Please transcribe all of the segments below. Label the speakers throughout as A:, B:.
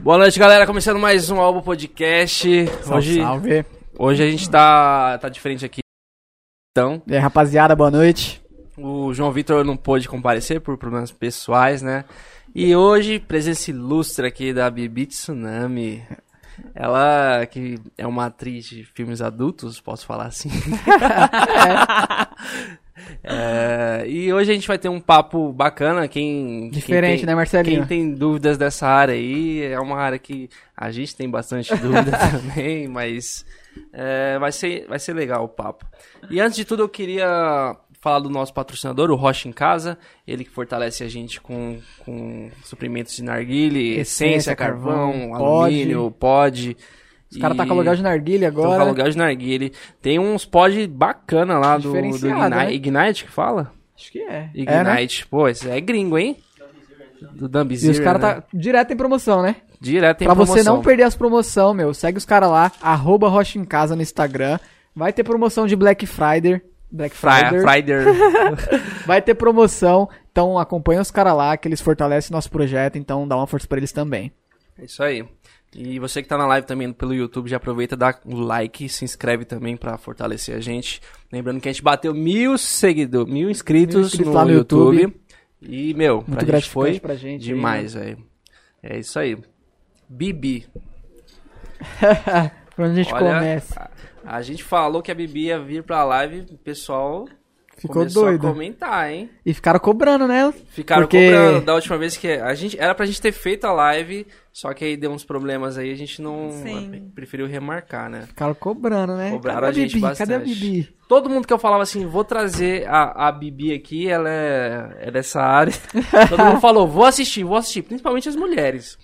A: Boa noite, galera. Começando mais um Albo Podcast.
B: Salve,
A: Hoje,
B: salve.
A: hoje a gente tá, tá diferente aqui. Então,
B: E aí, É, rapaziada, boa noite.
A: o João Vitor não pôde comparecer por problemas pessoais, né? E hoje, presença ilustre aqui da Bibi Tsunami. Ela que é uma atriz de filmes adultos, posso falar assim. É, e hoje a gente vai ter um papo bacana. Quem,
B: Diferente,
A: quem tem-
B: né, Marcelinho?
A: Quem tem dúvidas dessa área aí, é uma área que a gente tem bastante dúvida também, mas é, vai, ser, vai ser legal o papo. E antes de tudo, eu queria falar do nosso patrocinador, o Rocha em Casa, ele que fortalece a gente com, com suprimentos de narguile, essência,
B: Essência,
A: carvão,
B: carvão,
A: alumínio, pod.
B: Os caras tá com aluguel de narguilha
A: Estão com
B: agora. né?
A: aluguel de narguile. Tem uns pod bacana lá do, do Ignite,
B: Diferenciado, né?
A: Ignite que fala?
B: Acho que é. É, né?
A: Ignite. Pô, esse é gringo, hein? Do
B: E
A: Dumbzir,
B: os caras tá direto em promoção, né?
A: Direto em
B: pra
A: promoção.
B: você não perder as promoção, meu, segue os caras lá, arroba Rocha em Casa no Instagram. Vai ter promoção de Black Friday. Black
A: Fra-
B: Friday.
A: Frider.
B: Vai ter promoção. Então acompanha os caras lá, que eles fortalecem nosso projeto. Então dá uma força pra eles também.
A: É Isso aí. E você que tá na live também pelo YouTube, já aproveita, dá um like, se inscreve também pra fortalecer a gente. Lembrando que a gente bateu mil seguidores, mil
B: Mil
A: inscritos
B: inscritos
A: no,
B: lá no
A: YouTube.
B: YouTube.
A: E, meu,
B: Muito
A: pra gente
B: gratificante
A: foi
B: pra gente. né?
A: demais, velho. É isso aí. Bibi,
B: Pra onde a gente
A: Olha,
B: começa.
A: A, a gente falou que a Bibi ia vir pra live, o pessoal
B: Ficou
A: começou a
B: doido.
A: comentar, hein?
B: E ficaram cobrando, né?
A: Ficaram
B: Porque-
A: cobrando da última vez que a gente era pra gente ter feito a live, só que aí deu uns problemas aí, a gente não
C: Sim.
A: preferiu remarcar, né?
B: Ficaram cobrando, né?
A: Cobraram
B: Cadê
A: a gente
B: Bibi? Cadê a
A: bastante.
B: Bibi?
A: Todo mundo que eu falava assim, vou trazer a, a Bibi aqui, ela é, é dessa área. Todo mundo falou, vou assistir, vou assistir, principalmente as mulheres.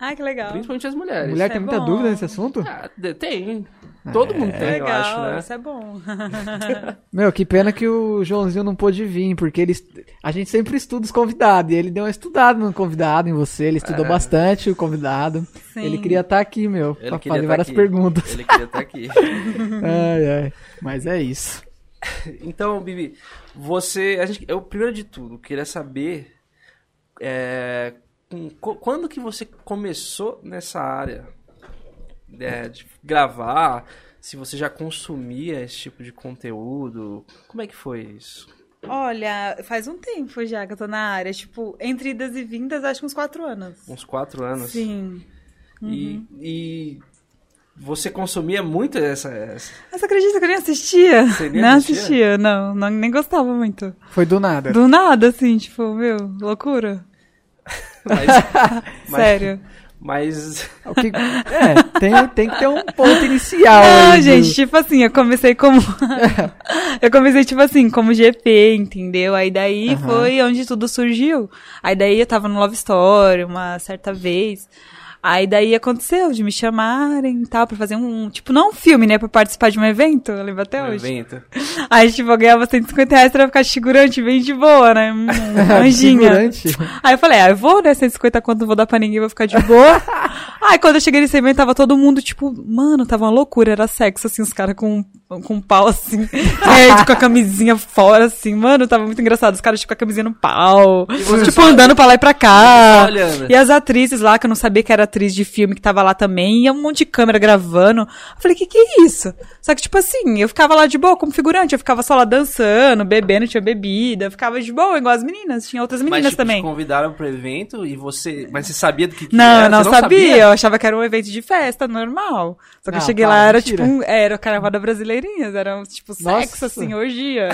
C: Ai, Ah, que legal.
A: Principalmente as mulheres.
B: Mulher
C: é
B: tem muita
C: bom.
B: dúvida nesse assunto?
A: Ah, de- tem. Todo mundo tem,
C: legal,
A: eu acho, né?
C: isso é bom.
B: Meu, que pena que o Joãozinho não pôde vir, porque ele, est- a gente sempre estuda os convidados, e ele deu uma estudada no convidado, em você, ele estudou bastante o convidado.
C: Sim.
B: Ele queria estar aqui, meu,
A: Ele
B: pra
A: queria
B: fazer
A: tá
B: várias
A: aqui.
B: perguntas.
A: Ele queria estar aqui.
B: ai, ai. Mas é isso.
A: Então, Bibi, você. A gente, eu, primeiro de tudo, queria saber. é, com- co- quando que você começou nessa área né, de gravar? Se você já consumia esse tipo de conteúdo? Como é que foi isso?
C: Olha, faz um tempo já que eu tô na área. Tipo, entre idas e vindas, acho que uns quatro anos.
A: Uns quatro anos?
C: Sim. uhum.
A: E, e você consumia muito essa. essa-
C: Mas Ah, você acredita que eu nem assistia?
A: Você nem
C: não
A: assistia?
C: assistia, não, não. Nem gostava muito.
B: Foi do nada.
C: Do nada, assim, tipo, meu, loucura.
A: mas- mas-
C: Sério.
A: Mas.
B: O que- É, tem, tem que ter um ponto inicial.
C: Não,
B: aí do-
C: gente, tipo assim, eu comecei como. eu comecei, tipo assim, como GP, entendeu? Aí daí
B: Aham.
C: foi onde tudo surgiu. Aí daí eu tava no Love Story uma certa vez. Aí daí aconteceu de me chamarem e tal, pra fazer um. Tipo, não um filme, né? Pra participar de um evento. Eu lembro até
A: um
C: hoje.
A: evento.
C: Aí, tipo, eu ganhava 150 reais pra ficar de figurante bem de boa, né? Hum, Anjinha.
B: Figurante.
C: Aí eu falei, ah, eu vou, né? 150 quanto não vou dar pra ninguém, vou ficar de boa. Aí quando eu cheguei nesse evento, tava todo mundo, tipo, mano, tava uma loucura, era sexo, assim, os caras com, com um pau, assim, verde, com a camisinha fora, assim, mano, tava muito engraçado, os caras, tipo, com a camisinha no pau, tipo, andando pra lá e pra cá.
A: Só olhando.
C: Ah, E as atrizes lá, que eu não sabia que era atriz de filme, que tava lá também, e um monte de câmera gravando. Eu falei, que que é isso? Só que, tipo assim, eu ficava lá de boa como figurante, eu ficava só lá dançando, bebendo, tinha bebida, eu ficava de boa, igual as meninas, tinha outras meninas
A: mas, tipo,
C: também.
A: Te convidaram pro evento e você. Mas você sabia do que, que
C: Não,
A: era?
C: eu não,
A: Você
C: sabia. Eu achava que era um evento de festa, normal. Só que
B: Ah,
C: eu cheguei
B: para,
C: lá, era
B: mentira.
C: tipo um, era o carnaval da Brasileirinhas, era um, tipo
B: Nossa.
C: sexo, assim, orgia.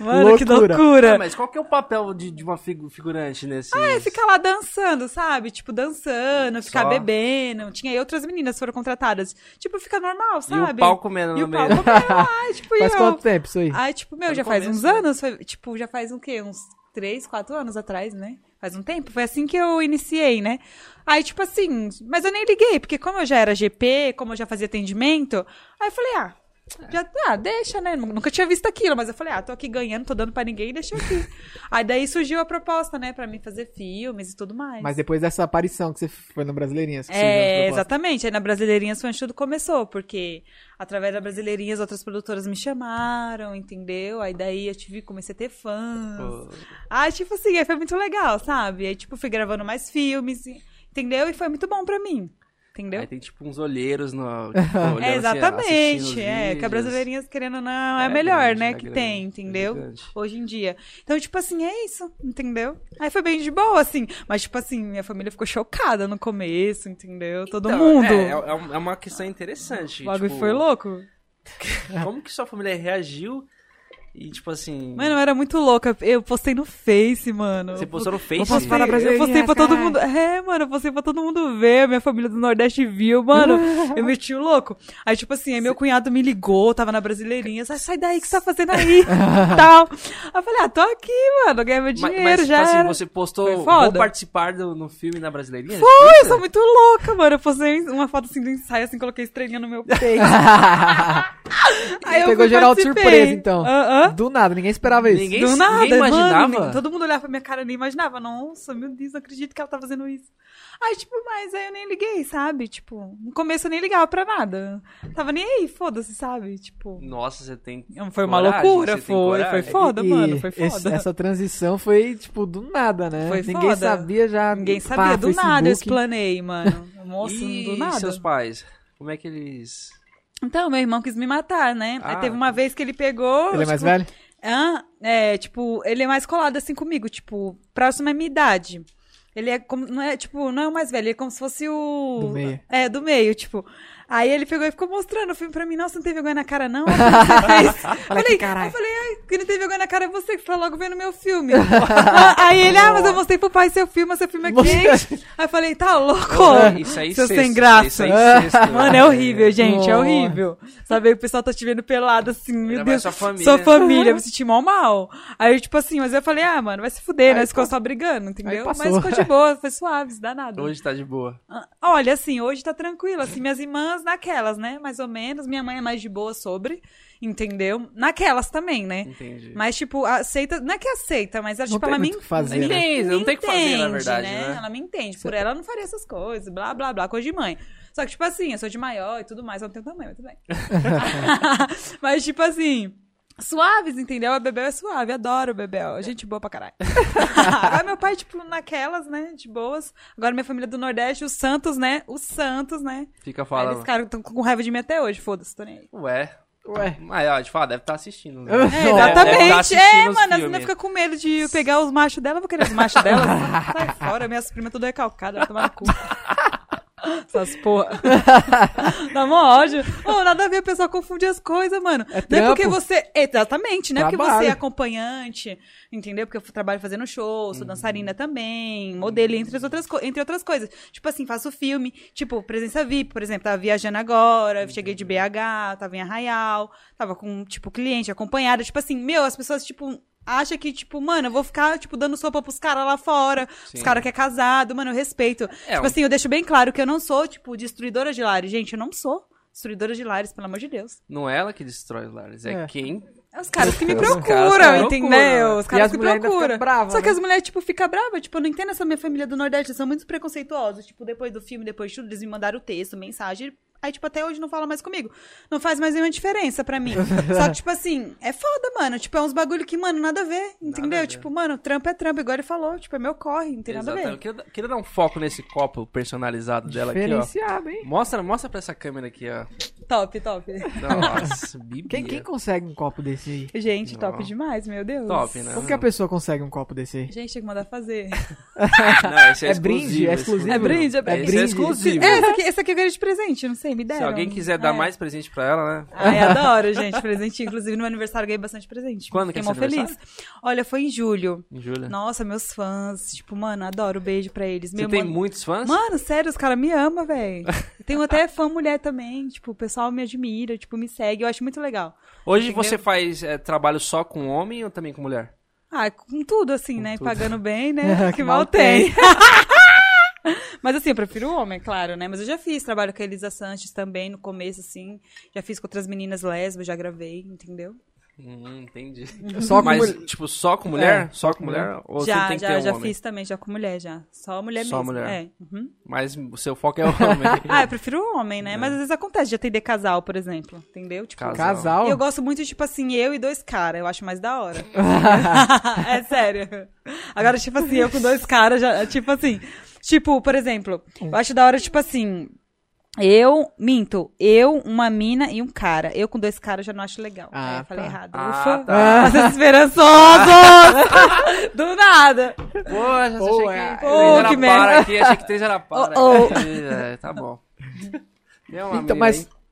C: Mano, que
B: Loucura.
A: Ah,
C: loucura.
A: mas qual que é o papel de, de uma figu- figurante nesse...
C: É, ficar lá dançando, sabe? Tipo, dançando, ficar
A: Só.
C: bebendo. Tinha aí outras meninas que foram contratadas. Tipo, fica normal, sabe?
A: E o pau comendo
C: E
A: no
C: o pau
A: meio.
C: comendo lá, e, tipo, e
B: Faz
C: eu-
B: quanto tempo isso aí?
C: Aí, tipo, meu,
A: no
C: já faz
A: começo,
C: uns
A: né?
C: anos, foi, tipo, já faz o quê? Uns três, quatro anos atrás, né? Faz um tempo, foi assim que eu iniciei, né? Aí, tipo assim, mas eu nem liguei, porque como eu já era GP, como eu já fazia atendimento, aí eu falei, ah, já, ah, deixa, né? Nu- Nunca tinha visto aquilo, mas eu falei, ah, tô aqui ganhando, tô dando pra ninguém, deixa eu aqui. aí daí surgiu a proposta, né, pra mim fazer filmes e tudo mais.
B: Mas depois dessa aparição que você foi no Brasileirinhas. que você
C: É,
B: viu a proposta.
C: exatamente. Aí na Brasileirinhas foi onde tudo começou, porque através da Brasileirinhas outras produtoras me chamaram, entendeu? Aí daí eu tive, comecei a ter fãs.
A: Pô,
C: tipo, Aí, tipo assim, aí foi muito legal, sabe? Aí, tipo, fui gravando mais filmes. e- Entendeu? E foi muito bom pra mim. Entendeu?
A: Aí tem tipo uns olheiros no. tipo, olhando,
C: É,
A: assim, assistindo
C: exatamente.
A: os
C: É, que a
A: vídeos.
C: brasileirinhas querendo ou não é,
A: É
C: melhor,
A: grande,
C: né?
A: é
C: que
A: grande,
C: tem, entendeu?
A: é gigante.
C: Hoje em dia. Então, tipo assim, é isso, entendeu? Aí foi bem de boa, assim. Mas, tipo assim, minha família ficou chocada no começo, entendeu? Todo
A: Então,
C: mundo.
A: É, é é uma questão interessante.
C: o bagulho
A: tipo,
C: foi louco.
A: Como que sua família reagiu? E tipo assim.
C: Mano, eu era muito louca. Eu postei no Face, mano.
A: você postou no
C: Eu
A: Face?
C: postei,
B: falar pra
C: eu postei
B: Brasileirinhas,
C: pra todo
B: caralho.
C: mundo. É, mano, eu postei pra todo mundo ver. Minha família do Nordeste viu, mano. eu meti o louco. Aí, tipo assim, aí meu cunhado me ligou, tava na brasileirinha. Sai, sai daí, o que você tá fazendo aí? tal. Aí eu falei, ah, tô aqui, mano, ganhei meu
A: Ma-
C: dinheiro
A: mas, tipo
C: já.
A: assim,
C: era.
A: você postou.
C: Foi
A: Vou
C: foda.
A: participar do, no filme na brasileirinha?
C: Eu sou muito louca, mano. Eu postei uma foto assim do ensaio, assim, coloquei estrelinha no meu peito. aí eu
B: Pegou
C: fui,
B: geral de
C: participei.
B: surpresa, então.
C: Aham.
B: Do nada, ninguém esperava isso.
A: Ninguém-
C: Do nada,
A: imaginava?
C: mano. Todo mundo olhava pra minha cara e nem imaginava. Nossa, meu Deus, não acredito que ela tá fazendo isso. Aí, tipo, mas aí eu nem liguei, sabe? Tipo, no começo eu nem ligava pra nada. Tava nem aí, foda-se, sabe? Tipo,
A: Nossa, você tem.
C: foi uma
A: Coragem,
C: loucura,
A: você tem
C: foi, foi
A: coragem.
C: foda,
B: E
C: mano, foi foda.
B: esse- essa transição foi, tipo, do nada, né?
C: Foi
B: ninguém
C: foda.
B: sabia já.
C: Ninguém
B: pá,
C: sabia, do nada
B: Facebook.
C: eu explanei, mano. Moço,
A: e
C: do nada.
A: seus pais? Como é que eles.
C: Então, meu irmão quis me matar, né? Aí
A: Ah.
C: teve uma vez que ele pegou.
B: Ele é mais
C: tipo,
B: velho?
C: Hã? É, tipo, ele é mais colado assim comigo, tipo, próximo à minha idade. Ele é como, não é, tipo, não é o mais velho, ele é como se fosse o...
B: Do meio.
C: É, do meio, tipo. Aí ele pegou e ficou mostrando o filme pra mim, nossa, não tem vergonha na cara não? Olha o que você fez.
B: Olha que
C: falei,
B: caralho.
C: Eu falei, ai, que não tem vergonha na cara é você que tá logo vendo meu filme. Ah, Aí ele, ah, mas eu mostrei pro pai seu filme, seu filme é quente. Aí eu falei, tá louco?
A: é Isso aí
C: Seu
A: sexto,
C: sem graça.
A: Isso aí sexto.
C: Mano, é horrível, gente, é
B: Nossa.
C: horrível. Saber que o pessoal tá te vendo pelado assim, meu
A: Ainda mais
C: Deus.
A: sua família.
C: Sua família, eu me senti mal mal. Aí, tipo assim, mas eu falei, ah, mano, vai se fuder, nós ficou só brigando, entendeu? Mas
B: passou.
C: ficou de boa, foi suave, se dá nada.
A: Hoje tá de boa.
C: Ah, Olha, assim, hoje tá tranquilo, assim, minhas irmãs naquelas, né? Mais ou menos, minha mãe é mais de boa sobre, entendeu? Naquelas também, né?
A: Entendi.
C: Mas, tipo, aceita. Não é que aceita, mas ela,
B: Não
C: tipo,
B: tem
C: ela me
B: muito o que fazer,
C: me-
B: né?
A: Tem,
C: me
A: não tem o que fazer, na
C: entende,
A: verdade, né?
C: Ela me entende. Por ela, eu não faria essas coisas, blá, blá, blá, coisa de mãe. Só que, tipo assim, eu sou de maior e tudo mais, eu não tenho tamanho, mas tudo bem. mas, tipo assim. Suaves, entendeu? A Bebel é suave, adoro o Bebel. é Gente boa pra caralho. Agora meu pai, tipo, naquelas, né? De boas. Agora minha família do Nordeste, os Santos, né? Os Santos, né?
A: Fica
C: Aí
A: falando.
C: Eles caras estão com raiva de mim até hoje, foda-se, tô nem aí.
A: Ué.
B: Ué.
A: Mas, ó, de falar, deve estar assistindo. Né?
C: É,
B: Não,
A: deve tá
C: exatamente.
A: assistindo
C: É,
A: os
C: mano, as
A: filmes.
C: meninas ficam com medo de eu pegar os machos dela, eu vou querer os machos dela. Sai fora, minhas primas tudo recalcada, vai tomar no cu. Essas porra. Dá mó ódio. Ô, nada a ver, o pessoal confunde as coisas, mano. não é
B: trampo.
C: porque você. Exatamente, não é porque
B: Trabalho.
C: você é acompanhante, entendeu? Porque eu trabalho fazendo show, sou dançarina
A: Uhum.
C: também, modelo, entre, as outras, co- entre outras coisas. Tipo assim, faço filme, tipo, presença VIP, por exemplo, tava viajando agora,
A: Uhum.
C: cheguei de BH, tava em Arraial, tava com, tipo, cliente, acompanhada. Tipo assim, meu, as pessoas, tipo. acham que, tipo, mano, eu vou ficar, tipo, dando sopa pros caras lá fora, os
A: Sim.
C: caras que é casado, mano, eu respeito.
A: É,
C: Tipo
A: um-
C: assim, eu deixo bem claro que eu não sou, tipo, destruidora de lares. Gente, eu não sou destruidora de lares, pelo amor de Deus.
A: Não é ela que destrói os lares, é,
B: É.
A: quem.
C: É os caras que me
A: Os caras
C: procuram,
A: que procuram,
C: entendeu? Os
B: E
C: caras
B: as
C: que
B: mulheres ainda
C: procuram.
B: ficam bravas,
C: Só que
B: né?
C: as mulheres, tipo, ficam bravas. Tipo, eu não entendo essa minha família do Nordeste. Eles são muito preconceituosos. Tipo, depois do filme, depois de tudo, eles me mandaram o texto, mensagem. Aí, tipo, até hoje não fala mais comigo. Não faz mais nenhuma diferença pra mim. Só que, tipo assim, é foda, mano. Tipo, é uns bagulho que, mano, nada a ver. Entendeu?
A: a ver.
C: Tipo, mano, trampo é trampo. Igual ele falou. Tipo, é meu corre. Não tem nada a
A: Exatamente. Eu
C: ver.
A: queria, queria dar um foco nesse copo personalizado dela aqui, ó.
B: Diferenciado, hein?
A: Mostra, mostra pra essa câmera aqui, ó.
C: Top, top.
A: Nossa, bibia.
B: Quem, quem consegue um copo desse aí?
C: Gente, top
A: Não.
C: demais, meu Deus.
A: Top, né?
B: Como que a pessoa consegue um copo desse aí?
C: Gente, tinha que mandar fazer.
A: Não, esse é,
B: É brinde,
A: exclusivo,
B: é exclusivo.
C: É brinde, é brinde.
A: Esse é
B: Brinde.
A: exclusivo.
C: É, esse aqui, esse aqui eu ganhei de presente, não sei, me deram.
A: Se alguém quiser dar
C: É.
A: mais presente pra ela, né?
C: Ai, adoro, gente, presente. Inclusive, no meu aniversário eu ganhei bastante presente.
A: Quando que
C: Fiquei
A: é
C: mó
A: seu
C: feliz. Olha, foi em julho.
A: Júlia.
C: Nossa, meus fãs, tipo, mano, adoro, beijo pra eles.
A: Você
C: Meu
A: tem
C: mano-
A: muitos fãs?
C: Mano, sério, os caras me amam, velho. Tenho até fã mulher também, tipo, o pessoal me admira, tipo, me segue, eu acho muito legal.
A: Hoje
C: entendeu?
A: você faz é, trabalho só com homem ou também com mulher?
C: Ah, com tudo, assim, né?
A: tudo. Ah,
C: Pagando bem, né? que, mal tem. Mas assim, eu prefiro o homem, é claro, né? Mas eu já fiz trabalho com a Elisa Sanches também no começo, assim. Já fiz com outras meninas lésbicas, já gravei, entendeu?
A: Hum, entendi.
B: Só com
A: Mas,
B: mulher.
A: tipo, só com mulher?
B: É,
A: só com mulher? Ou
C: já,
A: você tem que
C: já,
A: ter um
C: já
A: homem?
C: fiz também, já com mulher, já. Só mulher
A: Só
C: mesmo.
A: mulher.
C: É. uhum.
A: Mas o seu foco é o homem.
C: Ah, eu prefiro o homem, né? Mas às vezes acontece de atender casal, por exemplo. Entendeu? Tipo,
A: É. Casal.
B: Casal?
C: E eu gosto muito, tipo assim, eu e dois caras. Eu acho mais da hora. é sério. Agora, tipo assim, eu com dois caras, já, tipo assim. Tipo, por exemplo, eu acho da hora, tipo assim. Eu, minto, eu, uma mina e um cara. Eu com dois caras já não acho legal.
B: Ah,
C: Aí eu falei
B: tá.
C: errado.
A: Ah,
C: Ufa,
A: tá.
C: vocês esperançosos! Do nada.
A: Poxa,
B: Pô,
A: achei
B: é.
A: que
C: Pô,
A: três era para
C: que merda.
A: aqui, achei que três era para.
C: Oh,
A: É, tá bom. Tem uma
B: Então,
A: mina
B: mas-
A: aí?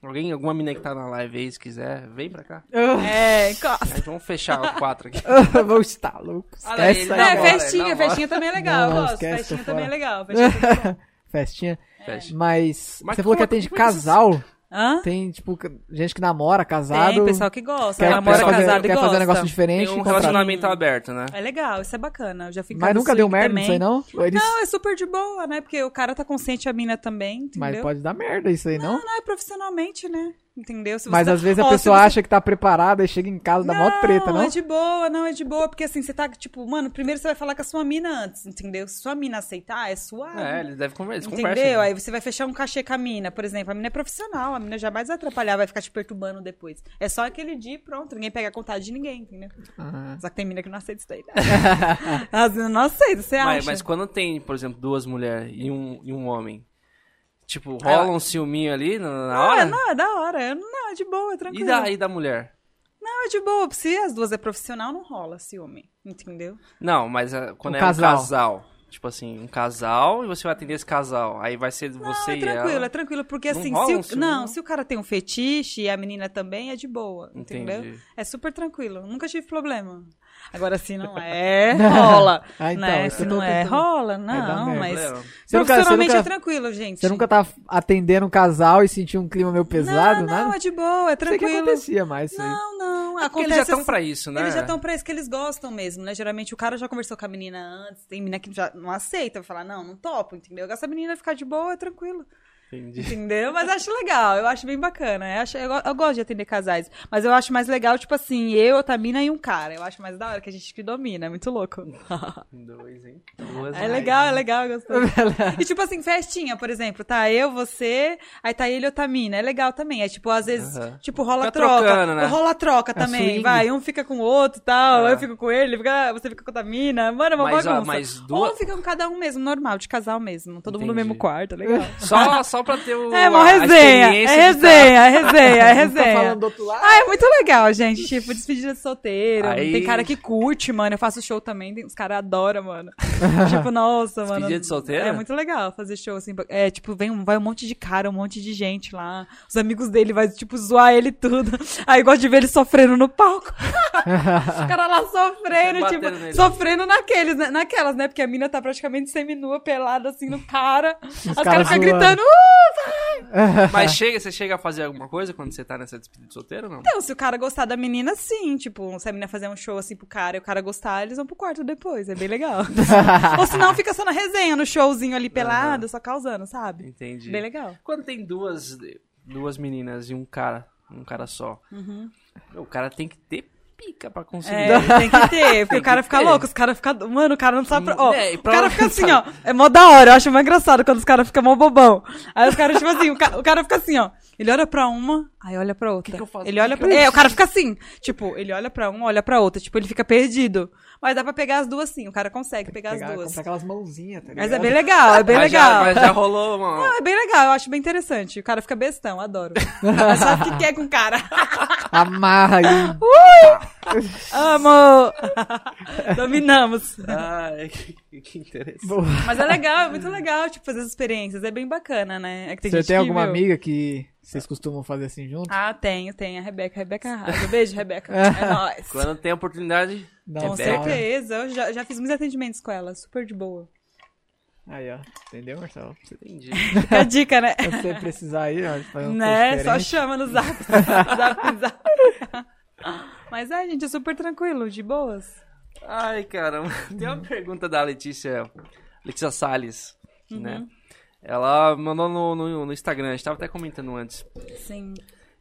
A: Alguém, alguma mina que tá na live aí, se quiser, vem pra cá.
C: É, encosta.
A: Aí vamos fechar os quatro aqui.
B: Ah, Vou estar louco.
A: Olha aí,
B: Esquece
A: ele
B: aí.
C: É,
A: namora,
C: festinha,
A: namora.
C: festinha também é legal.
B: Não,
C: eu
B: não,
C: gosto.
B: esquece,
C: festinha
B: tô
C: também é
B: fora.
C: legal. festinha também é legal.
B: Festinha.
C: É.
A: Fecha.
B: Mas,
A: Mas
B: você
A: como-
B: falou que atende
A: como é que você-
B: casal.
C: Hã?
B: Tem, tipo, ca- gente que namora, casado.
C: Tem pessoal que gosta.
B: quer,
C: namora
B: quer fazer,
C: casado e
B: quer
C: gosta.
B: fazer um negócio diferente.
A: Tem um
B: contrata.
A: relacionamento aberto, né?
C: É legal, isso é bacana. Eu já fiquei
B: Mas nunca deu merda
C: também.
B: isso aí, não? Ou Eles...
C: Não, é super de boa, né? Porque o cara tá consciente, a mina também, entendeu?
B: Mas pode dar merda isso aí, não?
C: Não, é profissionalmente, né? Entendeu? Se você
B: Mas
C: tá-
B: às vezes a
C: Ó, se
B: pessoa
C: você-
B: acha que tá preparada e chega em casa da mó treta, não?
C: é de boa, não, é de boa. Porque assim, você tá, tipo, mano, primeiro você vai falar com a sua mina antes, entendeu? Se sua mina aceitar, é suave.
A: É, eles devem conversar. Eles
C: Entendeu?
A: conversam.
C: Aí você vai fechar um cachê com a mina, por exemplo. A mina é profissional, a mina jamais vai atrapalhar, vai ficar te perturbando depois. É só aquele dia e pronto, ninguém pega a contagem de ninguém, entendeu?
A: Tá.
B: Ah.
C: Só que tem mina que não aceita isso daí, né? As minas não aceitam, você acha?
A: Mas, mas quando tem, por exemplo, duas mulheres e um, e um homem, tipo, rola um ciúminho ali na, na
C: Não,
A: hora?
C: é, não, é da hora. Eu- Não, é de boa, é
A: e,
C: tranquilo.
A: da, e da mulher?
C: Não, é de boa. Se as duas é profissional, não rola ciúme, entendeu?
A: Não, mas ah, quando
B: Um
A: é
B: casal.
A: um casal. Tipo assim, um casal e você vai atender esse casal. Aí vai ser você
C: não, é
A: e
C: tranquilo,
A: ela.
C: é tranquilo, porque
A: Não
C: assim,
A: rola
C: se
A: um
C: o,
A: ciúme, não?
C: não, se o cara tem um fetiche e a menina também, é de boa, entendeu?
A: Entendi.
C: É super tranquilo, nunca tive problema. Agora, se não é, rola.
B: Ah, então,
C: né?
B: isso
C: Se
B: eu
C: não
B: tô
C: é,
B: tentando-
C: rola,
B: Vai dar
C: não,
B: merda.
C: mas
A: Problema.
B: Você nunca-
C: profissionalmente
B: você nunca-
C: é tranquilo, gente.
B: Você nunca tá atendendo um casal e sentiu um clima meio pesado,
C: não, não,
B: nada?
C: é de boa, é
B: Não sei o que
C: tranquilo.
B: acontecia mais isso aí.
C: Não, não,
A: Porque
C: acontece
A: eles já estão
C: assim-
A: pra isso, né?
C: Eles já estão pra isso que eles gostam mesmo, né? Geralmente o cara já conversou com a menina antes, tem menina que já não aceita, vai falar, não, não topo, entendeu? Essa menina vai ficar de boa, é tranquilo,
A: Entendi.
C: entendeu? Mas acho legal, eu acho bem bacana. Eu, acho- eu go- eu gosto de atender casais, mas eu acho mais legal, tipo assim, eu, outra mina e um cara. Eu acho mais da hora que a gente que domina, é muito louco.
A: Dois, hein? Duas,
C: É
A: né?
C: legal, é legal, eu gostei. e tipo assim, festinha, por exemplo, tá eu, você, aí tá ele e outra mina. É legal também. É tipo, às vezes,
A: Aham.
C: tipo, rola
A: Fica
C: troca.
A: trocando, né?
C: Rola troca
B: É
C: também.
B: swing.
C: Vai, um fica com o outro e tal,
A: É.
C: eu fico com ele, fica- você fica com outra mina. Mano, é uma
A: Mas, ó,
C: bagunça.
A: mas
C: Ou
A: duas-
C: ficam cada um mesmo, normal, de casal mesmo. Todo mundo no
A: Entendi.
C: mesmo quarto, é legal.
A: Só, só pra ter o.
C: É, uma
A: a
C: resenha.
A: experiência
C: É
A: de tá-
C: resenha, é resenha, é
B: Não tá falando
C: resenha.
B: do outro lado?
C: Ah, é muito legal, gente. Tipo, despedida de solteiro.
A: Aí-
C: Tem cara que curte, mano. Eu faço show também. tem- Os caras adoram, mano. tipo, nossa, mano.
A: Despedida de solteiro?
C: É muito legal fazer show assim. É, tipo, vem, um- vai um monte de cara, um monte de gente lá. Os amigos dele vai, tipo, zoar ele tudo. Aí eu gosto de ver ele sofrendo no palco. Os caras lá sofrendo,
A: Batendo
C: tipo,
A: nele.
C: sofrendo naqueles, né, naquelas, né? Porque a mina tá praticamente seminua, pelada assim no cara. Os,
B: caras
C: caras ficam
B: zoando.
C: gritando, uh, É.
A: Mas chega, você chega a fazer alguma coisa quando você tá nessa despedida de solteiro ou não?
C: Então, se o cara gostar da menina, sim. Tipo, se a menina fazer um show assim pro cara e o cara gostar, eles vão pro quarto depois. É bem legal. Ou senão fica só na resenha, no showzinho ali pelado, só causando, sabe?
A: Entendi.
C: Bem legal.
A: Quando tem duas, duas meninas e um cara, um cara só, meu, o cara tem que ter pica pra conseguir.
C: Uhum. É, tem que ter, porque
A: Tem
C: o cara
A: que
C: fica
A: ter.
C: louco, os caras ficam. Mano, o cara não sabe. Ó,
A: É, e
C: o
A: pra-
C: cara fica assim, ó. É mó da hora, eu acho mais engraçado quando os caras ficam mó bobão. Aí os caras, tipo assim, o, ca- o cara fica assim, ó. Ele olha pra uma, aí olha pra outra.
A: que eu faço?
C: Ele olha
A: Que
C: pra... É, o cara fica assim. Tipo, ele olha pra uma, olha pra outra. Tipo, ele fica perdido. Mas dá pra pegar as duas sim, o cara consegue pegar
B: Pegar-
C: as duas.
B: comprar tá aquelas mãozinhas, tá
C: Mas é
B: ligado?
C: bem legal, é bem
A: Mas já-
C: legal.
A: mas já rolou, mano.
C: Não, é bem legal, eu acho bem interessante. O cara fica bestão, adoro. Mas sabe o que quer com o cara?
B: Amarra aí.
C: Amo! Dominamos.
A: Ai, que, que interessante.
B: Boa.
C: Mas é legal, é muito legal, tipo, fazer as experiências. É bem bacana, né? É que tem
B: Você
C: gente
B: tem
C: que,
B: alguma
C: meu-
B: amiga que vocês costumam fazer assim junto?
C: Ah, tenho, tenho. A Rebeca, Rebeca arrasa. Beijo, Rebeca. É nóis.
A: Quando tem oportunidade,
B: Dá um
C: Com
A: Rebeca.
B: salve.
C: certeza. Eu já, já fiz muitos atendimentos com ela, super de boa.
B: Aí, ó. Entendeu, Marcelo? Se
A: entendi.
C: Fica a dica, né?
B: você precisar aí, ó, fazer um
C: né? Só
B: diferente.
C: chama no zap. zap, zap. Mas é, gente, é super tranquilo, de boas.
A: Ai, caramba. Tem uma pergunta da Letícia, Letícia Salles, né?
C: Uhum.
A: Ela mandou no, no, no Instagram, a gente tava até comentando antes.
C: Sim.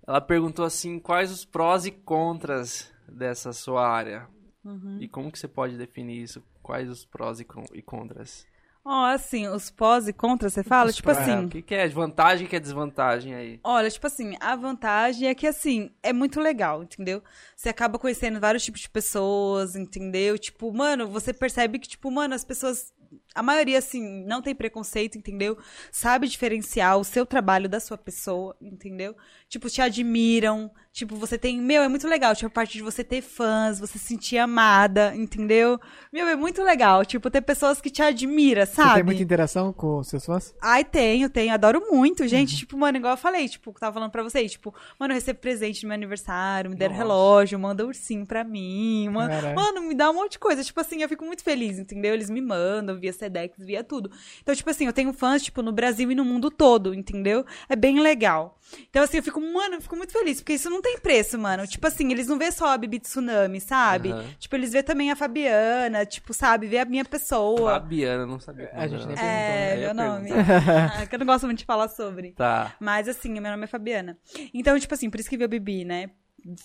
A: Ela perguntou assim, quais os prós e contras dessa sua área?
C: Uhum.
A: E como que você pode definir isso? Quais os prós e, con- e contras?
C: Ó, assim, os pós e contras, você fala?
A: É,
C: Tipo assim,
A: o que, que é vantagem e que é desvantagem aí?
C: Olha, tipo assim, a vantagem é que, assim, é muito legal, entendeu? Você acaba conhecendo vários tipos de pessoas, entendeu? Tipo, mano, você percebe que, tipo, mano, as pessoas a maioria, assim, não tem preconceito, entendeu? Sabe diferenciar o seu trabalho da sua pessoa, entendeu? Tipo, te admiram. Tipo, você tem. Meu, é muito legal. Tipo, a parte de você ter fãs, você se sentir amada, entendeu? Meu, é muito legal. Tipo, ter pessoas que te admiram, sabe?
B: Você tem muita interação com os seus fãs?
C: Ai, tenho, tenho. Adoro muito, gente.
A: Uhum.
C: Tipo, mano, igual eu falei, tipo, que eu tava falando pra vocês, tipo, mano, eu recebo presente no meu aniversário, me deram
A: Nossa. É.
C: relógio, manda ursinho pra mim, mano.
B: Caralho.
C: Mano, me dá um monte de coisa. Tipo assim, eu fico muito feliz, entendeu? Eles me mandam via Sedex, via tudo. Então, tipo assim, eu tenho fãs, tipo, no Brasil e no mundo todo, entendeu? É bem legal. Então, assim, eu fico, mano, eu fico muito feliz, porque isso não tem preço, mano. Tipo assim, eles não vê só a Bibi Tsunami, sabe?
A: Aham.
C: Tipo, eles vê também a Fabiana, tipo, sabe? Vê a minha pessoa.
A: Fabiana, não sabia. como
B: A gente
A: era.
B: nem perguntou.
C: É,
A: Eu ia
C: meu nome.
B: perguntar.
C: Ah, que eu não gosto muito de falar sobre.
A: Tá.
C: Mas assim, meu nome é Fabiana. Então, tipo assim, por isso que veio Bibi, né?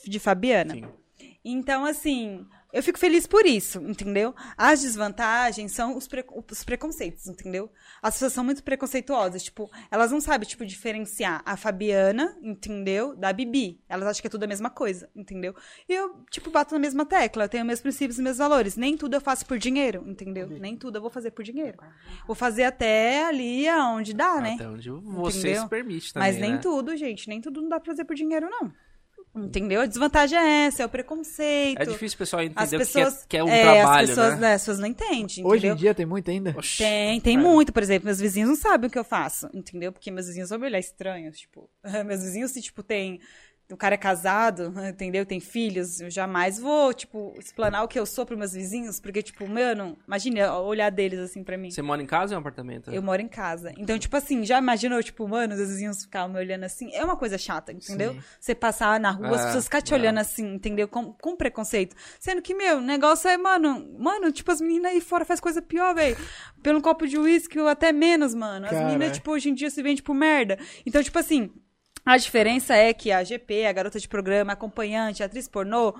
C: De Fabiana.
A: Sim.
C: Então, assim, eu fico feliz por isso, entendeu? As desvantagens são os, pre- os preconceitos, entendeu? As pessoas são muito preconceituosas, tipo, elas não sabem, tipo, diferenciar a Fabiana, entendeu? Da Bibi. Elas acham que é tudo a mesma coisa, entendeu? E eu, tipo, bato na mesma tecla, eu tenho meus princípios e meus valores. Nem tudo eu faço por dinheiro, entendeu? Nem tudo eu vou fazer por dinheiro. Vou fazer até ali aonde dá, né?
A: Até onde você
C: Entendeu?
A: se permite também,
C: Mas nem
A: né?
C: tudo, gente. Nem tudo não dá pra fazer por dinheiro, não. Entendeu? A desvantagem é essa, é o preconceito.
A: É difícil o pessoal entender o
C: As
A: que é-
C: pessoas.
A: que é, um trabalho,
C: as pessoas, é,
A: né?
C: As pessoas não entendem.
B: Hoje
C: entendeu?
B: em dia tem muito ainda?
A: Oxi,
C: Tem, tem
A: velho.
C: muito, por exemplo, meus vizinhos não sabem o que eu faço, entendeu? Porque meus vizinhos vão me olhar estranhos, tipo, meus vizinhos se, tipo, tem, o cara é casado, entendeu? Tem filhos, eu jamais vou, tipo, explanar o que eu sou pros meus vizinhos, porque, tipo, mano, imagina o olhar deles, assim, pra mim.
A: Você mora em casa ou em apartamento?
C: Eu moro em casa. Então, tipo assim, já imaginou, tipo, mano, os vizinhos ficavam me olhando assim. É uma coisa chata, entendeu? Você passar na rua, as
A: É,
C: pessoas ficar te
A: é.
C: olhando assim, entendeu? Com, com preconceito. Sendo que, meu, o negócio é, mano, mano, tipo, as meninas aí fora faz coisa pior, velho. Pelo copo de uísque ou até menos, mano. As
B: Cara.
C: meninas, tipo, hoje em dia se vende por merda. Então, tipo assim, a diferença é que a GP, a garota de programa, a acompanhante, a atriz pornô,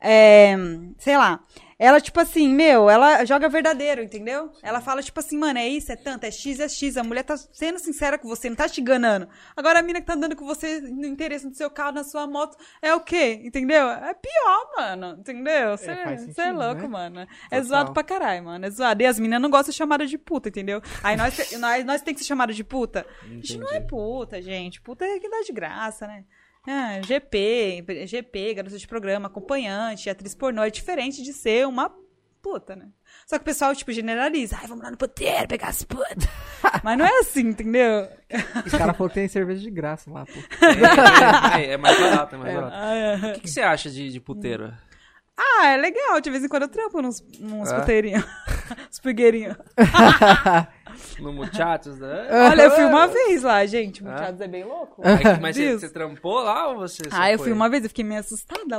C: é, sei lá. Ela, tipo assim, meu, ela joga verdadeiro, entendeu? Ela fala, tipo assim, mano, é isso, é tanto, é X, é X. A mulher tá sendo sincera com você, não tá te enganando. Agora a mina que tá andando com você no interesse do seu carro, na sua moto, é o quê? Entendeu? É pior, mano, entendeu? Você é,
B: faz
C: é
B: sentido,
C: louco,
B: né?
C: mano. É zoado pra caralho, mano. É zoado. E as meninas não gostam de chamada de puta, entendeu? Aí nós, nós, nós tem que ser chamada de puta. A gente não é puta, gente. Puta é que dá de graça, né? Ah, GP, GP, garota de programa, acompanhante, atriz pornô, é diferente de ser uma puta, né? Só que o pessoal, tipo, generaliza. Ai, vamos lá no puteiro pegar as putas. Mas não é assim, entendeu?
B: Os caras falaram que tem cerveja de graça lá, pô.
A: É, é, é mais barato, é mais barato.
C: Ah,
A: O que, que você acha de, de puteiro?
C: é legal. De vez em quando eu trampo nos, nos
A: É?
C: puteirinhos. Os pulgueirinhos.
A: No Muchachos, né?
C: Olha, eu fui uma vez lá, gente. Muchados é bem louco.
A: Aí que- Ah. mas você,
C: Deus.
A: você trampou lá ou você só
C: Ah, eu
A: foi?
C: fui uma vez, eu fiquei meio assustada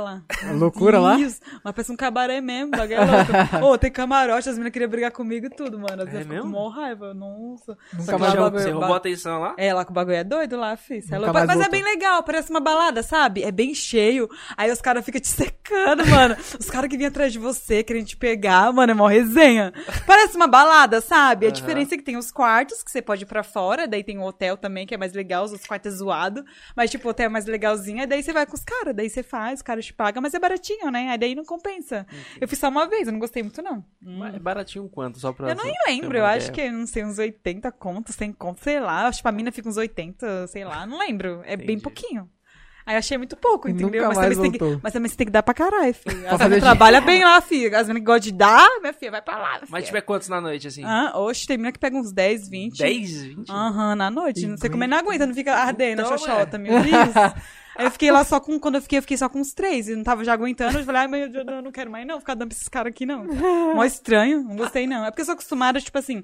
C: lá.
B: Loucura lá?
C: Isso, mas parece um cabaré mesmo, bagulho é louco. Ô, tem camarote, as meninas queriam brigar comigo e tudo, mano. Às vezes eu fico com
A: É mesmo?
C: mó raiva, nossa.
B: Nunca
C: Só que
B: mais
C: lá o
B: voltou.
A: Você
C: bagulho-
A: roubou a atenção lá?
C: É, lá que o bagulho é doido lá, filho. cê É
B: Nunca
C: louco.
B: mais
C: Mas é
B: voltou.
C: bem legal, parece uma balada, sabe? É bem cheio. Aí os caras ficam te secando, mano. Os caras que vêm atrás de você, querendo te pegar, mano, é mó resenha. Parece uma balada, sabe? A
A: Aham.
C: diferença é que tem os quartos, que você pode ir pra fora, daí tem o hotel também, que é mais legal, os quartos é zoado. Mas, tipo, o hotel é mais legalzinho, aí daí você vai com os caras, daí você faz, os caras te pagam, mas é baratinho, né? Aí daí não compensa. Eu fiz só uma vez, eu não gostei muito, não.
A: Mas É baratinho quanto? Só pra
C: Eu nem
A: ter
C: lembro,
A: uma
C: eu acho
A: ideia.
C: que, é, não sei, uns 80 contos, 100 contos, sei lá. Acho que a mina fica uns 80, sei lá, não lembro. É bem
A: Entendi.
C: pouquinho. Aí eu achei muito pouco,
B: E
C: entendeu?
B: nunca
C: mas,
B: mais
C: também você tem
B: voltou.
C: que, mas também você tem que dar pra caralho, filho. As
B: fazer
C: meninas
B: dinheiro.
C: trabalham bem lá, filho. As meninas que gostam de dar, minha filha, vai pra lá, minha
A: Mas
C: filha.
A: tiver quantos na noite, assim?
C: é. Ah, oxe, tem mina que pega uns 10, 20.
A: 10, 20?
C: Aham, na noite. Não sei como é, não aguenta, não fica ardendo
A: Então,
C: a
A: é.
C: xoxota, meu Deus. Aí eu fiquei lá só com. Quando eu fiquei, eu fiquei só com uns três. E não tava já aguentando. Eu falei, ai, mas eu não- eu não quero mais, não, ficar dando pra esses caras aqui, não. Mó estranho, não gostei, não. É porque eu sou acostumada, tipo assim,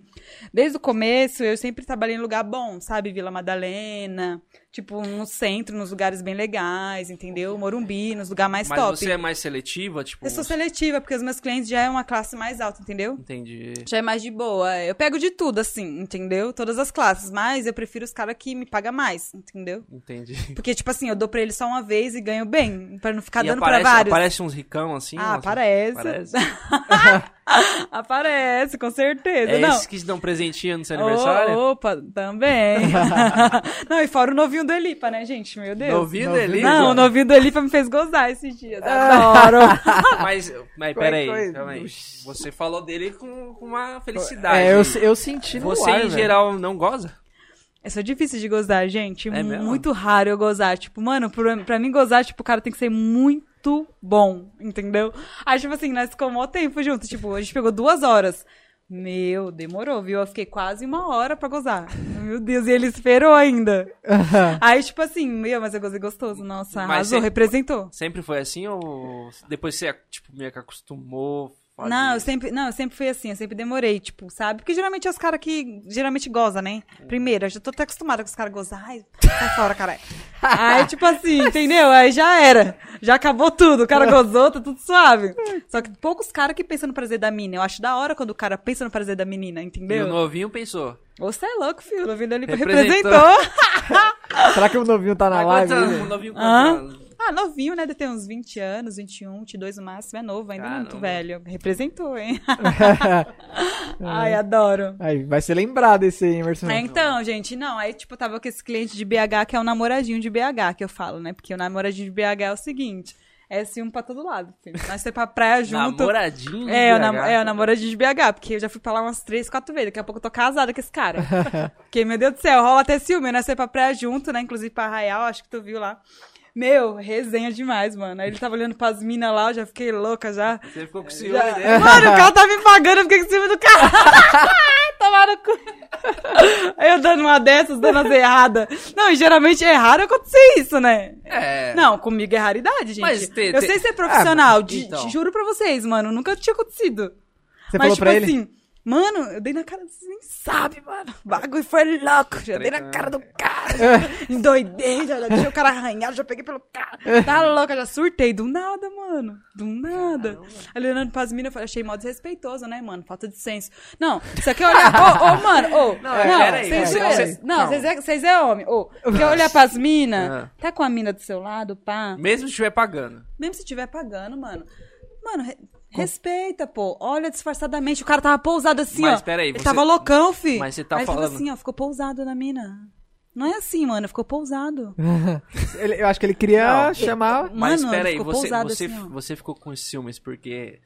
C: desde o começo eu sempre trabalhei em lugar bom, sabe? Vila Madalena, tipo, no centro, nos lugares bem legais, entendeu? Morumbi, nos lugares mais
A: Mas
C: top.
A: você é mais seletiva, tipo...
C: Eu sou seletiva, porque os meus clientes já é uma classe mais alta, entendeu?
A: Entendi.
C: Já é mais de boa. Eu pego de tudo, assim, entendeu? Todas as classes, mas eu prefiro os caras que me pagam mais, entendeu?
A: Entendi.
C: Porque, tipo assim, eu dou pra ele só uma vez e ganho bem, pra não ficar
A: e
C: dando
A: aparece,
C: pra vários.
A: aparece uns ricão assim.
C: ah,
A: umas-
C: aparece.
A: Aparece.
C: Aparece, com certeza.
A: É
C: não.
A: esses que te dão presentinho no seu aniversário?
C: Oh, opa, também. não, e fora o novinho do Elipa, né, gente? Meu Deus.
A: Novinho
B: Novinho.
A: dele?
C: Não, o novinho do Elipa me fez gozar esses dias.
A: Ah.
C: Adoro.
A: Mas, mas
C: é
A: peraí,
B: Coi- coi-
A: peraí.
B: Ux.
A: Você falou dele com, com uma felicidade.
B: É, eu, eu senti no
A: Você,
B: ar,
A: em
B: velho.
A: geral, não goza?
C: Eu sou É difícil de gozar, gente.
A: É mesmo?
C: muito raro eu gozar. Tipo, mano, pra, pra mim gozar, tipo, o cara tem que ser muito bom, entendeu? Aí, tipo assim, nós ficamos mó tempo junto. Tipo, a gente pegou duas horas. Meu, demorou, viu? Eu fiquei quase uma hora pra gozar. Meu Deus, e ele esperou ainda. Aí, tipo assim, meu, mas eu gozei gostoso. Nossa,
A: Mas
C: arrasou,
A: você-
C: representou.
A: Sempre foi assim ou depois você, tipo, meio que acostumou? fazer?
C: Não, eu sempre, não, eu sempre fui assim, eu sempre demorei, tipo, sabe? Porque geralmente é os caras que geralmente gozam, né? Primeiro, eu já tô até acostumada com os caras gozar. Ai, sai fora, caralho. Aí, tipo assim, entendeu? Aí já era. Já acabou tudo. O cara gozou, tá tudo suave. Só que poucos caras que pensam no prazer da mina. Eu acho da hora quando o cara pensa no prazer da menina,
A: E o
C: entendeu?
A: novinho pensou.
C: Você é louco, filho. Não vindo ali
A: Representou.
C: representou.
B: Será que o novinho tá na
A: Mas
B: live?
A: quantos
B: né?
A: anos, o um novinho com
C: Hã?
A: quantos anos?
C: Ah, novinho, né? Deve ter uns 20 anos, 21, 22 no máximo. É novo, ainda muito
A: Caramba.
C: velho. Representou, hein?
A: É.
C: Ai, adoro.
B: Aí, vai ser lembrado esse aí, Emerson.
C: É, então, gente, não. Aí, tipo, eu tava com esse cliente de BH, que é o namoradinho de BH, que eu falo, né? Porque o namoradinho de BH é o seguinte: é ciúme pra todo lado, filho. Nós ser pra praia junto.
A: Namoradinho de
C: É, o
A: BH.
C: nam- é, o namoradinho de BH, porque eu já fui pra lá umas três, quatro vezes. Daqui a pouco eu tô casada com esse cara. porque, meu Deus do céu, rola até ciúme, né? Você pra praia junto, né? Inclusive pra Arraial, acho que tu viu lá. Meu, resenha demais, mano. Aí ele tava olhando pras minas lá, eu já fiquei louca já.
A: Você ficou com ciúme dele.
C: Mano, o cara tá me pagando, eu fiquei com cima do cara. Tomaram cu. Aí eu dando uma dessas, dando as erradas. Não, e geralmente é raro acontecer isso, né?
A: É.
C: Não, comigo é raridade, gente.
A: Mas te-
C: eu
A: te-
C: sei ser profissional,
A: Ah,
C: de-
A: então.
C: de- juro pra vocês, mano, nunca tinha acontecido.
B: Você
C: Mas,
B: falou
C: tipo
B: pra ele?
C: assim, mano, eu dei na cara, vocês nem sabem, mano. O bagulho foi louco. Já dei na cara do cara. Endoidei, já, já deixei o cara arranhado, já peguei pelo cara. Tá louca, já surtei. Do nada, mano. Do nada. Aí ele olhando pras minas, eu falei, achei mó desrespeitoso, né, mano? Falta de senso. Não, isso aqui é olhar. Ô, ô, mano, ô. Não,
A: peraí,
C: vocês
A: peraí,
C: zoeira.
A: vocês-
C: Não,
A: calma.
C: vocês é, vocês é homem. Ô, quer olhar pras minas?
A: Ah.
C: Tá com a mina do seu lado, pá?
A: Mesmo se estiver pagando.
C: Mesmo se tiver pagando, mano. Mano, re- respeita, pô. Olha disfarçadamente. O cara tava pousado assim, ó.
A: Mas, peraí,
C: Ele
A: você-
C: tava loucão, fi.
A: Mas você tá
C: Aí ele tava
A: falando-
C: assim, ó. Ficou pousado na mina. Não é assim, mano. Ficou pousado.
B: Ele- eu acho que ele queria
A: Não.
B: chamar.
A: Mas
C: mano,
A: peraí,
C: ficou
A: você,
C: pousado
A: você,
C: assim, ó.
A: você ficou com os ciúmes porque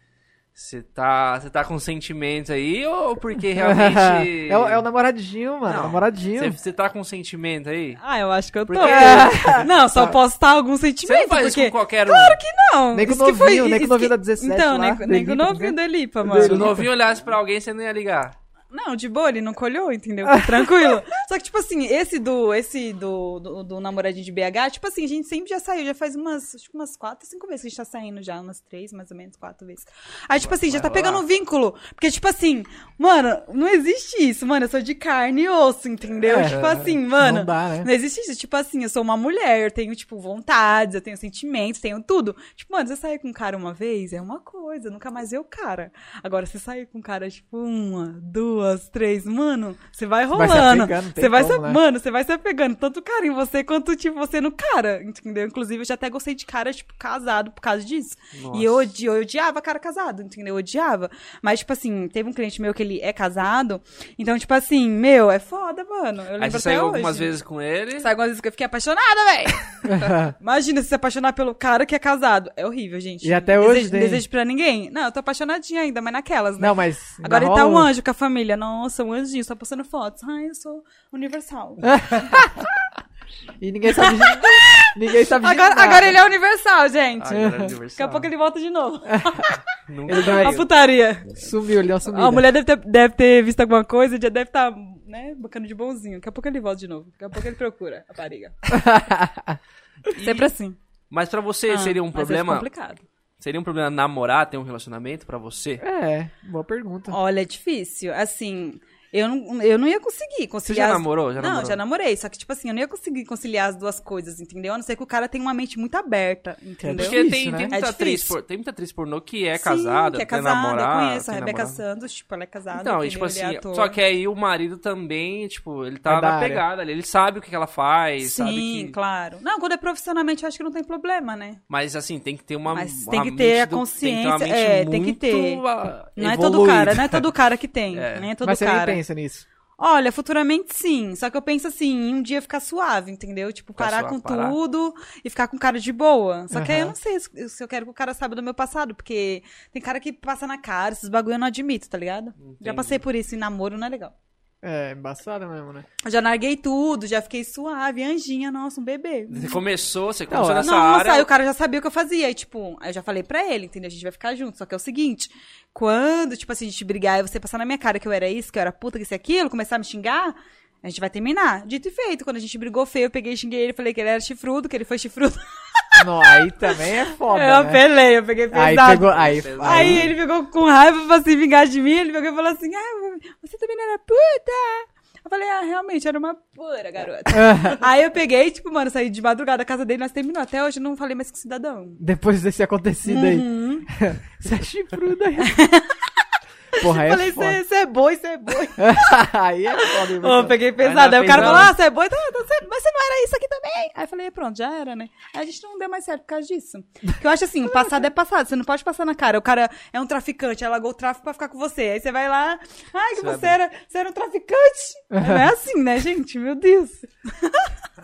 A: você tá, você tá com sentimento aí ou porque realmente...
B: é, o, é o namoradinho, mano.
A: Não.
B: Namoradinho.
A: Você, você tá com sentimento aí?
C: Ah, eu acho que eu tô.
A: Porque- Tá.
C: Não, só posso estar algum sentimento.
A: Você não faz
C: porque...
A: isso com qualquer um.
C: Claro que não.
B: Nem com o
C: Isso que foi-
B: novinho, nem com o
C: isso
B: novinho
C: que-
B: da 17
C: Então,
B: lá,
C: nem,
B: do
C: com- nem com o
B: Elipa, né?
C: novinho do Elipa,
A: Se o
C: mano.
A: novinho olhasse pra alguém, você não ia ligar.
C: Não, de boa, ele não colhou, entendeu? Foi Tranquilo. Só que, tipo assim, esse do esse do, do, do namoradinho de BH, tipo assim, a gente sempre já saiu, já faz umas, acho que umas quatro, cinco vezes que a gente tá saindo já, umas três, mais ou menos, quatro vezes. Aí, tipo assim, já tá
A: rolar.
C: pegando um vínculo. Porque, tipo assim, mano, não existe isso, mano, eu sou de carne e osso, entendeu?
B: É,
C: tipo assim, mano.
B: Não dá, né?
C: Não existe isso. Tipo assim, eu sou uma mulher, eu tenho, tipo, vontades, eu tenho sentimentos, tenho tudo. Tipo, mano, você sair com um cara uma vez é uma coisa, nunca mais vê o cara. Agora, você sair com um cara, tipo, uma, duas, três, mano, você vai
B: Vai se
C: rolando.
B: apegando, não tem
C: Você vai
B: como,
C: se-
B: né?
C: Mano, você vai se apegando tanto o cara em você quanto, tipo, você no cara, entendeu? Inclusive, eu já até gostei de cara, tipo, casado por causa disso. E eu, odi- eu odiava cara casado, entendeu? Eu odiava. Mas, tipo assim, teve um cliente meu que ele é casado. Então, tipo assim, meu, é foda, mano. Eu lembro
A: Aí você
C: até
A: saiu
C: hoje.
A: algumas vezes com ele.
C: Sabe algumas vezes que eu fiquei apaixonada, velho? Imagina se se apaixonar pelo cara que é casado. É horrível, gente.
B: E até
C: Não
B: hoje
C: desejo,
B: tem.
C: desejo pra ninguém. Não, eu tô apaixonadinha ainda, mas naquelas, né?
B: Não, mas.
C: Agora
B: ainda
C: ele tá um
B: rola-
C: anjo com a família. Nossa, um anjinho, só postando fotos. Ai, eu sou universal.
B: É, E ninguém sabe de. ninguém sabe de.
C: Agora,
B: nada.
C: agora ele é universal, gente.
A: Ah, galera,
C: Daqui a
A: universal.
C: pouco ele volta de novo.
A: Nunca
B: Ele vai-
C: A putaria.
B: Sumiu, ele deu uma sumida.
C: A mulher deve ter, deve ter visto alguma coisa, já deve estar, né, bacana de bonzinho. Daqui a pouco ele volta de novo. Daqui a pouco ele procura a pariga. Sempre assim.
A: Mas pra você
C: Ah,
A: seria um
C: mas é
A: problema.
C: complicado.
A: Seria um problema namorar, ter um relacionamento pra você?
B: É, boa pergunta.
C: Olha, é difícil. Assim, Eu não, eu não ia conseguir
A: Você
C: conciliar.
A: já
C: as-
A: namorou? Já
C: não,
A: namorou?
C: já namorei. Só que, tipo assim, eu não ia conseguir conciliar as duas coisas, entendeu? A não ser que o cara tenha uma mente muito aberta, entendeu?
A: Porque tem,
B: Difícil,
A: tem,
B: né?
A: muita
C: É
A: atriz
C: difícil.
A: por- tem muita atriz pornô que é
C: Sim,
A: casada,
C: que é
A: tem
C: casada,
A: namorada.
C: eu conheço a
A: tem
C: Rebeca
A: namorado.
C: Santos, tipo, ela é casada.
A: Então, e tipo
C: entendeu? Ele
A: assim,
C: é ator.
A: só que aí o marido também, tipo, ele tá
B: É da
A: na
B: área.
A: pegada ali, ele sabe o que que ela faz, sabe
C: Sim,
A: que...
C: claro. Não, quando é profissionalmente, eu acho que não tem problema, né?
A: Mas assim, tem que ter uma
C: Mas
A: uma
C: tem que ter
A: mente
C: a
A: do- tem que ter uma
C: consciência,
A: mente
C: é, tem que
A: muito,
C: ter.
A: ah,
C: Não é
A: evoluída.
C: todo cara, não é todo cara que tem.
A: É.
C: Nem é todo
B: Mas você nem
C: cara.
B: pensa nisso.
C: Olha, futuramente sim. Só que eu penso assim, em um dia ficar suave, entendeu? Tipo,
A: Ficar
C: parar
A: suave,
C: com
A: parar.
C: tudo e ficar com cara de boa. Só que aí eu
B: Aham.
C: não sei se se eu quero que o cara saiba do meu passado, porque tem cara que passa na cara, esses bagulho eu não admito, tá ligado? Já
A: Entendi.
C: passei por isso, e namoro não é legal.
B: É, embaçada mesmo, né?
C: Eu já larguei tudo, já fiquei suave, anjinha, nossa, um bebê.
A: Você começou, você
B: Não,
A: começou
B: é.
A: nessa
C: não,
A: área.
C: nossa, aí o cara já sabia o que eu fazia. Aí, tipo, aí eu já falei pra ele, entendeu? A gente vai ficar junto. Só que é o seguinte, quando, tipo assim, a gente brigar e você passar na minha cara que eu era isso, que eu era puta, que isso e aquilo, começar a me xingar, a gente vai terminar. Dito e feito, quando a gente brigou feio, eu peguei e xinguei ele, falei que ele era chifrudo, que ele foi chifrudo.
B: Não, aí também é foda,
C: eu
B: né?
C: apelei, eu peguei pesado.
B: Aí pegou, aí,
A: Pesado.
C: Aí
B: aí,
C: ele ficou com raiva pra se vingar de mim, ele pegou e falou assim, ah, você também não era puta. Eu falei, ah, realmente, era uma pura garota. Aí eu peguei, tipo, mano, saí de madrugada da casa dele, nós terminamos. Até hoje eu não falei mais com o cidadão.
B: depois desse acontecido aí,
C: Uhum.
B: você é chifruda aí. Porra, aí
C: falei,
B: é foda.
C: você é boi, você é boi.
B: aí é foda. hein,
C: Eu
B: você-
C: peguei
A: Aí
C: pesado.
A: não
C: Aí o cara
A: fez
C: falou,
A: nada.
C: ah, você é boi, tá, tá, você- mas você não era isso aqui também. Aí eu falei, pronto, já era, né? Aí a gente não deu mais certo por causa disso. Porque eu acho assim, o passado é passado, você não pode passar na cara. O cara é um traficante, ela largou o tráfico pra ficar com você. Aí você vai lá, ai, que
A: Você vai
C: você era, você era um traficante. Não é assim, né, gente? Meu Deus.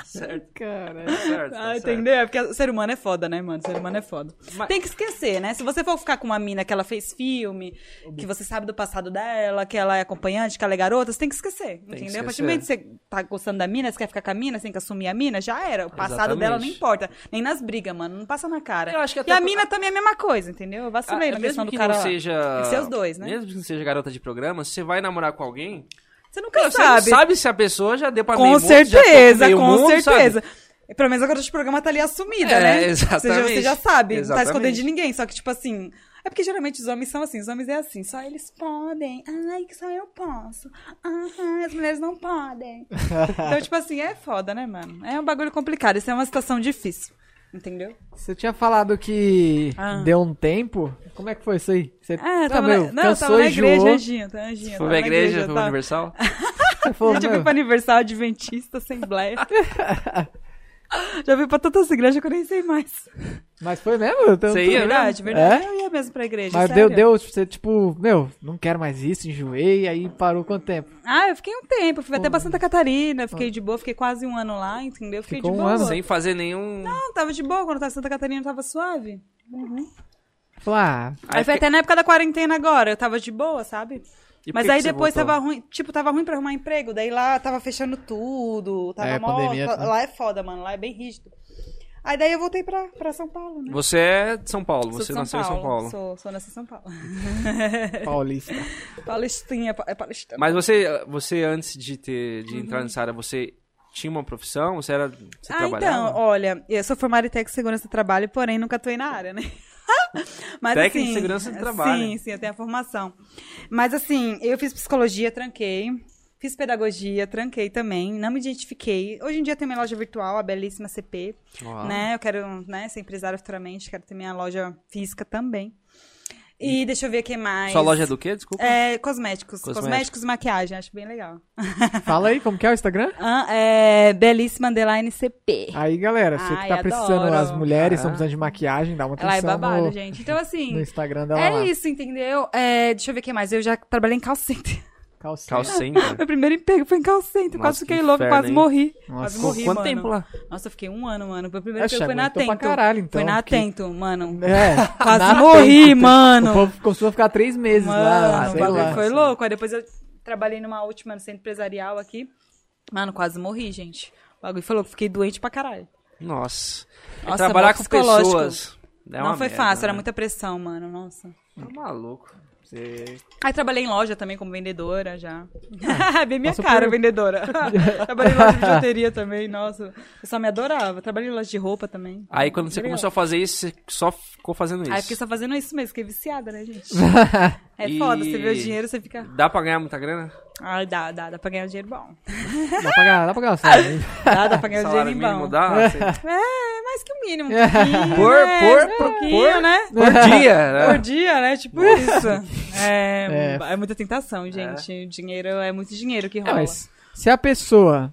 A: Certo, é
B: Cara,
A: certo, tá
C: Ah,
A: certo.
C: entendeu? É porque o ser humano é foda, né, mano? O ser humano é foda.
A: Mas-
C: Tem que esquecer, né? Se você for ficar com uma mina que ela fez filme, que você sabe do passado dela, que ela é acompanhante, que ela é garota, você tem que esquecer,
A: que
C: entendeu? A
A: esquecer.
C: partir do momento que você tá gostando da mina, você quer ficar com a mina, você tem que assumir a mina, já era. O passado
A: Exatamente.
C: dela não importa. Nem nas brigas, mano. Não passa na cara.
A: Eu acho que até
C: e a
A: por-
C: mina também é a mesma coisa, entendeu? Eu
A: Ah,
C: vacilei na
A: mesmo
C: questão do
A: que
C: cara
A: não
C: lá.
A: seja.
C: Tem que ser os dois, né?
A: Mesmo que não seja garota de programa, você vai namorar com alguém.
C: Você nunca
A: Não, você não
C: sabe.
A: sabe se a pessoa já deu pra meio
C: Com
A: mundo, já tocou
C: certeza,
A: meio
C: com
A: mundo, sabe?
C: certeza. Pelo menos agora o programa tá ali assumida,
A: É,
C: né?
A: exatamente.
C: Você já, você já sabe, não tá
A: Exatamente.
C: escondendo de ninguém. Só que, tipo assim. É porque geralmente os homens são assim, os homens é assim, só eles podem. Ai, que só eu posso. Aham, as mulheres não podem. então, tipo assim, é foda, né, mano? É um bagulho complicado. Isso é uma situação difícil. Entendeu?
B: você tinha falado que
C: Ah.
B: deu um tempo. Como é que foi isso aí? Você
C: Ah, eu
B: tá,
C: tava
B: meu,
C: na, não, eu
B: cansou,
C: tava na igreja,
B: enjoou.
C: Anjinho, tá, Anjinho.
A: Foi pra
C: tava
A: Tá,
C: na
A: igreja, foi
C: eu
A: pro
C: tava-
A: universal?
B: Você falou,
C: Eu já fui
B: meu,
C: pra Universal Adventista, Assembleia. já fui pra tantas igrejas que eu nem sei mais.
B: Mas foi mesmo? Eu tô-
A: Você
B: tô-
A: ia
C: verdade,
A: mesmo?
C: verdade. Eu ia mesmo pra igreja,
B: Mas
C: sério.
B: deu, deu, você tipo, meu, não quero mais isso, enjoei, aí parou quanto tempo?
C: Ah, eu fiquei um tempo. Fui até
B: Pô.
C: pra Santa Catarina, fiquei de boa. Fiquei quase um ano lá, entendeu? Fiquei
B: Ficou
C: de
B: um
C: boa.
B: ano?
A: Sem fazer nenhum.
C: Não, tava de boa. Quando eu tava em Santa Catarina, tava suave.
B: Falei, ah,
C: Aí, foi
A: fica-
C: até na época da quarentena agora. Eu tava de boa, sabe?
A: E por
C: Mas
A: que
C: aí
A: que você
C: depois
A: voltou?
C: tava ruim, tipo, tava ruim pra arrumar emprego, daí lá tava fechando tudo, tava
B: É,
C: mó-
B: pandemia,
C: tá-
B: né?
C: lá é foda, mano, lá é bem rígido. Aí daí eu voltei pra, pra São Paulo, né?
A: Você é de São Paulo,
C: Sou de
A: você nasceu em São Paulo.
C: Sou, sou nasci em São Paulo.
B: paulista.
C: Palestinha, pa- é palestina.
A: Mas você, você antes de ter de entrar nessa área, você tinha uma profissão? Você era. Você
C: Uhum. ah,
A: trabalhava?
C: então, olha, eu sou formada em técnica de segurança do trabalho, porém nunca atuei na área, né? Mas, assim,
A: Técnica de segurança do trabalho.
C: Sim, sim, eu tenho a formação. Mas assim, eu fiz psicologia, tranquei. Fiz pedagogia, tranquei também, não me identifiquei. Hoje em dia tem minha loja virtual, a belíssima CP.
A: Uau.
C: né? Eu quero né, ser empresária futuramente, quero ter minha loja física também. E deixa eu ver o que mais.
A: Sua loja é do quê? Desculpa.
C: É, cosméticos.
A: Cosméticos.
C: Cosméticos, e maquiagem, acho bem legal.
B: Fala aí, como que é o Instagram?
C: Ah, é, belíssima Underline CP.
B: Aí, galera, você que
C: Ai,
B: tá precisando,
C: adoro.
B: as mulheres estão
A: Ah.
B: precisando de maquiagem, dá uma
C: Ela é
B: atenção
C: babado,
B: no,
C: gente. Então,
B: no
C: assim,
B: Instagram dela
C: é
B: lá.
C: isso, entendeu? É, deixa eu ver o que mais. Eu já trabalhei em call center.
B: Calcinha.
A: Call center.
C: Meu primeiro emprego foi em call center.
A: Nossa,
C: quase
A: que
C: fiquei louca,
A: inferno,
C: quase
A: hein?
C: morri.
B: Nossa,
C: Quase morri,
A: Quanto
C: mano.
A: tempo lá?
C: Nossa, eu fiquei um ano, mano. Meu primeiro
B: Acho
C: emprego
B: que
C: foi na
B: aguentou
C: Atento.
B: pra caralho, então.
C: foi na
B: que-
C: Atento, mano.
B: É,
C: Quase
B: na
C: morri,
B: Atento.
C: mano.
B: O povo costuma ficar três meses lá,
C: Mano,
B: sei
C: o bagulho
B: lá.
C: foi louco. Aí depois eu trabalhei numa última no centro empresarial aqui. Mano, quase morri, gente. O bagulho falou que fiquei doente pra caralho.
A: Nossa. É
C: Nossa,
A: trabalhar
C: mal
A: com
C: psicológico.
A: pessoas. é uma
C: não foi
A: merda,
C: fácil, era
A: né?
C: muita pressão, mano. Nossa.
A: Tá maluco.
B: Você...
C: Aí trabalhei em loja também como vendedora já.
A: É.
C: É Bem minha
B: passou
C: cara,
B: por-
C: vendedora. trabalhei em loja de bijuteria também, nossa. O pessoal me adorava. Trabalhei em loja de roupa também.
A: Aí quando você começou a fazer isso, você só ficou fazendo isso.
C: Aí fiquei só fazendo isso mesmo, fiquei viciada, né, gente? É
A: E-
C: foda, você vê o dinheiro, você fica.
A: Dá pra ganhar muita grana?
C: Ah, dá, dá, dá pra ganhar um dinheiro bom.
B: Dá pra ganhar, dá pra ganhar o salário, hein?
C: Dá, dá pra ganhar um
A: Salário
C: dinheiro
A: mínimo
C: bom.
A: dá? Você-
C: É, é mais que o mínimo. um
B: É.
C: pouquinho,
A: Por-
C: né?
A: por-
C: Um
A: por-
C: pouquinho,
A: por-
C: né?
A: Por dia, né?
C: Por dia, né? Tipo isso. É, é. muita tentação, gente. O dinheiro é muito dinheiro que
B: É,
C: rola.
B: mas se a pessoa...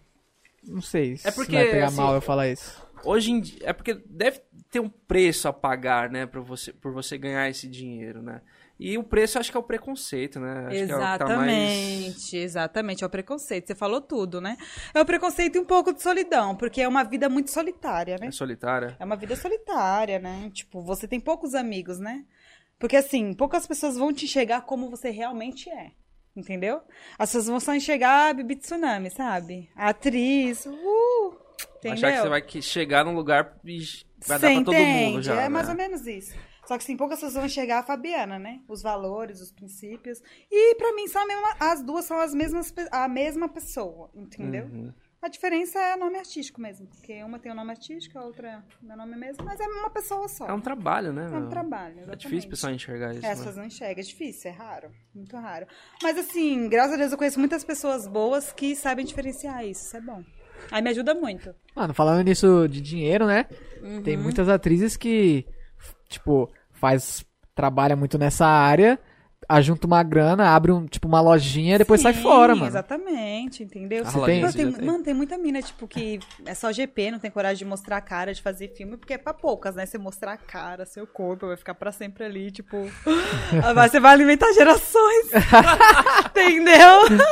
B: Não sei se
A: É porque,
B: vai pegar
A: assim,
B: mal eu falar isso.
A: Hoje em dia, é porque deve ter um preço a pagar, né, por você, por você ganhar esse dinheiro, né? E o preço, acho que é o preconceito, né? Acho que é o que tá mais-
C: Exatamente, exatamente. É o preconceito. Você falou tudo, né? É o preconceito e um pouco de solidão, porque é uma vida muito solitária, né?
A: É solitária.
C: É uma vida solitária, né? Tipo, você tem poucos amigos, né? Porque assim, poucas pessoas vão te enxergar como você realmente é. Entendeu? As pessoas vão só enxergar a Bibi Tsunami, sabe? A atriz, uh, entendeu?
A: Achar que você vai que chegar num lugar e vai
C: Você
A: dar pra todo mundo
C: entende?
A: já.
C: É
A: né?
C: mais ou menos isso. Só que assim, poucas pessoas vão enxergar a Fabiana, né? Os valores, os princípios. E pra mim são a mesma- as duas são as mesmas pe- a mesma pessoa, entendeu?
A: Uhum.
C: A diferença é nome artístico mesmo, porque uma tem o nome artístico, a outra é meu nome mesmo, mas é uma pessoa só.
A: É um trabalho, né?
C: É um
A: meu?
C: trabalho.
A: É
C: exatamente.
A: difícil o pessoal enxergar isso.
C: É, as
A: né?
C: pessoas não enxergam, é difícil, é raro, muito raro. Mas assim, graças a Deus eu conheço muitas pessoas boas que sabem diferenciar isso, isso é bom. Aí me ajuda muito.
B: Mano, falando nisso de dinheiro, né?
C: Uhum.
B: Tem muitas atrizes que, tipo, faz. trabalha muito nessa área, ajunta uma grana, abre um, tipo, uma lojinha e depois sai
C: Sim,
B: fora, mano.
C: Exatamente, entendeu?
A: Ah,
B: Você
A: lá
B: tem-
A: dentro
C: Mano,
A: já
C: tem,
A: tem.
C: mano, tem muita mina, tipo, que é só GP, não tem coragem de mostrar a cara, de fazer filme, porque é pra poucas, né? Você mostrar a cara, seu corpo, vai ficar pra sempre ali, tipo. Mas você vai alimentar gerações. entendeu?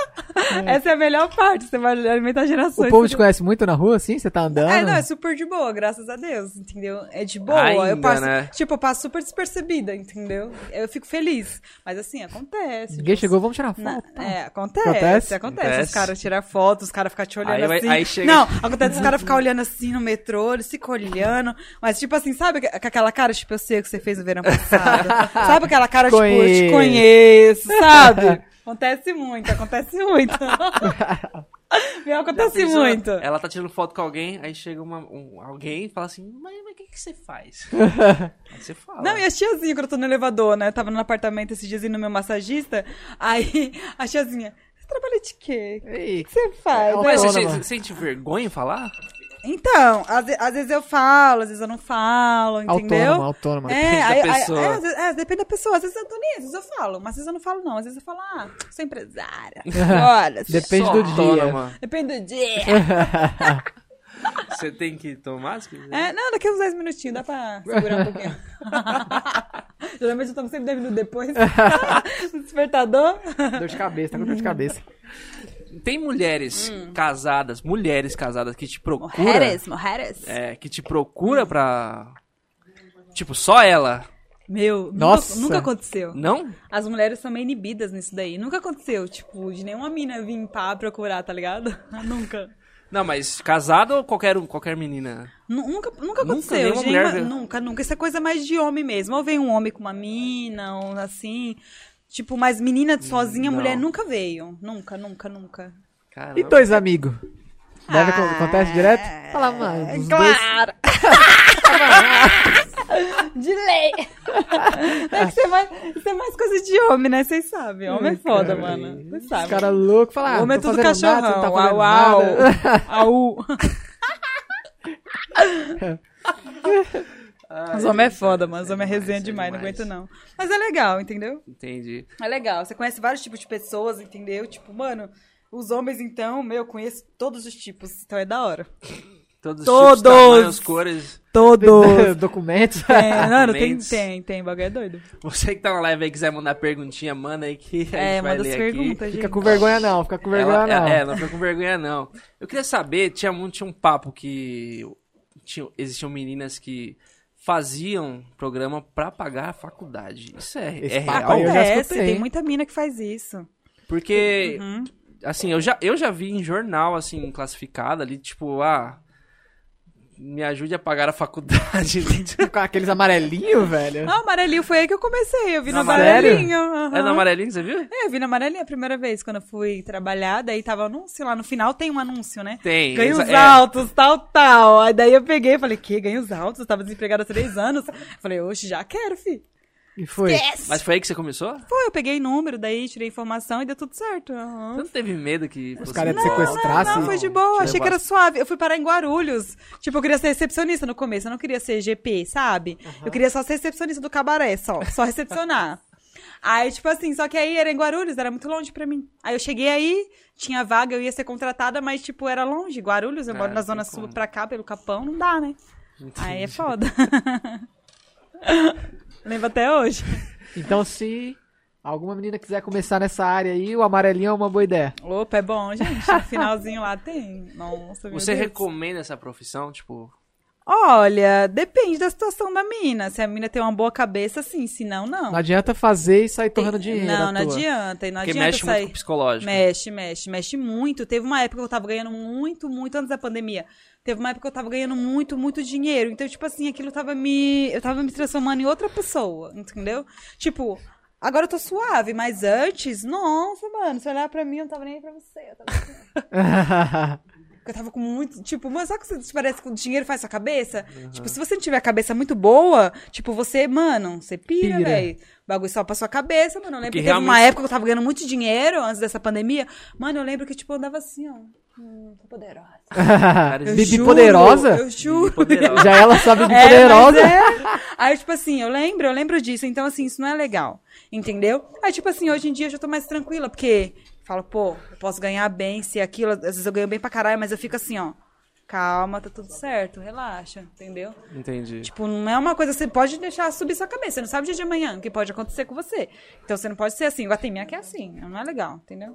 C: Essa é a melhor parte, você vai alimentar
B: O
C: gerações.
B: povo te
C: entendeu?
B: conhece muito na rua, assim? Você tá andando?
C: É, não, é super de boa, graças a Deus, entendeu? É de boa. eu
A: Ainda,
C: passo,
A: né?
C: tipo, eu passo super despercebida, entendeu? Eu fico feliz. Mas assim, acontece.
B: Ninguém
C: de
B: chegou, vamos tirar
C: na-
B: foto. pá.
C: é, acontece,
B: Acontece?
C: acontece.
A: Acontece.
C: Os caras tiram foto, os caras ficam te olhando
A: Aí vai-
C: assim.
A: aí chega-
C: Não, acontece os caras ficam olhando assim no metrô, eles ficam olhando. Mas, tipo assim, sabe que- com aquela cara, tipo, eu sei o que você fez no verão passado. sabe aquela cara, tipo, eu
B: Conheço.
C: te conheço, sabe? Acontece muito, acontece muito. Meu,
A: Já
C: acontece
A: pensou?
C: muito.
A: Ela tá tirando foto com alguém, aí chega uma, um- alguém e fala assim, mas mas o que, que você faz? aí você fala.
C: Não, e a tiazinha, quando eu tô no elevador, né? Eu tava no apartamento esses dias indo no meu massagista. Aí a tiazinha, você trabalha de quê?
B: Ei,
C: O que você faz?
B: É uma
C: Aí
A: mas
C: eu,
A: você,
B: Corona,
A: você-
B: mano.
A: sente vergonha em falar?
C: Então, às, ve- às vezes eu falo, às vezes eu não falo, entendeu?
B: autônoma, autônoma.
A: Depende
C: É,
A: da
C: aí- aí-
A: pessoa.
C: é, às vezes- é, depende da pessoa. Às vezes eu tô nem, às vezes eu falo, mas às vezes eu não falo, não. Às vezes eu falo, ah, sou empresária. Olha,
B: Depende do dia.
A: autônoma.
C: depende do dia.
A: Você tem que tomar? se quiser.
C: É, não, daqui uns 10 minutinhos, dá pra segurar um pouquinho. Geralmente eu tomo sempre 10 minutos depois. no despertador.
B: Dor de cabeça, tá com dor de cabeça.
A: Tem mulheres
C: Hum.
A: casadas, mulheres casadas que te procuram.
C: Mujeres, mujeres.
A: É, que te procura pra. Tipo, só ela.
C: Meu, nunca-
B: Nossa.
C: nunca aconteceu.
A: Não?
C: As mulheres são meio inibidas nisso daí. Nunca aconteceu, tipo, de nenhuma mina vir pá procurar, tá ligado? nunca.
A: Não, mas casada ou qualquer, um- qualquer menina?
C: Nu- Nunca, nunca
A: Nunca
C: aconteceu.
A: nenhuma
C: de
A: mulher veio.
C: nenhuma- nunca, nunca. Isso é coisa mais de homem mesmo. Ou vem um homem com uma mina, ou assim. Tipo, mas menina sozinha,
A: não.
C: mulher nunca veio. Nunca, nunca, nunca.
A: Caramba.
C: Então,
B: E dois amigos? Deve acon-
C: Ah,
B: acontece direto? Fala, mano.
C: é
B: os dois-
C: claro! de lei! É que isso é, mais, isso é mais coisa de homem, né? Vocês sabem. Homem é foda, mano. Vocês
B: Os
C: sabem.
B: caras loucos, fala, ah,
C: o homem é
B: tô
C: tudo
B: fazendo
C: cachorrão.
B: nada, você não tá
C: au,
B: fazendo
C: au.
B: nada.
C: Au. Os homens é foda, mano. Os homens é resenha
A: é
C: demais, não
A: demais.
C: aguento não. Mas é legal, entendeu?
A: Entendi.
C: É legal. Você conhece vários tipos de pessoas, entendeu? Tipo, mano, os homens, então, meu, eu conheço todos os tipos. Então é da hora.
A: Todos, os
C: Todos!
A: tipos, tamanhos, cores.
C: Todos!
B: documentos.
C: Tem, mano, tem,
A: Documentos.
C: tem, tem, bagulho é doido.
A: Você que tá na live aí quiser mandar perguntinha, manda aí que a
C: É,
A: gente vai
C: manda as
A: ler aqui.
C: perguntas,
B: Fica
C: gente.
B: com vergonha não, fica com vergonha
A: Ela-
B: não.
A: É, é, não fica com vergonha, não. Eu queria saber, tinha um, tinha um papo que tinha, existiam meninas que faziam programa pra pagar a faculdade. Isso é,
B: Esse
A: é
C: Ah,
B: papo aí eu
A: real?
B: já
C: Acontece,
B: escutei,
C: tem
B: hein?
C: muita mina que faz isso.
A: Porque,
C: Uhum.
A: assim, eu já, eu já vi em jornal, assim, classificado ali, tipo, ah... me ajude a pagar a faculdade. é
B: Com aqueles amarelinhos, velho.
C: Ah, o amarelinho foi aí que eu comecei. Eu vi no
A: Na
C: amarelinho. aham.
A: é no amarelinho, você viu?
C: É, eu vi no amarelinho a primeira vez quando eu fui trabalhar. Daí tava anúncio lá. No final tem um anúncio, né?
A: Tem.
C: Ganhos
A: exa- é.
C: altos, tal, tal. Aí daí eu peguei e falei, que ganhos altos? Eu tava desempregada há três anos. Falei, oxe, já quero, fi.
B: E foi.
A: Mas foi aí que você começou?
C: Pô, eu peguei número, daí tirei informação e deu tudo certo. aham.
A: Você não teve medo que.
B: Os
A: fosse
B: caras é te
A: embora?
B: sequestrassem?
C: Não,
B: Não,
C: foi de boa,
A: Te
C: achei que era suave. Eu fui parar em Guarulhos. Tipo, eu queria ser recepcionista no começo, eu não queria ser GP, sabe? Eu queria só ser recepcionista do cabaré, só, só recepcionar. aí, tipo assim, só que aí era em Guarulhos, era muito longe pra mim. Aí eu cheguei aí, tinha vaga, eu ia ser contratada, mas, tipo, era longe. Guarulhos, eu
A: É,
C: moro na
A: não
C: Zona
A: tem
C: Sul
A: como.
C: pra cá, pelo Capão, não dá, né? Aí é foda. Lembro até hoje.
B: Então, se alguma menina quiser começar nessa área aí, o amarelinho é uma boa ideia.
C: Opa, é bom, gente. No finalzinho lá tem. Nossa, meu
A: Você
C: Deus.
A: recomenda essa profissão? Tipo,
C: Olha, depende da situação da mina. Se a mina tem uma boa cabeça, sim. Se não, não.
B: Não adianta fazer e sair
C: Tem-
B: torrando dinheiro. à
C: Não, não
B: toa.
C: adianta. E não
A: porque
C: adianta
A: mexe
C: sair.
A: muito com o psicológico. né?
C: Mexe, mexe, mexe muito. Teve uma época que eu tava ganhando muito, muito, antes da pandemia. Teve uma época que eu tava ganhando muito, muito dinheiro. Então, tipo assim, aquilo tava me. Eu tava me transformando em outra pessoa, entendeu? Tipo, agora eu tô suave, mas antes, nossa, mano, se olhar pra mim, eu não tava nem aí pra você. Eu tava Porque eu tava com muito. Tipo, mas sabe que você se parece que o dinheiro faz sua cabeça? Tipo, se você não tiver a cabeça muito boa, tipo, você, mano, você pira,
B: Pira.
C: velho. O bagulho só pra sua cabeça, mano. Eu lembro
A: Porque
C: que teve uma
A: realmente-
C: época que eu tava ganhando muito dinheiro antes dessa pandemia. Mano, eu lembro que, tipo, eu andava assim, ó. Hum, tô poderosa.
A: Cara,
C: Eu
A: eles-
B: Bibi
C: juro,
B: poderosa?
C: Eu juro.
A: Poderosa.
B: Já ela sabe de
C: É,
B: poderosa.
C: mas é. Aí, tipo assim, eu lembro, eu lembro disso. Então, assim, isso não é legal. Entendeu? Aí, tipo assim, hoje em dia eu já tô mais tranquila, porque falo, pô, eu posso ganhar bem, se aquilo, às vezes eu ganho bem pra caralho, mas eu fico assim, ó. Calma, tá tudo certo, relaxa, entendeu?
A: Entendi.
C: Tipo, não é uma coisa, você pode deixar subir sua cabeça, você não sabe o dia de amanhã, o que pode acontecer com você. Então você não pode ser assim, igual tem minha que é assim, não é legal, entendeu?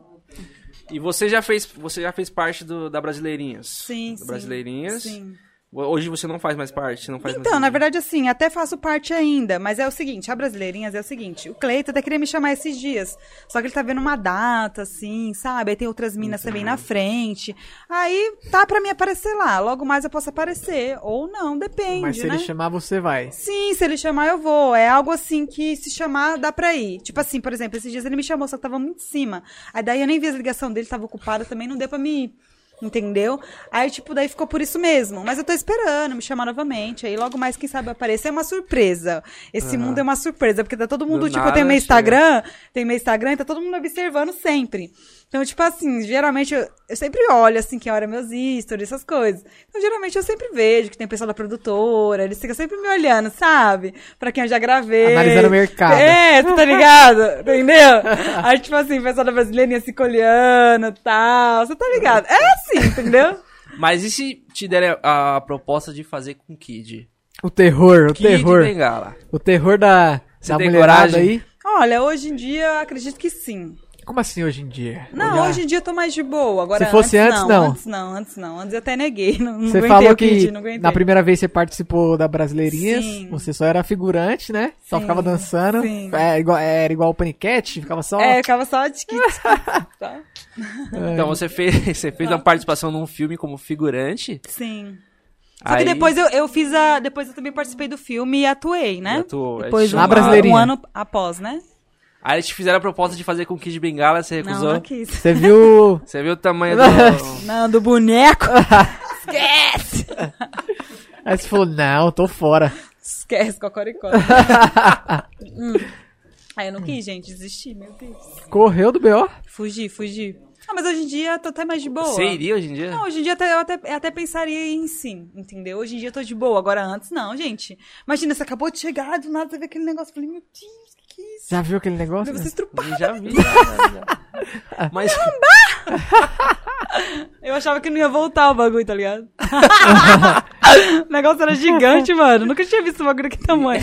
A: E você já fez, você já fez parte do, da Brasileirinhas?
C: Sim,
A: da
C: sim.
A: Brasileirinhas.
C: Sim.
A: Hoje você não faz mais parte, você não faz
C: Então,
A: mais
C: na verdade, assim, até faço parte ainda, mas é o seguinte, a Brasileirinhas é o seguinte, o Cleiton até queria me chamar esses dias, só que ele tá vendo uma data, assim, sabe? Aí tem outras minas também na frente, aí tá pra mim aparecer lá, logo mais eu posso aparecer, ou não, depende,
B: Mas se
C: né?
B: ele chamar, você vai.
C: Sim, se ele chamar, eu vou. É algo assim que se chamar, dá pra ir. Tipo assim, por exemplo, esses dias ele me chamou, só que tava muito em cima. Aí daí eu nem vi a ligação dele, tava ocupada também, não deu pra mim ir. Entendeu? Aí, tipo, daí ficou por isso mesmo. Mas eu tô esperando me chamar novamente. Aí logo mais, quem sabe, aparecer. É uma surpresa. Esse mundo é uma surpresa, porque tá todo mundo, tipo, eu
A: nada
C: tenho meu
A: chega.
C: Instagram, tem meu Instagram, e tá todo mundo observando sempre. Então, tipo assim, geralmente eu, eu sempre olho, assim, quem olha meus stories, essas coisas. Então, geralmente eu sempre vejo que tem pessoal da produtora, eles ficam sempre me olhando, sabe? Pra quem eu já gravei.
B: Analisando o mercado.
C: É, tu tá ligado? Entendeu? Aí, tipo assim, o pessoal da brasileirinha se colhendo e tal. Você tá ligado? É assim, entendeu?
A: Mas e se te derem a, a proposta de fazer com Kid?
B: O terror, o
A: Kid
B: terror.
A: Bengala.
B: O terror da, da
A: tem
B: mulherada
A: coragem?
B: aí.
C: Olha, hoje em dia eu acredito que sim.
B: Como assim hoje em dia?
C: Não,
B: Olhar.
C: hoje em dia eu tô mais de boa. Agora,
B: Se fosse antes, não.
C: Antes não, antes não. Antes eu até neguei. Não, não
B: Você
C: aguentei
B: falou
C: o
B: que
C: Kid, não aguentei.
B: na primeira vez você participou da Brasileirinhas,
C: Sim.
B: você só era figurante, né? Só
C: Sim,
B: ficava dançando.
C: sim.
B: É, igual, era igual o paniquete, ficava só.
C: É, eu ficava só de kit. tá?
B: É.
A: Então você fez, você fez uma participação num filme como figurante.
C: Sim. Só
A: aí-
C: que depois eu, eu fiz a. Depois eu também participei do filme e atuei, né?
A: E atuou, é,
C: Depois
A: Na
C: um,
B: Brasileirinha.
C: um ano após, né?
A: Aí eles te fizeram a proposta de fazer com Kid Bengala, você recusou.
C: Não, não quis.
B: Você viu.
A: Você viu o tamanho do.
C: Não, do boneco. Esquece!
B: Aí você falou, não, tô fora.
C: Esquece, cocoricó. hum. Aí eu não quis, gente, desisti, meu Deus.
B: Correu do B.O.
C: Fugi, fugi. Ah, mas hoje em dia eu tô até mais de boa.
A: Você iria hoje em dia?
C: Não, hoje em dia até- eu, até, eu até pensaria em sim, entendeu? Hoje em dia eu tô de boa, agora antes não, gente. Imagina, você acabou de chegar, do nada você vê aquele negócio. Eu falei, meu Deus, o que, que é isso?
B: Já viu aquele negócio?
C: Deve ser estrupado.
A: Já vi. já, já. Mas
C: Eu achava que não ia voltar o bagulho, tá ligado? o negócio era gigante, mano. Nunca tinha visto um bagulho daquele tamanho.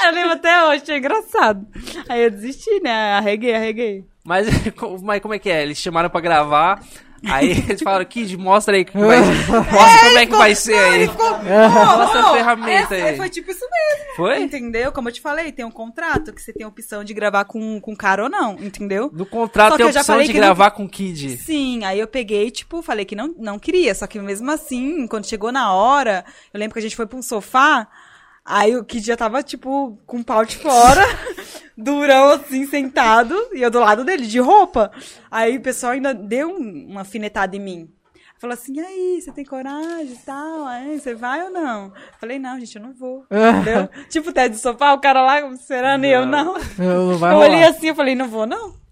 C: Ah, eu lembro até hoje, achei engraçado. Aí eu desisti, né? Arreguei, arreguei.
A: Mas, co- mas como é que é? Eles chamaram pra gravar, Aí eles falaram, Kid, mostra aí como, vai, mostra como é que vai ser aí. Mostra a ferramenta aí.
C: Foi tipo isso mesmo,
A: Foi?
C: entendeu? Como eu te falei, tem um contrato que você tem a opção de gravar com, com cara ou não, entendeu?
A: No
C: Só
A: contrato
C: que
A: tem a
C: eu já
A: opção
C: falei
A: de
C: que não-
A: gravar com Kid.
C: Sim, aí eu peguei, tipo, falei que não, não queria, só que mesmo assim, quando chegou na hora, eu lembro que a gente foi pra um sofá, aí o Kid já tava, tipo, com o pau de fora, durão assim, sentado, e eu do lado dele, de roupa. Aí o pessoal ainda deu um- uma finetada em mim. Falou assim, e aí, você tem coragem e tal, aí, você vai ou não? Falei, não, gente, eu não vou.
B: Ah,
C: Entendeu? tipo, teto de sofá, o cara lá, será, e eu não.
B: Não, não vai
C: Eu olhei
B: rolar.
C: assim, eu falei, não vou, não.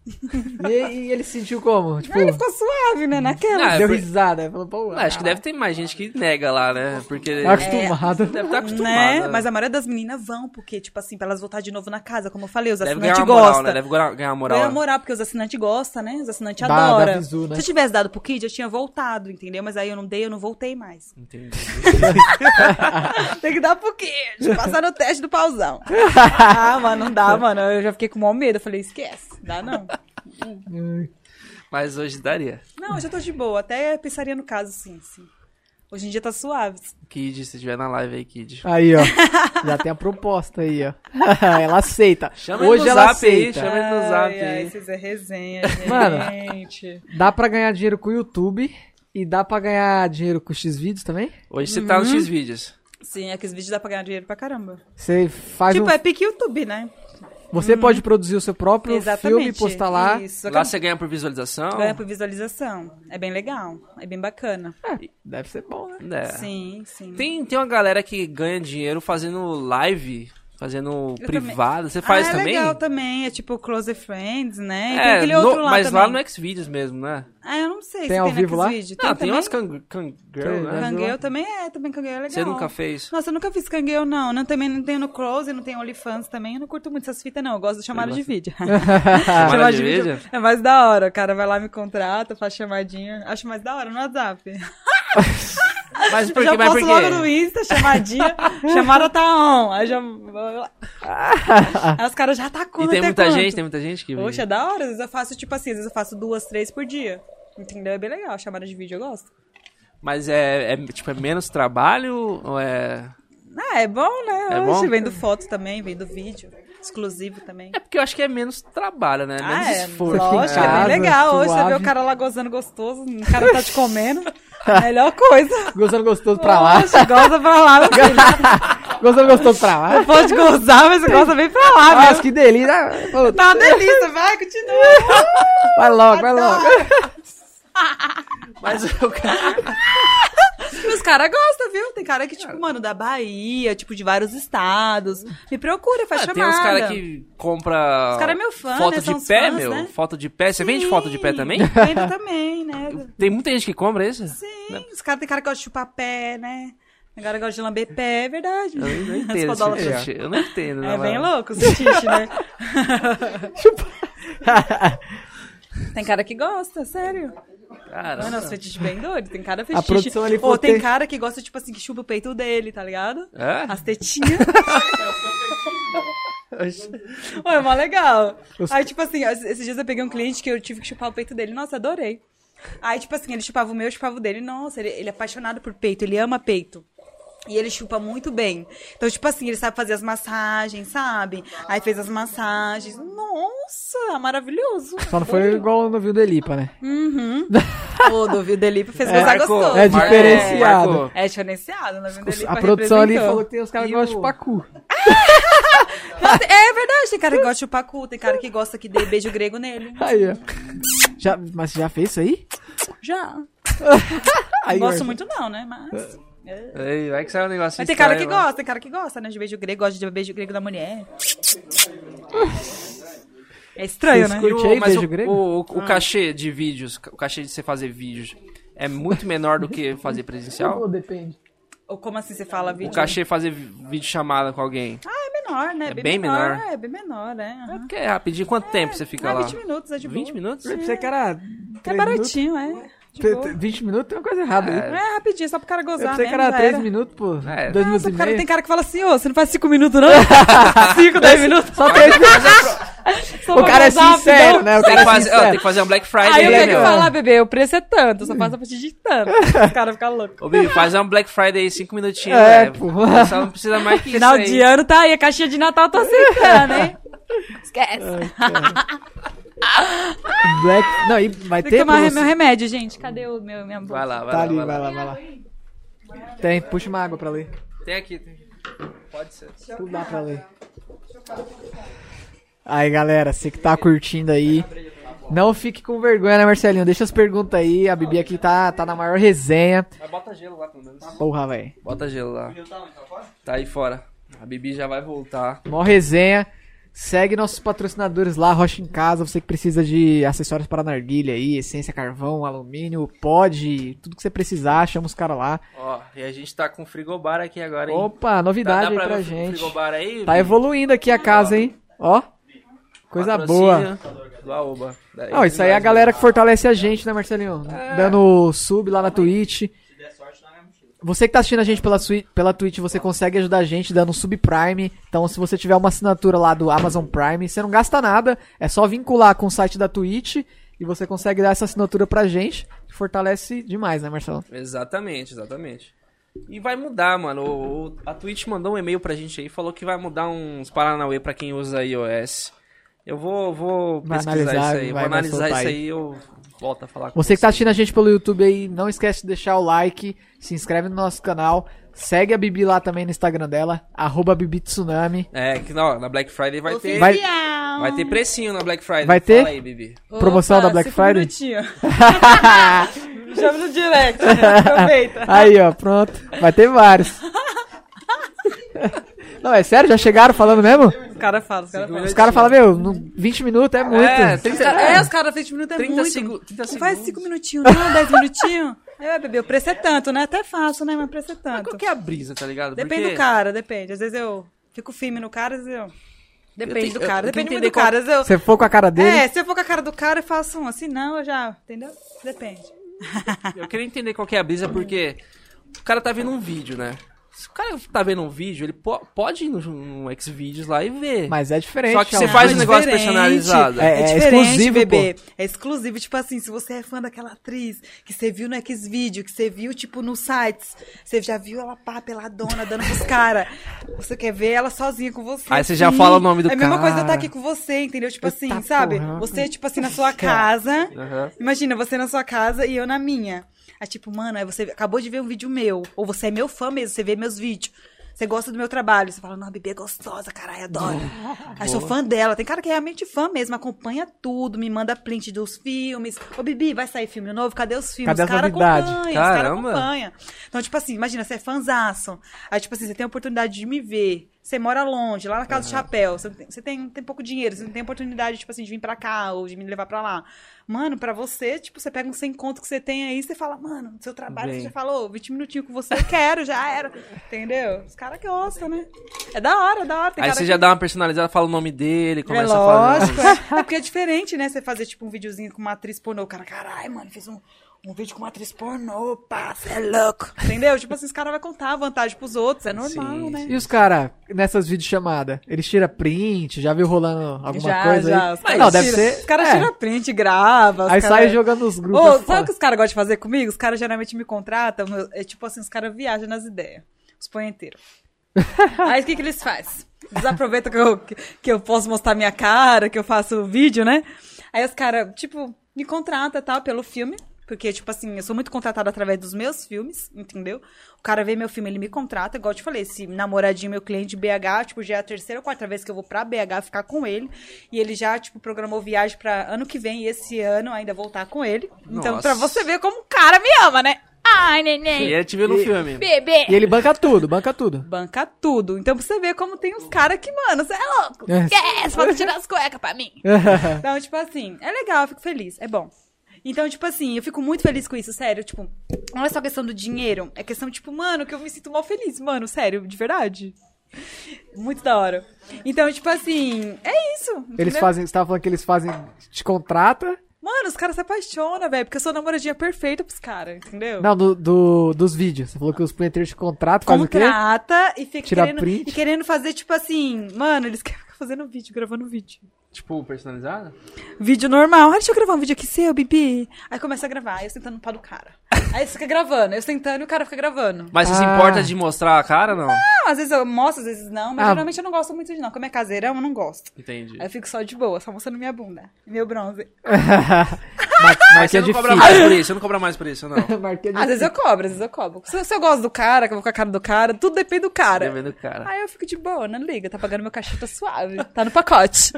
B: E, e ele se sentiu como? Tipo,
C: Aí ele ficou suave, né, naquela.
A: Ah,
B: deu
A: por-
B: risada. Falou, pô,
A: Ah, acho que deve ter mais gente que nega lá, né? Porque
B: Tá acostumado.
A: deve estar acostumado.
C: É. Né?
A: né?
C: Mas a maioria das meninas vão, porque, tipo assim, pra elas voltar de novo na casa, como eu falei, os
A: deve
C: assinantes
A: ganhar uma moral,
C: gostam.
A: né? Deve ganhar ganhar uma moral.
C: Ganha
A: né?
C: moral, porque os assinantes gostam, né? Os assinantes
B: Dá- dá
C: adoram.
B: bizu, né?
C: Se eu tivesse dado pro Kid, eu tinha voltado, entendeu? Mas aí eu não dei, eu não voltei mais.
A: Entendi.
C: Tem que dar pro Kid, passar no teste do pausão. ah, mano, não dá, mano. Eu já fiquei com o maior medo. Eu falei, esquece, dá não.
B: É,
A: Mas hoje daria.
C: Não, eu já tô de boa. Até pensaria no caso, sim, sim. Hoje em dia tá suave.
A: Kid, se estiver na live aí, Kid.
B: Aí, ó. Já tem a proposta aí, ó. ela aceita.
A: Chama ele
B: Hoje
A: no
B: ela
A: zap aí,
B: aceita.
A: chama- Também no Tá zap,
C: ai, ai,
A: hein?
C: vocês é resenha, gente.
B: Mano. Dá pra ganhar dinheiro com o YouTube e dá pra ganhar dinheiro com os vídeos também?
A: Hoje você tá
C: Uhum.
A: no X-Vídeos.
C: Sim, é que os vídeos dá pra ganhar dinheiro pra caramba.
B: Você faz
C: tipo,
B: um-
C: é pique YouTube, né?
B: Você pode produzir o seu próprio filme e
C: Exatamente.
B: postar lá.
C: Isso, só que
A: Lá você ganha por visualização.
C: ganha por visualização. É bem legal, é bem bacana.
B: Deve ser bom, né?
A: É.
C: Sim, sim.
A: Tem, tem uma galera que ganha dinheiro fazendo live, fazendo
C: Eu
A: privado. Você
C: Ah,
A: faz
C: é
A: também?
C: legal também, é tipo Close Friends, né?
A: É,
C: tem aquele
A: no-
C: outro lá
A: mas
C: também.
A: lá é no Xvideos mesmo, né?
C: Ah, eu não sei se
B: Tem ao vivo lá?
C: Xvideos.
A: ah, tem
C: também?
A: umas Kang Kang Girl,
B: Tem,
A: né?
B: né?
C: Cangueu também é, também cangueu é legal.
A: Você nunca fez?
C: Nossa, eu nunca fiz cangueu, não. não. Também não tenho no Close, não tenho OnlyFans também. Eu não curto muito essas fitas, não. Eu gosto do chamado de vídeo.
A: Chamada
C: Chamada
A: de
C: de
A: vídeo?
C: vídeo É mais da hora. O cara vai lá, me contrata, faz chamadinha. Acho mais da hora no WhatsApp.
A: Mas por
C: eu já
A: quê? Mas
C: posto
A: por
C: logo no
A: quê?
C: Insta, chamadinha. chamada tá on. Aí já. Aí os caras já atacam.
A: E tem
C: até
A: muita
C: quanto?
A: gente, né? tem muita gente que
C: Poxa, é da hora. Às vezes eu faço, tipo assim, às vezes eu faço duas, três por dia. Entendeu? É bem legal. Chamada de vídeo eu gosto.
A: Mas é, é, tipo, é menos trabalho ou é...
C: Ah, é bom, né?
A: É
C: Hoje,
A: bom?
C: vendo foto também, vendo vídeo. Exclusivo também.
A: É porque eu acho que é menos trabalho, né? Menos
C: Ah, é,
A: esforço. né?
C: lógico,
B: fica em
C: é
B: casa,
C: bem legal. Hoje você vê
B: suave.
C: o cara lá gozando gostoso, o cara tá te comendo. Melhor coisa.
B: Gozando gostoso pra lá.
C: Poxa, goza pra lá.
B: Gozando gostoso pra lá.
C: Não pode gozar, mas você goza bem pra lá,
B: Nossa,
C: mesmo.
B: que delícia. Pô,
C: Tá uma delícia, vai, continua.
B: Vai logo, vai logo.
A: Mas eu
C: Os caras gostam, viu? Tem cara que, tipo, mano, da Bahia, tipo, de vários estados. Me procura, faz
A: Ah,
C: chamada.
A: tem uns caras que compra
C: Os cara é meu fã,
A: foto
C: né?
A: de
C: São os
A: pé,
C: fãs,
A: meu.
C: né?
A: Foto de pé. Você vende foto de pé também?
C: Vendo também, né?
A: Tem muita gente que compra isso?
C: Sim, os caras tem cara que gosta de chupar pé, né? Tem cara que gosta de lamber pé, é verdade.
A: Eu não
C: As
A: entendo esse
C: podólatras.
A: fetiche. Eu não entendo, né?
C: É bem
A: mano?
C: louco esse xixi, né? Tem cara que gosta, sério.
A: Cara,
C: Mano, é um fetiche bem doido. Tem cara fetiche.
B: produção ali
C: Ou
B: falou,
C: tem
B: tem-
C: cara que gosta, tipo assim, que chupa o peito dele, tá ligado?
A: É?
C: As tetinhas. Ué, é mó legal. Aí, tipo assim, es- esses dias eu peguei um cliente que eu tive que chupar o peito dele. Nossa, adorei. Aí, tipo assim, ele chupava o meu, eu chupava o dele. Nossa, ele, ele é apaixonado por peito, ele ama peito. E ele chupa muito bem. Então, tipo assim, ele sabe fazer as massagens, sabe? Aí fez as massagens. Nossa, maravilhoso.
B: É Só não foi igual no Viu Delipa, né?
C: O Dovi Delipe fez gozar
A: Marcou,
C: gostoso.
B: É
A: marcou,
B: diferenciado.
A: marcou.
C: É diferenciado, né? Delipe
B: A produção ali
C: representou.
B: falou que tem os caras que
A: E o-
B: gostam de chupar cu.
C: Nossa, é verdade, tem cara que gosta de chupar cu, tem cara que gosta que dê beijo grego nele.
B: Aí, ó. Já, mas você já fez isso aí?
C: Já. Não
B: aí
C: gosto
B: ó.
C: muito não, né? Mas... é.
A: Ei, vai que sai um negócio
C: Mas tem cara que
A: estranho, mano.
C: gosta, tem cara que gosta, né? De beijo grego, gosta de beijo grego da mulher. É estranho, né?
B: Vocês curtem aí,
A: O- mas
B: beijo
A: o,
B: grego?
A: o, o-
C: Ah.
A: o cachê de vídeos, o cachê de você fazer vídeos, é muito menor do que fazer presencial?
B: Ou Depende.
C: Ou como assim você fala
A: O
C: vídeo?
A: cachê fazer vídeo chamada com alguém.
C: Ah, é menor, né?
A: É bem menor.
C: É, bem menor, né?
A: É porque é rapidinho. Quanto tempo você fica
C: Ah,
A: lá?
C: 20 minutos, é de boa.
A: 20 minutos?
B: Pra você, cara.
C: É
B: três
C: baratinho, é. De
B: minutos-
C: boa.
B: 20 minutos tem uma coisa errada né? aí.
C: É rapidinho, só pro cara
B: Eu
C: gozar,
B: pensei
C: né?
B: que era
C: Já
B: 3
C: era.
B: minutos, pô.
A: É.
B: 2
C: Nossa,
B: minutos e
C: o cara,
B: meio.
C: tem cara que fala assim, ô, você não faz 5 minutos, não? 5, 10 minutos.
B: Só 3 minutos.
C: Você
B: O cara é sincero, né? O é
A: Tem
B: cara
A: que,
B: é
A: fazer, ó, tem
B: sincero.
A: que fazer uma Black Friday
C: Aí eu
A: aí,
C: tenho que
A: meu.
C: falar, bebê, o preço é tanto, eu
B: Hum.
C: só faço a partir de tanto. Os caras ficam loucos.
A: Ô, Bibi, faz uma Black Friday aí, cinco minutinhos,
B: É,
A: velho.
B: pô.
A: Só não precisa mais que
C: Final
A: isso aí.
C: de ano tá aí, a caixinha de Natal eu tô aceitando, hein? Esquece.
B: Black... Não, e vai
C: Tem que
B: ter
C: tomar
B: promoção.
C: meu remédio, gente. Cadê o meu, minha bolsa?
A: Vai lá, vai
B: Tá
A: lá,
B: ali,
A: vai lá.
B: vai lá, vai lá. Tem, puxa uma água pra ler.
A: Tem aqui, tem. Pode ser.
B: Tudo dá pra ler. Aí, galera, você que tá curtindo aí, não fique com vergonha, né, Marcelinho? Deixa as perguntas aí, a Bibi aqui tá, tá na maior resenha.
A: Mas bota gelo lá, pelo menos.
B: Porra, velho.
A: Bota Tá. gelo lá. Tá aí fora. A Bibi já vai voltar.
B: Mó resenha. Segue nossos patrocinadores lá, Rocha em Casa, você que precisa de acessórios para narguilha aí, essência, carvão, alumínio, pod, tudo que você precisar, chama os caras lá.
A: Ó, e a gente tá com frigobar aqui agora, hein?
B: Opa,
A: Dá- dá
B: novidade aí pra
A: ver o fri-
B: gente.
A: frigobar aí?
B: Tá evoluindo aqui a casa, hein? Ó, coisa boa.
A: Uau, oba. Daí um.
B: Não, isso aí é a galera que fortalece a gente, né, Marcelinho? Dando sub lá na Twitch. Você que tá assistindo a gente pela, sui- pela Twitch, você consegue ajudar a gente dando um subprime. Então, se você tiver uma assinatura lá do Amazon Prime, você não gasta nada, é só vincular com o site da Twitch e você consegue dar essa assinatura pra gente. Fortalece demais, né, Marcelo?
A: Exatamente, exatamente. E vai mudar, mano. O- o- a Twitch mandou um e-mail pra gente aí, falou que vai mudar uns Paranauê pra quem usa iOS. Eu vou, vou
B: Vai
A: pesquisar
B: analisar,
A: isso aí,
B: vai-
A: vou
B: vai
A: analisar
B: soltar
A: isso
B: aí.
A: aí e eu volto a falar com
B: Você que tá assistindo a gente pelo YouTube aí, não esquece de deixar o like, se inscreve no nosso canal, segue a Bibi lá também no Instagram dela, arroba Bibi Tsunami.
A: É, que na, na Black Friday vai ter, vai...
B: Vai-
C: Oficial.
A: ter precinho na Black Friday.
B: Vai ter?
A: Fala aí, Bibi.
B: Promoção da Black
C: cinco
B: Friday?
C: minutinhos. Me Chama no direct, né? aproveita.
B: Aí, ó, pronto. Vai ter vários. Não, é sério? Já chegaram falando mesmo?
C: Os caras falam, os caras falam.
B: Os caras falam, meu, no- 20 minutos é muito.
A: É, 30,
C: É, os caras fez minuto é
A: 30
C: muito.
A: segu- 30
C: Não faz
A: segundos.
C: cinco minutinhos, não, dez minutinhos. Aí, ué, bebê, o preço é tanto, né? Até faço, né? Mas o preço é tanto.
A: Qual que é a brisa, tá ligado?
C: Depende
A: Porque-
C: do cara, depende. Às vezes eu fico firme no cara, às vezes eu... Depende
A: tenho-
C: do
A: eu-
C: cara,
A: eu tenho
C: depende
A: que
C: muito
A: entender
C: do cara. Às vezes eu...
B: Você for com a cara dele?
C: É, se eu for com a cara do cara e faço um assim, não, eu já... Entendeu? Depende.
A: Eu queria entender qual que é a brisa, porque o cara tá vendo um vídeo, né? Se o cara tá vendo um vídeo, ele po- pode ir no, no Xvideos lá e ver.
B: Mas é diferente.
A: Só que você
B: ó.
A: faz um
C: Não, é
A: negócio
C: diferente.
A: personalizado.
B: É, é
C: diferente,
B: exclusivo,
C: bebê. É exclusivo. Tipo assim, se você é fã daquela atriz que você viu no Xvideo, que você viu, tipo, nos sites, você já viu ela pá, peladona, dando pros caras. Você quer ver ela sozinha com você.
A: Aí você já fala o nome do
C: É a mesma coisa de eu estar
B: cara.
C: aqui com você, entendeu? Tipo
B: Eita
C: assim, sabe?
B: porra.
C: Você, tipo assim, na sua casa.
A: Aham.
C: Imagina, você na sua casa e eu na minha. Aí, tipo, mano, aí você acabou de ver um vídeo meu. Ou você é meu fã mesmo, você vê meus vídeos. Você gosta do meu trabalho. Você fala, não, a bebê é gostosa, caralho, adoro. Aí sou fã dela. Tem cara que é realmente fã mesmo, acompanha tudo, me manda print dos filmes. Ô, Bibi, vai sair filme novo? Cadê os filmes?
B: Cadê
C: os
B: as
C: caras
B: novidades?
C: acompanham, os caras
A: Caramba.
C: acompanham. Então, tipo assim, imagina, você é fanzaço. Aí, tipo assim, você tem a oportunidade de me ver. Você mora longe, lá na casa do chapéu. Você tem, você tem, tem pouco dinheiro, você não tem oportunidade, tipo assim, de vir pra cá ou de me levar pra lá. Mano, pra você, tipo, você pega um sem conto que você tem aí, você fala, mano, seu trabalho,
A: Bem.
C: você já falou, 20 minutinhos com você, eu quero, já era. Entendeu? Os caras que gostam, né? É da hora, é da hora. Tem
A: Aí
C: cara
A: você
C: que-
A: já dá uma personalizada, fala o nome dele,
C: é
A: começa a
C: lógico,
A: falar.
C: é. É porque é diferente, né? Você fazer, tipo, um videozinho com uma atriz pornô. O cara, caralho, mano, fez um, um vídeo com uma atriz pornô, pá, cê é louco. Entendeu? Tipo assim, os caras vão contar a vantagem pros outros, é normal,
A: Sim,
C: né?
B: E os caras, nessas videochamadas, eles tiram print, já viu rolando alguma
C: já,
B: coisa
C: já.
B: aí?
C: Os caras
B: Não, deve
C: tiram-
B: ser...
C: Os caras
B: é.
C: tiram print, grava. os
B: Aí
C: cara-
B: sai jogando nos grupos. é
C: Ô,
B: fala,
C: sabe o que os caras gostam de fazer comigo? Os caras geralmente me contratam, eu- é tipo assim, os caras viajam nas ideias. Os punheteiros. Aí o que, que eles fazem? Eles aproveitam que eu, que- que eu posso mostrar minha cara, que eu faço vídeo, né? Aí os caras, tipo, me contratam e tal pelo filme. Porque, tipo assim, eu sou muito contratada através dos meus filmes, entendeu? O cara vê meu filme, ele me contrata, igual eu te falei, esse namoradinho, meu cliente de BH, tipo, já é a terceira ou quarta vez que eu vou pra BH ficar com ele. E ele já, tipo, programou viagem pra ano que vem e esse ano ainda voltar com ele. Então,
A: Nossa.
C: pra você ver como o cara me ama, né? Ai, neném,
A: E ele te viu no filme.
C: bebê.
B: E ele banca tudo, banca tudo.
C: Banca tudo. Então, pra você ver como tem uns caras que, mano, você é louco.
B: É.
C: Esquece, falta tirar as cuecas pra mim. Então, tipo assim, é legal, eu fico feliz, é bom. Então, tipo assim, eu fico muito feliz com isso, sério. Tipo, não é só questão do dinheiro, é questão, tipo, mano, que eu me sinto mal feliz, mano, sério, de verdade. Muito da hora. Então, tipo assim, é isso.
B: Eles
C: entendeu?
B: fazem, você tava falando que eles fazem, te contrata.
C: Mano, os caras se apaixonam, velho, porque eu sou a namoradinha perfeita pros caras, entendeu?
B: Não, do, do- dos vídeos. Você falou que os
C: é?
B: punheteiros te contratam, faz o quê?
C: Contrata e fica
B: Tira
C: querendo,
B: print.
C: e querendo fazer, tipo assim, mano, eles querem. fazendo vídeo, gravando vídeo.
A: Tipo, personalizada?
C: Vídeo normal. Ah, deixa eu gravar um vídeo aqui seu, Bibi. Aí começa a gravar, aí eu sentando no pau do cara. Aí você fica gravando, eu sentando e o cara fica gravando.
A: Mas você se
B: Ah.
A: importa de mostrar a cara, não?
C: Não, às vezes eu mostro, às vezes não, mas
B: Ah.
C: geralmente eu não gosto muito de não. Como é caseirão, eu não gosto.
A: Entendi.
C: Aí eu fico só de boa, só mostrando minha bunda, meu bronze.
B: Mar-
A: Mas
B: Marquei
A: você
B: é
A: não cobra
B: difícil.
A: mais por isso, você não cobra mais por isso, não.
B: Marquei é
C: Às vezes eu cobro, às vezes eu cobro. Se, se eu gosto do cara, que eu vou com a cara do cara, tudo depende do
B: Tá
C: cara.
A: Devendo cara.
C: Aí eu fico de boa, não liga, tá pagando meu cachê, tá suave, tá no pacote.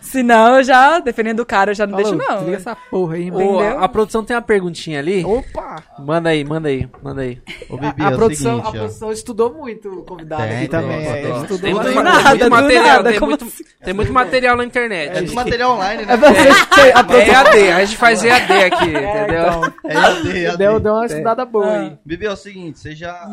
C: Se não, eu já, dependendo do cara, eu já não
B: Falou,
C: deixo não. né?"
B: Desliga essa porra aí, mano.
A: Ô, a, a produção tem uma perguntinha ali.
B: Opa!
A: Manda aí, manda aí, manda aí.
D: Ô,
B: A,
D: Bibi,
B: a
D: é o
B: produção,
D: seguinte,
B: a
D: ó.
B: produção estudou muito o convidado
D: Tem,
B: aqui também.
D: tem,
B: é,
D: tem.
B: ele estudou
A: Tem muito,
B: muito.
A: ma-
C: nada,
A: tem muito
C: do
A: material,
C: nada,
A: tem,
C: como
A: muito, assim? tem muito material na internet.
D: É muito material online, né?
B: É você- você- a
A: É
B: produção...
A: EAD, a gente faz EAD aqui, entendeu?
B: então,
D: É, AD, AD.
B: deu, deu uma estudada boa aí.
D: Bibi, é o seguinte, você já...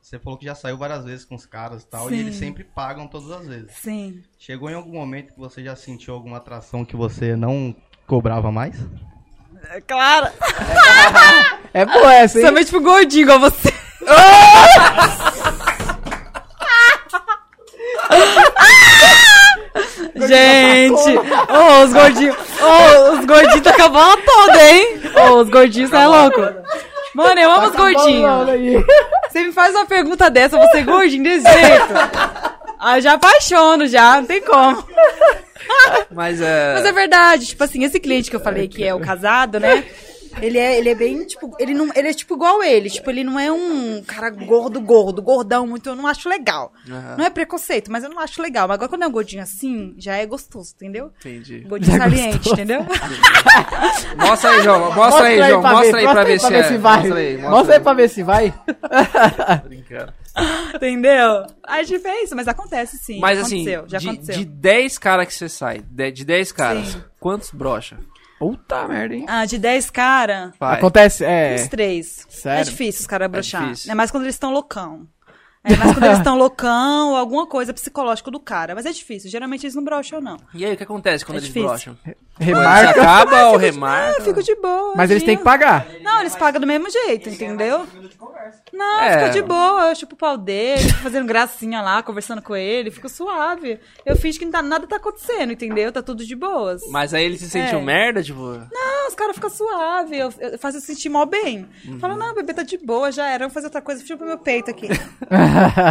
D: Você falou que já saiu várias vezes com os caras e tal,
C: Sim.
D: e eles sempre pagam todas as vezes.
C: Sim.
D: Chegou em algum momento que você já sentiu alguma atração que você não cobrava mais?
C: É claro.
B: É boa essa, hein?
C: Somente pro gordinho igual você. Gente, ô, os gordinhos, ô, os gordinhos tá com a bola toda, hein? Ô, os gordinhos, você é louco? Mano, eu amo os gordinhos.
B: Tá Olha aí.
C: Você me faz uma pergunta dessa, você é gordinho desse jeito. Ah, eu já apaixono, já, não tem como.
A: Mas é.
C: Mas é verdade, tipo assim, esse cliente que eu falei que é o casado, né? Ele é, ele é bem, tipo, ele não, ele é tipo igual ele, tipo, ele não é um cara gordo, gordo, gordão muito, eu não acho legal.
A: Aham.
C: Não é preconceito, mas eu não acho legal. Mas agora quando é um gordinho assim, já é gostoso, entendeu?
A: Entendi.
C: Gordinho saliente, entendeu?
A: Mostra aí, João. Mostra, aí, João.
B: pra
A: Mostra aí
B: ver,
A: pra ver se é.
B: vai.
A: Mostra aí,
B: Mostra aí pra ver se vai.
A: Brincando.
C: entendeu? A gente fez isso, mas acontece sim.
A: Mas assim,
C: aconteceu, já
A: de,
C: aconteceu.
A: de 10 caras que você sai, de, de 10 caras,
C: Sim.
A: quantos brocha?
B: Puta merda, hein?
C: Ah, de 10 cara,
A: Vai.
B: Acontece, é.
C: uns três.
B: Sério?
C: É difícil os caras broxar.
A: difícil.
C: É, mais quando eles estão loucão. É mais quando eles estão loucão ou alguma coisa psicológica do cara. Mas é difícil. Geralmente eles não broxam, não.
A: E aí, o que acontece quando
C: É
A: eles
C: difícil.
A: brocham? Você
B: Remarca.
A: acaba ou
C: Ah,
A: remarca?
C: fico de boa.
B: Mas eles têm que
C: pagar.
B: pagar.
C: Não, eles pagam do mesmo jeito, entendeu? Não,
A: É.
C: fica de boa. Eu chupo o pau dele, fico fazendo gracinha lá, conversando com ele. Fico suave. Eu finge que não tá- nada tá acontecendo, entendeu? Tá tudo de boas.
A: Mas aí ele se sentiu
C: É.
A: merda, tipo.
C: Não, os caras ficam suave. Eu, eu faço eu sentir mó bem.
A: Uhum.
C: Fala, não, bebê, tá de boa, já era. Vamos fazer outra coisa. Deixa eu pôr meu peito aqui.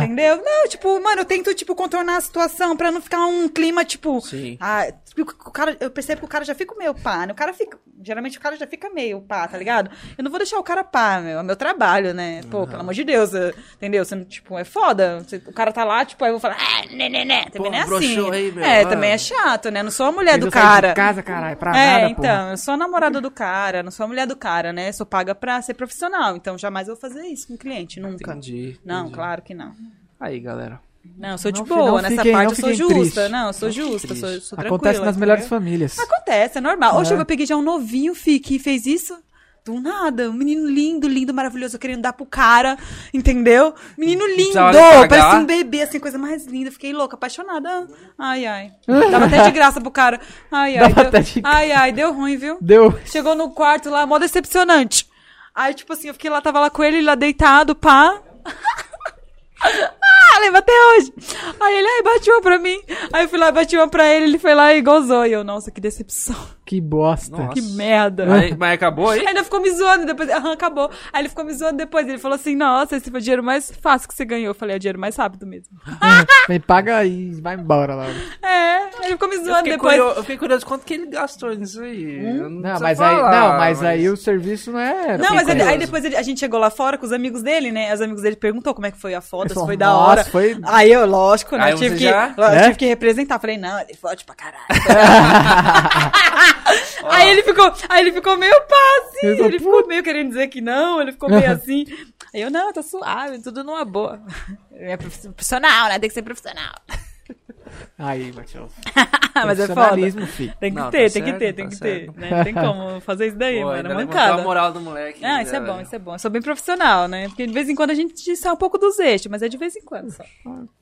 C: Entendeu? Não, tipo, mano, eu tento, tipo, contornar a situação pra não ficar um clima, tipo.
A: Sim.
C: Ah, tipo, o cara, eu percebo que o cara já fica meio pá, né? O cara fica. Geralmente o cara já fica meio pá, tá ligado? Eu não vou deixar o cara pá, meu. É meu trabalho, né? Pô, pelo amor de Deus. eu- entendeu? Você não, tipo, é foda. Você- o cara tá lá, tipo, aí eu vou falar, ah, né, né, né.
A: Pô,
C: Também não é assim.
A: broxou aí, meu,
C: é,
A: ah.
C: também é chato, né? Não sou a mulher do
B: Eu saí de
C: cara.
B: casa, caralho, pra
C: É,
B: nada,
C: então, eu sou a namorada do cara, não sou a mulher do cara, né? Sou paga pra ser profissional, então jamais vou fazer isso com o cliente, nunca.
A: Entendi.
C: Não,
A: entendi.
C: claro que não.
A: Aí, galera.
C: Não, eu sou de
B: Não fi- não
C: boa, nessa
B: fiquem-
C: parte
B: não
C: eu sou
B: fiquem
C: justa.
B: tristes.
C: Não, eu sou justa, sou, sou tranquila.
B: Acontece nas melhores
C: entendeu?
B: famílias.
C: Acontece, é normal. Hoje
B: É.
C: eu peguei já um novinho, fi, que fez isso. Do nada, um menino lindo, lindo, maravilhoso, querendo dar pro cara, entendeu? Menino lindo,
A: precisava nem pagar.
C: parecia um bebê, assim, coisa mais linda. Fiquei louca, apaixonada. Ai, ai. Dava até de graça pro cara. Ai, ai.
B: Dava
C: Deu,
B: até de graça.
C: ai, ai, deu ruim, viu?
B: Deu.
C: Chegou no quarto lá, mó decepcionante. Aí, tipo assim, eu fiquei lá, tava lá com ele, lá deitado, pá. ah, lembro até hoje. Aí ele, ai, bateu pra mim. Aí eu fui lá, bati uma pra ele, ele foi lá e gozou. E eu, nossa, que decepção,
B: Que bosta.
A: Nossa.
C: que merda. Aí...
A: Aí- mas acabou aí?
C: Ainda ficou me zoando depois. Aham, acabou. Aí ele ficou me zoando depois. Ele falou assim: Nossa, esse foi o dinheiro mais fácil que você ganhou. Eu falei: É o dinheiro mais rápido mesmo.
B: Vem, paga e vai embora logo.
C: É, ele ficou me
A: Eu
C: zoando
A: fiquei,
C: depois.
A: curioso, eu fiquei curioso quanto que ele gastou nisso aí. Eu
B: Não,
A: sei
B: mas aí,
A: falar,
B: não, mas aí o serviço não é. Fica
C: Não, mas ele-
B: curioso.
C: aí depois ele- a gente chegou lá fora com os amigos dele, né? Os amigos dele perguntou como é que foi a foto,
B: Ele
C: se
B: falou,
C: foi da
B: "Nossa,
C: hora.
B: foi-
C: Aí eu, lógico, né?
A: Aí
C: Eu
A: você
C: tive, que,
A: já-
C: eu
B: É?
C: tive que representar. Falei, não, ele é forte pra caralho. aí ele ficou, aí ele ficou meio pá, assim.
B: Eu tô
C: Ele ficou meio querendo dizer que não, ele ficou meio assim. Aí eu, não, tá suave, tudo numa boa. É profi- profissional, né? Tem que ser profissional.
B: Aí, Matheus.
C: mas é foda.
B: Profissionalismo, filho.
C: Tem que
A: Não,
C: ter,
A: tá
C: tem que
A: certo,
C: ter,
A: tá
C: tem que ter.
A: certo.
C: né? Não tem como fazer isso daí,
A: Pô,
C: mano.
A: ainda
C: é
A: levantou a
C: mancada.
A: moral do moleque.
C: Ah, isso é
A: né,
C: bom,
A: velho?
C: isso é bom. Eu sou bem profissional, né? Porque de vez em quando a gente sai um pouco dos eixos, mas é de vez em quando só.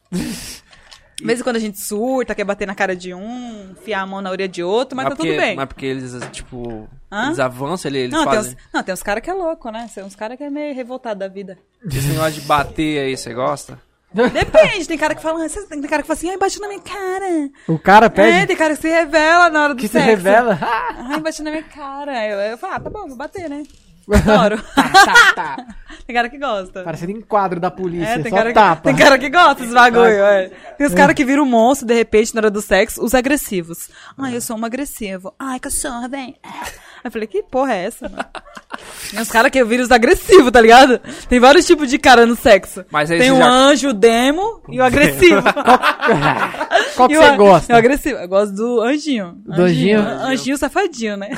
C: De vez em quando a gente surta, quer bater na cara de um, enfiar a mão na orelha de outro, mas, tá
A: porque,
C: tudo bem.
A: Mas porque eles, tipo,
C: Hã?
A: eles avançam, ele- eles
C: não, tem
A: fazem.
C: uns, não, tem uns caras que é louco, né? Tem uns caras que é meio revoltado da vida.
A: Esse negócio de bater aí, você gosta?
C: Depende, tem cara que fala, "Ah, tem cara que fala assim, ai, bate na minha cara.
B: O cara
C: É,
B: pede
C: tem cara que se revela na hora do
B: que se
C: sexo.
B: revela. Ah,
C: Ai, bate na minha cara. Eu, eu falo, ah, tá bom, vou bater, né? Adoro.
B: tá, tá.
C: tem cara que gosta.
B: Parecendo enquadro da polícia,
C: É, tem
B: só
C: cara, que,
B: tapa. Tá.
C: tem cara que gosta desse bagulho, é. Tem os caras que viram um monstro, de repente, na hora do sexo, os agressivos.
B: É.
C: Ai, eu sou um agressivo. Ai, cachorro, vem. Aí eu falei, que porra é essa, mano? Tem os caras que viram os agressivos, tá ligado? Tem vários tipos de cara no sexo.
A: Mas aí
C: tem
A: você
C: o
A: já- é?
C: anjo, o demo e o agressivo.
B: Ah, Qual que
C: E o
B: você
C: an-
B: gosta?
C: e o agressivo. Eu gosto do anjinho.
B: Do anjinho?
C: Anjinho safadinho, né?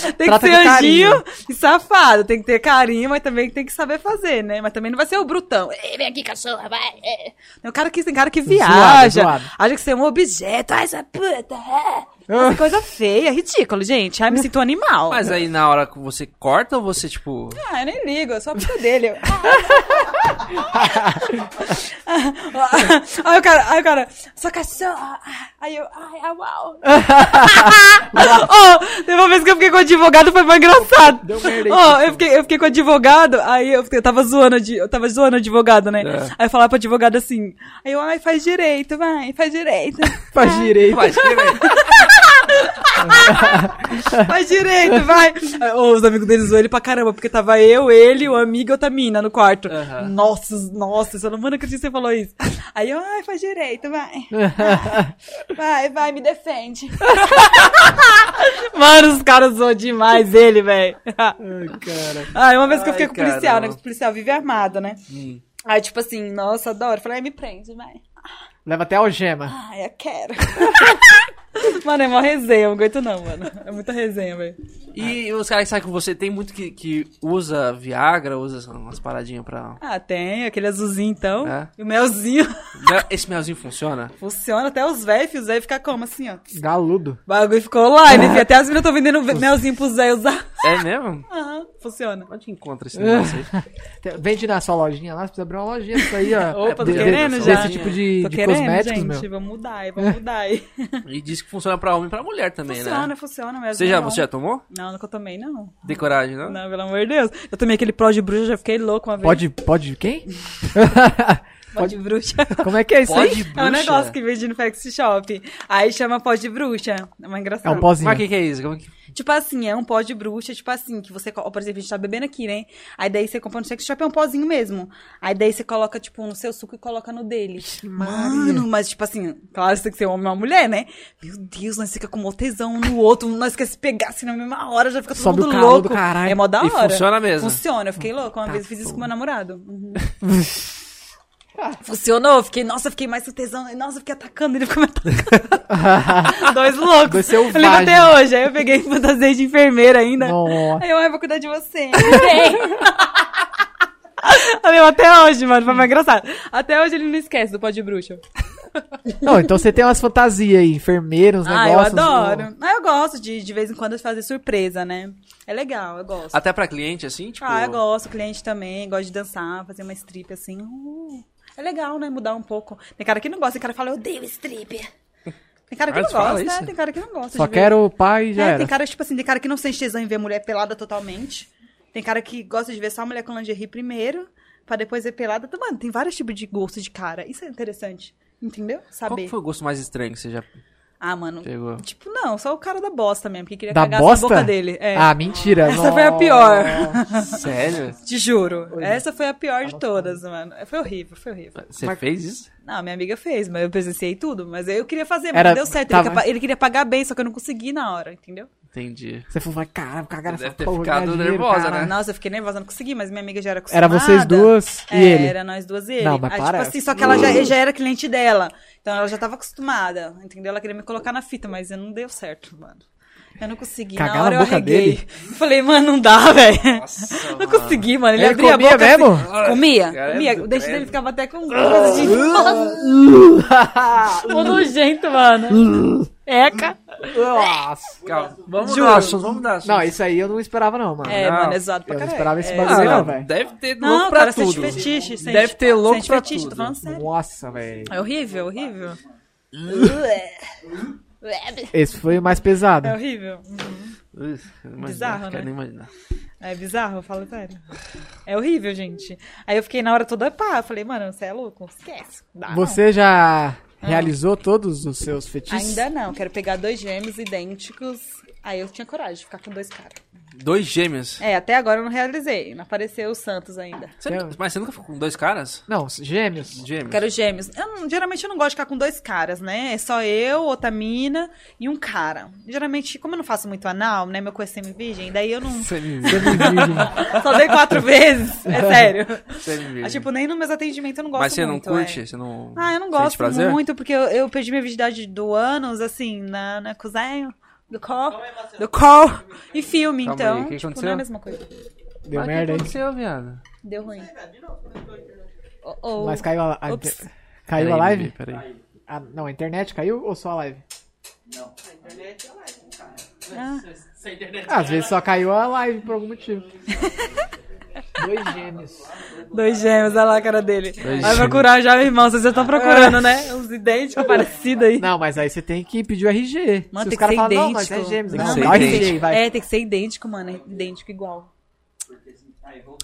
C: tem que
B: Trata
C: ser
B: com carinho.
C: anjinho e safado. Tem que ter carinho, mas também tem que saber fazer, né? Mas também não vai ser o brutão. Ei, vem aqui, cachorra, vai. é. Tem, um cara que, tem cara que viaja.
B: zoado.
C: Acha que você é um objeto. Ai, essa puta. É.
B: Ah.
C: Nossa, que coisa feia, ridículo, gente. Ai, me sinto um animal.
A: Mas aí na hora que você corta ou você, tipo.
C: Ah, eu nem ligo, eu sou a puta dele. Eu- aí o cara, aí o cara, sua cachorra. Aí eu, ai, ah, uau. oh, teve uma vez que eu fiquei com o advogado, foi mais engraçado. Deu merda oh, eu, fiquei, eu fiquei com o advogado, aí eu, fiquei- eu tava zoando, de- eu tava zoando o advogado, né?
A: É.
C: Aí eu falava pro advogado assim, aí eu, ai, faz direito, vai, faz direito.
B: Faz direito.
A: Mas que, velho?
C: Faz direito, vai. Aí, ô, Os amigos deles zoam ele pra caramba, porque tava eu, ele, o amigo e outra mina no quarto.
A: Aham.
C: Nossa, nossa, eu não mano, acredito que você falou isso. Aí eu, ai, faz direito, vai. Vai, vai, me defende. mano, os caras zoam demais ele, velho.
B: Cara.
C: Ai, Ah, é uma vez que eu fiquei
A: Ai,
C: com o policial, né?
A: caramba.
C: que O policial vive armado, né? Aí, tipo assim, nossa, adoro. Falei, ai, me prende, vai.
B: Leva até a algema.
C: Ai, eu quero. mano, é mó resenha, eu não aguento não, mano. É muita resenha, velho.
A: E os caras que sabem que você tem muito que, que usa Viagra, usa essas- umas paradinhas pra.
C: Ah, tem, aquele azulzinho então.
A: É.
C: E o melzinho.
A: Mel- Esse melzinho funciona?
C: Funciona até os velhos, filho, os velhos ficam como assim, ó.
B: Galudo.
C: O bagulho ficou online, filho. Até as meninas estão vendendo ve- melzinho pros velhos usar.
A: É mesmo?
C: Aham, funciona.
A: Onde encontra esse negócio aí?
B: Te- Vende na sua lojinha lá, você precisa abrir uma lojinha disso aí, ó.
C: Opa, tô
B: De- de-
C: querendo já.
B: Desse tipo de,
C: Tô
B: de
C: querendo,
B: cosméticos,
C: gente.
B: meu. É.
C: Vamos mudar aí, vamos mudar aí.
A: E diz que funciona pra homem e pra mulher também,
C: funciona,
A: né?
C: funciona mesmo.
A: Você já,
C: é bom.
A: você já tomou?
C: Não, nunca tomei, não.
A: Tem coragem, não?
C: Não, pelo amor de Deus. Eu tomei aquele pró de bruxa, já fiquei louco uma vez.
B: Pode, pode quem?
C: Pó de bruxa.
B: Como é que é isso aí?
A: Pode
C: É
A: bruxa?
C: um negócio que vende no Fax Shop. Aí chama pó de bruxa. É uma
B: É
C: engraçada.
B: um pozinho.
A: Mas o que, que é isso? Como que-
C: Tipo assim, é um pó de bruxa, tipo assim, que você, co- por exemplo, a gente tá bebendo aqui, né? Aí daí você compra no sex shop, é um pozinho mesmo. Aí daí você coloca, tipo, no seu suco e coloca no dele. Mano, mas tipo assim, claro, isso tem que ser um homem ou uma mulher, né? Meu Deus, nós fica com um tesão um no outro, nós quer se pegar assim na mesma hora, já fica todo
B: Sobe o
C: mundo
B: calor
C: louco.
B: do caralho.
C: É mó da
A: E
C: hora.
A: funciona mesmo?
C: Funciona, eu fiquei louco. Uma vez eu fiz isso com meu namorado. Uhum. Funcionou, eu fiquei, nossa, eu fiquei mais com tesão, nossa, eu fiquei atacando, ele ficou me atacando. Dois loucos.
B: Dois
C: eu
B: selvagens.
C: lembro até hoje. Aí eu peguei fantasia de enfermeira ainda.
B: Nossa.
C: Aí eu, ai, vou cuidar de você. eu lembro até hoje, mano. Foi mais engraçado. Até hoje ele não esquece do pó de bruxa.
B: Não, então você tem umas fantasias aí, enfermeiro, uns
C: Ah, eu
B: negócios.
C: adoro. Ah, eu gosto de, de vez em quando, fazer surpresa, né? É legal, eu gosto.
A: Até pra cliente, assim? Tipo...
C: Ah, eu gosto. Cliente também. Gosta de dançar, fazer uma strip assim. Uh, é legal, né? Mudar um pouco. Tem cara que não gosta. Tem cara que fala, eu odeio strip. Tem cara que
A: Ah,
C: não
A: tu fala
C: gosta, né?
A: isso?
C: Tem cara que não gosta.
B: Só
C: de ver.
B: quero o pai e já
C: é,
B: era.
C: tem cara, tipo assim, tem cara que não sente tesão em ver mulher pelada totalmente. Tem cara que gosta de ver só a mulher com lingerie primeiro, pra depois ver pelada. Então, Mano, tem vários tipos de gosto de cara. Isso é interessante. Entendeu?
A: Qual
C: Saber.
A: que foi o gosto mais estranho que você já
C: Ah, mano.
A: pegou?
C: Tipo, não, só o cara da bosta mesmo, que queria
B: Da
C: cagar
B: bosta?
C: na boca dele. É.
B: Ah, mentira.
C: Essa foi a pior.
A: Sério?
C: Te juro. Essa foi a pior de todas, mano. Foi horrível, foi horrível.
A: Você fez isso?
C: Não, minha amiga fez, mas eu presenciei tudo. Mas eu queria fazer, mas
B: Era-
C: não deu certo.
B: tava-
C: Ele queria pa- Ele queria pagar bem, só que eu não consegui na hora, entendeu?
A: Entendi.
B: Você falou, vai, caralho, cagar
A: Deve
B: essa
A: ter
B: porra.
A: ficado
B: ganhar dinheiro,
A: nervosa,
B: caralho.
A: né?
C: Nossa, eu fiquei nervosa, não consegui, mas minha amiga já era acostumada.
B: Era vocês duas e
C: é,
B: ele?
C: Era nós duas e ele.
B: Não, mas
C: Aí,
B: para.
C: Tipo assim, só que ela já, já era cliente dela. Então ela já tava acostumada, entendeu? Ela queria me colocar na fita, mas eu não deu certo, mano. Eu não consegui.
B: Cagar
C: na hora
B: na
C: eu
B: boca
C: arreguei.
B: dele?
C: Eu falei, mano, não dá, velho. Não
A: mano.
C: consegui, mano. Ele,
B: Ele
C: abria
B: comia
C: a boca. assim-
B: mesmo?
C: comia,
A: Cara, é
C: comia.
A: do
C: O dente
A: credo.
C: dele ficava até com coisa de. Mó nojento, mano. Eca.
B: Nossa.
A: Calma. Vamos
C: Juro.
A: dar assunto, vamos dar assunto.
B: Não, isso aí eu não esperava, não, mano.
C: É,
A: Não,
C: mano, é zoado pra
B: eu não esperava
C: caralho.
B: esse
C: É,
B: bagulho,
A: Ah,
B: não,
A: não,
B: velho.
A: deve ter louco
C: Não, é
A: pra
C: cara, sente
A: tudo.
C: fetiche. Sente,
A: Deve ter louco
C: sente
A: pra
C: é fetiche,
A: tudo.
C: tô falando sério.
B: Nossa, velho.
C: É horrível, horrível.
B: Esse foi o mais pesado.
C: É horrível.
A: Ui, não imagino,
C: Bizarro,
A: quero
C: né?
A: nem imaginar.
C: É bizarro, eu falo sério. É horrível, gente. Aí eu fiquei na hora toda pá. Eu falei, mano, você é louco? Esquece. Dá, tá, não.
B: Você já realizou todos os seus feitiços?
C: Ainda não. Quero pegar dois gêmeos idênticos. Aí eu tinha coragem de ficar com dois caras.
A: Dois gêmeos.
C: É, até agora eu não realizei. Não apareceu o Santos ainda.
A: Você nunca- mas você nunca ficou com dois caras?
B: Não, gêmeos.
A: Gêmeos.
C: Quero gêmeos. Eu não- geralmente eu não gosto de ficar com dois caras, né? É só eu, outra mina e um cara. Geralmente, como eu não faço muito anal, né? Meu cu é semi-virgem, daí eu não.
A: é
C: Só dei quatro vezes. É sério. Ah, tipo, nem nos meus atendimentos eu não gosto
A: Mas você não
C: muito,
A: curte?
C: é.
A: Você não.
C: Ah, eu não
A: sente
C: gosto
A: prazer?
C: muito, porque eu, eu perdi minha virgindade do anos, assim, na, na cozinha, do call, do call e filme,
A: Calma
C: então,
A: aí, o que
C: tipo, não é
A: aconteceu?
C: a mesma coisa.
B: Deu
A: Mas
B: merda
A: O
B: aí.
A: que aconteceu, viado?
C: Deu ruim. Oh, oh.
B: Mas caiu a, a
C: Ops.
B: inter- caiu a
A: Peraí,
B: live?
A: Bibi, peraí.
B: Ah, não, a internet caiu ou só a live?
C: Ah,
B: Às vezes só caiu a live por algum motivo. Dois gêmeos.
C: dois gêmeos, olha lá a cara dele.
A: Dois
C: Vai
A: gêmeos.
C: procurar já, meu irmão, vocês já estão procurando, né? Uns idênticos, parecidos aí.
B: Não, mas aí você tem que pedir o RG. Se os
C: Mano, tem que ser
B: caras falam, não,
C: idêntico.
B: mas é gêmeos.
A: Tem que
B: Não,
A: ser
B: dá o
A: idêntico.
B: RG, vai.
C: É, tem que ser idêntico, mano, é idêntico igual.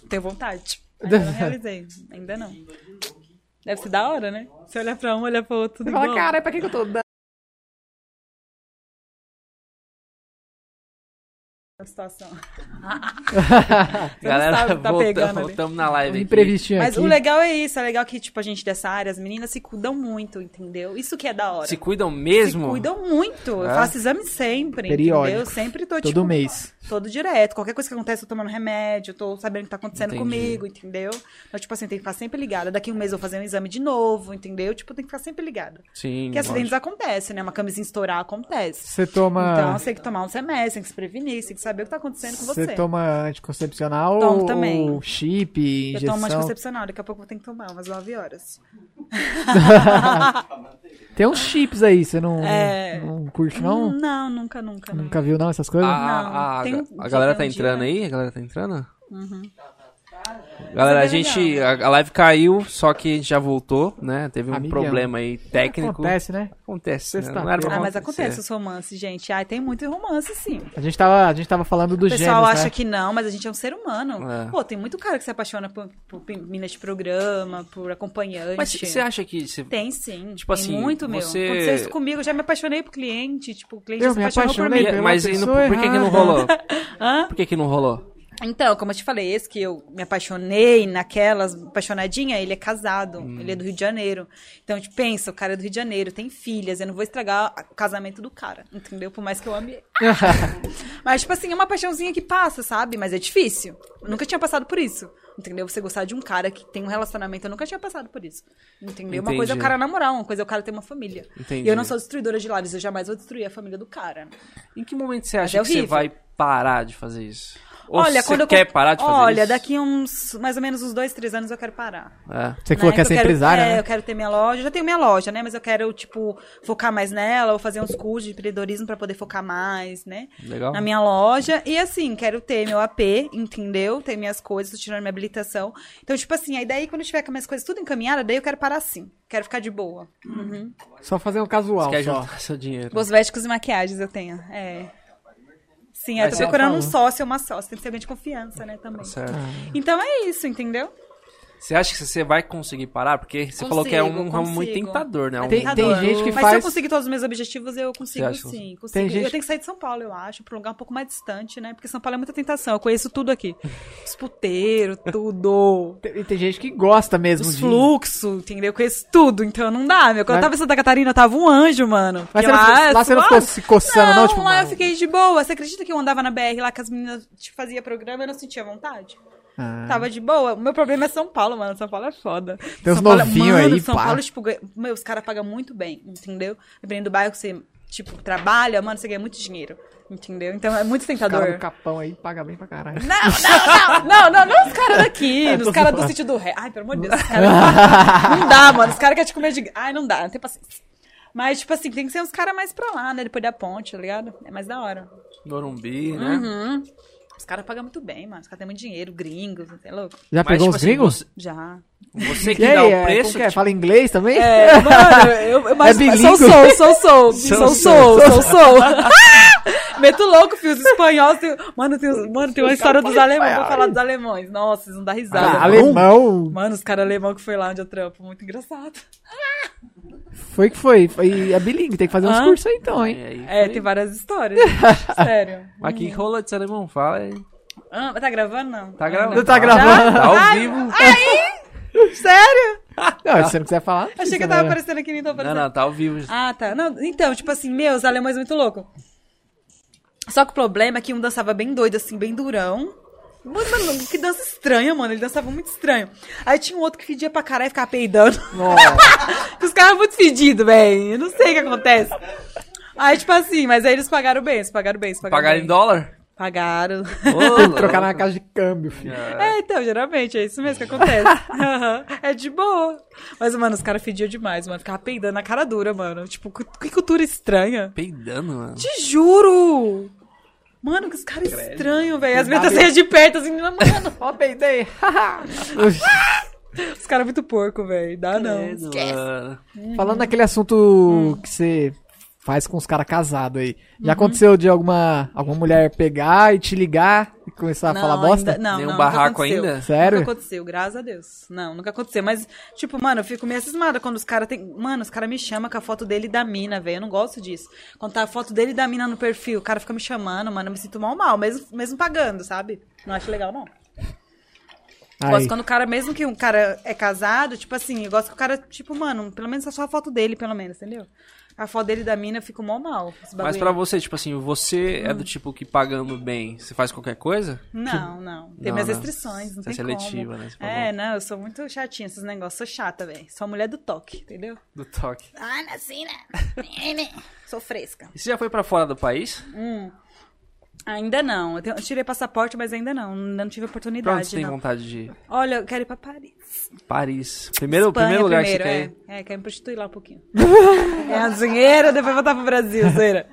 C: Tenho vontade. Ainda não realizei, ainda não. Deve ser da hora, né? Você olhar pra um, olhar pro outro, tudo
B: Você
C: igual.
B: fala, caralho, pra que que eu tô dando?
A: É
C: É A situação.
A: Galera,
C: sabe o que tá
A: voltamos,
C: pegando ali.
A: voltamos na
B: Um
A: live aqui.
B: Imprevistinho
C: Mas
B: aqui.
C: o legal é isso, é legal que, tipo, a gente dessa área, as meninas se cuidam muito, entendeu? Isso que é da hora.
A: Se cuidam mesmo?
C: Se cuidam muito. Eu
A: É?
C: faço exame sempre,
B: Periódico.
C: entendeu? Eu sempre tô,
B: Todo
C: tipo,
B: mês.
C: todo direto. Qualquer coisa que acontece, eu tô tomando remédio, eu tô sabendo o que tá acontecendo
A: Entendi.
C: comigo, entendeu? Então, tipo assim, tem que ficar sempre ligada. Daqui um mês eu vou fazer um exame de novo, entendeu? Tipo, tem que ficar sempre ligada.
A: Sim.
C: Porque acidentes
A: lógico.
C: acontecem, né? Uma camisinha estourar acontece.
B: Você toma.
C: Então, você tem que tomar um semestre, tem que se prevenir, você tem que saber o que tá acontecendo com você.
B: Você toma anticoncepcional
C: Tomo
B: ou
C: também.
B: chip,
C: Eu
B: injeção?
C: tomo anticoncepcional, daqui a pouco eu tenho que tomar umas 9 horas.
B: Tem uns chips aí, você não,
C: É.
B: não curte não?
C: Hum, Não, nunca, nunca. não.
B: Nunca viu não essas coisas?
C: Não,
A: A, a, Ah, a,
C: tem um-
A: a galera tá
C: tem um
A: entrando
C: dia.
A: aí? A galera tá entrando?
C: Uhum.
A: Galera, a
C: Isso é bem
A: gente. A, a live caiu, só que a gente já voltou, né? Teve um
B: Amigão.
A: problema aí técnico.
B: Acontece, né?
A: Acontece, né?
B: Sexta-feira.
A: Não era pra
C: Ah, mas
A: acontecer.
C: acontece os romances, gente. Ai, tem muito romance, sim.
B: A gente tava, a gente tava falando do
C: O pessoal
B: gêmeos,
C: acha
B: né?
C: que não, mas a gente é um ser humano.
A: É.
C: Pô, tem muito cara que se apaixona por, por meninas de programa, por acompanhante.
A: Mas você acha que. Você...
C: Tem sim.
A: Tipo
C: tem
A: assim,
C: muito, meu.
A: você-
C: Aconteceu isso comigo, eu já me apaixonei por cliente. Tipo, o cliente
B: Eu
C: já se
B: me
C: apaixonou por
B: apaixonei
C: mim.
A: E- Mas
B: Pela
A: e não-
B: pessoa
A: por que, que não
B: errada.
A: rolou?
C: Hã?
A: Por que, que não rolou?
C: Então, como eu te falei, esse que eu me apaixonei naquelas, apaixonadinha, ele é casado,
A: Hum.
C: ele é do Rio de Janeiro. Então, tipo, pensa, o cara é do Rio de Janeiro, tem filhas, eu não vou estragar a- o casamento do cara, entendeu? Por mais que eu ame. Mas, tipo assim, é uma paixãozinha que passa, sabe? Mas é difícil. Eu nunca tinha passado por isso. Entendeu? Você gostar de um cara que tem um relacionamento, eu nunca tinha passado por isso. Entendeu? Uma coisa é o
A: Entendi.
C: cara namorar, uma coisa é o cara ter uma família.
A: Entendi.
C: E eu não sou destruidora de lares, eu jamais vou destruir a família do cara. né?
A: Em que momento você acha
C: é
A: que você
C: horrível.
A: vai parar de fazer isso? Ou
C: Olha,
A: você
C: quando eu
A: quer
C: com-
A: parar de fazer
C: Olha,
A: isso?
C: daqui uns, mais ou menos uns dois, três anos eu quero parar.
A: É.
B: Você falou
C: né?
B: que é
C: eu
B: ser
C: quero-
B: empresária,
C: é,
B: né?
C: eu quero ter minha loja. Eu já tenho minha loja, né? Mas eu quero, tipo, focar mais nela, ou fazer uns cursos de empreendedorismo pra poder focar mais, né?
A: Legal.
C: Na minha loja. E assim, quero ter meu AP, entendeu? Ter minhas coisas, tô tirando minha habilitação. Então, tipo assim, aí daí quando eu tiver com minhas coisas tudo encaminhada, daí eu quero parar assim. Quero ficar de boa. Uhum.
B: Só fazer um casual,
A: Você quer
B: só.
A: juntar seu dinheiro.
C: Cosméticos e maquiagens eu tenho. É. Sim, eu
A: Mas
C: tô
A: você
C: procurando um
B: falou.
C: sócio ou uma sócia. Tem que ser alguém de confiança, né? Também.
A: Certo.
C: Então é isso, entendeu?
A: Você acha que você vai conseguir parar? Porque você falou que é um
C: Consigo,
A: ramo muito
C: consigo.
A: tentador, né? Um-
B: Tem- tem
C: Tentador.
B: gente que
C: Mas se eu
B: faz-
C: conseguir todos os meus objetivos, eu consigo
A: acha que-
C: sim. Consigo.
B: Tem gente-
C: Eu tenho que sair de São Paulo, eu acho, pra um lugar um pouco mais distante, né? Porque São Paulo é muita tentação. Eu conheço tudo aqui. Os puteiros, tudo.
B: Tem- E tem gente que gosta mesmo
C: Os
B: de...
C: fluxos, entendeu? Eu conheço tudo, então não dá, meu. Quando eu
B: Mas-
C: tava em Santa Catarina, eu tava um anjo, mano.
B: Mas
C: Porque
B: você não-
C: é
B: lá você não
C: suave.
B: ficou se coçando, não?
C: Não,
B: Tipo,
C: lá eu
B: não.
C: fiquei de boa. Você acredita que eu andava na BR lá que as meninas tipo, faziam programa e eu não sentia vontade?
B: Ah.
C: Tava de boa. O meu problema é São Paulo, mano. São Paulo é foda.
B: Tem uns
C: São Paulo, é
B: novinho
C: mano,
B: aí,
C: São
B: pá.
C: Paulo, tipo, ganha- meu, os caras pagam muito bem, entendeu? Dependendo do bairro que você, tipo, trabalha, mano, você ganha muito dinheiro, entendeu? Então é muito
B: Cara do
C: tentador.
B: capão aí paga bem pra caralho.
C: Não, não, não, não, não, não os caras daqui,
B: Eu
C: nos
B: É, tô
C: caras do
B: zoando.
C: sítio do ré. Ai, pelo amor de Deus, os caras. Não dá, mano, os caras querem te comer de. Ai, não dá, não tem paciência. Mas, tipo assim, tem que ser uns caras mais pra lá, né? Depois da ponte, tá ligado? É mais da hora.
A: Morumbi, né?
C: Uhum. Os caras pagam muito bem, mano. Os caras têm muito dinheiro, gringos, você é louco?
B: Já
A: Mas,
B: pegou
A: tipo
B: uns
A: assim,
B: gringos?
A: você-
C: Já.
A: Você
B: E
A: que
B: aí,
A: dá
B: é,
A: o
B: como
A: preço? tipo,
B: que é? Fala inglês também?
C: É, mano, eu, eu mas,
B: É bilíngue?
C: sou, sou, sou, sou, sou, sou, sou, sou, Meto louco, filho, os espanhóis. Tem... Mano, tem, os- mano, tem uma história dos alemães. Vou falar dos alemães. Nossa, vocês vão dar risada.
B: Ah,
C: mano.
B: alemão.
C: Mano, os caras alemão que foi lá onde eu trampo. Muito engraçado.
B: Foi que foi. foi é bilíngue, tem que fazer uns
C: Hã?
B: cursos aí então, hein?
A: aí,
C: É, tem várias histórias. gente, Sério.
A: Mas que rola de ser alemão fala, aí.
C: Ah, tá gravando, não?
A: Tá gravando.
B: Não tá gravando.
A: Tá ao vivo.
C: Sério?
B: Não, se você não quiser falar. não
C: Achei que
B: precisa,
C: eu tava
B: né?
C: aparecendo aqui, nem tô
A: Não,
C: aparecendo.
A: não, tá ao vivo.
C: Ah, tá. Não, então, tipo assim, meu, os alemães muito louco. Só que o problema é que um dançava bem doido, assim, bem durão. Mano, mano, que dança estranha, mano. Ele dançava muito estranho. Aí tinha um outro que fedia pra caralho e ficava peidando. Que os caras eram muito fedidos, velho. Eu não sei o que acontece. Aí, tipo assim, mas aí eles pagaram bem, eles pagaram bem, eles pagaram
A: Pagar
C: bem.
A: em dólar?
C: Pagaram.
A: Ô, louco.
B: Trocar na casa de câmbio, filho.
C: É, então, geralmente, é isso mesmo que acontece. Aham, é de boa. Mas, mano, os caras fediam demais, mano. Ficava peidando na cara dura, mano. Tipo, cu- que cultura estranha.
A: Peidando, mano.
C: Te juro! Mano, que os caras estranhos, velho. As metas saiam de perto, assim, mano.
B: Ó, peidei.
C: Os caras muito porco, velho. Dá não.
A: Credo, mano.
C: Uhum.
B: Falando naquele assunto
C: Hum.
B: que você faz com os caras casados aí.
C: Uhum.
B: Já aconteceu de alguma, alguma mulher pegar e te ligar e começar a
C: Não,
B: falar bosta?
C: ainda- não,
A: Nenhum
C: não, nunca
A: barraco
C: aconteceu.
A: ainda?
B: Sério?
C: Nunca aconteceu, graças a Deus. Não, nunca aconteceu. Mas, tipo, mano, eu fico meio cismada quando os caras tem. Mano, os caras me chamam com a foto dele e da mina, velho. Eu não gosto disso. Quando tá a foto dele e da mina no perfil, o cara fica me chamando, mano. Eu me sinto mal, mal, mesmo, mesmo pagando, sabe? Não acho legal, não. Eu
B: Aí.
C: gosto quando o cara, mesmo que um cara é casado, tipo assim, eu gosto que o cara, tipo, mano, pelo menos é só a foto dele, pelo menos, entendeu? A foto dele e da mina eu fico mó mal. esse
A: Mas
C: bagulho.
A: pra você, tipo assim, você é do tipo que pagando bem, você faz qualquer coisa?
C: Não, não.
A: Não,
C: Tem minhas
A: não.
C: restrições, não
A: Você é
C: tem
A: seletiva,
C: como.
A: né? Você falou.
C: É, não, eu sou muito chatinha esses negócios. Sou chata, velho. Sou a mulher do toque, entendeu?
A: Do toque.
C: Ah, nasci, né? sou fresca.
A: E Você já foi pra fora do país?
C: Ainda não. Eu, tenho- eu tirei passaporte, mas ainda não. Ainda não
A: Pra
C: tive
A: onde
C: oportunidade,
A: você tem
C: não.
A: vontade de ir?
C: Olha, eu quero ir pra Paris.
A: Paris. Primeiro,
C: Espanha
A: primeiro lugar
C: primeiro,
A: que você quer ir.
C: é. É, quero me prostituir lá um pouquinho. Ganhar dinheiro, depois voltar pro Brasil, Zeira.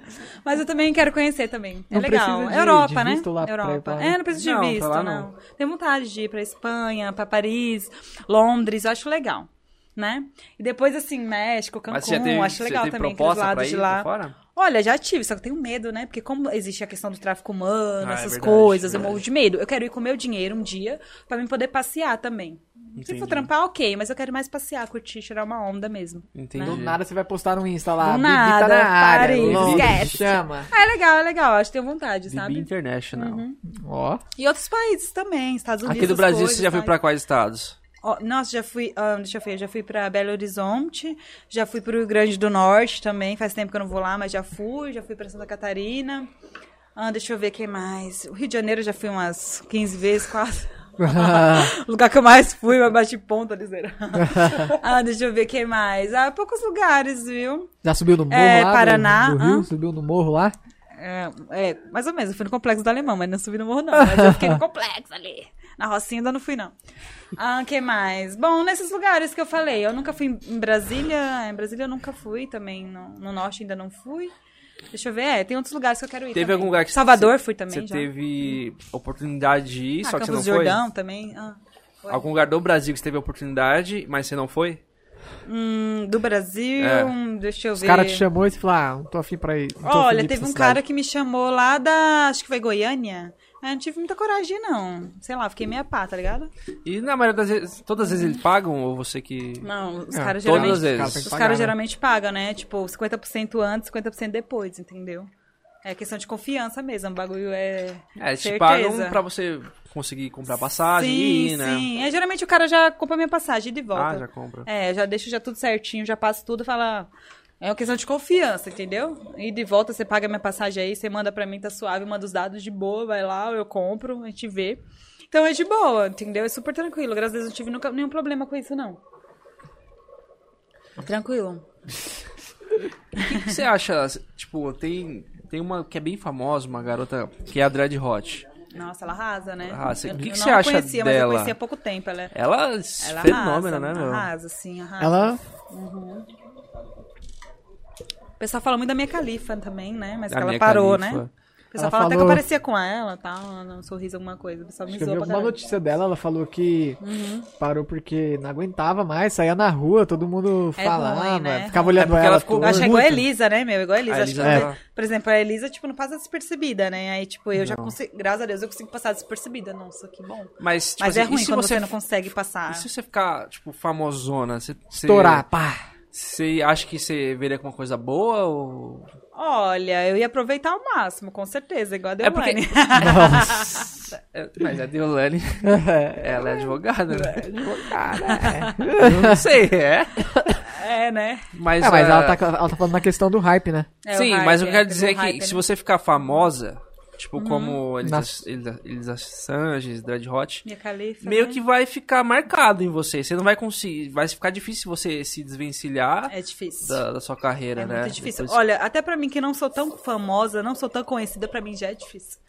C: Mas eu também quero conhecer também. É
B: Não
C: legal.
B: precisa de-
C: Europa,
B: de
C: né?
B: visto lá pra ir
C: Europa.
B: pra lá.
C: É, não preciso de
A: Não, pra
C: visto,
A: lá
C: não. Tenho vontade de ir pra Espanha, pra Paris, Londres, eu acho legal. Né? E depois, assim, México, Cancún,
A: Mas você já teve,
C: acho legal
A: você teve
C: também aqueles
A: proposta pra
C: lados
A: ir
C: de
A: pra
C: lá.
A: fora?
C: Olha, já tive, só que eu tenho medo, né? Porque como existe a questão do tráfico humano,
A: Ah, é
C: essas
A: verdade,
C: coisas, eu
A: verdade.
C: morro de medo. Eu quero ir com o meu dinheiro um dia pra mim poder passear também. Se for
A: Entendi.
C: trampar, ok, mas eu quero mais passear, curtir, tirar uma onda mesmo.
A: Entendi.
B: Do nada você vai postar no Insta lá.
C: Do
B: Bibi tá
C: nada,
B: na área.
C: Paris,
B: Londres,
C: esquece.
B: Chama.
C: Ah, é legal, é legal, acho que tenho vontade,
A: BB
C: sabe? Uhum.
A: International.
B: Ó.
C: E outros países também, Estados Unidos.
A: Aqui do Brasil
C: coisas,
A: você já foi
C: sabe?
A: pra quais estados?
C: Ó, nossa, já fui, ah, deixa eu ver, já fui pra Belo Horizonte, já fui pro Rio Grande do Norte também, faz tempo que eu não vou lá, mas já fui, já fui pra Santa Catarina. Ah, deixa eu ver quem mais. O Rio de Janeiro eu já fui umas 15 vezes, quase. o lugar que eu mais fui, mas bati ponta, liseira. ah, deixa eu ver quem mais. Ah, poucos lugares, viu?
B: Já subiu no morro
C: É,
B: lá? do-
C: Paraná,
B: Do, Rio,
C: hã?
B: subiu no morro lá?
C: É, é, mais ou menos, eu fui no complexo do alemão, mas não subi no morro, não. Mas eu fiquei no complexo ali. Na Rocinha ainda não fui, não. Ah, que mais? Bom, nesses lugares que eu falei, eu nunca fui em em Brasília. É, Em Brasília eu nunca fui também. No, no norte ainda não fui. Deixa eu ver, é, tem outros lugares que eu quero ir.
A: Teve
C: também.
A: algum lugar que
C: Salvador
A: você,
C: fui também
A: Você
C: já.
A: teve oportunidade de ir,
C: ah,
A: só que você não
C: Campos
A: foi?
C: Jordão também. Ah, foi.
A: Algum lugar do Brasil que você teve oportunidade, mas você não foi?
C: Hum, do Brasil,
A: É.
C: hum, deixa eu
B: Os
C: ver.
B: caras te chamou e você falou, ah, não tô afim pra ir. não tô afim de
C: Olha,
B: ir pra
C: teve um
B: essa
C: cara
B: cidade.
C: que me chamou lá da. Acho que foi Goiânia. Ah, Eu não tive muita coragem, não. Sei lá, fiquei meia pá, tá ligado?
A: E na maioria das vezes, todas as vezes
C: Uhum.
A: eles pagam ou você que...
C: Não, os
B: Ah,
C: caras
A: todas
C: geralmente.
A: as vezes.
B: cara tem que
C: Os
B: pagar,
C: caras
B: né?
C: geralmente pagam, né? Tipo, 50% antes, 50% depois, entendeu? É questão de confiança mesmo. O bagulho é.
A: É, eles te
C: certeza.
A: pagam pra você conseguir comprar passagem e
C: Sim,
A: ir, né?
C: sim. É, geralmente o cara já compra minha passagem de volta.
A: Ah, já compra.
C: É, já deixa já tudo certinho, já passa tudo, fala. É uma questão de confiança, entendeu? E de volta você paga minha passagem aí, você manda pra mim, tá suave, manda os dados de boa, vai lá, eu compro, a gente vê. Então é de boa, entendeu? É super tranquilo. Graças a Deus não tive nunca, nenhum problema com isso, não. Tranquilo.
A: O que você acha, tipo, tem, tem uma que é bem famosa, uma garota, que é a Dread Hot.
C: Nossa, ela arrasa, né?
A: Arrasa. O que
C: eu
A: que
C: não
A: você
C: a
A: acha
C: conhecia, mas eu
A: dela?
C: conheci há pouco tempo. Ela é
A: Ela é
C: ela
A: fenômeno,
C: arrasa,
A: né, meu?
C: Arrasa, sim, arrasa.
B: Ela...
C: O pessoal fala muito da minha califa também, né? Mas
A: A
C: que ela
A: minha
C: parou,
A: Khalifa.
C: né? O pessoal
B: Ela
C: fala até que eu
B: falou-
C: parecia com ela, tal, um sorriso, alguma coisa. O pessoal me
B: Acho que eu
C: zoou
B: vi
C: pra
B: alguma
C: Uhum. caralho.
B: notícia dela, ela falou que parou porque não aguentava mais, saía na rua, todo mundo
C: É
B: falava,
C: ruim, né?
B: ficava
A: É
B: olhando
A: porque
B: ela.
A: ela ficou-
C: Eu
B: torto.
C: acho que é igual a Elisa, né, meu? Igual a Elisa.
A: A
C: Acho que
A: Elisa, é.
C: quando-
A: ela-
C: Por exemplo, a Elisa, tipo, não passa despercebida, né? Aí, tipo, eu já consigo. Graças a Deus eu consigo passar despercebida. Nossa, que bom.
A: Mas, tipo
C: Mas
A: assim,
C: é
A: e
C: ruim
A: se
C: quando você...
A: você
C: não consegue passar.
A: E se você ficar, tipo, famosona? Você, você-
B: Estourar, pá.
A: Você acha que você veria com uma coisa boa ou...
C: Olha, eu ia aproveitar ao máximo, com certeza, igual a
A: É porque-
C: Deolane.
A: É, mas a Deolane, ela é advogada, né?
B: Cara, é.
A: Eu não sei, é.
C: é, né?
A: Mas,
B: Ah, mas
A: é,
B: ela tá, ela tá falando na questão do hype, né?
C: É,
A: Sim,
C: hype,
A: mas o que eu
C: é,
A: quero
C: pegou
A: dizer é que se
C: hype, né? Uhum.
A: você ficar famosa, tipo, como Elisa,
B: Nas-
A: Elisa, Elisa Sanches, Dread Hot,
C: Minha califa,
A: meio
C: né?
A: que vai ficar marcado em você. Você não vai conseguir. Vai ficar difícil você se desvencilhar
C: É difícil.
A: da, da sua carreira,
C: É
A: né?
C: muito difícil.
A: Depois-
C: Olha, até pra mim que não sou tão famosa, não sou tão conhecida, pra mim já é difícil.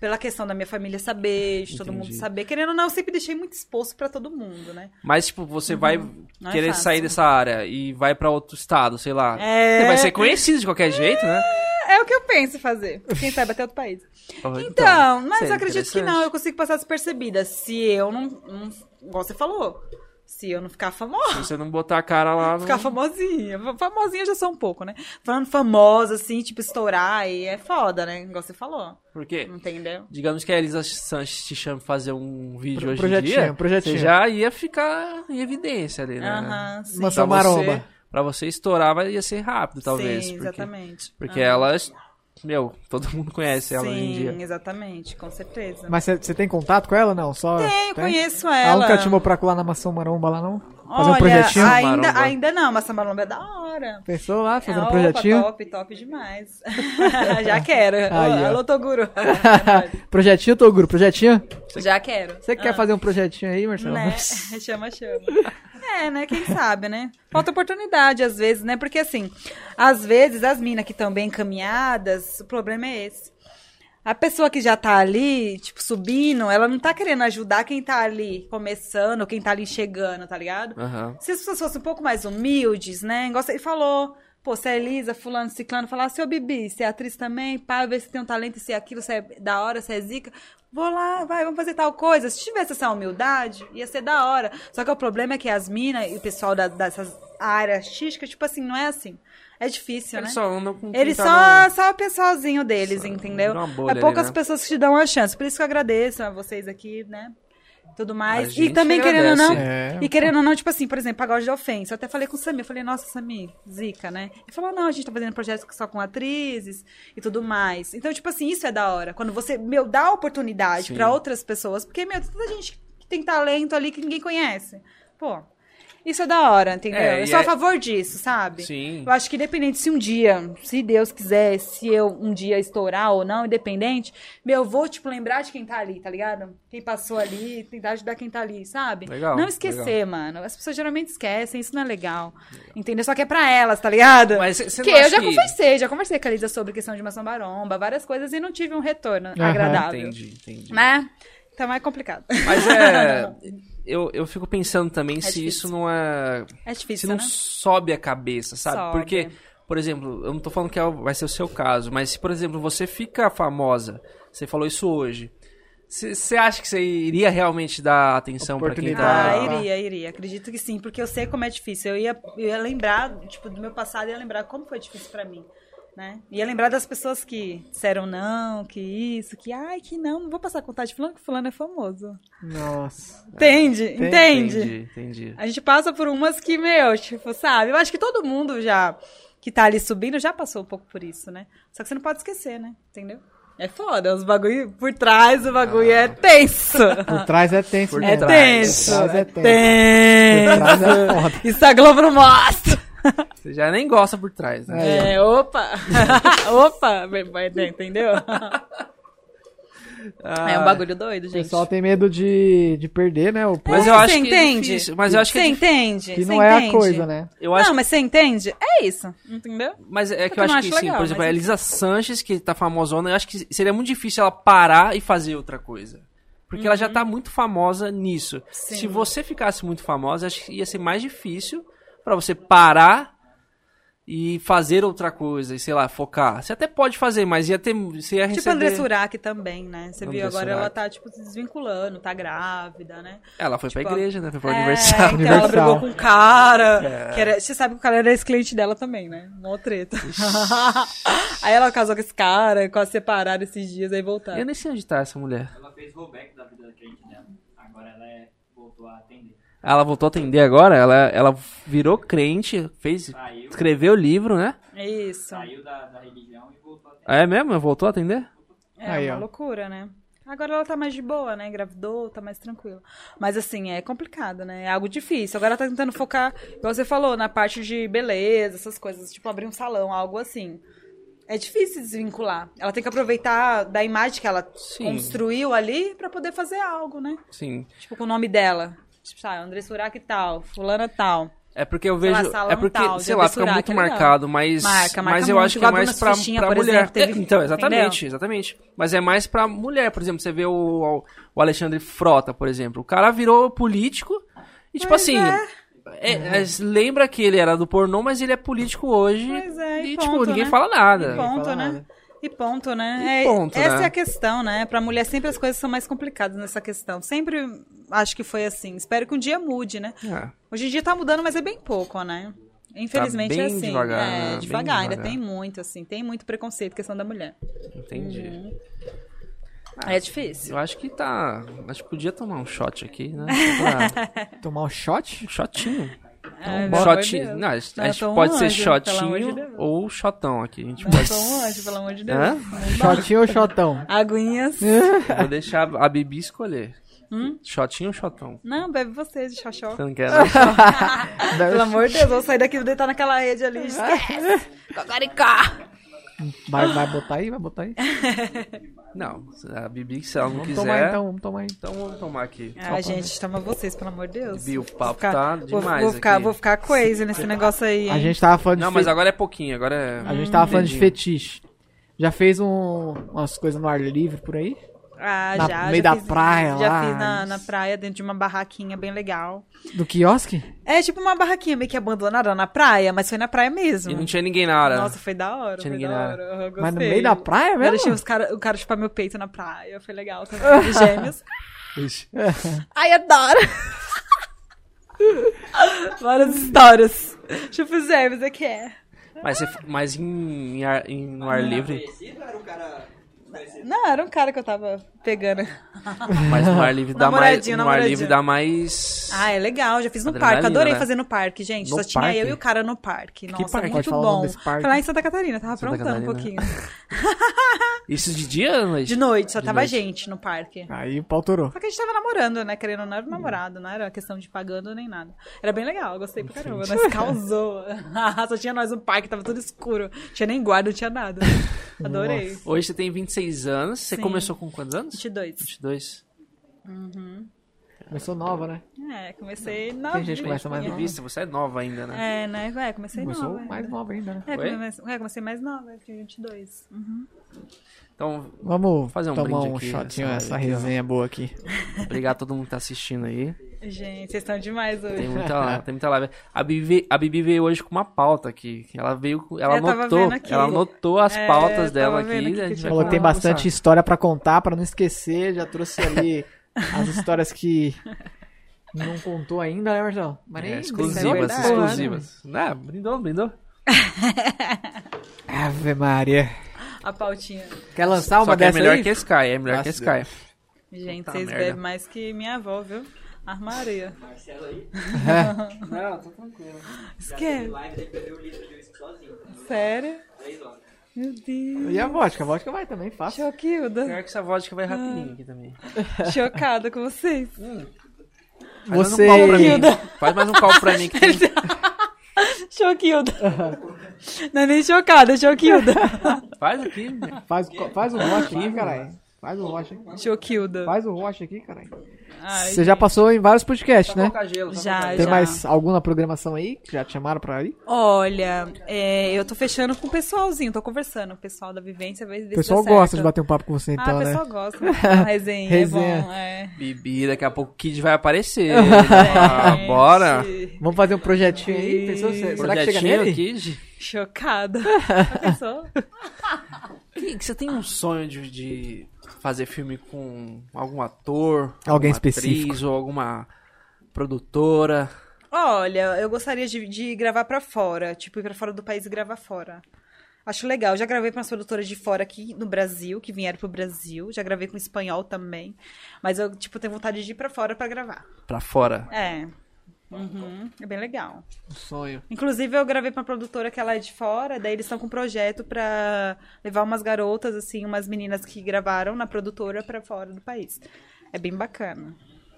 C: Pela questão da minha família saber, de todo
A: Entendi.
C: mundo saber. Querendo ou não, eu sempre deixei muito exposto pra todo mundo, né?
A: Mas, tipo, você vai
C: Não é
A: querer
C: fácil.
A: sair dessa área e vai pra outro estado, sei lá.
C: É.
A: Você vai ser conhecido de qualquer jeito, né?
C: É o que eu penso em fazer. Quem sabe até outro país.
A: Então,
C: Então, mas
A: seria
C: eu acredito que
A: interessante.
C: não, eu consigo passar despercebida. Se eu não. não igual você falou. Se eu não ficar famosa.
A: Se você não botar a cara lá. não-
C: Ficar famosinha. Fa- Famosinha já sou um pouco, né? Falando famosa, assim, tipo, estourar, e é foda, né? Igual você falou.
A: Por quê?
C: Entendeu?
A: Digamos que a Elisa Sanches te chame pra fazer um vídeo
B: Pro-
A: hoje
B: projetinho,
A: em dia,
B: projetinho.
A: você já ia ficar em evidência ali, né?
C: Aham, sim.
B: Lançar uma
A: Pra você-
B: maromba.
A: Pra você estourar, vai- ia ser rápido, talvez.
C: Sim,
A: porque
C: exatamente.
A: porque
C: Ah,
A: ela, é, meu, todo mundo conhece ela hoje em
C: Sim,
A: dia.
C: exatamente, com certeza.
B: Mas você tem contato com ela? Não, só.
C: Tem, eu
B: tem?
C: conheço
B: Ela
C: ela.
B: nunca te chamou pra colar na maçã maromba lá, não? Fazer
C: Olha,
B: um projetinho?
C: Ainda,
A: Maromba.
C: ainda não, mas essa maromba é da hora.
B: Pensou lá, fazendo
C: Ah,
B: um
C: opa,
B: projetinho?
C: top, top demais. Já quero.
B: Aí, ó.
C: Alô, Toguro. tá.
B: projetinho, Toguro, projetinho?
C: Já quero.
B: Você quer fazer um projetinho aí, Marcelo?
C: Ah. Né? Chama, chama. É, né? Quem sabe, né? Falta oportunidade, às vezes, né? Porque, assim, às vezes as minas que estão bem encaminhadas, o problema é esse. A pessoa que já tá ali, tipo, subindo, ela não tá querendo ajudar quem tá ali começando, quem tá ali chegando, tá ligado?
A: Aham.
C: Se as pessoas fossem um pouco mais humildes, né? Igual ele falou, pô, você é Elisa, fulano, ciclano, falasse, ô Bibi, você é atriz também, pá, vê se tem um talento, se é aquilo, se é da hora, se é zica. Vou lá, vai, vamos fazer tal coisa. Se tivesse essa humildade, ia ser da hora. Só que o problema é que as minas e o pessoal da, dessas áreas artísticas, tipo assim, não é assim. É difícil,
A: Eles
C: né?
A: só andam com quem
C: Eles
A: tá
C: só,
A: no-
C: só o pessoalzinho deles, entendeu?
A: uma bolha
C: É poucas
A: ali, né?
C: pessoas que te dão uma chance. Por isso que eu agradeço a vocês aqui, né? Tudo mais. E
A: gente
C: também,
A: que
C: querendo ou não,
B: agradece. É.
C: e querendo ou não, tipo assim, por exemplo, pagode de ofensa. Eu até falei com o Samir, eu falei, nossa, Samir, zica, né? Ele falou, não, a gente tá fazendo projetos só com atrizes e tudo mais. Então, tipo assim, isso é da hora. Quando você, meu, dá oportunidade
A: Sim.
C: pra outras pessoas, porque, meu, tem tanta gente que tem talento ali que ninguém conhece. Pô, isso é da hora, entendeu?
A: É,
C: eu
A: e
C: sou
A: é-
C: a favor disso, sabe?
A: Sim.
C: Eu acho que independente se um dia, se Deus quiser, se eu um dia estourar ou não, independente, meu, eu vou, tipo, lembrar de quem tá ali, tá ligado? Quem passou ali, tentar ajudar quem tá ali, sabe?
A: Legal,
C: não esquecer, mano. As pessoas geralmente esquecem, isso não é legal. Entendeu? Só que é pra elas, tá ligado?
A: Mas cê- cê
C: que
A: não
C: eu
A: acha
C: já
A: que-
C: conversei, já conversei com a Lisa sobre questão de maçã baromba, várias coisas, e não tive um retorno
B: Aham,
C: agradável.
A: Entendi, entendi.
C: Né? Então é complicado.
A: Mas é. Eu, eu fico pensando também se
C: difícil.
A: isso não é.
C: É
A: se
C: difícil,
A: não
C: né?
A: sobe a cabeça, sabe?
C: Sobe.
A: Porque, por exemplo, eu não tô falando que é o- vai ser o seu caso, mas se, por exemplo, você fica famosa, você falou isso hoje. Você acha que você iria realmente dar atenção pra quem
C: Ah,
A: tá.
B: Oportunidade.
C: iria, iria. Acredito que sim, porque eu sei como é difícil. Eu ia, eu ia lembrar, tipo, do meu passado, ia lembrar como foi difícil pra mim, né? Ia lembrar das pessoas que disseram não, que isso, que ai, que não, não vou passar contato de fulano, que fulano é famoso.
B: Nossa.
C: Entende? Entende?
A: Entendi, entendi.
C: A gente passa por umas que, meu, tipo, sabe? Eu acho que todo mundo já, que tá ali subindo, já passou um pouco por isso, né? Só que você não pode esquecer, né? Entendeu? É foda, os bagulho por trás, o bagulho é tenso.
B: Por trás é tenso,
A: Por
B: né?
C: É
A: trás.
C: tenso.
B: Por trás é
C: É
B: tenso. Por trás é
C: tenso.
B: foda.
C: Isso a Globo não mostra.
A: Você já nem gosta por trás, né?
B: É.
C: É, opa. opa, entendeu?
A: Ah,
C: É um bagulho doido,
B: O
C: gente.
B: pessoal tá tem medo de, de perder, né? O
A: Mas eu acho que é difícil, mas eu acho que é
C: você
A: difícil.
C: entende.
B: que
C: Você
B: não é a
C: entende?
B: coisa, né?
A: Eu acho
C: Não, mas você entende? É isso, entendeu?
A: Mas é que eu
C: também
A: acho
C: acho
A: que sim,
C: legal,
A: por exemplo,
C: mas
A: a Elisa Sanches, que tá famosona, eu acho que seria muito difícil ela parar e fazer outra coisa. Porque ela já tá muito famosa nisso.
C: Uhum. Sim.
A: Se você ficasse muito famosa, acho que ia ser mais difícil pra você parar e fazer outra coisa, e sei lá, focar. Você até pode fazer, mas ia ter. Você ia
C: Tipo
A: receber...
C: a André Surak também, né? Você viu,
A: André
C: agora ela
A: Surak.
C: tá, tipo, se desvinculando, tá grávida, né?
A: Ela foi pra
C: tipo,
A: igreja, né? Foi pra
C: É,
A: aniversário. É.
C: Então ela
B: Universal.
C: brigou com o cara. que era- você sabe que o cara era ex-cliente dela também, né? Mó treta. aí ela casou com esse cara, quase separaram esses dias, aí voltaram.
A: Eu nem sei onde tá essa mulher.
E: Ela fez rollback da vida da cliente dela. Agora ela é, voltou a atender.
A: Ah, Ela voltou a atender agora, ela, ela virou crente, fez.
E: Saiu,
A: Escreveu o livro, né?
C: É Isso.
E: saiu da, da religião e voltou a atender.
A: Ah, É mesmo? Voltou a atender?
C: É
B: Aí,
C: uma
B: ó.
C: loucura, né? Agora ela tá mais de boa, né? Engravidou, tá mais tranquila. Mas assim, é complicado, né? É algo difícil. Agora ela tá tentando focar, igual você falou, na parte de beleza, essas coisas, tipo abrir um salão, algo assim. É difícil desvincular. Ela tem que aproveitar da imagem que ela
A: Sim.
C: construiu ali pra poder fazer algo, né?
A: Sim.
C: Tipo, com o nome dela. Tipo, sabe, André Surak tal, fulana tal.
A: É porque eu
C: Sei lá,
A: vejo.
C: salão
A: é porque,
C: tal,
A: sei
C: de
A: lá, fica
C: absurdo,
A: muito
C: que é legal.
A: marcado, mas.
C: Marca, marca
A: mas eu
C: muito,
A: acho que é
C: igual a
A: mais
C: Bruna
A: pra,
C: Sustinha,
A: pra
C: por
A: mulher.
C: exemplo, teve-
A: É, então, exatamente,
C: entendeu?
A: exatamente. Mas é mais pra mulher, por exemplo. Você vê o, o Alexandre Frota, por exemplo. O cara virou político e, tipo
C: Pois
A: assim. é- é, lembra que ele era do pornô, mas ele é político hoje.
C: Pois é, e
A: e, tipo,
C: ponto,
A: ninguém
C: né?
A: fala
C: E
A: nada.
C: ponto,
B: fala
C: né?
B: nada.
C: E ponto, né?
A: E
C: É,
A: ponto,
C: essa
A: né?
C: é a questão, né? Pra mulher sempre as coisas são mais complicadas nessa questão. Sempre acho que foi assim. Espero que um dia mude, né?
A: Ah,
C: Hoje em dia tá mudando, mas é bem pouco, né? Infelizmente
A: bem
C: é assim.
A: devagar,
C: é,
A: né? Bem
C: devagar, ainda
A: devagar.
C: tem muito, assim. Tem muito preconceito, questão da mulher.
A: entendi.
C: Hum.
A: Ah,
C: é difícil.
A: Eu acho que tá. Acho que podia tomar um shot aqui, né? Pra-
B: Tomar um shot?
A: um shotinho.
C: É,
A: um
C: pelo amor de
A: shot.
C: Deus.
A: Não, a gente,
C: Não,
A: a
C: eu
A: gente
C: sou um
A: pode ser
C: anjo, pelo amor de
A: shotinho
C: Deus.
A: ou shotão aqui. A gente
C: Não, eu
A: pode.
C: sou um anjo, pelo amor de Deus.
A: Hã?
B: Shotinho ou shotão?
C: Aguinhas.
A: Vou deixar a Bibi escolher.
C: Hum?
A: Shotinho ou shotão?
C: Não, bebe você de xoxó.
A: Você não quer, não?
B: né?
C: Pelo amor de Deus, vou sair daqui e deitar naquela rede
A: Ah.
C: ali. Esquece. Cocoricó.
B: Vai, vai botar aí, vai botar aí.
A: Não, se a Bibi, se ela não
B: Vamos
A: quiser.
B: tomar então, vamos tomar aí.
A: então vamos tomar aqui.
C: Ah, gente, toma vocês, pelo amor de Deus.
A: Bibi, o
C: Vou
A: papo
C: ficar-
A: tá
C: vou-
A: demais
C: Vou ficar,
A: aqui.
C: vou ficar coisa nesse negócio aí.
B: A
C: hein?
B: gente tava falando de
A: Não, mas
B: fe-
A: agora é pouquinho, agora é.
B: a
C: Hum,
B: gente tava falando de
A: Dedinho.
B: fetiche. Já fez um, umas coisas no ar livre por aí?
C: Ah,
B: na-
C: já.
B: tá no meio
C: já
B: da praia
C: Já
B: lá,
C: fiz na,
B: isso.
C: na praia, dentro de uma barraquinha bem legal.
B: Do quiosque?
C: É tipo uma barraquinha meio que abandonada na praia, mas foi na praia mesmo.
A: E
B: né?
A: não tinha ninguém na hora.
C: Nossa, foi da hora.
A: Tinha
C: foi
A: ninguém
C: da
A: na
C: hora. eu
B: Mas no
C: gostei.
B: meio da praia
C: Eu deixei
B: mesmo?
C: os cara, o cara chupar meu peito na praia, foi legal também. de Gêmeos.
A: Ixi.
C: Ai, adoro! Várias histórias. Chupa os gêmeos aqui. é.
A: Mas, você- mas em, em ar- em- no ar livre.
E: Conhecido era um cara.
C: Não, era um cara que eu tava pegando.
A: Mas no ar livre dá mais.
C: Namoradinho,
A: No ar livre
C: namoradinho.
A: dá mais.
C: Ah, é legal. Já fiz no
A: Adrenalina,
C: parque. Adorei
A: né?
C: fazer no parque, gente.
A: No
C: Só tinha
A: parque?
C: eu e o cara no parque. Nossa,
A: parque?
B: Pode
C: muito
B: falar o nome
C: bom.
B: desse parque?
C: Foi lá em Santa Catarina, tava
A: Santa
C: aprontando um pouquinho.
A: Catarina. Isso de dia, Luiz?
C: De noite, só
A: De
C: tava
A: noite.
C: gente no parque.
B: Aí o pau torou.
C: Só que a gente tava namorando, né? Querendo, não era namorado, não era questão de pagando nem nada. Era bem legal, eu gostei pra caramba. Nós causou. Só tinha nós no parque, tava tudo escuro. Tinha nem guarda, não tinha nada. Adorei.
A: Hoje você tem 26 anos. Você
C: Sim.
A: começou com quantos anos?
C: 22.
A: 22.
B: Começou nova, né?
C: É, comecei na
B: Tem gente que começa mais
C: Uhum.
A: Em
B: nova.
A: vista, você é nova ainda, né?
C: É, né? É, comecei
B: Começou
C: nova.
B: mais nova ainda, né?
C: É,
A: Oi?
C: comecei, é, comecei mais nova, tinha 22. Uhum.
A: Então,
B: Vamos
A: Fazer um
B: tomar
A: brinde
B: um
A: aqui,
B: shotinho,
A: essa
B: essa
A: live aqui, ó.
B: resenha boa aqui.
A: obrigado a todo mundo que tá assistindo aí.
C: Gente, vocês estão demais hoje.
A: Tem
B: um-
A: muita, tem muita live. A Bibi, veio- a Bibi veio hoje com uma pauta aqui. que Ela veio, com- ela
C: Eu tava
A: anotou,
C: vendo aqui.
A: ela anotou as
C: É,
A: pautas
C: eu tava
A: dela aqui.
C: vendo aqui
A: a
C: que
A: gente
C: tinha
A: vai
B: Falou que tem
A: conversar.
B: bastante história pra contar, pra não esquecer. Já trouxe ali as histórias que não contou ainda, né, Marcelo? Mas né?
A: É,
C: é
A: exclusivas,
C: verdade.
A: exclusivas. Ah, brindou, brindou.
B: Ave Maria.
C: A pautinha.
B: Quer lançar
A: Só
B: uma
A: que é
B: dessa
A: melhor
B: aí?
A: que Sky, é melhor que
B: Nossa,
A: Sky.
C: Gente,
A: Puta
C: vocês
A: merda.
C: bebem mais que minha avó, viu? Armaria.
E: Marcelo aí.
A: Não, tô tranquilo.
C: Esquece.
E: Live, ele bebeu o um litro de uísque sozinho.
C: Sério?
E: Três horas.
C: Meu Deus.
B: E a vodka? A vodka vai também, fácil.
C: Choquilda.
A: Pior que essa vodka vai rapidinho aqui também.
C: Chocada com vocês.
A: Faz mais
B: Você-
A: um copo pra mim. Faz mais um copo pra mim que tem.
C: Choquilda. Não é nem chocada, é Choquilda.
A: Faz aqui. né?
B: Faz, faz o roche aqui, caralho. Faz o roche aqui.
C: Choquilda.
B: Faz o roche aqui, caralho.
C: Ai,
B: Você já passou em vários podcasts, né?
A: colocar gelo. só
C: Já,
A: colocar
B: Tem
A: gelo.
C: já.
B: mais alguma programação aí que já te chamaram pra ir?
C: Olha, é, eu tô fechando com o pessoalzinho, tô conversando com o pessoal da vivência. vai ver se
B: O pessoal
C: dá certo.
B: gosta de bater um papo com você, então,
C: ah, o
B: né?
C: pessoal gosta. né? Uma resenha, é
B: Resenha.
C: bom. É.
A: Bibi, daqui a pouco o Kid vai
B: É.
A: aparecer. Ah, bora.
C: Gente,
B: Vamos fazer um projetinho aí? Pensou, você- será que chega
A: Projetinho
B: nele?
A: Kid.
C: Chocada. Já pensou?
A: Que- que Você tem um sonho de, de fazer filme com algum ator? alguma
B: Alguém específico.
A: Atriz, ou alguma produtora?
C: Olha, eu gostaria de, de gravar pra fora, tipo, ir pra fora do país e gravar fora. Acho legal. Já gravei para umas produtoras de fora aqui no Brasil, que vieram pro Brasil. Já gravei com espanhol também. Mas eu, tipo, tenho vontade de ir pra fora pra gravar.
A: Pra fora.
C: É. Uhum, é bem legal.
B: Um sonho.
C: Inclusive, eu gravei pra uma produtora que ela é de fora, daí eles estão com um projeto pra levar umas garotas, assim, umas meninas que gravaram na produtora pra fora do país. É bem bacana.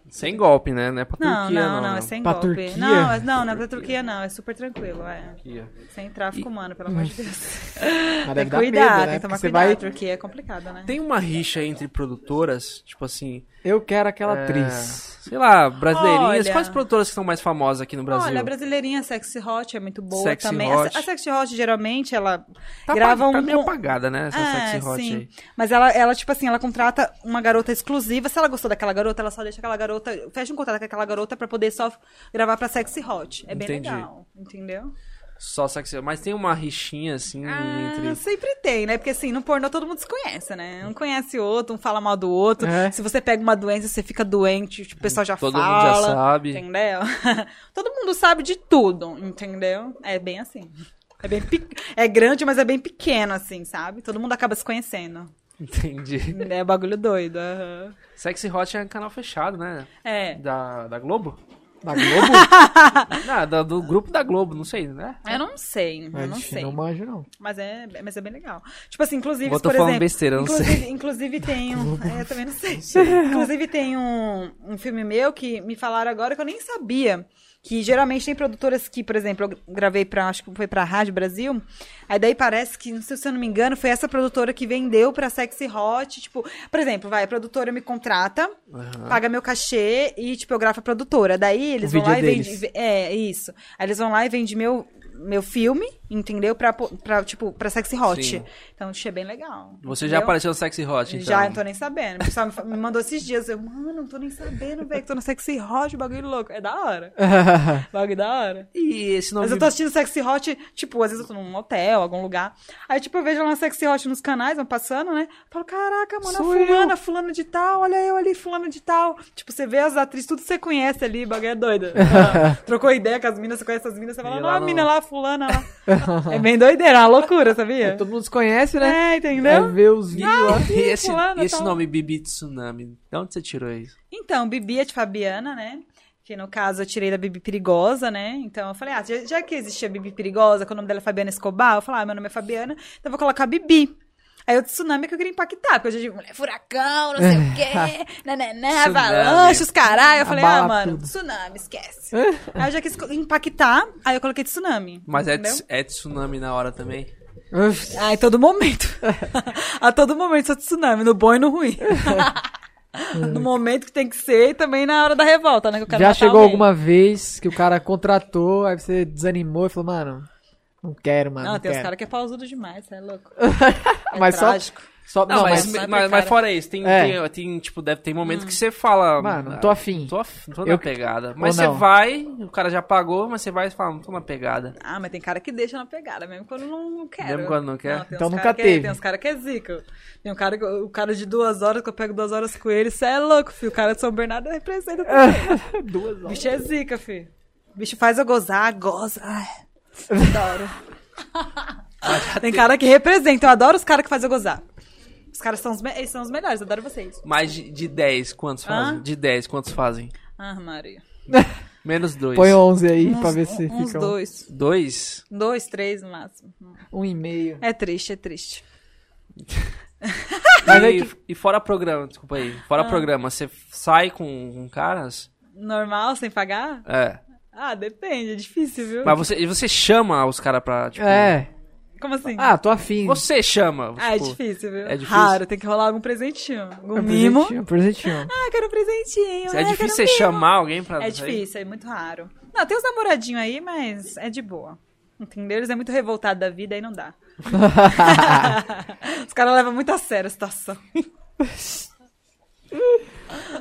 A: Sem golpe, né? Não é pra
C: Não,
A: Turquia,
C: não, não, é
A: não.
C: sem
B: Pra
C: golpe.
B: Turquia?
C: Não, é- não, não é pra Turquia, não. É super tranquilo, é.
A: Turquia.
C: Sem tráfico humano, pelo amor de Deus.
B: Mas
C: Tem
B: deve
C: que
B: dar
C: cuidar,
B: medo,
C: tem
B: né?
C: que tomar
B: Porque você
C: cuidado.
B: vai...
C: Turquia é complicado, né?
A: Tem uma rixa entre produtoras, tipo assim,
B: Eu quero aquela
A: É,
B: atriz.
A: sei lá, brasileirinhas.
C: Olha.
A: Quais produtoras que são mais famosas aqui no Brasil?
C: Olha, a brasileirinha Sexy Hot é muito boa
A: Sexy
C: também.
A: Hot.
C: A, a Sexy Hot, geralmente, ela
A: tá,
C: grava
A: apa- tá
C: um...
A: meio
C: um-
A: apagada, né? Essa
C: É,
A: sexy hot
C: sim.
A: aí.
C: Mas ela, ela, tipo assim, ela contrata uma garota exclusiva. Se ela gostou daquela garota, ela só deixa aquela garota. Fecha um contrato com aquela garota pra poder só gravar pra sexy hot. É bem
A: Entendi.
C: legal. Entendeu?
A: Só sexy Mas tem uma rixinha, assim,
C: Ah,
A: entre.
C: sempre tem, né? Porque assim, no pornô todo mundo se conhece, né? Um conhece o outro, um fala mal do outro.
B: É.
C: Se você pega uma doença, você fica doente, tipo, o pessoal já
A: Todo mundo
C: fala.
A: já sabe.
C: Entendeu? todo mundo sabe de tudo, entendeu? É bem assim. É, bem pe- é grande, mas é bem pequeno, assim, sabe? Todo mundo acaba se conhecendo.
A: Entendi.
C: É bagulho doido. aham.
A: Sexy Hot é um canal fechado, né?
C: É.
A: Da, da Globo?
B: Da Globo?
A: Não, da- do grupo da Globo, não sei, né?
C: Eu não sei, eu não
B: Ixi,
C: sei.
B: Não manjo, não.
C: Mas é, mas é bem legal. Tipo assim, inclusive,
A: Bom, eu tô
C: por
A: falando
C: exemplo.
A: besteira, eu não
C: inclusive,
A: sei.
C: inclusive tem um. é, eu também não sei. inclusive tem um, um filme meu que me falaram agora que eu nem sabia. Que geralmente tem produtoras que, por exemplo, eu gravei pra, acho que foi pra Rádio Brasil. Aí daí parece que, não sei se eu não me engano, foi essa produtora que vendeu pra Sexy Hot. Tipo, por exemplo, vai, a produtora me contrata, paga meu cachê e, tipo, eu gravo a produtora. Daí eles
B: O
C: vão
B: vídeo
C: lá
B: é
C: e vendem.
B: deles.
C: É, isso. Aí eles vão lá e vendem meu, meu filme, entendeu? Pra, po- pra, tipo, pra sexy hot.
A: Sim.
C: Então, achei bem legal.
A: Você já
C: entendeu?
A: apareceu no Sexy Hot, então.
C: Já, não tô nem sabendo. O pessoal me fa- me mandou esses dias. Eu, mano, não tô nem sabendo, velho, que tô no sexy hot, bagulho louco. É da hora. Bagulho da hora.
A: E esse nome.
C: Mas eu tô assistindo sexy hot, tipo, às vezes eu tô num hotel, algum lugar. Aí, tipo, eu vejo lá uma sexy hot nos canais, vão passando, né? Eu falo, caraca, mano,
B: Sou
C: a fulana, fulano de tal, olha eu ali, fulano de tal. Tipo, você vê as atrizes, tudo que você conhece ali, bagulho é doido. Ah, Trocou ideia com as minas, você conhece as minas, você fala,
A: E
C: não,
A: lá
C: a
A: não.
C: mina lá, a fulana lá. é bem doideira, é uma loucura, sabia?
B: Todo mundo se conhece, né?
C: É, entendeu?
B: Vai ver os vídeos
C: Ah,
B: lá.
A: E esse,
C: fulano,
A: e esse
C: tal.
A: nome Bibi Tsunami? De onde você tirou isso?
C: Então, Bibi é de Fabiana, né? Que no caso eu tirei da Bibi Perigosa, né? Então eu falei, ah, já, já que existia Bibi Perigosa, que o nome dela é Fabiana Escobar, eu falei, ah, meu nome é Fabiana, então eu vou colocar Bibi. Aí o tsunami é que eu queria impactar, porque eu já digo, mulher, furacão, não sei o quê, nananã,
A: Tsunami.
C: avalanche, os caralho. Eu falei, ah,
B: Abala
C: mano,
B: tudo.
C: tsunami, esquece. aí eu já quis impactar, aí eu coloquei tsunami.
A: Mas é,
C: entendeu?
A: ts- é Tsunami na hora também?
B: Uf,
C: Ah, em todo momento. a todo momento, só tsunami, no bom e no ruim. no momento que tem que ser e também na hora da revolta, né? Que eu quero
B: Já
C: matar
B: chegou
C: alguém.
B: alguma vez que o cara contratou, aí você desanimou e falou, mano, não quero, mano.
C: Não,
B: Não,
C: tem uns
B: quero.
C: caras que é pausudo demais, você é louco. É
B: Mas só,
C: trágico.
B: só.
A: Não,
B: Não,
A: mas,
B: mas.
A: mas,
C: mas- Hum.
A: mas fora isso, tem,
B: É.
A: tem, tem, tipo, deve, tem momento que você fala.
B: Mano,
A: "Ah,
B: não tô afim."
A: Tô, af- não tô
B: Eu-
A: na pegada. Mas
B: Ou
A: você
B: não.
A: vai, o cara já pagou, mas você vai e fala, não tô na pegada.
C: Ah, mas tem cara que deixa na pegada, mesmo quando não quer.
A: Mesmo quando não quer?
B: Então nunca
C: Que,
B: teve.
C: tem uns caras que é zica. Tem um cara, que- o cara de duas horas, que eu pego duas horas com ele, você é louco, filho. O cara de São Bernardo é representa também.
B: Duas horas.
C: Bicho é zica, filho. Bicho faz eu gozar, goza. Ai, adoro. tem cara que representa, eu adoro os caras que fazem eu gozar. Os caras são os, me- eles são os melhores, eu adoro vocês.
A: Mais de, de 10, quantos fazem?
C: Hã?
A: De 10, quantos fazem?
C: Ah, Maria.
A: Menos 2.
B: Põe 11 aí pra
C: Uns-
B: ver se
C: uns
B: fica. Um,
C: dois.
A: 2?
C: Dois, três no máximo.
B: um e meio.
C: É triste, é triste.
B: Mas é
A: E, e fora programa, desculpa aí.
C: Ah.
A: Fora programa, você sai com, com caras?
C: Normal, sem pagar?
A: É.
C: Ah, depende, é difícil, viu?
A: Mas você, e você chama os caras pra, tipo.
B: É.
C: Como assim?
B: Ah, tô afim.
A: Você chama.
C: Ah, é
A: tipo,
C: difícil, viu?
A: é difícil.
C: Raro, tem que rolar algum presentinho. Algum
B: Um
C: é mimo.
B: presentinho, um presentinho.
C: Ah, quero um presentinho.
A: é
C: né?
A: difícil
C: Quero um
A: você
C: mimo.
A: chamar alguém pra.
C: É difícil, é muito raro. Não, tem uns namoradinhos aí, mas é de boa. Entendeu? Eles é muito revoltado da vida e não dá. Os caras levam muito a sério a situação.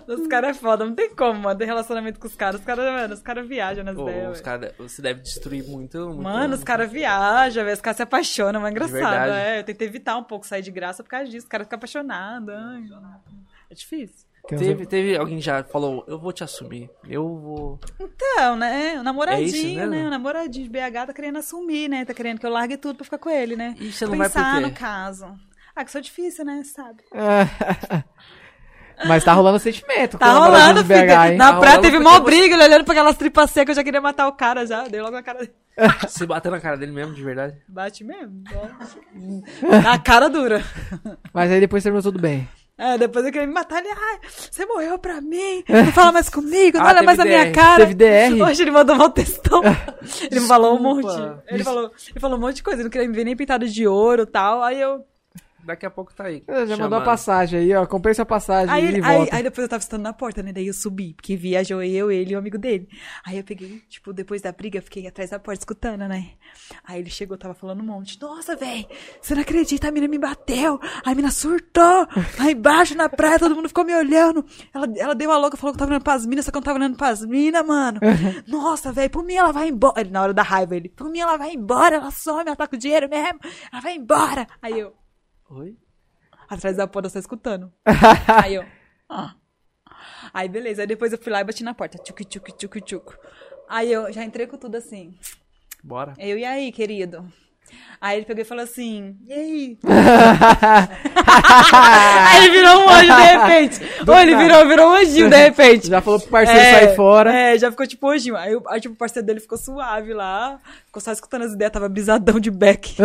C: Os caras é foda, não tem como, mano, ter relacionamento com os caras. Os caras, mano, os caras viajam nas
A: Pô,
C: ideias.
A: os
C: velho.
A: cara, você deve destruir muito. muito
C: né, Mano, os caras viajam, velho, os caras se apaixonam, mas é engraçado.
A: verdade.
C: É, eu tentei evitar um pouco sair de graça por causa disso. Os caras ficam apaixonados. ai. É difícil.
B: Tem uns-
A: Teve, teve alguém já falou, eu vou te assumir. Eu vou.
C: Então, né? O namoradinho,
A: É mesmo?
C: né? O namoradinho de BH tá querendo assumir, né? Tá querendo que eu largue tudo pra ficar com ele, né?
A: E você não vai por
C: Pensar
A: quê?
C: no caso. Ah, que sou difícil, né? Sabe?
B: É Mas tá rolando sentimento. com
C: Tá
B: o namoradinho
C: rolando,
B: de
C: filho.
B: BH, hein?
C: Na
A: Tá
C: praia
A: rolando
C: teve
A: porque
C: mó
A: você-
C: briga, ele olhando pra aquelas tripas secas, eu já queria matar o cara já. Dei logo na cara dele.
A: Você bater na cara dele mesmo, de verdade.
C: Bate mesmo. ó. na cara dura.
B: Mas aí depois terminou tudo bem.
C: É, depois eu queria me matar, ele, ai, você morreu pra mim, não fala mais comigo, não
A: É. Ah,
C: olha
A: teve
C: mais na minha
A: DR.
C: cara.
B: Teve DR?
C: Hoje ele mandou mal textão. ele me falou um monte.
A: Desculpa.
C: Ele falou, ele falou um monte de coisa, ele não queria me ver nem pintado de ouro e tal. Aí eu.
A: Daqui a pouco tá aí.
B: Já mandou a
A: chamando.
B: passagem aí, ó. Comprei sua passagem
C: Aí,
B: e
C: ele- aí,
B: volta.
C: aí depois eu tava estando na porta, né? Daí eu subi, porque viajou eu, ele e o amigo dele. Aí eu peguei, tipo, depois da briga, eu fiquei atrás da porta escutando, né? Aí ele chegou, tava falando um monte. Nossa, véi, você não acredita, a mina me bateu, a mina surtou, lá embaixo na praia, todo mundo ficou me olhando. Ela, ela deu a louca, falou que eu tava olhando pras minas, só que eu não tava olhando pras minas, mano.
B: Uhum.
C: Nossa, véi, por mim ela vai embora. Ele, na hora da raiva, ele, por mim ela vai embora, ela some, ela tá com dinheiro mesmo, ela vai embora. Aí eu,
A: Oi?
C: atrás da porta, só escutando. Aí eu. Ah. Aí beleza, aí depois eu fui lá e bati na porta. Tchuc, tchuc, tchuc, tchuc. Aí eu já entrei com tudo assim.
A: Bora.
C: Eu e aí, querido? Aí ele pegou e falou assim: E aí? aí ele virou um anjo de repente. Ou ele virou, virou um anjinho de repente.
B: Já falou pro parceiro sair fora.
C: É, já ficou tipo anjinho. Aí, o- aí, tipo, o parceiro dele ficou suave lá. Ficou só escutando as ideias, tava brisadão de Beck.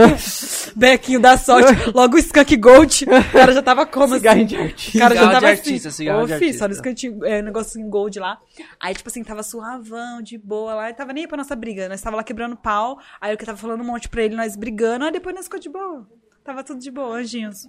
C: Beckinho da sorte. Logo o Skunk Gold. O cara já tava como assim?
B: Cigarrinho de artista.
C: O cara já
A: Cigarro de
C: tava
A: artista,
C: assim,
A: cigarro
C: ô,
A: de
C: fi,
A: artista.
C: só nesse cantinho, é, negocinho gold lá. Aí, tipo assim, tava suavão, de boa lá. E tava nem aí pra nossa briga. Nós tava lá quebrando pau. Aí eu que tava falando um monte pra ele, nós brigando. Aí depois nós ficou de boa. Tava tudo de boa, anjinhos.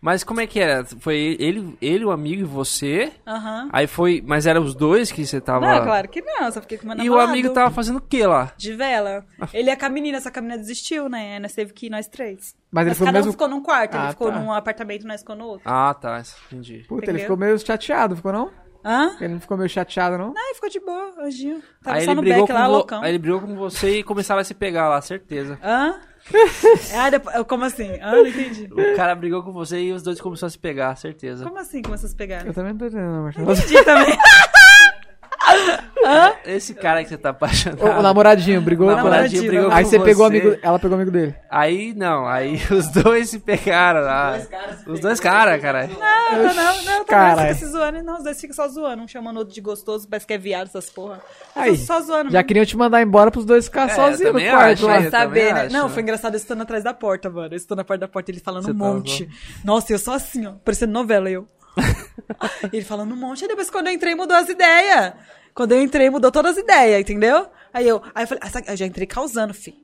A: Mas como é que era? Foi ele, ele o amigo e você?
C: Aham.
A: Aí foi. Mas eram os dois que você tava.
C: Não, é claro que não. é Só fiquei com meu
A: Ah, E
C: namorado.
A: o amigo tava fazendo o que lá?
C: De vela. Ele é com a menina, só que a menina desistiu, né? Aí Nós teve que ir nós três.
B: Mas ele ficou
C: cada
B: mesmo-
C: um ficou num quarto.
B: Ah,
C: ele ficou
B: tá.
C: num apartamento, nós ficou no outro.
A: Ah, tá. Entendi.
B: Puta, ele
C: Entendeu?
B: ficou meio chateado, ficou não?
C: Hã?
B: Ele não ficou meio chateado, não?
C: Aí ficou de boa, anjinho. Tava
A: aí
C: só
A: ele
C: no
A: brigou
C: back
A: com
C: lá,
A: vo-
C: loucão.
A: Aí ele brigou com você e começaram a se pegar lá, certeza.
C: Hã? ah, depois, eu- como assim? Ah, não entendi.
A: O cara brigou com você e os dois começaram a se pegar, certeza.
C: Como assim começou a se pegar?
B: Eu também não tô entendendo, não, Marcelo.
C: Entendi também. é?
A: Esse cara que você tá apaixonado.
B: O, o namoradinho brigou
A: O
B: com
A: namoradinho
C: Namoradinho,
A: brigou
B: Aí
A: com
B: você pegou o
A: você.
B: amigo, ela pegou o amigo dele.
A: Aí não, aí os dois se pegaram lá. Os dois caras, cara.
C: Ah, não, não, não, também
B: Caralho.
C: fica se zoando. Não, os dois ficam só zoando. Um chamando o outro de gostoso, parece que é viado, essas porra.
B: Aí,
C: só, só zoando.
B: Já queriam te mandar embora pros dois ficar
A: É,
B: sozinhos no
A: também
B: quarto
A: acho,
B: lá.
A: hein? Eu
C: saber,
A: também
C: né?
A: acho,
C: não,
A: né?
C: foi engraçado eu estando atrás da porta, mano. Eu estou na porta da porta, ele falando
A: Você tá
C: um
A: tava
C: monte. Nossa, eu só assim, ó, parecendo novela, eu. ele falando um monte, aí depois quando eu entrei mudou as ideias. Quando eu entrei mudou todas as ideias, entendeu? Aí eu, aí eu falei, ah, sabe- eu já entrei causando, fi.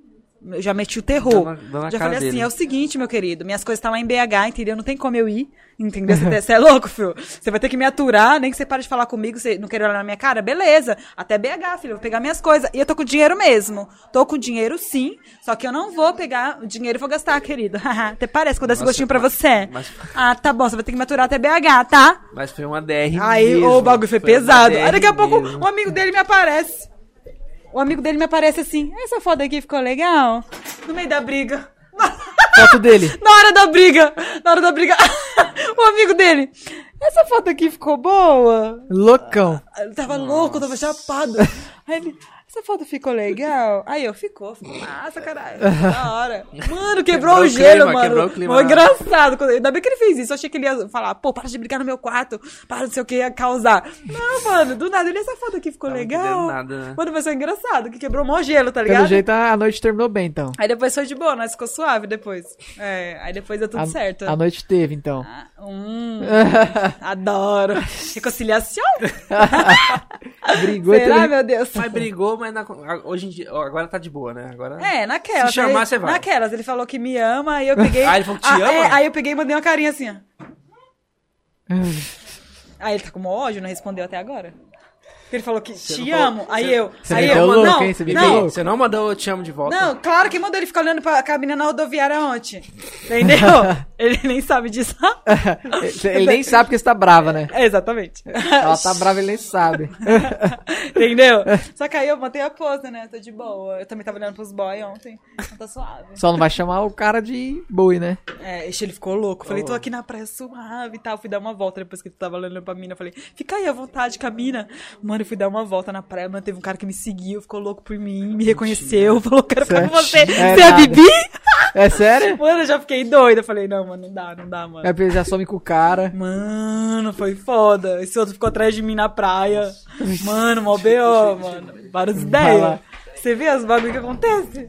C: Eu já meti o terror.
A: Dando- dando na
C: já
A: cara
C: falei assim,
A: dele.
C: é o seguinte, meu querido, minhas coisas estão lá em BH, entendeu? Não tem como eu ir, entendeu? Você, você é louco, filho. Você vai ter que me aturar, nem que você pare de falar comigo, você não quer olhar na minha cara? Beleza, até BH, filho, eu vou pegar minhas coisas. E eu tô com dinheiro mesmo. Tô com dinheiro sim, só que eu não vou pegar o dinheiro e vou gastar, querido. até parece que eu dou esse
A: Nossa,
C: gostinho pra
A: mas-
C: você.
A: mas-
C: Ah, tá bom, você vai ter que me aturar até BH, tá?
A: Mas foi uma DR.
C: Aí
A: mesmo,
C: ô, o bagulho foi,
A: uma
C: pesado.
A: DR
C: Aí daqui a pouco
A: mesmo.
C: o amigo dele me aparece. O amigo dele me aparece assim. Essa foto aqui ficou legal? No meio da briga.
B: Foto dele.
C: Na hora da briga. Na hora da briga. o amigo dele. Essa foto aqui ficou boa?
B: Loucão.
C: Eu tava louco, eu tava chapado. Aí ele. Essa foto ficou legal? Aí eu, ficou, ficou massa, caralho. Da hora. Mano, quebrou,
A: Quebrou
C: o
A: o
C: gelo,
A: clima,
C: mano.
A: quebrou o clima.
C: Foi engraçado. Quando- Ainda bem que ele fez isso. Eu achei que ele ia falar, pô, para de brigar no meu quarto. Para, não sei o que, ia causar. Não, mano, do nada. Ele, essa foto aqui ficou
A: Não, não
C: legal.
A: entendeu nada, né?
C: Mano, mas foi engraçado, que quebrou o maior gelo, tá ligado?
B: Pelo jeito, a noite terminou bem, então.
C: Aí depois foi de boa, nós ficou suave depois. É, aí depois deu tudo
B: a,
C: certo.
B: A noite teve, então.
C: Ah, Hum, adoro. Reconciliação?
B: Brigou entre
C: Será, meu Deus?
A: Mas brigou, mas na- hoje em dia. ó, Agora tá de boa, né? Agora.
C: É, naquelas.
A: Se chamar,
C: Ele-
A: você vai.
C: Naquelas. Ele falou que me ama, aí eu peguei.
A: Ah, ele falou que te ama?
C: é, aí eu peguei e mandei uma carinha assim, ó. aí ele tá com ódio, não respondeu até agora. Ele falou que te
A: não falou-
C: amo. aí eu.
B: Você
C: aí
B: meteu
C: eu.
B: louco,
C: não,
B: hein? Você meteu
C: não,
B: louco.
A: Você não mandou eu te amo de volta?
C: Não, claro que mandou ele ficar olhando pra cabine na rodoviária ontem. Entendeu? ele nem sabe disso.
B: Ele nem sabe que você tá brava, né?
C: É, Exatamente.
B: Ela tá brava, ele nem sabe.
C: Entendeu? Só que aí eu botei a pose, né? Tô de boa. Eu também tava olhando pros boy ontem. Então tá suave.
B: Só não vai chamar o cara de boi, né?
C: É, ixi, ele ficou louco. Falei, tô aqui na praia suave e tal. Fui dar uma volta depois que ele tava olhando pra mina. Falei, fica aí à vontade com a mina. Mano, eu fui dar uma volta na praia. Mano, teve um cara que me seguiu, ficou louco por mim, me reconheceu, falou, quero ficar com você.
B: Certo. É
C: você é a
B: nada.
C: Bibi?
B: É sério?
C: Mano, eu já fiquei doida. Falei, não, mano, não dá, não dá, mano.
B: Aí ele já some com o cara.
C: Mano, foi foda. Esse outro ficou atrás de mim na praia. Mano, mó B.O., mano. Várias ideias.
B: lá.
C: Você vê as bagulho que acontece?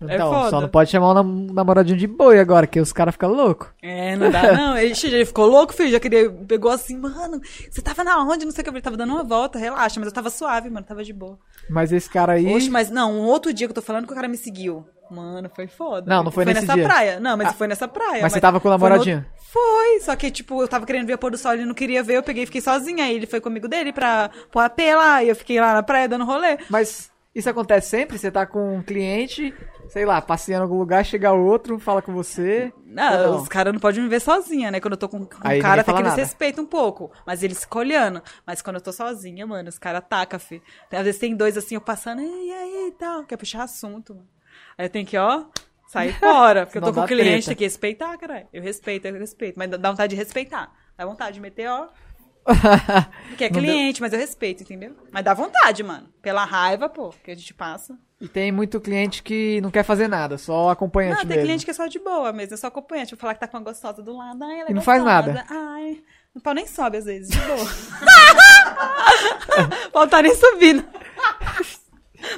C: É
B: Então,
C: foda.
B: só não pode chamar o nam- namoradinho de boi agora, que os caras ficam loucos.
C: É, não dá não. Ele, ele ficou louco, filho. Já queria, pegou assim, mano, você tava na onde? Não sei o que. Ele tava dando uma volta, relaxa. Mas eu tava suave, mano. Tava de boa.
B: Mas esse cara aí.
C: Oxe, mas não, um outro dia que eu tô falando que o cara me seguiu. Mano, foi foda.
B: Não, não foi nesse
C: nessa
B: dia.
C: praia. Não, mas
B: Ah,
C: foi nessa praia.
B: mas você tava com o
C: foi no
B: namoradinho?
C: outro- Foi, só que, tipo, eu tava querendo ver o pôr do sol, ele não queria ver, eu peguei e fiquei sozinha. Aí ele foi comigo dele pra pôr a lá, e eu fiquei lá na praia dando rolê.
B: Mas isso acontece sempre? Você tá com um cliente, sei lá, passeando em algum lugar, chega outro, fala com você.
C: Não,
B: Ou não?
C: Ah, os caras não podem me ver sozinha, né? Quando eu tô com, com
B: Tá Aí
C: um cara,
B: ninguém
C: até
B: fala
C: que eles
B: nada.
C: respeitam um pouco. Mas eles ficam olhando. Mas quando eu tô sozinha, mano, os caras atacam, fi. Tem- Às vezes tem dois assim, eu passando, e aí e tal. Quer puxar assunto, mano. Aí eu tenho que, ó, sair fora. Porque eu tô
B: Não
C: com
B: dá
C: cliente,
B: treta.
C: tem que respeitar, caralho. Eu respeito, eu respeito. Mas dá- dá vontade de respeitar. Dá vontade de meter, ó. Porque é
B: Não deu-
C: cliente, mas eu respeito, entendeu? Mas dá vontade, mano. Pela raiva, pô, que a gente passa.
B: E tem muito cliente que não quer fazer nada, só acompanhante
C: Não, tem
B: mesmo.
C: cliente que é só de boa mesmo, é só acompanhante. Vou falar que tá com uma gostosa do lado. Ai, ela é
B: E não faz
C: gostosa.
B: nada.
C: Ai, o pau nem sobe às vezes, de boa. o pau tá nem subindo.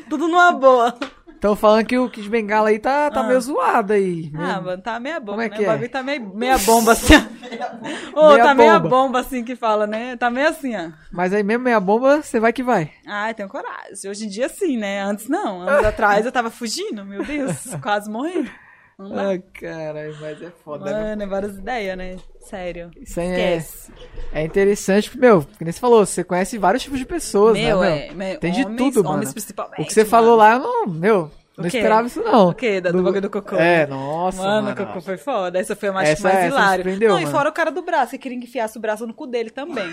C: Tudo numa boa.
B: Estão falando que o Kid Bengala aí tá, tá meio zoado aí.
C: Ah,
B: Meio-
C: mano, tá meia bomba,
B: Como é
C: né?
B: que
C: o
B: é?
C: bagulho tá meio, meia bomba assim. Ô,
B: Meia
C: tá meia
B: bomba.
C: bomba assim que fala, né? Tá meio assim, ó.
B: Mas aí mesmo meia bomba, você vai que vai.
C: Ai, tenho coragem. Hoje em dia sim, né? Antes não. Anos atrás eu tava fugindo, meu Deus, quase morrendo. Não dá.
B: Ah, caralho, mas é foda, né?
C: Mano, é várias ideias, né? Sério.
B: Isso aí é,
C: Esquece.
B: é interessante, porque, meu, que nem você falou, você conhece vários tipos de pessoas,
C: Meu,
B: né?
C: é, meu,
B: Tem de
C: homens-
B: tudo, mano.
C: homens principalmente,
B: o que você falou
C: mano.
B: lá, eu não, meu, não
C: quê?
B: esperava isso, não.
C: O quê? Da- do bagulho do cocô?
B: É, nossa,
C: mano,
B: mano.
C: o Cocô foi foda. Essa foi a mais,
B: Essa-
C: mais
B: essa me
C: hilária.
B: surpreendeu,
C: Não, e
B: mano.
C: fora o cara do braço, que queria que enfiasse o braço no cu dele também.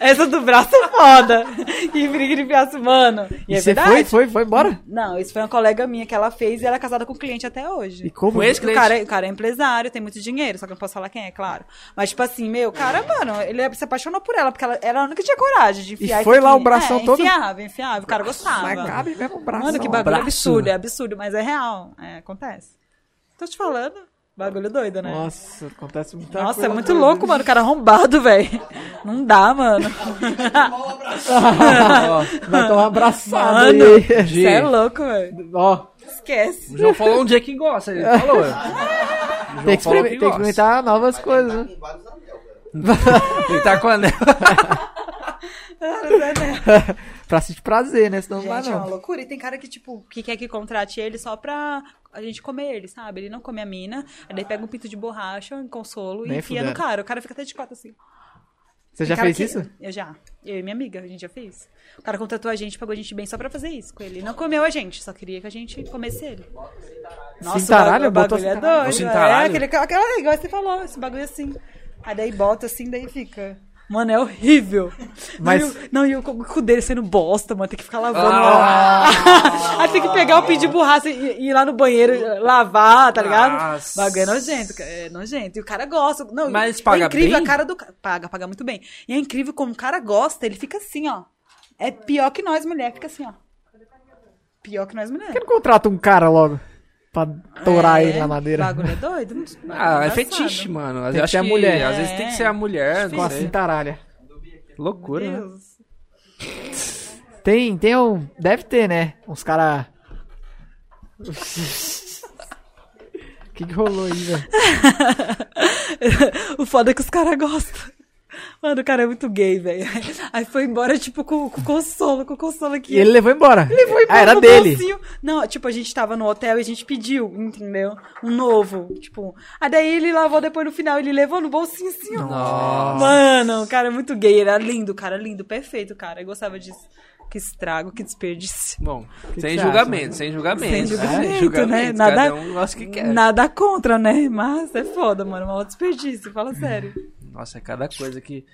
C: essa do braço é foda. Que queria que enfiasse, mano. E,
B: E
C: é
B: você
C: verdade.
B: foi, foi, foi embora?
C: Não, isso foi uma colega minha que ela fez e ela é casada com o cliente até hoje.
B: E como?
A: Com esse
C: O
A: cliente?
C: cara, é- o cara é empresário, tem muito dinheiro, só que eu não posso falar quem é, claro. Mas, tipo assim, meu, o cara, mano, ele se apaixonou por ela, porque ela, ela nunca tinha coragem de enfiar.
B: foi
C: isso
B: lá
C: aqui.
B: o bração
C: é,
B: todo-
C: Enfiava, enfiava, o cara gostava.
B: Mas um cabe mesmo o braço.
C: Mano, que
B: ó.
C: bagulho
A: braço.
C: absurdo, é absurdo, mas é real. É, acontece. Tô te falando. Bagulho doido, né? Nossa,
B: Nossa, acontece muita coisa.
C: é muito louco, mano. O cara arrombado, velho. Não dá, mano.
B: Ó, Vai tomar abraçado
C: mano,
B: aí.
C: você é louco, velho.
B: Ó,
C: Esquece.
A: O João falou um dia que gosta, ele falou.
B: tem que,
A: falou
B: experime-
A: que
B: tem que
A: gosta.
B: experimentar novas coisas, né?
F: Com vários anel, velho.
A: Ele tá com a anel.
B: pra sentir prazer, né? Senão não vai
C: Gente, é uma
B: não.
C: loucura. E tem cara que, tipo, que quer que contrate ele só pra a gente comer ele, sabe? Ele não come a mina. Aí daí pega um pinto de borracha, um consolo e
B: Nem
C: enfia no
B: fudendo.
C: cara. O cara fica até de quatro assim.
B: Você já
C: Tem cara
B: fez
C: que-
B: isso?
C: Eu já. Eu e minha amiga, a gente já fez. O cara contratou a gente, pagou a gente bem só pra fazer isso com ele. Não comeu a gente, só queria que a gente comesse ele. Nossa, o
B: Cintaralho?
C: bagulho, o
B: Botou
C: bagulho é
B: cintaralho?
C: doido.
A: Botou
C: É,
A: cintaralho?
C: aquele, aquela, igual você falou, esse bagulho assim. Aí daí bota assim, daí fica. Mano, é horrível.
B: Mas-
C: Não, e o- não, e o cu- o cu dele sendo bosta, mano. Tem que ficar lavando.
A: Ah!
C: Aí tem que pegar o pin de borracha e e ir lá no banheiro lavar, tá ligado?
A: Nossa.
C: Bagulho é nojento, cara, é nojento. E o cara gosta. Não,
A: Mas
C: e-
A: paga
C: é incrível
A: bem?
C: a cara do ca- Paga, paga muito bem. E é incrível como o cara gosta, ele fica assim, ó. É pior que nós, mulher, fica assim, ó. Pior que nós, mulher.
B: Por que não contrata um cara logo? Pra tourar ele na madeira.
C: O É, bagulho é doido. não-
A: Ah, é
C: engraçado.
A: fetiche, mano.
B: que
A: Eu acho
B: ser a
A: que
B: mulher.
A: Às vezes tem que ser a mulher,
B: Com
A: não
B: a
C: né?
A: sei.
B: cintaralha.
A: Loucura, né?
C: Deus.
B: Tem, tem um. Deve ter, né? Uns cara. O que, que rolou aí, velho?
C: o foda é que os caras gostam. Mano, o cara é muito gay, velho. Aí foi embora, tipo, com, com consolo, com consolo aqui.
B: E ele levou embora.
C: Ele foi embora
B: Ah, era
C: no
B: dele.
C: bolsinho. Não, tipo, a gente tava no hotel e a gente pediu, entendeu? Um novo, tipo. Aí daí ele lavou depois no final, ele levou no bolsinho assim,
A: Ah,
C: ó.
B: Nossa.
C: Mano, o cara é muito gay, ele era lindo, cara, lindo, perfeito, cara. Eu gostava disso. Que estrago, que desperdício.
A: Bom,
B: que
A: sem
B: você
A: julgamento, sem julgamento.
C: Sem
A: né?
C: julgamento, né?
A: julgamento,
C: Nada-
A: Cada um gosta
B: é?
A: que quer.
C: Nada contra, né? Mas é foda, mano. Mal desperdício, fala sério.
A: Nossa, é cada coisa que...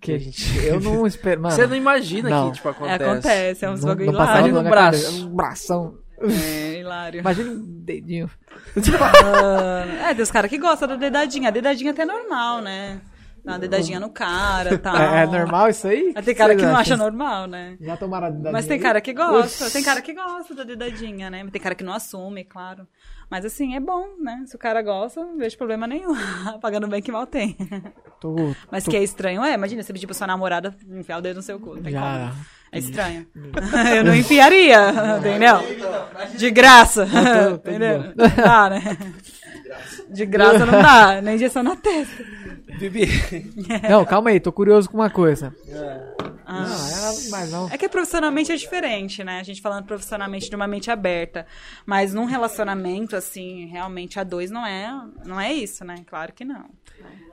B: Que, eu não espero, mano.
A: Você não imagina
B: Ah, Não.
A: que, tipo, acontece.
C: Acontece, é uns bagulho
B: passava
A: Imagina
B: na
C: hilário.
A: um
B: minha
A: braço.
B: cabeça, Um bração.
C: É, hilário.
B: Imagina um dedinho.
C: Mano, É, tem os caras que gostam da dedadinha. A dedadinha até é normal, né? Dá uma dedadinha no cara e tal.
B: É, é normal isso aí?
C: Tá. Mas tem cara
B: Vocês
C: que não
B: acham?
C: acha normal, né?
B: Já tomaram a dedadinha
C: Mas tem
B: aí?
C: cara que gosta,
B: Tá Oxi.
C: tem cara que gosta da dedadinha, né? Mas Tem cara que não assume, claro. Mas assim, é bom, né? Se o cara gosta, não vejo problema nenhum. Pagando bem que mal tem.
B: Tô,
C: Mas
B: tô-
C: que é estranho, é. Imagina você pedir pra sua namorada enfiar o dedo no seu cu. não tem como.
B: Já.
C: É estranho. Eu não enfiaria, entendeu? De graça.
B: tô- tô de
C: Entendeu? Não dá, né? De graça não dá, nem injeção na testa.
A: Bibi,
B: Não, calma aí, tô curioso com uma coisa.
C: Ah.
B: Não, é mais não.
C: É que profissionalmente é diferente, né? A gente falando profissionalmente de uma mente aberta. Mas num relacionamento, assim, realmente a dois não é, não é isso, né? Claro que não.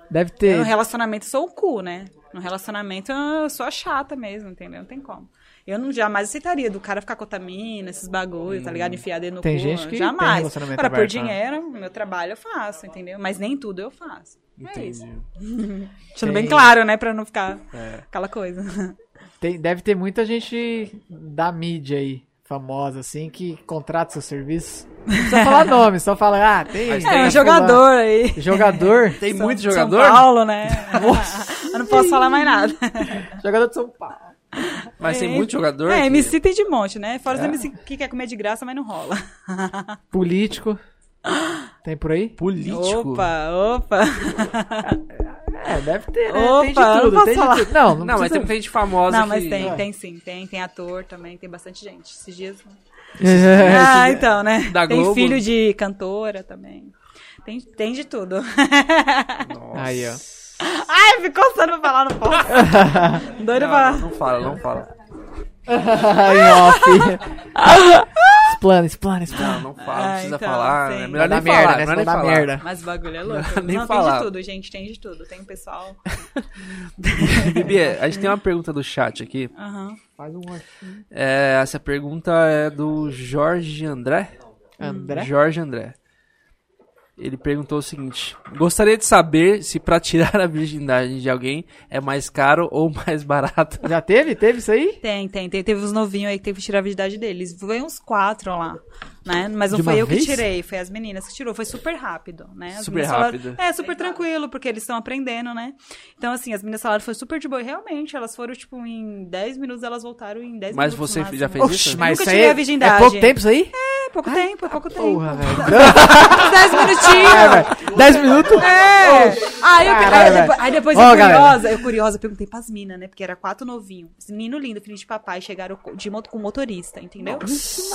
B: Deve
C: Eu,
B: ter.
C: no relacionamento sou o cu, né? No relacionamento eu sou a chata mesmo, entendeu? Não tem como. Eu não jamais aceitaria do cara ficar cotamina, esses bagulho, tá ligado? Enfiar dedo no
B: Hum. Tem
C: cu.
B: gente que
C: jamais.
B: tem relacionamento
C: Agora, por
B: aberto, né?
C: dinheiro, meu trabalho eu faço, entendeu? Mas nem tudo eu faço. É isso.
A: entendi.
B: Tem-
C: Deixando bem claro, né? Pra não ficar
A: É.
C: aquela coisa.
B: Tem, deve ter muita gente da mídia aí, famosa, assim, que contrata seu serviço. Não precisa falar nome, só fala, ah, tem.
A: Mas
B: tem
C: É,
B: fulano.
C: um jogador aí.
B: Jogador?
A: Tem muito
C: São-
A: jogador?
C: São Paulo, né? eu não posso falar mais nada.
B: jogador de São Paulo.
A: Mas tem
C: É,
A: muito jogador.
C: É,
A: que- É.
C: MC tem de monte, né? Fora os MC que quer comer de graça, mas não rola.
B: Político. Tem por aí?
A: Político.
C: Opa, opa.
B: É, deve ter,
C: né? Opa, Tem de eu não tudo, posso tem de falar. tudo.
B: Não, não,
A: Não, mas tem gente famosa
C: Não, mas
A: que-
C: tem,
B: é.
C: tem sim, tem, tem ator também, tem bastante gente. Esses dias.
B: É,
C: ah, então, né?
A: Da
C: tem
A: Globo.
C: filho de cantora também. Tem, tem de tudo.
A: Nossa.
B: Aí, ó.
C: Ai, me coçando pra falar, não posso. Doido pra.
A: Não, não fala, não fala.
B: Em off. Explana, explana, explana.
A: Não, não fala, não
C: Ah,
A: precisa
C: então,
A: falar.
C: sim.
A: É
B: Vai
A: melhor
B: dar
A: nem
B: merda,
A: falar,
B: né?
A: melhor
B: Vai
A: nem
B: dar
A: falar.
B: merda.
C: Mas o bagulho é louco.
A: Nem
C: não, tem
A: falar.
C: de tudo, gente, tem de tudo. Tem um pessoal.
A: Bibi, a gente tem uma pergunta do chat aqui.
C: Aham.
B: Faz um
A: É, essa pergunta é do Jorge André.
B: André?
A: Jorge André. Ele perguntou o seguinte: Gostaria de saber se pra tirar a virgindade de alguém é mais caro ou mais barato.
B: Já teve? Teve isso aí?
C: Tem, tem, tem. Teve uns novinhos aí que teve que tirar a virgindade deles. Foi uns quatro lá, né? Mas não
B: De
C: foi
B: uma
C: eu
B: vez?
C: que tirei, foi as meninas que tirou. Foi super rápido, né? As
A: Super
C: meninas falaram-
A: rápido.
C: É, super tranquilo, porque eles estão aprendendo, né? Então, assim, as meninas falaram, foi super de boa. E realmente, elas foram, tipo, em 10 minutos, elas voltaram em 10
A: Mas
C: minutos.
A: você
C: no máximo.
A: já fez
B: Oxi,
A: isso?
B: mas
C: Nunca
B: isso
C: tirei a
B: aí é- é
C: virgindade.
B: pouco tempo isso aí?
C: É, pouco tempo, é pouco tempo.
B: Porra, velho.
C: Uns 10
A: É,
C: minutinhos.
B: 10 minutos?
C: É! Aí,
B: Caralho,
C: eu, aí, depois,
B: velho.
C: aí depois
B: Ó,
C: eu curiosa,
B: galera.
C: eu curiosa, perguntei pras minas, né? Porque era quatro novinhos. Esse Menino lindo, filho de papai, chegaram co- de moto com motorista, entendeu?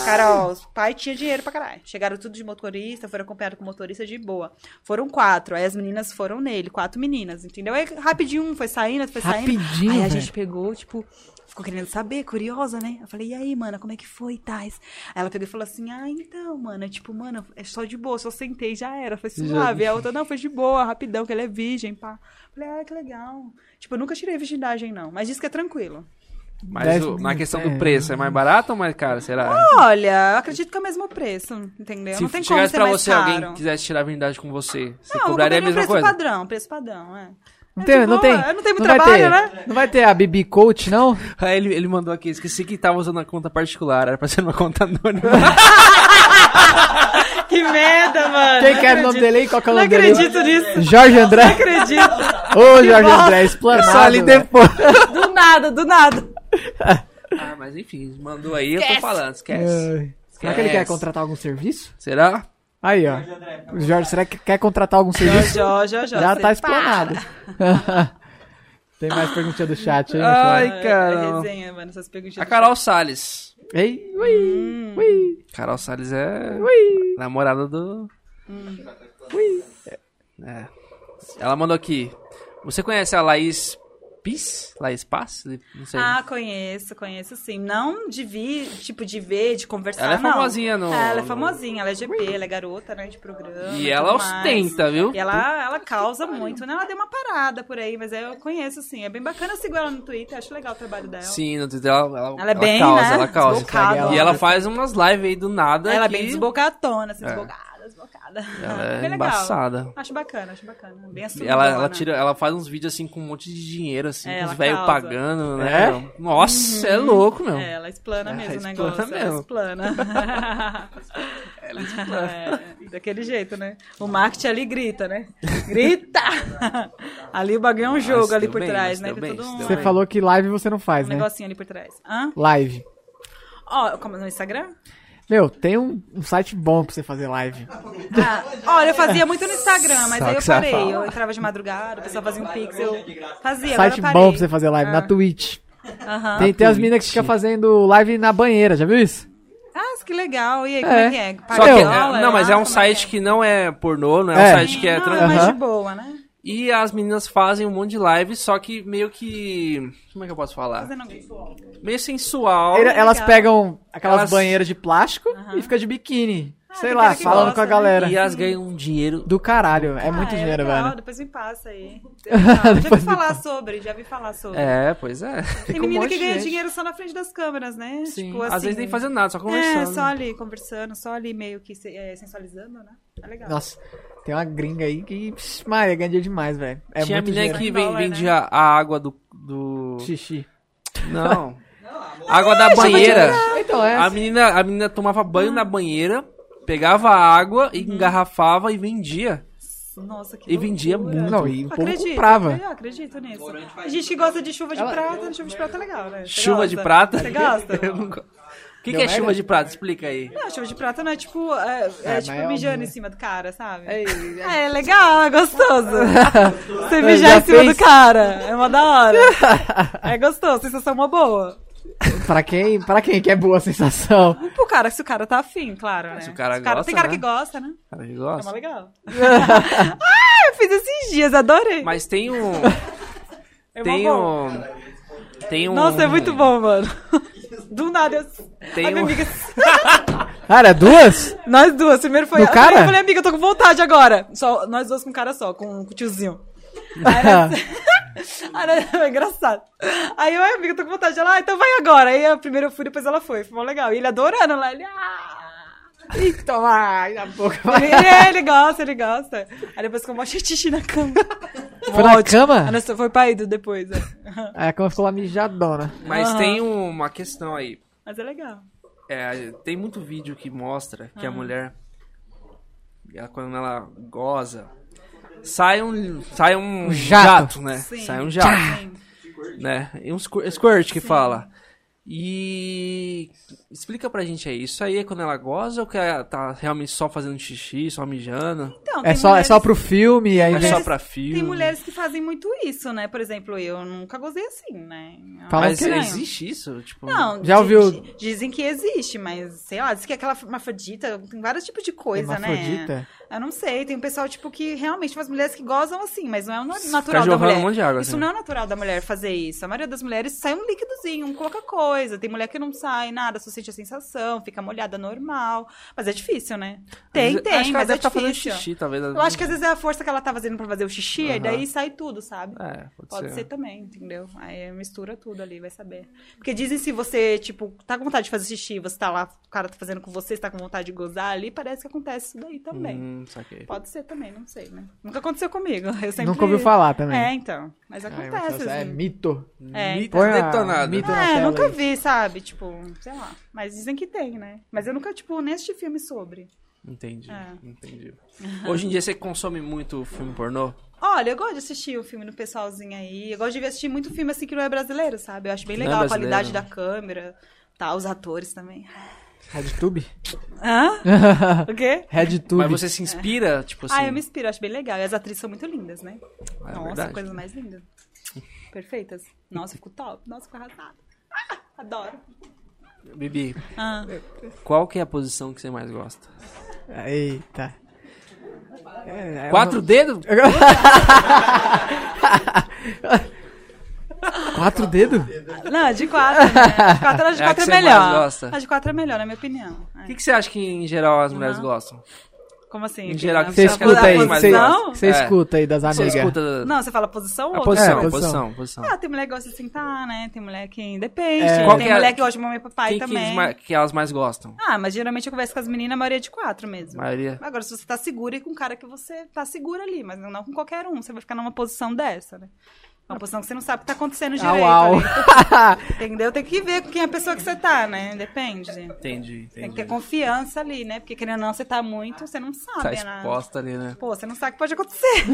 C: Cara, ó, os pais tinham dinheiro pra caralho. Chegaram tudo de motorista, foram acompanhados com motorista de boa. Foram quatro, aí as meninas foram nele, quatro meninas, entendeu? Aí rapidinho, um foi saindo, foi Tá saindo.
B: Rapidinho,
C: Aí a
B: velho.
C: gente pegou, tipo, ficou querendo saber, curiosa, né? Eu falei, e aí, mana, como é que foi, Tais? Aí ela pegou e falou assim, ah, então, mana, tipo, mano, é só de boa, só sentei, já era, foi suave. A outra, não, foi de boa, rapidão, que ela é virgem, pá. Falei, ah, que legal. Tipo, eu nunca tirei virgindade, não, mas diz que é tranquilo.
A: Mas
B: Dez
A: o- na
B: minutos,
A: questão
B: é.
A: do preço, é mais barato ou mais caro? Será?
C: Olha, eu acredito que é o mesmo preço, entendeu? não tem
A: se
C: como
A: chegasse
C: ser
A: pra
C: mais
A: você
C: caro.
A: alguém que quisesse tirar a virgindade com você, você
C: não, eu
A: cobraria
C: cobraria
A: a
C: um
A: mesma
C: preço
A: coisa?
C: padrão, preço padrão, é.
B: Não
C: É
B: tem,
C: de
B: não
C: boa,
B: tem.
C: Eu não tenho muito
B: vai
C: trabalho,
B: ter-
C: né?
B: Não vai ter a Bibi Coach, não?
A: Aí ele, ele mandou aqui, esqueci que tava usando a conta particular, era pra ser uma conta anônima.
C: Que merda, mano.
B: Quem
C: não
B: que era o nome
C: acredito.
B: dele aí? Qual que é o
C: Não
B: nome dele?
C: acredito nisso.
B: Jorge André.
C: Não acredito.
B: Ô, Jorge
C: bosta.
B: André, explanado.
A: Só ali
B: velho.
A: depois.
C: Do nada, do nada.
A: ah, mas enfim, mandou aí, eu tô
C: Esquece.
A: falando, esquece.
B: Ai. Será que ele quer
A: Esquece.
B: contratar algum serviço?
A: Será?
B: Aí, ó. O Jorge, será que quer contratar algum serviço?
C: Já, já, já.
B: Já
C: Você
B: tá
C: para.
B: explanado. Tem mais perguntinha do chat aí,
A: Ai,
B: Michel?
C: É,
A: cara.
C: é resenha, mano, essas perguntinhas
A: A
C: do
A: Carol
C: chat.
A: Salles.
B: Ei, ui,
C: Hum.
B: ui,
A: Carol Salles é
B: ui.
A: namorada do.
C: Hum.
A: É. Ela mandou aqui. Você conhece a Laís Pis? Laís Paz? Não sei.
C: Ah, conheço, conheço sim. Não de vi, tipo, de ver, de conversar,
A: ela é
C: não.
A: famosinha no...
C: Ela é famosinha, ela é GP, ela é garota, né, de programa.
A: E ela é
C: tudo mais.
A: ostenta, viu?
C: E ela, ela causa muito, né? Ela deu uma parada por aí, mas eu conheço sim. É bem bacana, eu sigo ela no Twitter, acho legal o trabalho dela.
A: Sim, no Twitter ela, ela,
C: Ela é bem,
A: causa,
C: né,
A: ela causa.
C: desbocada.
A: E ela faz umas lives aí do nada.
C: Ela é
A: que
C: bem desbocatona, assim, desbocada, desbocada.
A: É. Ela é
C: bem legal.
A: embaçada.
C: Acho bacana, acho bacana. Bem assumida.
A: Ela, ela, tira, ela faz uns vídeos assim com um monte de dinheiro, assim,
C: É,
A: com
C: ela
A: os velhos
C: causa.
A: pagando, né? Nossa, é louco, meu.
C: É, ela explana
A: É,
C: mesmo o
A: explana
C: negócio. Ela
A: mesmo.
C: explana. ela explana. daquele jeito, né? O marketing ali grita, né? Grita! ali o bagulho é um jogo
A: se
C: ali
A: deu
C: por
A: bem,
C: trás,
A: se
C: né?
A: deu
C: Tem
A: bem,
C: todo
A: se
C: um,
A: deu
B: Você
A: bem.
B: falou que live você não
C: um
B: faz, né?
C: negocinho ali por trás. Hã?
B: Live.
C: Ó, como no Instagram?
B: Meu, tem um, um site bom pra você fazer live. Um
C: Ah, olha, eu fazia muito no Instagram, mas
A: Só
C: aí
A: que
C: eu
A: você vai
C: parei.
A: falar.
C: Eu entrava de madrugada, o pessoal fazia um pix, eu fazia, agora
B: site
C: eu parei.
B: bom pra você fazer live, na
C: Ah.
B: Twitch.
C: Aham.
B: Tem, tem as minas que ficam fazendo live na banheira, já viu isso?
C: Ah, que legal. E aí, como é que é?
A: Só
C: Paga
A: que,
C: dólar?
A: é, não, mas é
C: Ah,
A: um
C: como
A: site que não é pornô, não é,
B: É.
A: um site que é...
C: Não,
A: tran-
C: é mais de
B: Aham.
C: boa, né?
A: E as meninas fazem um monte de live, só que meio que... Como é que eu posso falar?
C: Fazendo alguém.
A: Meio sensual.
B: Ele- elas
C: legal.
B: pegam aquelas
A: Elas-
B: banheiras de plástico
C: Aham.
B: e fica de biquíni. sei
C: tem
B: lá,
C: cara que
B: falando
C: gosta,
B: com a
C: né?
B: galera.
A: E elas ganham um dinheiro...
B: Do caralho, é muito
C: Ah, é
B: dinheiro,
C: legal,
B: velho.
C: Depois me passa aí. Eu já
B: Depois
C: vi
B: me
C: falar sobre, já vi falar sobre.
A: É, pois é.
C: Tem
B: com um
C: menina
B: monte
C: que
B: de
C: ganha
B: gente.
C: dinheiro só na frente das câmeras, né?
B: Sim.
C: Tipo,
A: Às
C: assim,
A: vezes nem fazendo nada, só
C: É,
A: conversando.
C: só ali conversando, só ali meio que se- é, sensualizando, né? É legal.
B: Nossa, tem uma gringa aí que. psh, Maria, ganha dinheiro demais, velho. É
A: Tinha a
B: muito
A: menina
B: dinheiro.
A: que
C: Em
A: ven-
C: dólar, né?
A: vendia a água do... do...
B: Xixi.
A: Não. Água da banheira.
B: Então é.
C: Assim.
A: A menina, a menina tomava
C: Ah.
A: banho na banheira, pegava a água,
C: Uhum.
A: e engarrafava e vendia.
C: Nossa, que
A: E vendia
C: loucura.
A: muito.
B: Não, e o povo
C: Acredito,
B: comprava.
C: Eu acredito nisso. Tem gente que gosta de chuva de prata, chuva de prata é legal, né? Você
A: Chuva de
C: gosta?
A: prata?
C: Você gosta? né?
A: Eu não go- O que, que
B: Deu
A: é
B: merda?
A: chuva de prata? Explica aí.
C: Não, chuva de prata não é tipo, é, é
B: mas
C: tipo
B: é um-
C: mijando em cima do cara, sabe? É, é legal, é gostoso.
A: É,
C: Você mijar
B: Já
C: em cima
B: fez?
C: do cara, é uma da hora. É gostoso, sensação uma boa.
B: Pra quem, pra quem que é boa a sensação?
C: E pro cara, se o cara tá afim, claro, né?
A: se o cara
C: Tem
A: gosta,
C: cara
A: né?
C: que gosta, né?
A: Cara, que
C: É mó
A: gosta.
C: legal. ah, eu fiz esses dias, adorei.
A: Mas tem um.
C: É mó
A: Tem
C: bom.
A: um. Tem um.
C: Nossa, é muito bom, mano. Do nada eu...
A: Tem
C: Ai, minha
A: um-
C: amiga...
B: Cara, é duas?
C: Nós duas, primeiro foi
B: Do
C: eu
B: cara?
C: falei, amiga, eu tô com vontade agora. Só, nós duas com um cara só, com, com o tiozinho. Aí, nós- é engraçado. Aí eu, ai, amiga, eu tô com vontade. Ela, ah, então vai agora. Aí eu, primeiro eu fui, depois ela foi. Foi mó legal. E ele adorando lá. Ele, ah.
B: Então, ai, na boca.
C: Ele, "Ah, ele, ele gosta, ele gosta. Aí depois ficou mó xixi na cama.
B: Foi na cama?
C: Aí nós foi pra Ido depois. é.
B: Aí a cama ficou lá mijadona.
A: Mas
C: Aham.
A: tem uma questão aí.
C: Mas é legal.
A: É, tem muito vídeo que mostra
C: Ah.
A: que a mulher, ela, quando ela goza, sai um, sai um
B: jato.
A: jato. né?
C: Sim.
A: Sai um jato,
C: Sim.
A: né? E um squir- squirt que fala. E explica pra gente aí, isso aí é quando ela goza ou que ela tá realmente só fazendo xixi, só mijando?
C: Então,
B: É
C: tem
B: só, é só
C: mulheres-
B: pro filme, aí
A: É
B: vem.
A: só
C: mulheres-
A: pra filme?
C: Tem mulheres que fazem muito isso, né? Por exemplo, eu nunca gozei assim, né? É um
B: Falam
A: Mas
B: que
C: estranho.
A: existe isso? Tipo,
C: Não,
B: Já
C: di-
B: ouviu-
C: di- Dizem que existe, mas sei lá, diz que é aquela mafrodita, tem vários tipos de coisa, né?
B: Hermafrodita?
C: Eu não sei, tem um pessoal tipo que realmente tem umas mulheres que gozam assim, mas não é o na-
A: ficar
C: natural da
A: jorrando
C: mulher.
A: um monte de água.
C: Isso
A: assim.
C: não é natural da mulher fazer isso. A maioria das mulheres sai um líquidozinho, um pouca coisa. Tem mulher que não sai nada, só sente a sensação, fica molhada normal. Mas é difícil, né? Tem,
A: Acho que
C: tem,
A: ela
C: mas
A: deve
C: é
A: tá fazendo
C: difícil.
A: xixi, talvez. né?
C: Eu acho que às vezes é a força que ela tá fazendo pra fazer o xixi, aí
A: Aham.
C: daí sai tudo, sabe?
A: É, pode,
C: Pode ser.
A: ser.
C: também, entendeu? Aí mistura tudo ali, vai saber. Porque dizem se você, tipo, tá com vontade de fazer xixi, você tá lá, o cara tá fazendo com você, você tá com vontade de gozar ali, parece que acontece isso daí também.
A: Hum, saquei.
C: Pode ser também, não sei, né? Nunca aconteceu comigo. Eu sempre...
B: Nunca ouviu falar também.
C: É, então. Mas acontece,
B: É,
C: assim.
B: mito.
C: É,
A: Mito
B: Põe a-
A: detonado.
B: mito na
C: É,
B: tela
C: nunca
B: aí.
C: vi, sabe? Tipo, sei lá. Mas dizem que tem, né? Mas eu nunca, tipo, nem assisti filme sobre.
A: Entendi,
C: É.
A: entendi. Hoje em dia você consome muito filme pornô?
C: Olha, eu gosto de assistir o filme do pessoalzinho aí. Eu gosto de assistir muito filme assim que não é brasileiro, sabe? Eu acho bem
A: Não é
C: legal a
A: brasileiro.
C: qualidade da câmera, tá? Os atores também.
B: RedTube?
C: Hã? O quê?
B: RedTube.
A: Mas você se inspira, tipo assim?
C: Ah, eu me inspiro, acho bem legal. E as atrizes são muito lindas, né?
A: É
C: Nossa,
A: verdade.
C: coisas mais lindas. Perfeitas. Nossa, ficou top. Nossa, ficou arrasado. Ah, adoro.
A: Bibi,
C: Ah,
A: qual que é a posição que você mais gosta?
B: Eita. É, é
A: Quatro dedos?
B: uma- Quatro dedos?
C: Não, de quatro, né? De quatro, a de
A: É a que
C: quatro é,
A: você mais
C: melhor.
A: gosta.
C: A de quatro é melhor, na minha opinião. É.
A: O que, que você acha que em geral as mulheres
C: Não.
A: gostam?
C: Como assim?
A: Em geral, que
B: Você
A: Acho ela
B: escuta aí,
A: tá mais
B: você
A: gosta.
B: você
A: É.
B: escuta aí das
A: Você
B: amigas.
A: escuta
C: Não, você fala posição
A: a
C: ou
A: posição,
B: Tá, É,
A: a
B: a
A: posição, a posição.
C: Ah, tem mulher que gosta de sentar, né? Tem mulher que depende.
A: Qual
C: Tem
A: que é-
C: mulher que gosta de mamãe e papai
A: Quem que,
C: também.
A: eles mais- que elas mais gostam?
C: Ah, mas geralmente eu converso com as meninas, a maioria é de quatro mesmo.
A: Maria.
C: Agora, se você tá segura e com um cara que você tá segura ali, mas não com qualquer um, você vai ficar numa posição dessa, né? É Uma posição que você não sabe o que tá
A: Ah,
C: acontecendo direito.
B: au.
C: ali. Entendeu? Tem que ver com quem é a pessoa que você tá, né? Depende.
A: Entendi,
C: Tem que
A: entendi.
C: ter confiança ali, né? Porque querendo ou não, você tá muito, você não sabe,
A: Tá
C: né?
A: exposta ali, né?
C: Pô, você não sabe o que pode acontecer.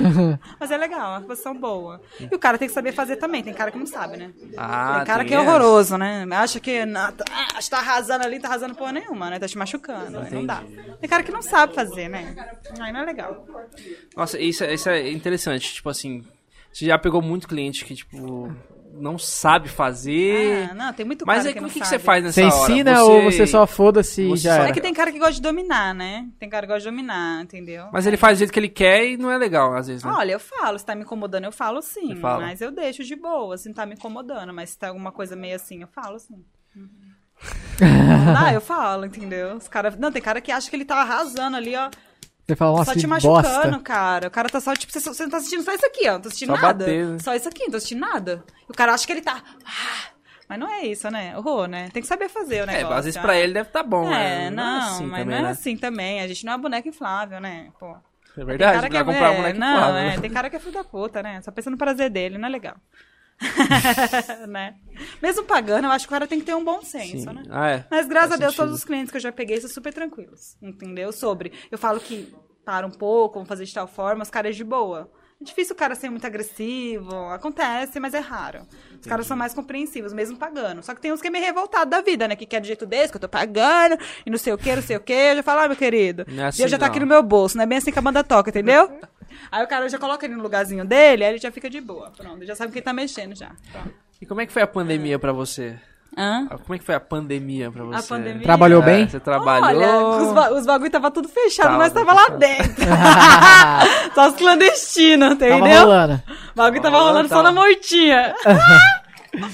C: Mas é legal, é uma posição boa. E o cara tem que saber fazer também, tem cara que não sabe, né?
A: Ah,
C: tem cara
A: tem
C: que é
A: essa.
C: horroroso, né? Acha que na- tá- ah, acho que tá arrasando ali, não tá arrasando porra nenhuma, né? Tá te machucando, né? não dá. Tem cara que não sabe fazer, né? Aí não é legal.
A: Nossa, isso, é- isso é interessante. Tipo assim, você já pegou muito cliente que, tipo, não sabe fazer.
C: Ah, não, tem muito
A: Mas
C: cara
A: aí,
C: que
A: o
C: não
A: que, que
C: sabe.
A: você faz nessa
B: Você
A: hora?
B: ensina ou você só foda-se e
A: Você
B: já
A: só-
B: era?
C: É que tem cara que gosta de dominar, né? Tem cara que gosta de dominar, entendeu?
A: Mas ele faz do jeito que ele quer e não é legal, às vezes, né?
C: Olha, eu falo, se tá me incomodando, eu falo sim.
A: Você fala.
C: Mas eu deixo de boa, se não tá me incomodando. Mas se tá alguma coisa meio assim, eu falo sim. ah, eu falo, entendeu? Os cara... Não, tem cara que acha que ele tá arrasando ali, ó.
B: Você fala, nossa,
C: só te
B: que
C: machucando,
B: bosta.
C: cara. O cara tá só, tipo, você, só- você não tá assistindo só isso aqui, ó. Não tô assistindo
A: Só
C: nada.
A: bater, né?
C: Só isso aqui, não tô assistindo nada. E o cara acha que ele tá. Ah, mas não é isso, né? Horror, né? Tem que saber fazer o
A: é,
C: negócio.
A: às vezes
C: né?
A: pra ele deve estar tá bom, né?
C: É, não,
A: assim
C: mas
A: também,
C: não é
A: né?
C: assim também. A gente não é uma boneca inflável, né? Pô.
A: É
C: Tem
A: verdade,
C: cara que
A: não vai comprar um
C: é,
A: moleque
C: Não,
A: inflável,
C: é,
A: né?
C: tem cara que é filho da puta, né? Só pensa no prazer dele, não é legal. né? Mesmo pagando, eu acho que o cara tem que ter um bom senso, né?
A: Sim. Ah, é.
C: Mas graças
A: Faz
C: a Deus,
A: sentido.
C: todos os clientes que eu já peguei são super tranquilos, entendeu? Sobre. Eu falo que para um pouco, vamos fazer de tal forma, os caras de boa. É difícil o cara ser muito agressivo, acontece, mas é raro. Os caras são mais compreensivos, mesmo pagando. Só que tem uns que é meio revoltado da vida, né? Que quer do jeito desse, que eu tô pagando, e não sei o que, não sei o que. Eu já falo, ah, meu querido,
A: Não é assim,
C: eu já tá
A: não.
C: aqui no meu bolso, não é bem assim que a banda toca, entendeu? aí o cara já coloca ele no lugarzinho dele, aí ele já fica de boa, pronto. ele Já sabe quem tá mexendo já. Pronto.
A: E como é que foi a pandemia pra você?
C: Hã?
A: Ah, Como é que foi a pandemia pra você?
C: pandemia?
B: Trabalhou
A: É,
B: bem?
A: Você trabalhou...
C: Olha, os, ba os bagulho tava tudo fechado,
A: Tava
C: mas
A: tudo
C: tava lá dentro. só os clandestinos, entendeu?
B: Tava rolando.
C: O bagulho tava,
A: Tava
C: rolando
A: rolando,
C: só
A: tava.
C: na mortinha.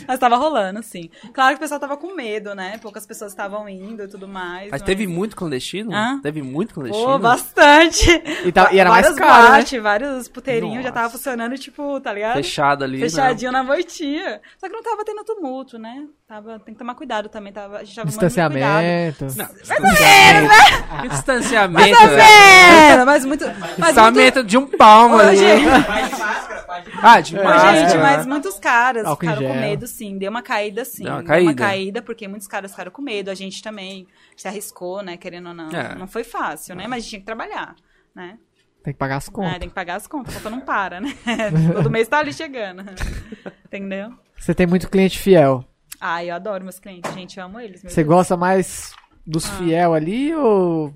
C: mas tava rolando, sim. Claro que o pessoal tava com medo, né? Poucas pessoas estavam indo e tudo mais.
A: Mas teve muito clandestino?
C: Hã?
A: Teve muito clandestino?
C: Pô, bastante.
B: E tá- e era mais
C: Vários
B: caro, né?
C: boate, Vários puteirinhos já tava
A: Nossa.
C: funcionando, tipo, tá ligado?
A: Fechado ali, né?
C: Fechadinho na mortinha. Só que não tava tendo tumulto, né? Tava, tem que tomar cuidado também. Tava, a gente tava tomando muito cuidado.
B: Distanciamento.
A: Não, distanciamento.
C: né?
A: Que distanciamento, velho?
C: Pera, É, mas muito. Mas muito...
A: Distanciamento de um palmo
C: Ô,
A: ali.
C: gente,
E: Faz de máscara, faz de
A: Ah, de
C: ô,
A: máscara.
C: gente,
A: né?
C: mas muitos caras
B: Álcool em
C: ficaram com
B: gel.
C: medo, sim. Deu uma caída, sim.
A: Deu uma
C: Deu uma
A: caída.
C: caída, porque muitos caras ficaram com medo. A gente também se arriscou, né? Querendo ou não.
A: É.
C: Não foi fácil, né? Mas a gente tinha que trabalhar, né?
B: Tem que pagar as
C: Ah,
B: contas.
C: tem que pagar as contas, porque não para, né? Todo mês tá ali chegando. Entendeu?
B: Você tem muito cliente fiel.
C: Ah, eu adoro meus clientes, gente. Eu amo eles. meu
B: Você
C: Deus.
B: gosta mais dos
C: Ah.
B: fiel ali ou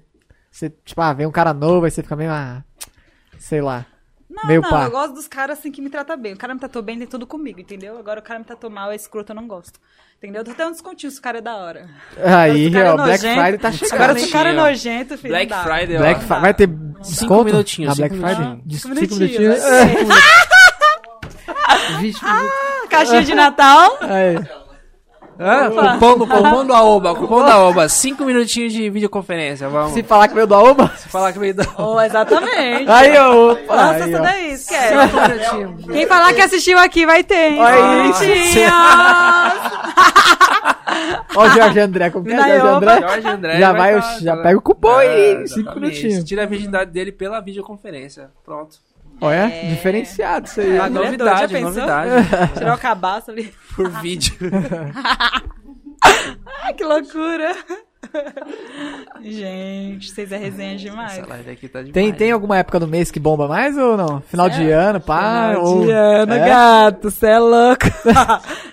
B: você, tipo, ah, vem um cara novo, aí você fica meio, ah, sei lá.
C: Não,
B: Meio
C: não,
B: pá.
C: eu gosto dos caras assim que me tratam bem. O cara me tratou bem, tem tudo comigo, entendeu? Agora o cara me tratou mal, é escroto, eu não gosto. Entendeu? Eu dou até um descontinho se o cara é da hora.
B: Aí,
C: Agora, se o cara
B: ó,
C: é
B: Black
C: nojento-
B: Friday tá chegando.
C: Agora
B: hein?
C: se o cara é nojento, filho.
A: né? Black
C: dá.
A: Friday,
B: Black
A: ó.
B: Friday. Vai ter desconto?
A: minutinhos,
B: na Black
A: cinco
B: Friday?
A: minutinhos.
B: De
C: Cinco
B: 5
C: minutinhos.
B: minutinhos?
C: né?
B: É. 20 minutos.
C: Ah, Caixinha de Natal.
B: Aí.
A: Ah, cupom, do- cupom do Aoba, cupom da Aoba. Cinco minutinhos de videoconferência, vamos.
B: Se falar que veio do Aoba.
A: Falar que veio da
C: Oh, exatamente.
B: Aí, ó. opa,
C: Nossa,
B: aí,
C: isso
B: ó.
C: daí, esquece.
A: minutinhos.
C: Quem falar que assistiu aqui vai ter, hein?
B: Olha isso.
C: Bonitinhos.
B: Ó o Jorge André, como que é
C: Daí,
B: Jorge
C: opa.
B: André?
A: Jorge André
B: já
A: vai
B: vai,
A: falar,
B: já
A: né?
B: pega o cupom aí,
A: É,
B: 5
A: exatamente.
B: minutinhos.
A: Tira a virgindade dele pela videoconferência. Pronto.
B: Olha,
C: É.
B: diferenciado isso aí.
A: É
C: doido, já
A: novidade,
C: pensou?
A: novidade.
C: Tirar o cabaço ali.
A: Por vídeo.
C: Ai, que loucura. Gente, vocês é resenha demais.
A: Essa live aqui tá demais.
B: Tem, tem alguma época do mês que bomba mais ou não? Final de ano, pá?
C: Final
B: ou...
C: de ano,
B: É?
C: gato, você é louco.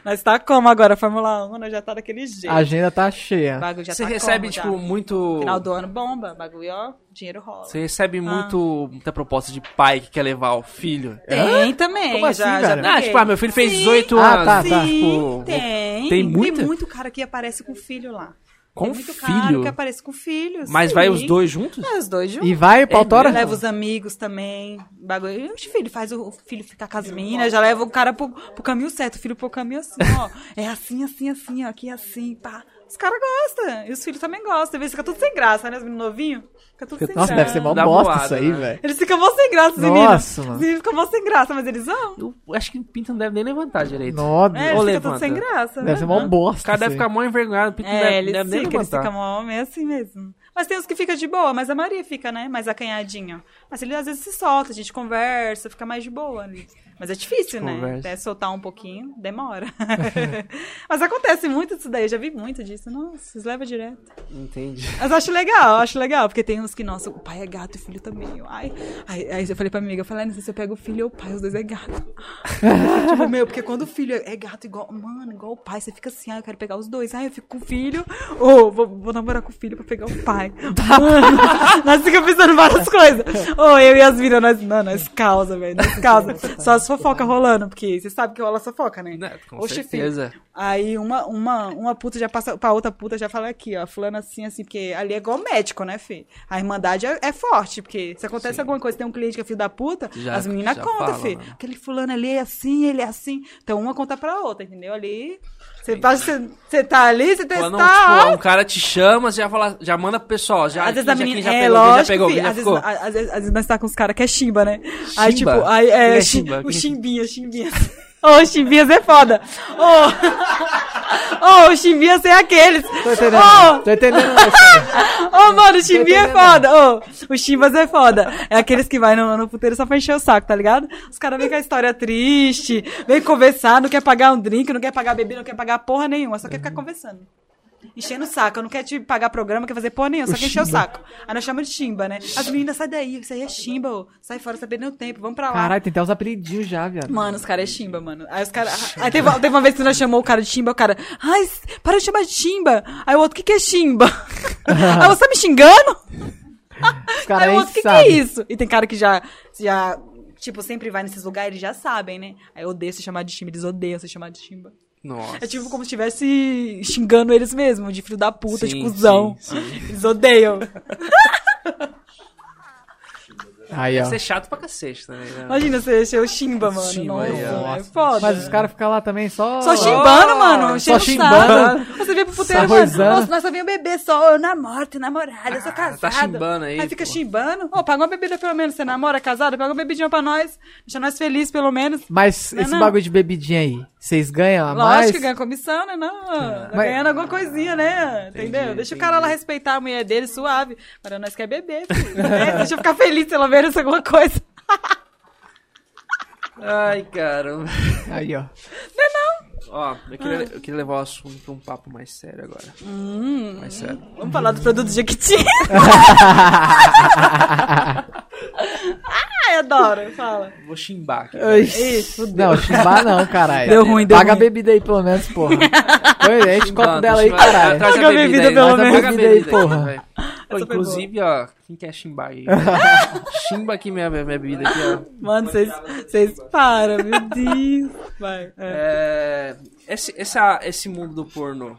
C: Nós tá como agora? Fórmula 1 nós já tá daquele jeito.
B: A agenda tá
C: O
B: cheia.
C: bagulho já
A: Você
C: tá
A: recebe,
C: como,
A: tipo,
C: já.
A: muito...
C: Final do Ah. ano bomba, bagulho, ó, dinheiro rola.
A: Você recebe muito, muita proposta de pai que quer levar o filho.
C: Tem também,
B: Como
C: já, tá
B: assim,
C: já
B: cara?
C: peguei.
A: Ah, tipo, ah, meu filho fez
C: Sim,
A: 18
B: Ah,
A: anos.
B: tá, tá.
C: Sim,
A: Tipo,
C: tem.
A: tem muita?
C: muito cara que aparece com filho lá.
A: Com
C: é muito caro
A: filho?
C: que apareça com filho.
A: Mas
C: sim.
A: vai os dois juntos?
C: Vai Ah, os dois juntos.
B: E vai, pautora?
A: mesmo?
C: Leva os amigos também. Bagulho. Oxe, filho, faz o o filho ficar com as minas, já leva o cara pro, pro caminho certo, o filho pro caminho assim, ó. É assim, assim, assim, ó, aqui é assim, pá. Os caras gostam. E os filhos também gostam. Às vezes fica tudo sem graça, né? Os meninos novinhos. Fica tudo sem
B: Nossa,
C: graça.
B: deve ser mó
A: Dá
B: bosta
A: boada,
B: isso
A: né?
B: aí, velho.
C: Eles ficam mó sem graça, os
B: Nossa,
C: meninos.
B: mano.
C: Os meninos ficam mó sem graça, mas eles vão.
A: Eu acho que o Pinto não deve nem levantar direito.
B: Nossa,
C: É,
A: Ou
C: eles
A: levanta.
C: ficam tudo sem graça.
B: deve
C: né?
B: ser mó bosta.
A: O cara deve
B: isso aí.
A: ficar mó envergonhado, o Pinto não
C: É,
A: deve,
C: eles
A: deve nem
C: ficam, eles
A: levantar.
C: ficam mó meio assim mesmo. Mas tem uns que fica de boa, mas a maioria fica, né? Mais acanhadinho. Mas ele às vezes se solta, a gente conversa, fica mais de boa ali. Mas é difícil, né?
A: Conversa.
C: Até soltar um pouquinho, demora. mas acontece muito isso daí, eu já vi muito disso. Nossa, isso leva direto.
A: Entendi.
C: Mas eu acho legal, eu acho legal, porque tem uns que, nossa, o pai é gato e o filho também. Eu, Ai, aí, aí eu falei pra minha amiga, eu falei, "Ai, não sei se eu pego o filho ou o pai, os dois é gato. tipo, meu, porque quando o filho é é gato igual, mano, igual o pai, você fica assim, ah, eu quero pegar os dois. Ah, eu fico com o filho, ou vou, vou namorar com o filho pra pegar o pai. Mano, nós ficamos pensando várias coisas. Ou eu e as minas, nós, não, nós causa, velho, nós causa. Só as fofocas rolando, porque você sabe que rola fofoca, né?
A: Né, com
C: Oxe, filho.
A: certeza.
C: Aí uma, uma, uma puta já passa pra outra puta, já fala aqui, ó, fulano assim, assim, porque ali é igual médico, né, fi? A irmandade é, é forte, porque se acontece alguma coisa, tem um cliente que é filho da puta,
A: Já-
C: as meninas
A: já
C: contam,
A: fala,
C: fi.
A: né?
C: Aquele fulano ali é assim, ele é assim. Então uma conta pra outra, entendeu? Ali, você passa- você tá ali, você
A: Ela
C: testar...
A: não, tipo, um cara te chama, você já, fala, já manda pro pessoal. Já,
C: às
A: aqui,
C: vezes a
A: já,
C: menina
A: aqui, já
C: é
A: pegou,
C: lógico,
A: já pegou,
C: fi,
A: já
C: às, vezes,
A: ficou.
C: a- às, vezes, às vezes nós tá com os caras que é chimba, né? Aí tipo,
A: Chimba?
C: aí
A: Quem
C: é,
A: é
C: chi-
A: chimba?
C: o chimbinha, chimbinha. Ô, oh, chimbinhas é foda. Ô, oh. oh, chimbinhas é aqueles.
B: Tô entendendo.
C: Ô,
B: Tô entendendo. mas-
C: Ô, mano, o chimbinha é
B: entendendo.
C: foda. Ô, o chimbas é foda. É aqueles que vai no, no puteiro só pra encher o saco, tá ligado? Os caras vêm com a história triste, vem conversar, não quer pagar um drink, não quer pagar bebida, não quer pagar porra nenhuma, só quer ficar conversando. Enchendo o saco, não quer te pagar programa, não quer fazer porra nenhuma, só quer encher o saco. Aí nós chamamos de chimba, né? As meninas, sai daí, isso aí é chimba, ô. sai fora, você tá perdendo tempo, vamos pra lá.
B: Caralho, tem até uns apelidinhos já, viado.
C: Mano, os caras é chimba, mano. Aí os caras. Aí teve, teve uma vez que nós chamou o cara de chimba, o cara. Ai, s- para de chamar de chimba. Aí o outro, o que, que é chimba? aí você tá me xingando?
B: Os caras
C: aí o
B: nem
C: outro, o que, que é
B: sabem.
C: isso? E tem cara que já. já tipo, sempre vai nesses lugares, eles já sabem, né? Aí eu odeio se chamar de chimba, eles odeiam se chamar de chimba.
A: Nossa.
C: É tipo como se estivesse xingando eles mesmo, de filho da puta, de
A: Sim,
C: cuzão.
A: sim, sim.
C: Eles odeiam.
B: Aí, ó.
A: Isso é chato pra cacete também, né?
C: Imagina você ser o chimba, mano.
A: Chimba,
C: Nossa,
A: aí, ó.
C: é foda.
B: Mas os caras ficam lá também só...
C: Só chimbando, mano.
B: Só
C: Só
B: chimbando.
C: chimbando. Você vem pro
B: Só
C: puteiro, mano.
B: arrozando.
C: Nossa, nós só vem o bebê só. Eu namoro, tenho namorada, eu sou casada.
A: chimbando aí,
C: Aí fica
A: pô.
C: chimbando. Ô, paga uma bebida pelo menos. Você namora, é casado? Paga uma bebidinha pra nós. Deixa nós felizes, pelo menos.
B: Mas
C: Não, é
B: esse
C: não.
B: bagulho de bebidinha aí, vocês ganham a
C: Lógico
B: mais?
C: que ganha comissão, né? Não, tá
B: Mas-
C: ganhando alguma coisinha, né? Entendeu? Deixa o cara lá respeitar a mulher dele, suave. Mas nós quer beber, filho. É, Deixa eu ficar feliz, pelo menos, alguma coisa.
A: Ai, caramba.
B: Aí, ó.
A: Ó, eu queria, eu queria levar o assunto pra um papo mais sério agora.
C: Hum.
A: Mais sério.
C: Vamos falar do produto Jequiti. Ai, adoro. Fala.
A: Vou chimbar aqui.
B: Isso, não, chimbar não, caralho.
C: Deu ruim, deu
B: Paga a
C: ruim.
B: bebida aí, pelo menos, porra. Oi, enche o copo
A: Chimbando,
B: dela aí,
A: chimbando.
B: caralho.
A: Traz
C: Paga a bebida, pelo
A: Traz
B: menos.
A: a
B: Bebida aí,
A: bebida aí,
B: porra.
A: velho. Pô,
C: foi boa.
A: Inclusive, ó, quem quer chimbar aí? Chimba aqui minha, minha bebida aqui, ó.
C: Mano, vocês vocês param, meu Deus. Vai. é.
A: É, esse, essa, esse mundo do pornô,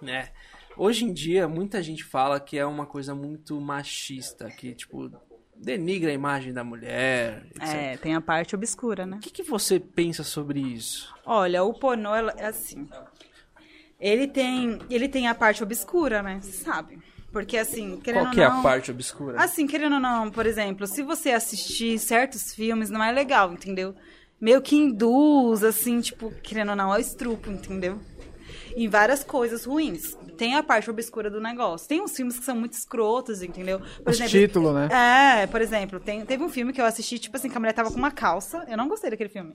A: né? Hoje em dia, muita gente fala que é uma coisa muito machista, que, tipo, denigra a imagem da mulher, etc.
C: É, tem a parte obscura, né?
A: O que, que você pensa sobre isso?
C: Olha, o pornô ela- é assim. Ele tem, ele tem a parte obscura, né? Você sabe? Porque assim, querendo
A: Qual que é
C: ou não,
A: a parte obscura?
C: Assim, querendo ou não, por exemplo, se você assistir certos filmes, não é legal, entendeu? Meio que induz, assim, tipo, querendo ou não, ao estrupo, entendeu? Em várias coisas ruins. Tem a parte obscura do negócio. Tem uns filmes que são muito escrotos, entendeu? Por
B: Os títulos, né?
C: é, por exemplo, tem- teve um filme que eu assisti, tipo assim, que a mulher tava com uma calça. Eu não gostei daquele filme.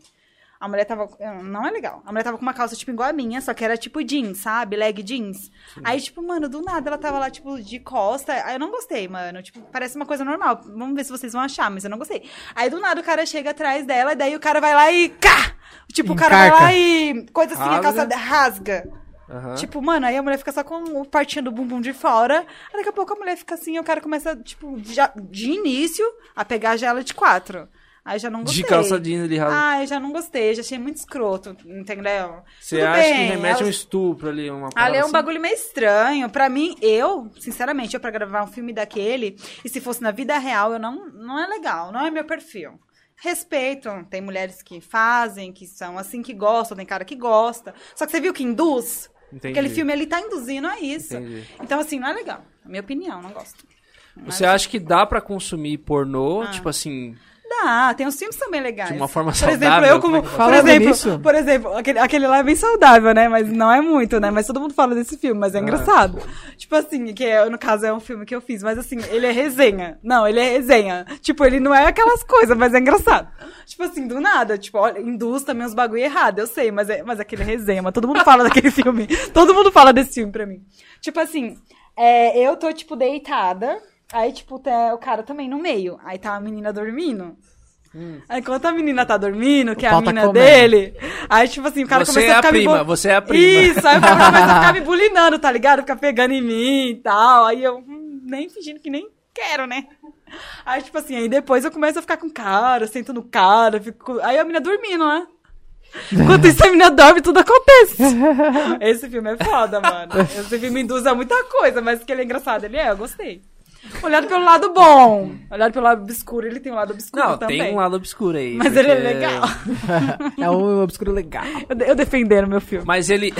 C: A mulher tava. Não é legal. A mulher tava com uma calça, tipo, igual a minha, só que era tipo jeans, sabe? Leg jeans. Aí, tipo, mano, do nada ela tava lá, tipo, de costa. Aí eu não gostei, mano. Tipo, parece uma coisa normal. Vamos ver se vocês vão achar, mas eu não gostei. Aí do nada o cara chega atrás dela, e daí o cara vai lá e. Cá! Tipo, o cara vai
B: Encarca. Ah, né?
C: lá e. Coisa assim, a calça
A: Rasga.
C: rasga.
A: Aham.
C: Tipo, mano, aí a mulher fica só com o partinho do bumbum de fora. Aí daqui a pouco a mulher fica assim, e o cara começa, tipo, já, de início, a pegar já ela de quatro. Aí já não gostei.
A: De calça jeans ali, rasga.
C: Ah, eu já não gostei, já achei muito escroto, entendeu?
A: Você
C: tudo
A: acha
C: bem,
A: que remete a um
C: elas-
A: estupro ali, uma parada
C: Ali é um
A: assim?
C: bagulho meio estranho. Pra mim, eu, sinceramente, eu pra gravar um filme daquele, e se fosse na vida real, eu não, não é legal, não é meu perfil. Respeito, tem mulheres que fazem, que são assim, que gostam, tem cara que gosta. Só que você viu que induz?
A: Entendi.
C: Aquele filme ali tá induzindo a isso.
A: Entendi.
C: Então, assim, não é legal. Na minha opinião, não é gosto.
A: Você acha que dá pra consumir pornô,
C: Ah.
A: tipo assim,
C: Dá, Ah, tem uns filmes que são bem legais.
A: de uma forma
C: Por
A: saudável?
C: exemplo, eu como.
A: é que
C: por
B: Falando
C: exemplo,
B: nisso-
C: por exemplo, aquele, aquele lá é bem saudável, né? Mas não é muito, né? Mas todo mundo fala desse filme, mas é engraçado. Tipo assim, que é- no caso é um filme que eu fiz, mas assim, ele é resenha. Não, ele é resenha. Tipo, ele não é aquelas coisas, mas é engraçado. Tipo assim, do nada, tipo, olha, induz também uns bagulho errado, eu sei, mas, é, mas aquele resenha, mas todo mundo fala daquele filme. Todo mundo fala desse filme pra mim. Tipo assim, é, eu tô, tipo, deitada. Aí, tipo, tá o cara também no meio. Aí tá a menina dormindo. Aí enquanto a menina tá dormindo, que é a
B: pau tá
C: menina
B: comendo.
C: dele, aí tipo assim, o cara
A: Você
C: começou
A: é
C: a
A: a
C: ficar me
A: prima,
C: bu-
A: você é a prima.
C: Isso, aí o cara começou a ficar me bulinando, tá ligado? Ficar pegando em mim e tal. Aí eu hum, nem fingindo que nem quero, né? Aí tipo assim, aí depois eu começo a ficar com o cara, eu sento no cara, eu fico... aí a menina dormindo, né? Enquanto isso, a menina dorme, tudo acontece. Esse filme é foda, mano. Esse filme induz a muita coisa, mas que ele é engraçado, ele é, eu gostei. Olhado pelo lado bom, olhado pelo lado obscuro, ele tem um lado obscuro
A: Não,
C: também.
A: tem um lado obscuro aí.
C: Mas ele é
A: porque-
C: legal.
B: É um obscuro legal.
C: Eu, de- eu defendendo meu filme.
A: Mas ele.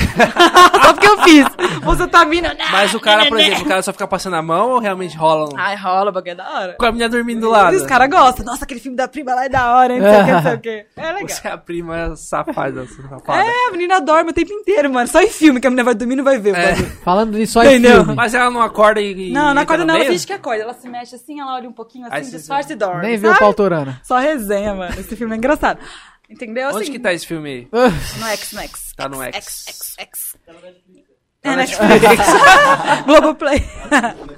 C: Só porque eu fiz. Você tá vindo. né?
A: Mas o cara, por exemplo, o cara só fica passando a mão ou realmente rola um...
C: Ai, rola, o bagulho é da hora.
A: com a menina dormindo do lado?
C: E os caras gostam. Nossa, aquele filme da prima lá é da hora, hein? Não sei o que, não sei o que. É legal.
A: Você é a prima safada, safada.
C: É, a menina dorme o tempo inteiro, mano. Só em filme que a menina vai dormir e não vai ver o
A: É.
C: bagulho.
B: Falando nisso, só em
C: Entendeu?
B: filme.
A: Mas ela não acorda e. e
C: Não, não
A: entra
C: acorda
A: no
C: não, ela
A: meio?
C: finge que acorda. Ela se mexe assim, ela olha um pouquinho
A: Aí
C: assim,
A: você-
C: disfarce e dorme.
B: Nem viu o
C: sabe?
B: pau torana.
C: Só resenha, mano. Esse filme é engraçado. Entendeu?
A: Onde
C: assim,
A: que tá esse filme aí?
C: No X, no X.
A: Tá no X.
C: X, X, X.
A: Tá
C: É,
A: na
C: Netflix. Globoplay.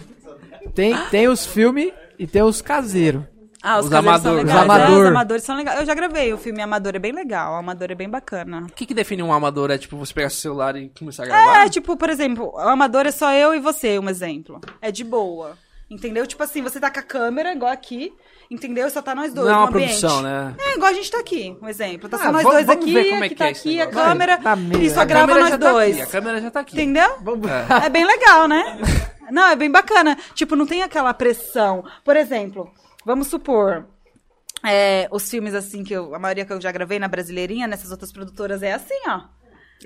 B: Tem, tem os filmes e tem os caseiros.
C: Ah, os,
A: Os
C: caseiros são
A: amador.
C: legais.
B: Os amador.
C: É, os amadores são legais. Eu já gravei o filme Amador, é bem legal. O Amador é bem bacana.
A: O que, que define um amador? É tipo você pegar seu celular e começar a gravar?
C: É, tipo, por exemplo, o Amador é só eu e você, um exemplo. É de boa. Entendeu? Tipo assim, você tá com a câmera, igual aqui. Entendeu? Só tá nós dois.
A: não é
C: no
A: uma
C: ambiente.
A: produção, né?
C: É, igual a gente tá aqui, um exemplo. Tá só
A: Ah,
C: nós
A: vamos-
C: dois
A: vamos
C: aqui,
A: ver como é
C: aqui
A: que
C: tá
A: é esse
C: aqui a
A: negócio.
C: câmera.
B: Tá meio-
C: e só
B: a
C: grava
A: câmera
C: nós
A: já tá
C: dois.
A: aqui, a câmera já tá aqui.
C: Entendeu?
B: Vamos-
C: É bem legal, né? Não, é bem bacana. Tipo, não tem aquela pressão. Por exemplo, vamos supor. é, os filmes, assim, que eu, a maioria que eu já gravei na Brasileirinha, nessas outras produtoras, é assim, ó.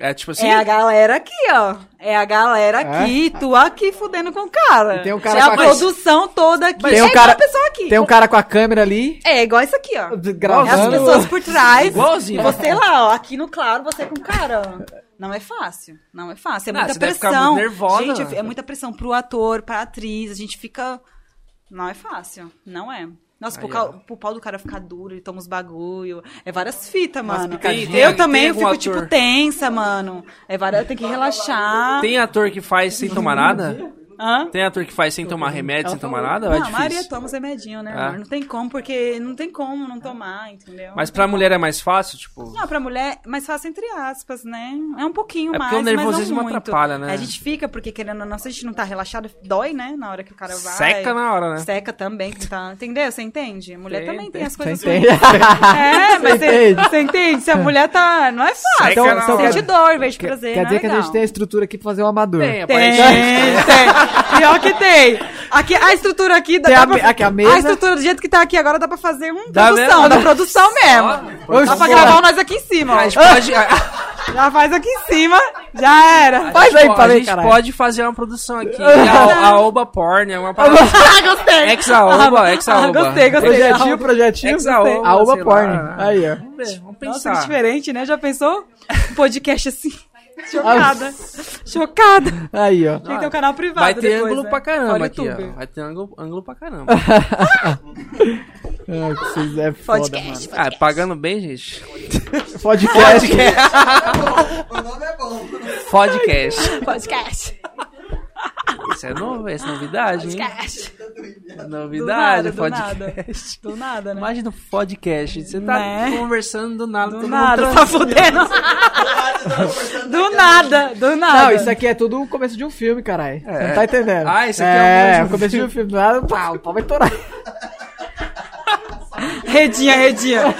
A: É tipo assim.
C: É a galera aqui, ó. É a galera aqui, tu aqui fudendo com o cara.
B: E tem um cara
C: é a
B: com a-
C: produção toda aqui.
B: Tem
C: é
B: um
C: igual
B: cara-
C: a pessoa aqui.
B: Tem um cara com a câmera ali,
C: É igual isso aqui, ó. É as
B: gravando.
C: pessoas por trás.
A: Igualzinho.
C: E Você lá, ó, aqui no claro, você é com cara. Não é fácil. Não é fácil. É
A: Não,
C: muita
A: você deve ficar
C: pressão.
A: muito nervosa.
C: Gente, é muita pressão pro ator, pra atriz. A gente fica. Não é fácil. Não é. Nossa, pro,
A: Aí,
C: cal- pro pau do cara ficar duro, ele toma uns bagulho. É várias fitas, mano.
A: picadinhas. Tem-
C: eu
A: tem
C: também
A: algum
C: fico,
A: ator?
C: tipo, tensa, mano. É várias... Tem que relaxar.
A: Tem ator que faz sem tomar nada?
C: Hã?
A: Tem ator que faz sem tomar remédio, sem tomar nada? Ou
C: não,
A: é
C: a maioria
A: difícil?
C: toma os remedinhos, né,
A: Ah.
C: amor? Não tem como, porque não tem como não tomar, entendeu?
A: Mas pra mulher é mais fácil, tipo.
C: Não, pra mulher, é mais fácil entre aspas, né? É um pouquinho
A: É
C: mais,
A: porque o
C: mas
A: nervosismo
C: não muito.
A: atrapalha, né?
C: A gente fica, porque querendo ou não, se a gente não tá relaxado, dói, né? Na hora que o cara vai.
A: Seca na hora, né?
C: Seca também, que tá... entendeu? Você entende? A mulher
A: Tem,
C: também tem,
A: tem.
C: as
B: Você
C: coisas
B: entende?
C: ruins. É, mas você
B: entende?
C: entende? Você entende? Se a mulher tá... Não é fácil.
A: Seca na
B: hora.
C: sente dor, em vez de
B: Quer,
C: prazer,
B: quer
C: não
B: dizer
C: é
B: que a gente
C: legal.
B: tem a estrutura aqui pra fazer um amador.
A: Tem,
C: Tem,
A: aparentemente.
C: tem. Pior que tem. Aqui, a estrutura aqui dá,
B: Tem a
C: dá
B: me-
C: pra,
B: aqui a mesa.
C: estrutura do jeito que tá aqui agora dá pra fazer um
A: Dá
C: produção,
A: mesmo?
C: da produção mesmo.
B: Oxe,
C: Dá pra
B: porra.
C: gravar o nós aqui em cima, ó.
A: A gente pode, a-
C: Já faz aqui em cima, já era.
B: Faz aí,
A: a
B: falei,
A: gente
B: caralho.
A: pode fazer uma produção aqui. A, a Oba Porn é uma parada.
C: gostei.
A: Ex-aoba, ex-aoba.
C: Ah, gostei, gostei.
B: Projetinho, projetinho.
A: Ex-aoba,
B: A Uba
A: sei
B: Porn.
A: lá.
B: Aí, ó.
A: Vamos ver, vamos
C: Nossa,
A: pensar.
C: que diferente, né? Já pensou? Um podcast assim. Chocada. Chocada. Tem
B: Aí, ó.
C: que ter um canal privado
A: Vai ter
C: depois,
A: ângulo
C: né?
A: pra caramba
C: Fora
A: aqui,
C: YouTube.
A: ó. Vai ter ângulo, ângulo pra caramba.
B: Ai, que vocês é foda,
C: Podcast.
A: ah, pagando bem, gente.
B: mano. Podcast.
A: Podcast.
C: Podcast.
A: Isso é novo, essa é novidade, hein? É
C: Podcast. Do
A: Novidade,
C: nada, do nada.
A: podcast.
C: Do nada, né?
A: Imagina o podcast. Você tá
C: Né?
A: conversando do nada.
C: Do nada, tá fudendo. Do nada, do nada.
B: Não, isso aqui é tudo o começo de um filme, caralho. Você não tá entendendo.
A: Ah, isso aqui é o começo de um
B: é, o começo de um filme. Do nada, pau, o pau vai torar.
C: Redinha, redinha.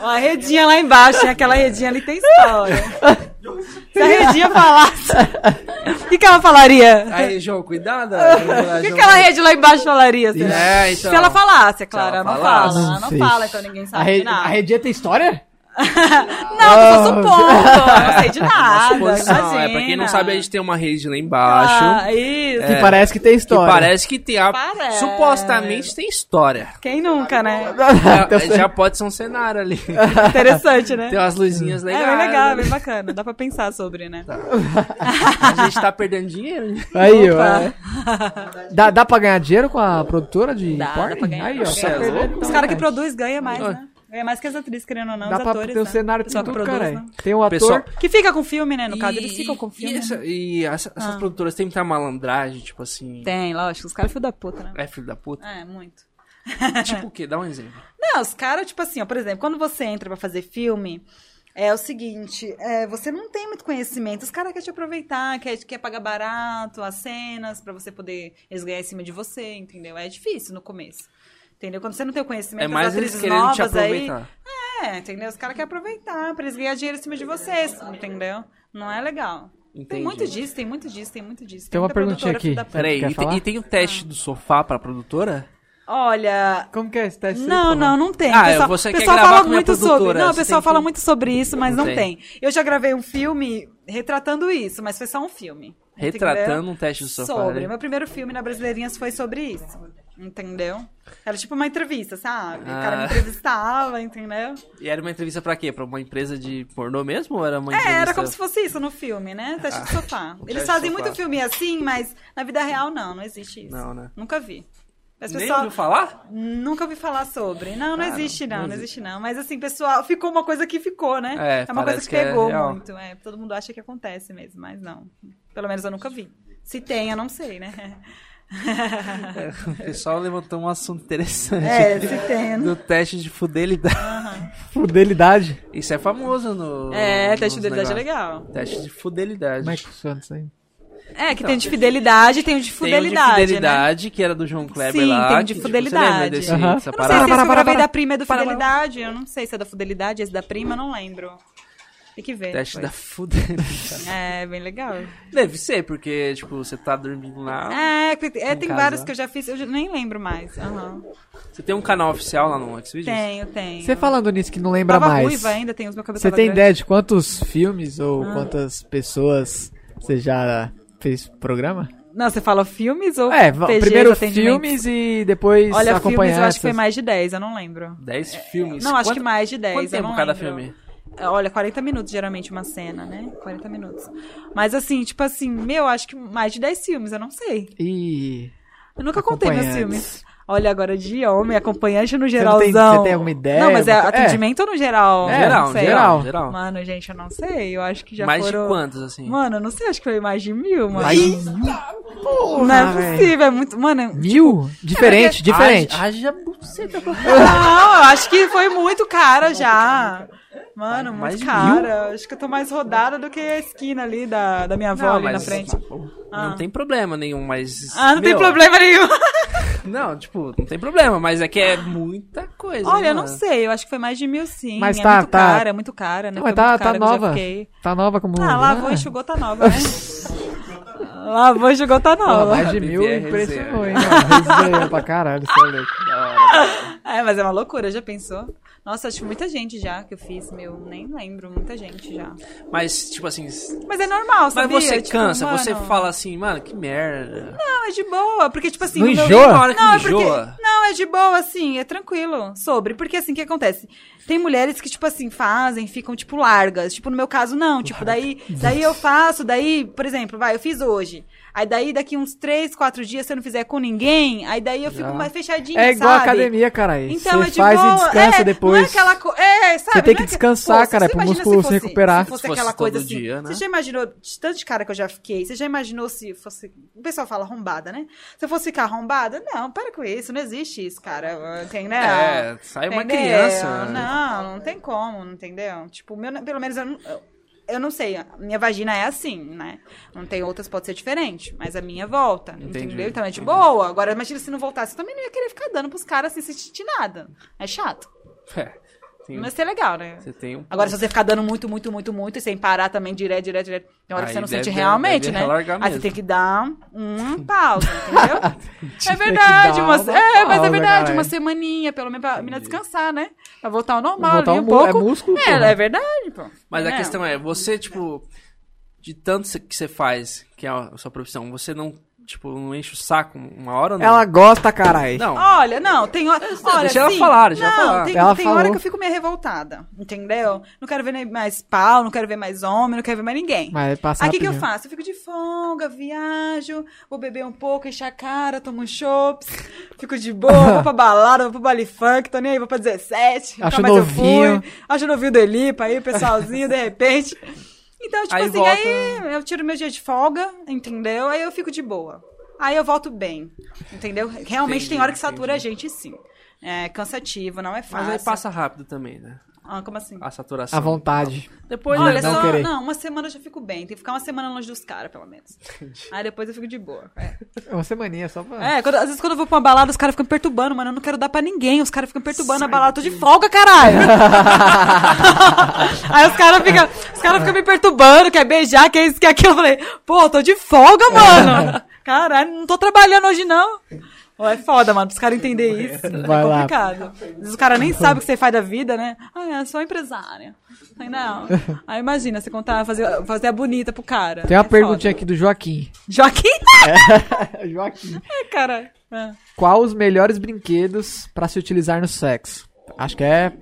C: Ó, a redinha lá embaixo, hein? aquela redinha ali tem história. Se a redinha falasse, o que, que ela falaria?
A: Tá Aí, João, cuidado.
C: O que, que Ah, aquela rede lá embaixo falaria? será?
A: É, então.
C: Se ela falasse, é claro,
A: Se
C: ela
A: ela
C: não
A: falasse.
C: fala. Ela não
B: Não sei.
C: fala, então ninguém
B: A,
C: sabe de
B: re...
C: nada.
B: a Redinha tem história?
C: Não, eu tô supondo, eu não sei de nada.
A: Suposição, Ah. é, pra quem não sabe, a gente tá É. tem uma rede lá embaixo.
C: Ah, isso.
B: Que parece que tem
A: que
B: história.
A: parece que tem a...
C: Parece.
A: Supostamente tem história.
C: Quem nunca, né?
A: Já,
B: Então,
A: já pode ser um cenário ali.
C: Interessante, né?
A: Tem umas luzinhas
C: É
A: legais.
C: bem legal, bem bacana. Dá pra pensar sobre, né?
A: A gente tá perdendo dinheiro. né?
B: Aí, ó. é.
C: Opa.
B: Dá, dá pra ganhar dinheiro com a produtora de
C: Dá,
B: porn?
C: dá pra ganhar.
B: Aí, ó.
C: dinheiro.
B: tá
A: é
B: perdendo,
A: louco.
B: então,
C: Os caras que
B: né?
C: produzem ganham mais, né? Ganha mais que as atrizes, querendo ou não,
B: Dá
C: os
B: pra
C: atores.
B: ter um
C: né?
B: cenário
C: Pessoal
B: tem
C: que
B: tudo,
C: produz,
B: cara.
C: né?
B: Tem um ator.
A: Pessoal-
C: Que fica com filme, né? No caso, eles
A: E-
C: ficam né? com filme.
A: E, essa- e essa- essas produtoras têm muita malandragem, tipo assim.
C: né? Tem, lógico. Os caras é filho da puta, né?
A: É filho da puta.
C: É, muito.
A: Tipo o quê? Dá um exemplo.
C: Não, os caras, tipo assim, ó, por exemplo, quando você entra pra fazer filme, é o seguinte, é, você não tem muito conhecimento. Os caras querem te aproveitar, quer, quer pagar barato as cenas pra você poder eles ganhar em cima de você, entendeu? É difícil no começo. Entendeu? Quando você não tem o conhecimento,
A: É mais
C: as
A: eles
C: atrizes
A: querendo te
C: novas aí.
A: aproveitar.
C: É, entendeu? Os caras querem aproveitar pra eles ganharem dinheiro em cima de vocês, entendeu? Não é legal. Tem
A: Entendi.
C: muito disso, tem muito disso, tem muito disso.
B: Tem uma
C: muita
B: perguntinha
C: produtora
B: aqui.
C: filho da puta.
A: Peraí,
B: Quer
A: e, te-
B: falar?
A: e tem o
C: Ah.
A: teste do sofá pra produtora?
C: Olha,
B: Como que é esse teste?
C: Não, não, não tem.
A: Ah,
C: O pessoal,
A: você
C: o
A: quer
C: pessoal
A: gravar
C: fala
A: com minha
C: muito sobre.
A: produtora,
C: Não, o
A: você
C: pessoal
A: tem
C: fala
A: que-
C: muito sobre isso, mas não,
A: Não
C: tem.
A: tem.
C: Eu já gravei um filme retratando isso, mas foi só um filme. entendeu?
A: Retratando um teste do sofá.
C: Sobre.
A: né?
C: Meu primeiro filme na Brasileirinhas foi sobre isso. Entendeu? Era tipo uma entrevista, sabe? O cara me
A: Ah.
C: entrevistava, entendeu?
A: E era uma entrevista pra quê? Pra uma empresa de pornô mesmo? Ou era uma
C: É,
A: entrevista... Ah, Tá
C: era como se fosse isso no filme, né? Teste de sofá. Eles
A: de
C: fazem
A: sofá.
C: muito filme assim, mas na vida real não, não existe isso.
A: Não, né?
C: Nunca vi. Mas
A: Nem
C: pessoal-
A: ouviu falar?
C: Nunca ouvi falar sobre. Não, não
A: Ah,
C: existe, não,
A: não
C: não, existe, não. Mas assim, pessoal, ficou uma coisa que ficou, né?
A: É,
C: uma coisa
A: parece
C: que,
A: que é
C: pegou
A: real.
C: muito. É, todo mundo acha que acontece mesmo, mas não. Pelo menos eu nunca vi. Se tem, eu não sei, né?
A: O pessoal levantou um assunto interessante.
C: É, se tem.
A: Do teste de fidelidade.
B: Fidelidade.
A: Isso é famoso no.
C: É, teste de
A: nos
C: fidelidade é
A: negócios.
C: legal.
A: Teste de fidelidade.
B: Como é que funciona isso aí?
C: É, que tem de fidelidade e tem de
A: Então, Tem o
C: fidelidade,
A: de
C: né?
A: fidelidade, que era do João Kleber
C: Sim,
A: lá.
C: tem de
A: que, tipo,
C: fidelidade.
A: você lembra desse,
B: Aham.
A: dessa
C: Eu não sei
A: parada?
C: se é esse eu
B: Para, para,
C: gravei
B: para,
C: da prima e do
A: para, para.
C: fidelidade. Eu não sei se é da fidelidade, esse da prima, eu não lembro. Tem que ver.
A: Teste da
C: depois.
A: fidelidade.
C: É, bem legal.
A: Deve ser, porque, tipo, você tá dormindo
B: Ah.
A: lá.
C: É, que- é,
A: Em
C: tem
A: casa.
C: vários que eu já fiz, eu já nem lembro mais. Aham.
A: Você tem um canal oficial lá no Xvideos?
C: Tenho, tenho.
B: Você falando nisso que não lembra
C: Tava Ah.
B: mais.
C: ruiva ainda, tem os meus cabelos
B: Você tem ideia de quantos filmes ou quantas pessoas você já fez programa?
C: Não, você fala filmes ou
B: É, va-
C: PGs,
B: primeiro
C: atendimentos?
B: filmes e depois
C: Olha, filmes
B: acompanhar
C: eu acho que foi
B: essas-
C: mais de 10, eu não lembro.
A: 10 filmes.
C: Não, acho
A: Quanto-
C: que mais de 10,
A: Quanto
C: eu
A: tempo
C: não
A: cada
C: lembro.
A: filme?
C: É, Olha, 40 minutos geralmente uma cena, né? 40 minutos. Mas assim, tipo assim, meu, acho que mais de 10 filmes, eu não sei.
B: Ih,
C: Eu nunca contei meus
B: Acompanhantes.
C: filmes. Olha, agora de homem, acompanhante no
B: não tem-
C: geralzão.
B: você tem alguma ideia?
C: Não, mas é
B: Alguma co- é.
C: atendimento ou no geral?
B: É,
C: Não
A: geral,
C: sei.
A: geral,
B: Geral.
A: geral.
C: Mano, gente, eu não sei. Eu acho que já
A: Mais
C: foram...
A: de quantos, assim?
C: Mano, eu não sei, acho que foi mais de mil, mano.
B: mais de
C: Não é possível, é muito. Mano, é-
B: mil? Diferente, diferente.
A: Haja, haja buceta pra
C: não, eu acho que foi muito cara já. Mano,
A: Mais
C: muito
A: de
C: cara. Acho que eu tô mais rodada do que a esquina ali da, da minha avó ali na
A: mas-
C: frente. Ah.
A: né? Tipo, Não tem problema nenhum, mas.
C: Ah, não tem
A: meu,
C: problema nenhum.
A: Não, tipo, não tem problema, mas é que é muita coisa.
C: Olha,
A: né,
C: eu não
A: mano?
C: sei, eu acho que foi mais de mil sim.
B: Mas
C: é
B: tá-
C: muito
B: tá-
C: cara, é muito cara, né?
B: Não, mas
C: Foi muito
B: tá, tá
C: cara que eu já
B: nova.
C: fiquei.
B: Tá nova como.
C: Ah, lavou, enxugou, tá nova, né? lavou, enxugou, tá
B: Pô,
C: nova.
B: mais de
A: Ah,
B: mil
A: BBR
B: impressionou,
A: resenha.
B: hein? mano? é Resenha pra caralho, você é louco.
C: É, mas é uma loucura, já pensou? Nossa, acho que muita gente já que eu fiz, meu, nem lembro, muita gente já.
A: Mas, tipo assim. s-
C: Mas é normal,
A: Mas
C: sabia?
A: você
C: Tipo,
A: cansa,
C: mano,
A: você fala assim, mano, que merda.
C: Não, é de boa, porque tipo assim...
B: Não
C: no meu-
B: enjoa?
A: Tem uma hora que
C: Não, é porque...
A: enjoa.
C: Não, é de boa, assim, é tranquilo sobre. Porque assim, o que acontece? Tem mulheres que, tipo assim, fazem, ficam, tipo, largas. Tipo, no meu caso, não. Tipo, daí, daí eu faço, daí, por exemplo, vai, eu fiz hoje. Aí daí, daqui uns três, quatro dias, se eu não fizer com ninguém, aí daí eu fico
A: Já.
C: mais fechadinha,
B: É igual a
C: sabe?
B: academia, cara.
C: Então
B: você
C: é de
B: faz
C: boa.
B: e descansa
C: é,
B: depois.
C: Não é aquela co... é, sabe?
B: Você tem
C: não
B: que
C: é que-
B: descansar, cara,
C: você
B: pro
C: imagina
B: músculo se
C: fosse-
B: recuperar.
C: Se fosse
A: Se fosse
C: aquela coisa
A: todo
C: assim.
A: dia, né?
C: Você já imaginou de tanto de cara que eu já fiquei? Você já imaginou se fosse. O pessoal fala arrombada, né? Se eu fosse ficar arrombada, não, para com isso, não existe isso, cara. Tem, né?
A: É, sai uma
C: Entendeu?
A: criança.
C: Não, não tem como, entendeu? Tipo, meu, pelo menos eu, não- eu- Eu não sei, a minha vagina é assim, né? Não tem outras, pode ser diferente, mas a minha volta.
A: Entendi.
C: Entendeu? Então é de boa. Agora, imagina se não voltasse, eu também não ia querer ficar dando pros caras assim, sem sentir nada. É chato.
A: É, tem-
C: Mas isso é legal, né?
A: Você tem um.
C: Agora, se você ficar dando muito, muito, muito, muito, e sem parar também, direto, direto, direto, tem hora que
A: Aí
C: você não
A: deve-
C: sente realmente,
A: deve
C: né?
A: relargar
C: Aí você
A: mesmo.
C: tem que dar uma pausa, entendeu? é
B: Tem que
C: verdade,
B: dar
C: uma,
B: uma
C: é, mas
B: pausa,
C: é verdade,
B: caralho.
C: uma semaninha, pelo menos pra menina descansar, né? Pra voltar ao normal
B: Voltar
C: ali um
B: um mu- é
C: pouco.
B: músculo,
C: é,
B: porra.
C: é verdade, pô. Né?
A: Mas a
C: Não.
A: questão é, você, tipo, de tanto cê- que você faz, que é a sua profissão, você não, tipo, não enche o saco uma hora, não?
B: Ela gosta, carai.
A: Não.
C: Olha, não, tem hora. Olha,
A: deixa ela
C: assim,
A: falar, deixa ela
C: não,
A: falar.
C: Tem,
B: Ela
C: tem
B: falou.
C: hora que eu fico meio revoltada, entendeu? Não quero ver nem mais pau, não quero ver mais homem, não quero ver mais ninguém.
B: Mas passa
C: Aí o que, que eu
B: rapidinho.
C: faço? Eu fico de folga, viajo, vou beber um pouco, encher a cara, tomo um chopp, fico de boa, vou pra balada, vou pro baile funk, tô nem aí, vou pra 17. nunca
B: Acho
C: mais eu
B: novinho.
C: fui. Acho novinho do Elipa aí, o pessoalzinho, de repente. Então, tipo
A: Aí
C: assim,
A: volta-
C: aí eu tiro meu dia de folga, entendeu? Aí eu fico de boa. Aí eu volto bem, entendeu? Realmente
A: Entendi,
C: tem hora que satura a gente, sim. É cansativo, não é
A: Mas
C: fácil.
A: aí passa rápido também, né?
C: Ah, como assim?
A: A saturação.
B: A vontade.
A: Depois,
B: Não,
A: né?
C: Olha,
B: não
C: só,
B: querer.
C: não, uma semana eu já fico bem. Tem que ficar uma semana longe dos caras, pelo menos. Aí depois eu fico de boa. É,
B: É uma semaninha só pra...
C: É, quando- às vezes quando eu vou pra uma balada, os caras ficam me perturbando, mano. Eu não quero dar pra ninguém. Os caras ficam me perturbando na balada. Eu tô de folga, caralho. Aí os caras ficam os cara ficam me perturbando, quer beijar, quer isso, quer aquilo. Eu falei, pô, tô de folga, mano. Caralho, não tô trabalhando hoje, não. Pô, é foda, mano, pros caras entenderem isso.
B: Vai
C: é
B: lá.
C: complicado. Às vezes o cara nem sabe o que você faz da vida, né? Ah, eu sou empresária. Aí, não. Aí imagina, você contar, fazer, fazer a bonita pro cara.
B: Tem uma
C: É
B: perguntinha
C: foda.
B: aqui do Joaquim.
C: Joaquim?
B: Joaquim.
C: Caralho. É.
B: Qual os melhores brinquedos pra se utilizar no sexo? Acho que é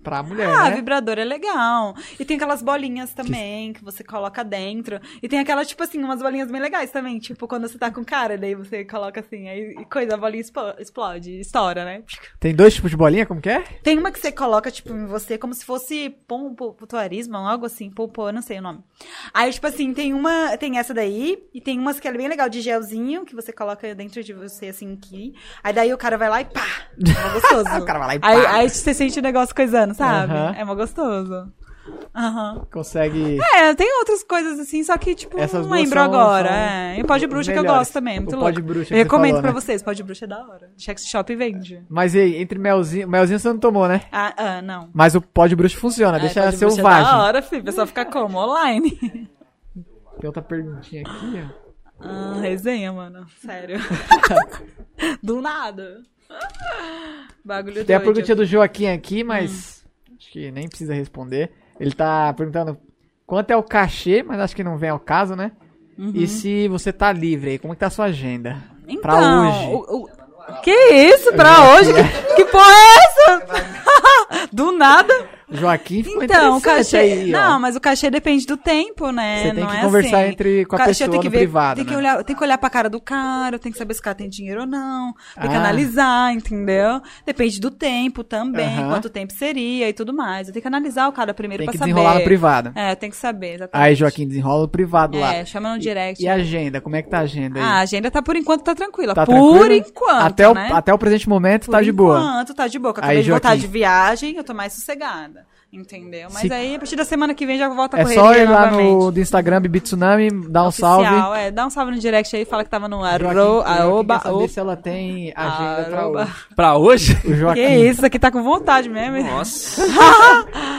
B: pra mulher,
C: Ah,
B: né?
C: vibrador é legal. E tem aquelas bolinhas também que você coloca dentro. E tem aquelas, tipo assim, umas bolinhas bem legais também. Tipo, quando você tá com cara, daí você coloca assim, aí e coisa, a bolinha expo- explode, estoura, né?
B: Tem dois tipos de bolinha, como que é?
C: Tem uma que você coloca, tipo, em você, como se fosse pompo, tuarismo, algo assim, pompo, eu não sei o nome. Aí, tipo assim, tem uma, tem essa daí, e tem umas que é bem legal, de gelzinho, que você coloca dentro de você, assim, aqui. Aí daí o cara vai lá e pá! É mó gostoso.
B: O cara vai lá e
C: Aí,
B: pá.
C: aí você sente o negócio coisando, sabe?
B: Aham.
C: É mó gostoso. Aham.
B: Consegue...
C: É, tem outras coisas assim, só que, tipo,
B: Essas
C: não
B: duas
C: lembro
B: são-
C: agora.
B: são
C: É. E o pó de bruxa que eu
B: melhores.
C: gosto também, é muito
B: O pó
C: louco.
B: de bruxa que
C: eu
B: você
C: recomendo
B: falou,
C: pra
B: né?
C: vocês, pó de bruxa é da hora. Chex Shop vende.
B: Mas e aí, entre melzinho... Melzinho você não tomou, né?
C: Ah, ah não.
B: Mas o pó de bruxo funciona,
C: Ah,
B: deixa
C: pó
B: ela
C: de bruxa É da
B: selvagem.
C: hora, filho. O pessoal fica como? Online.
B: Tem outra perguntinha aqui, ó.
C: Ah, resenha, mano. Sério. do nada. Bagulho
B: Tem a
C: doido.
B: perguntinha do Joaquim aqui,
C: Hum.
B: mas acho que nem precisa responder. Ele tá perguntando quanto é o cachê, mas acho que não vem ao caso, né?
C: Uhum.
B: E se você tá livre aí, como que tá a sua agenda?
C: Então,
B: pra hoje. É.
C: o- o- Que isso? Pra hoje? Que, que porra é essa? do nada.
B: O Joaquim ficou
C: Então, o
B: interessante
C: cachê.
B: aí, ó.
C: não, mas o cachê depende do tempo, né?
B: Você tem
C: não
B: que
C: é
B: conversar
C: assim.
B: entre- com a
C: O cachê
B: pessoa no privado,
C: Tem que,
B: né?
C: olhar, tem que olhar pra cara do cara, tem que saber se o cara tem dinheiro ou não, tem que
B: Ah.
C: analisar, entendeu? Depende do tempo também,
B: Aham.
C: quanto tempo seria e tudo mais. Eu tenho que analisar o cara primeiro
B: Tem
C: pra
B: que
C: saber.
B: desenrolar no privado.
C: É, tem que saber, exatamente.
B: Aí, Joaquim, desenrola o privado lá.
C: É, chama no direct.
B: E a agenda, como é que tá a agenda aí?
C: Ah, a agenda tá por enquanto, tá tranquila.
B: Tá
C: por
B: tranquila?
C: enquanto.
B: até, o,
C: né?
B: até o presente momento
C: Por
B: tá de boa.
C: Enquanto tá de boa. que Eu
B: Aí,
C: acabei de voltar
B: Joaquim.
C: de viagem, eu tô mais sossegada. Entendeu? Mas
B: Se-
C: aí, a partir da semana que vem, já volta a
B: É
C: tá correria
B: só ir lá
C: novamente.
B: no do Instagram, Bibi Tsunami, dar um
C: Oficial,
B: salve.
C: é. Dá um salve no direct aí, fala que tava no arro,
B: Joaquim,
C: aoba,
B: quer saber
C: opa,
B: se ela tem agenda pra
C: aroba.
B: hoje.
A: Pra hoje?
B: O Joaquim.
C: Que isso, isso aqui tá com vontade mesmo. hein?
A: Nossa.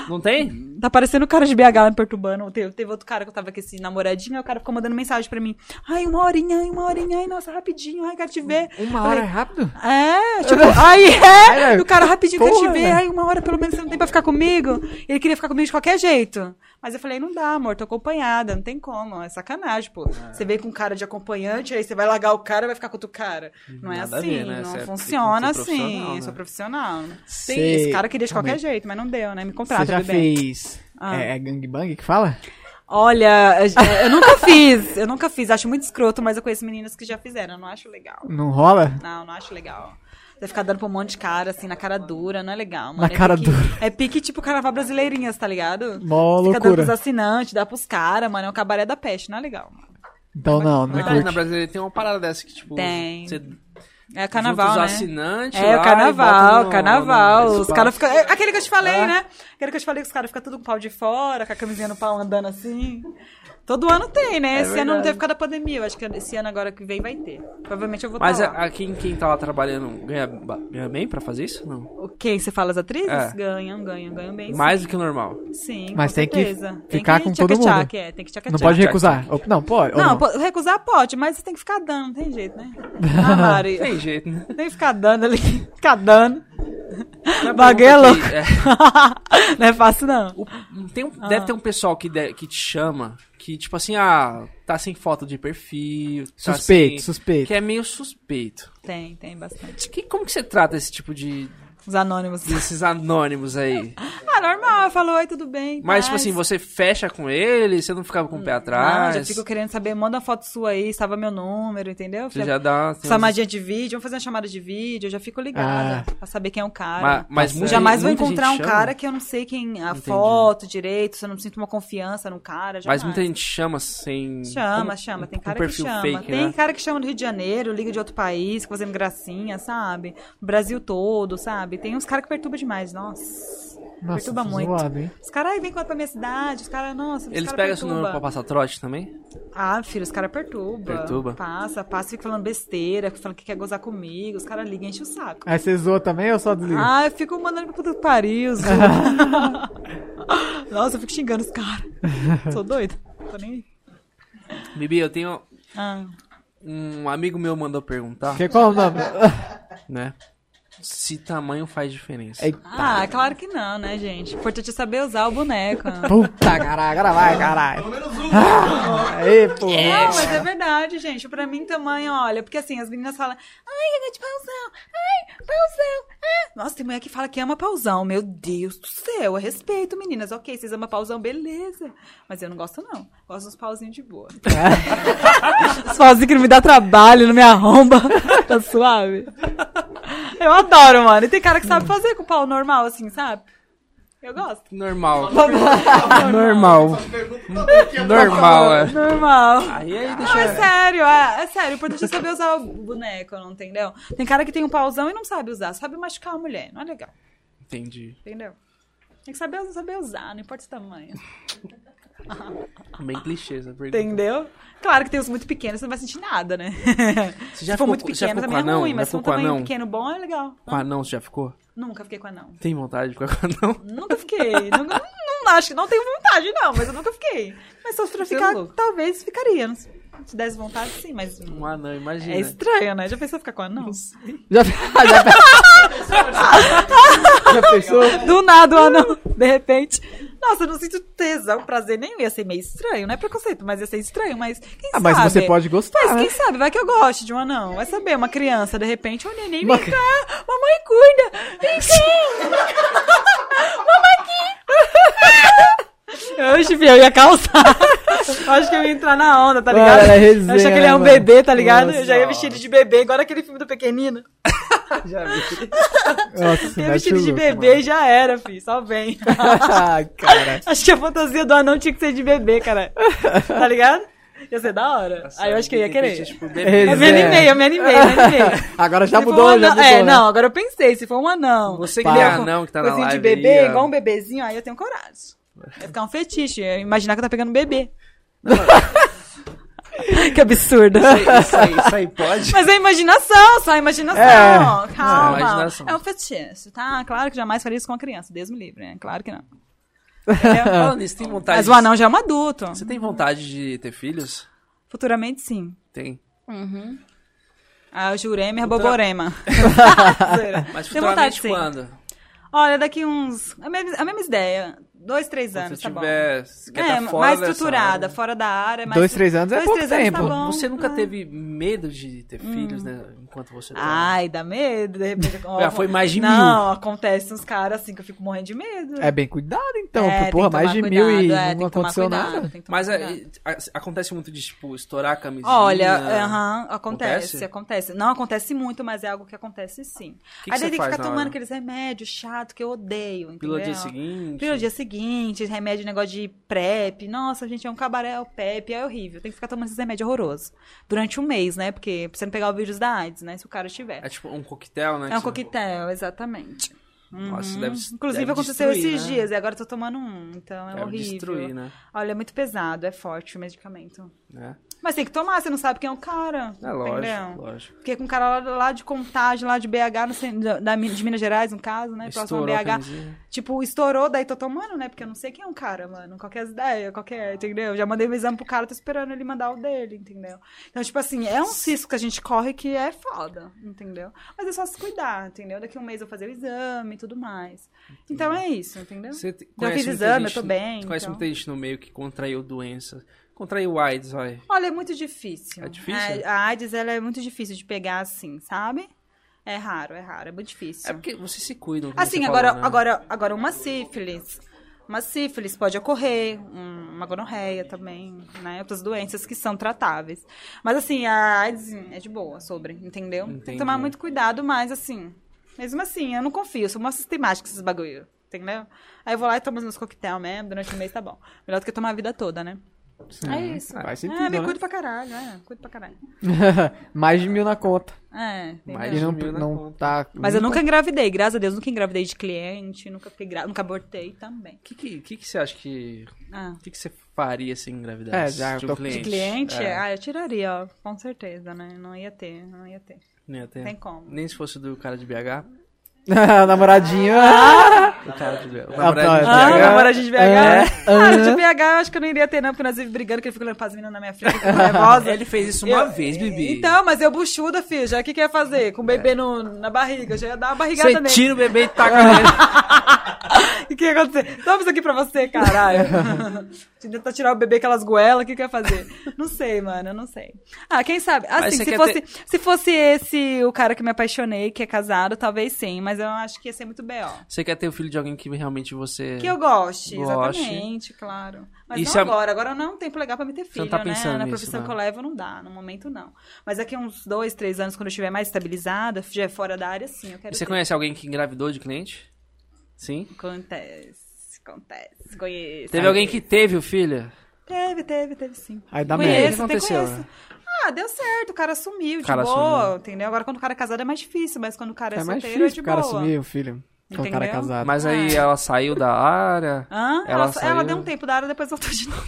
A: não tem?
C: Tá parecendo o cara de BH me perturbando. Teve, teve outro cara que eu tava com esse namoradinho, aí o cara ficou mandando mensagem pra mim. Ai, uma horinha, ai, uma horinha, ai, nossa, rapidinho, ai, quero te ver.
B: Uma
C: Eu falei,
B: hora é rápido?
C: É, tipo, aí é,
B: Cara,
C: e o cara rapidinho quer te
B: porra,
C: ver,
A: né?
B: velho.
C: aí uma hora pelo menos você não tem pra ficar comigo. Ele queria ficar comigo de qualquer jeito. Mas eu falei, não dá, amor, tô acompanhada, não tem como, é sacanagem, pô. Você vem com cara de acompanhante, aí você vai largar o cara e vai ficar com outro cara. Não é
A: Nada a
C: assim,
A: ver, né?
C: não
A: Você é-
C: funciona
A: tem que ser
C: assim,
A: profissional, né?
C: eu sou profissional.
B: Cê-
C: Tem- Esse cara queria de qualquer jeito, mas não deu, né? Me contrata,
B: Você já
C: tudo bem.
B: fez.
C: Ah.
B: É, é gangbang que fala?
C: Olha, é, eu- eu nunca fiz, eu nunca fiz, acho muito escroto, mas eu conheço meninas que já fizeram, eu não acho legal.
B: Não rola?
C: Não, não acho legal. Você ficar dando pra um monte de cara, assim, na cara dura, não é legal, mano.
B: Na
C: é
B: cara
C: pique,
B: dura.
C: É pique tipo carnaval brasileirinhas, tá
B: Mó
C: ligado? Fica dando
B: loucura.
C: pros assinantes, dá pros caras, mano. É um cabaré da peste, não é legal, mano.
B: Então não, não,
A: Mas
B: curte.
A: na brasileira tem uma parada dessa que, tipo,
C: Tem.
A: você
C: É carnaval,
A: junta os
C: né?
A: assinantes
C: É,
A: lá
C: o
A: e
C: carnaval,
A: bota no-
C: carnaval.
A: no
C: os caras ficam. é Aquele que eu te falei,
A: É.
C: né? Aquele que eu te falei que os caras ficam tudo com o pau de fora, com a camisinha no pau andando assim. Todo ano tem, né?
A: É
C: esse ano não
A: verdade.
C: teve por causa da pandemia. Eu acho que esse ano agora que vem vai ter. Provavelmente eu vou
A: Mas
C: tá
A: a,
C: lá.
A: a quem, quem tá lá trabalhando ganha, ba- ganha bem pra fazer isso? Não.
C: O Quem você fala as atrizes?
A: É.
C: Ganham, ganham, ganham bem.
A: Mais do que o normal.
C: sim. Sim,
B: Mas
C: com
B: tem que
C: certeza.
B: ficar com todo
C: tchaca-tchaca,
B: mundo.
C: É, tem que tchaca
B: Não pode
A: tchac,
B: recusar. Ou- Não, pode. ou
C: Não,
B: não.
C: po- recusar pode, mas você tem que ficar dando, não tem jeito, né? Ah, Mari,
A: Tem jeito, né?
C: tem que ficar dando ali, ficar dando.
A: Uma
C: Bagulho é
A: pergunta
C: louco.
A: aqui, é,
C: não é fácil, não.
A: o- tem
C: Ah.
A: um- Deve ter um pessoal que, de- que te chama que, tipo assim, ah, tá sem foto de perfil. tá
B: Suspeito,
A: sem-
B: suspeito.
A: Que é meio suspeito.
C: Tem, tem bastante.
A: Que, como que você trata esse tipo de.
C: Os anônimos.
A: desses anônimos aí?
C: Ah, normal, falou, oi, tudo bem.
A: Mas,
C: paz."
A: tipo assim, você fecha com ele, você não ficava com o pé
C: Ah,
A: atrás.
C: já fico querendo saber, manda uma foto sua aí, salva meu número, entendeu?
A: Você já dá. tem uns-
C: Chamadinha de vídeo, vamos fazer uma chamada de vídeo, eu já fico ligada pra saber quem é o cara.
A: Ma- mas muita-
C: jamais vou
A: muita
C: encontrar um
A: gente
C: cara
A: chama?
C: que eu não sei quem a
A: Entendi.
C: foto direito, se eu não sinto uma confiança num cara. Jamais.
A: Mas muita gente chama sem.
C: Chama,
A: como-
C: chama. Tem
A: com
C: cara que
A: perfil
C: chama.
A: Fake,
C: tem
A: né?
C: cara que chama do Rio de Janeiro, liga de outro país, fica fazendo gracinha, sabe? O Brasil todo, sabe? Tem uns caras que perturba demais, nossa.
B: Nossa,
C: perturba
B: tô
C: muito.
B: zoado, hein?
C: Os caras aí vêm pra minha cidade, os caras, nossa, os
A: Eles
C: cara
A: pegam seu
C: perturba.
A: número pra passar trote também?
C: Ah, filho, os caras perturbam.
A: Perturba.
C: Passa, passa, fica falando besteira, fica falando que quer gozar comigo, os caras ligam, enche o saco.
B: Aí você zoa também ou só desliga?
C: Ah, eu fico mandando pra puta que pariu. Zo... Nossa, eu fico xingando os caras. Sou doida. Tô nem aí.
A: Bibi, eu tenho.
C: Ah,
A: Um amigo meu mandou perguntar,
B: Que, qual o nome?
A: né? Se tamanho faz diferença.
B: Ei,
C: Ah, claro que não, né, gente? O importante é saber usar o boneco. né? não,
B: Puta caralho, agora vai, caralho. Ah, Aê, pô.
C: mas é verdade, gente. Pra mim, tamanho, olha, porque assim, as meninas falam, ai, eu gosto de pausão, ai, pausão, ah. Nossa, tem mulher que fala que ama pausão. Meu Deus do céu, eu respeito, meninas. Ok, vocês amam pausão, beleza. Mas eu não gosto, não. Gosto dos pauzinhos de boa. É. Os pauzinhos que não me dá trabalho, não me arromba. Tá suave. Eu adoro, mano. E tem cara que sabe fazer com pau normal, assim, sabe? Eu gosto.
A: Normal.
C: é.
A: Normal. Normal, é.
C: Normal.
A: Aí aí
C: Não,
A: deixa.
C: é sério, é, é sério. O importante é saber usar o boneco, não entendeu? Tem cara que tem um pauzão e não sabe usar, sabe machucar a mulher. Não é legal,
A: Entendi.
C: entendeu? Tem que saber, saber usar, não importa o tamanho.
A: Bem clichê essa pergunta.
C: Entendeu? Claro que tem uns muito pequenos, você não vai sentir nada, né?
A: Você já
C: Se for
A: ficou
C: muito
A: com- já
C: pequeno,
A: ficou
C: também
A: com
C: é
A: anão?
C: ruim,
A: Já
C: mas se for um
A: ficou com
C: tamanho
A: anão?
C: pequeno bom, é legal.
A: Com anão você já ficou?
C: Nunca fiquei com anão.
A: Tem vontade de ficar com anão?
C: Nunca fiquei. nunca, não, não, acho que não tenho vontade, não, mas eu nunca fiquei. Mas se eu pra ficar,
A: é louco.
C: talvez ficaria. não sei. Se desse vontade, sim, mas.
A: Um anão, imagina.
C: É estranho, né? Já pensou ficar com anão?
B: Já, já, já pensou?
C: Do nada, o anão, de repente. Nossa, eu não sinto tesão, prazer nenhum. Ia ser meio estranho, não é preconceito, mas ia ser estranho, mas quem
B: Ah,
C: sabe?
B: mas você pode gostar,
C: Mas
B: né?
C: quem sabe, vai que eu goste de um anão. Vai saber, uma criança, de repente, um neném,
B: Uma
C: vem
B: cri-
C: cá, mamãe cuida, vem cá, mamãe aqui. Oxe, filho, eu ia calçar. Acho que eu ia entrar na onda, tá
B: Mano,
C: ligado?
B: é resenha,
C: eu achei que ele é um
B: né, mano?
C: bebê, tá ligado? eu já ia
B: Nossa.
C: vestir ele de bebê, igual aquele filme do pequenino. tá-
B: Nossa,
C: Eu ia
B: mete
C: vestir ele de
B: o louco,
C: bebê e já era, filho, só vem.
B: mano. Ah, cara.
C: Acho que a fantasia do anão tinha que ser de bebê, cara. Tá ligado? Ia ser da hora. Aí eu acho que eu ia querer.
A: Tipo,
B: Ele-
A: bebê.
C: Eu me animei, eu me animei, eu me animei.
B: Agora já
C: Se for
B: mudou,
C: um
B: já
C: anão-
B: mudou. né?
C: É, não, agora eu pensei, se for um anão.
A: Você que
B: Pá.
A: é anão que tá na
C: coisinha
A: live.
C: de bebê,
A: aí, ó.
C: igual um bebezinho, aí eu tenho coragem. Vai ficar um fetiche, eu ia imaginar que eu tá pegando um bebê. que absurdo.
A: Isso aí, isso aí pode?
C: Mas é imaginação, só imaginação.
B: É.
C: Calma.
A: É, imaginação.
C: É um fetiche, tá? Claro que jamais faria isso com uma criança, Deus me livre, né? Claro que não. Entendeu?
A: Falando nisso, tem vontade.
C: É. Mas
A: de-
C: o anão já é um adulto.
A: Você tem vontade de ter filhos?
C: Futuramente, sim.
A: Tem.
C: A Jurema e a Boborema.
A: Mas
C: Tem vontade,
A: futuramente
C: sim.
A: quando?
C: Olha, daqui uns... A mesma, a mesma ideia. Dois, três
A: Quando
C: anos,
A: você
C: tá bom.
A: tiver. Você quer
C: É,
A: tá fora
C: mais
A: dessa
C: estruturada,
A: área.
C: fora da área. Mais
B: Dois, três anos é pouco tempo.
C: bom.
A: Você nunca
C: Ah.
A: teve medo de ter
C: Hum.
A: filhos, né? Enquanto você tá.
C: Ai, dá medo, de repente.
A: Já foi mais de
C: não, Não, acontece uns caras assim que eu fico morrendo de medo.
B: É bem cuidado, então.
C: É,
B: porque,
C: tem
B: porra,
C: que tomar
B: mais de
C: cuidado,
B: mil e
C: é, tem
B: não
C: que tomar
B: aconteceu
C: cuidado,
B: nada.
C: tem que tomar
A: Mas
C: cuidado.
A: é, a- acontece muito de, tipo, estourar a camisinha.
C: Olha, aham, acontece,
A: Acontece?
C: acontece, Não acontece muito, mas é algo que acontece sim.
A: Que que
C: Aí
A: você
C: daí tem que
A: faz
C: ficar
A: na
C: tomando
A: hora?
C: aqueles remédios chato que eu odeio, entendeu?
A: Pelo dia seguinte.
C: Pelo dia seguinte, remédio, negócio de PrEP. Nossa, gente, é um cabaré, é o PEP, é horrível. Tem que ficar tomando esses remédios horrorosos. Durante um mês, né? Porque pra você não pegar o vírus da AIDS, né? Se o cara tiver.
A: É tipo um coquetel, né? que
C: É um
A: você-
C: coquetel, exatamente.
A: Nossa,
C: Uhum.
A: deve
C: Inclusive
A: deve
C: aconteceu
A: destruir,
C: esses
A: né?
C: dias e agora eu tô tomando um, então é
A: Deve
C: horrível.
A: destruir, né?
C: Olha, é muito pesado, é forte o medicamento.
A: né?
C: Mas tem que tomar, você não sabe quem é o cara.
A: É lógico,
C: entendeu?
A: lógicho.
C: Porque com um cara lá, lá de Contagem, lá de BH, não sei, da, da- de Minas Gerais, no caso, né? Próximo a
A: Estourou a
C: BH.
A: camisinha.
C: Tipo, estourou, daí tô tomando, né? Porque eu não sei quem é um cara, mano. Qualquer ideia, qualquer, é, entendeu? Já mandei o exame pro cara, tô esperando ele mandar o dele, entendeu? Então, tipo assim, é um cisco que a gente corre que é foda, entendeu? Mas é só se cuidar, entendeu? Daqui um mês eu fazer o exame e tudo mais. Então é isso, entendeu?
A: Você te-
C: Já
A: conhece
C: fiz
A: muita
C: exame, eu
A: gente-
C: tô bem.
A: Conhece
C: então.
A: muita gente no meio que contraiu doença. Contraiu AIDS, vai.
C: Olha, é muito difícil.
A: É difícil?
C: A, a AIDS, ela é muito difícil de pegar assim, sabe? É raro, é raro, é muito difícil.
A: É porque vocês se cuidam. como
C: Assim,
A: você
C: agora,
A: falou, né?
C: agora, agora uma sífilis. Uma sífilis pode ocorrer, um- uma gonorreia também, né? Outras doenças que são tratáveis. Mas assim, a AIDS é de boa sobre, entendeu? Tem
A: Entendi.
C: que tomar muito cuidado, mas assim, mesmo assim, eu não confio, eu sou uma sistemática esses bagulho, entendeu? Aí eu vou lá e tomo os meus coquetel mesmo, durante o mês tá bom. Melhor do que tomar a vida toda, né? É isso.
B: Faz
C: é,
B: sentido,
C: me
B: né?
C: cuido pra caralho, é, cuido pra caralho.
B: Mais de mil na conta.
C: É, entendeu?
A: Mas-
B: E não,
A: mil na
B: não
A: conta.
B: tá.
C: Mas eu nunca engravidei, graças a Deus, nunca engravidei de cliente, nunca fiquei gra... nunca abortei também.
A: O que, que, que, que você acha que.
C: Ah.
A: O que, que você faria sem engravidar?
B: É, já,
A: de
B: tô-
A: um
B: de
A: cliente.
C: De cliente?
A: É,
C: Ah, eu tiraria, ó, com certeza, né? Não ia ter, não ia ter.
A: não ia ter.
C: Tem como.
A: Nem se fosse do cara de BH.
B: Namoradinho.
A: O cara de BH.
B: Ah, tá,
A: de
B: tá.
C: Ah,
A: BH.
C: namorado de BH?
B: É.
C: Ah, de BH eu acho que eu não iria ter, não, porque nós vivemos brigando, que ele fica olhando pras meninas na minha frente, eu fico nervosa.
A: Ele fez isso uma
C: Eu-
A: vez, Bibi. É.
C: Então, mas eu buchuda, filho, já o que que ia fazer? Com o bebê no, na barriga, eu já ia dar uma barrigada
A: Você
C: nele.
A: tira o bebê e taca nele.
C: O que ia acontecer? Toma isso aqui pra você, caralho. Te Tentar tirar o bebê com aquelas goelas, o que que ia fazer? Não sei, mano, eu não sei. Ah, quem sabe?
A: Mas você
C: Assim, se
A: quer
C: fosse, se fosse esse o cara que me apaixonei, que é casado, talvez sim, mas eu acho que ia ser muito B.O.
A: Você quer ter o filho de alguém que realmente você.
C: Que eu goste,
A: Goste.
C: exatamente, claro. Mas
A: E se
C: não
A: a-
C: agora, agora não é um tempo legal pra me ter filho,
A: não tá pensando
C: né? Na
A: nisso,
C: profissão
A: né?
C: que eu levo não dá, no momento não. Mas daqui a uns dois, três anos, quando eu estiver mais estabilizada, já é fora da área, sim, eu quero
A: E você
C: ter.
A: conhece alguém que engravidou de cliente? Sim?
C: Acontece, acontece, conheço.
A: Teve alguém que teve o filho?
C: Teve, teve, teve sim.
B: Aí dá
A: Conheço. O
B: merda.
A: que
C: até
A: aconteceu?
C: conheço. Ah, deu certo, o cara sumiu, de
A: Cara
C: boa,
A: sumiu.
C: entendeu? Agora quando o cara é casado é mais difícil, mas quando o cara é,
B: É mais
C: solteiro é de
B: difícil o cara
C: boa.
B: assumir o filho. Quando o cara é
C: Entendeu?
B: casado.
A: Mas aí ela saiu da área.
C: Hã?
A: Ela
C: Ela,
A: saiu-
C: ela deu um tempo da área, depois voltou de novo.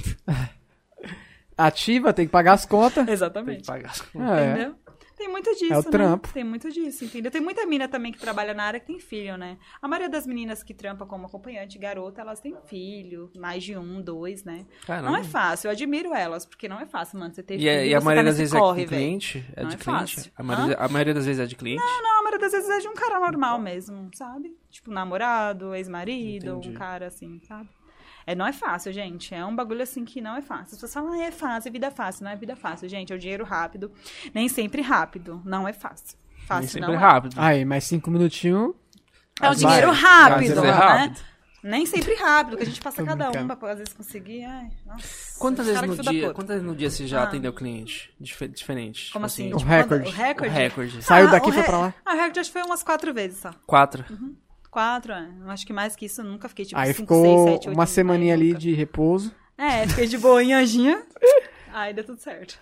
B: Ativa, tem que pagar as contas.
A: Tem que
C: Exatamente.
A: pagar as contas.
B: É.
C: Entendeu? Tem muito disso,
B: É o
C: né?
B: trampo.
C: Tem muito disso, entendeu? Tem muita mina também que trabalha na área que tem filho, né? A maioria das meninas que trampa como acompanhante, garota, elas têm filho, mais de um, dois, né?
A: Caramba.
C: Não é fácil, eu admiro elas, porque não é fácil, mano, você ter
A: E,
C: filho
A: é- e
C: você
A: a
C: tá
A: maioria das
C: nesse
A: vezes
C: corre,
A: é de
C: velho.
A: cliente? É
C: Não
A: de
C: é
A: cliente?
C: fácil.
A: A maioria, a maioria das vezes é de cliente?
C: Não, a maioria das vezes é de um cara normal mesmo, sabe? Tipo, namorado, ex-marido, um
A: Entendi.
C: cara assim, sabe? É, não é fácil, gente. É um bagulho assim que não é fácil. As pessoas falam, ah, é fácil, vida fácil. Não é vida fácil, gente. É o dinheiro rápido. Nem sempre rápido. Não é fácil.
A: Nem
C: Fácil
A: sempre
C: não
A: é
C: é.
A: rápido.
B: Aí, mais cinco minutinhos.
C: É um
B: Vai.
A: Às
C: dinheiro
A: vezes
C: rápido,
A: é
C: né?
A: rápido.
C: Nem sempre rápido, que a gente passa
B: Tô
C: cada um
B: brincando.
C: pra às vezes conseguir. Ai, nossa,
A: Quantas
C: cara
A: vezes, no
C: que filho da
A: dia,
C: puta.
A: quantas vezes no dia você já
C: Ah.
A: atendeu cliente? Dife- diferente?
C: Como assim?
A: Tipo
B: O
C: Tipo, quando-
B: recorde.
C: O recorde?
A: O recorde.
B: Saiu
C: Ah,
B: daqui
C: o
B: e foi
C: re-
B: pra lá.
C: Ah, o recorde acho que foi umas quatro vezes só.
A: Quatro.
C: Quatro, é. Eu Acho que mais que isso, eu nunca fiquei tipo
B: aí
C: cinco,
B: ficou
C: seis, sete, oito,
B: uma
C: nove,
B: semaninha ali
C: nunca.
B: de repouso.
C: É, fiquei de boinha, anjinha. Aí deu tudo certo.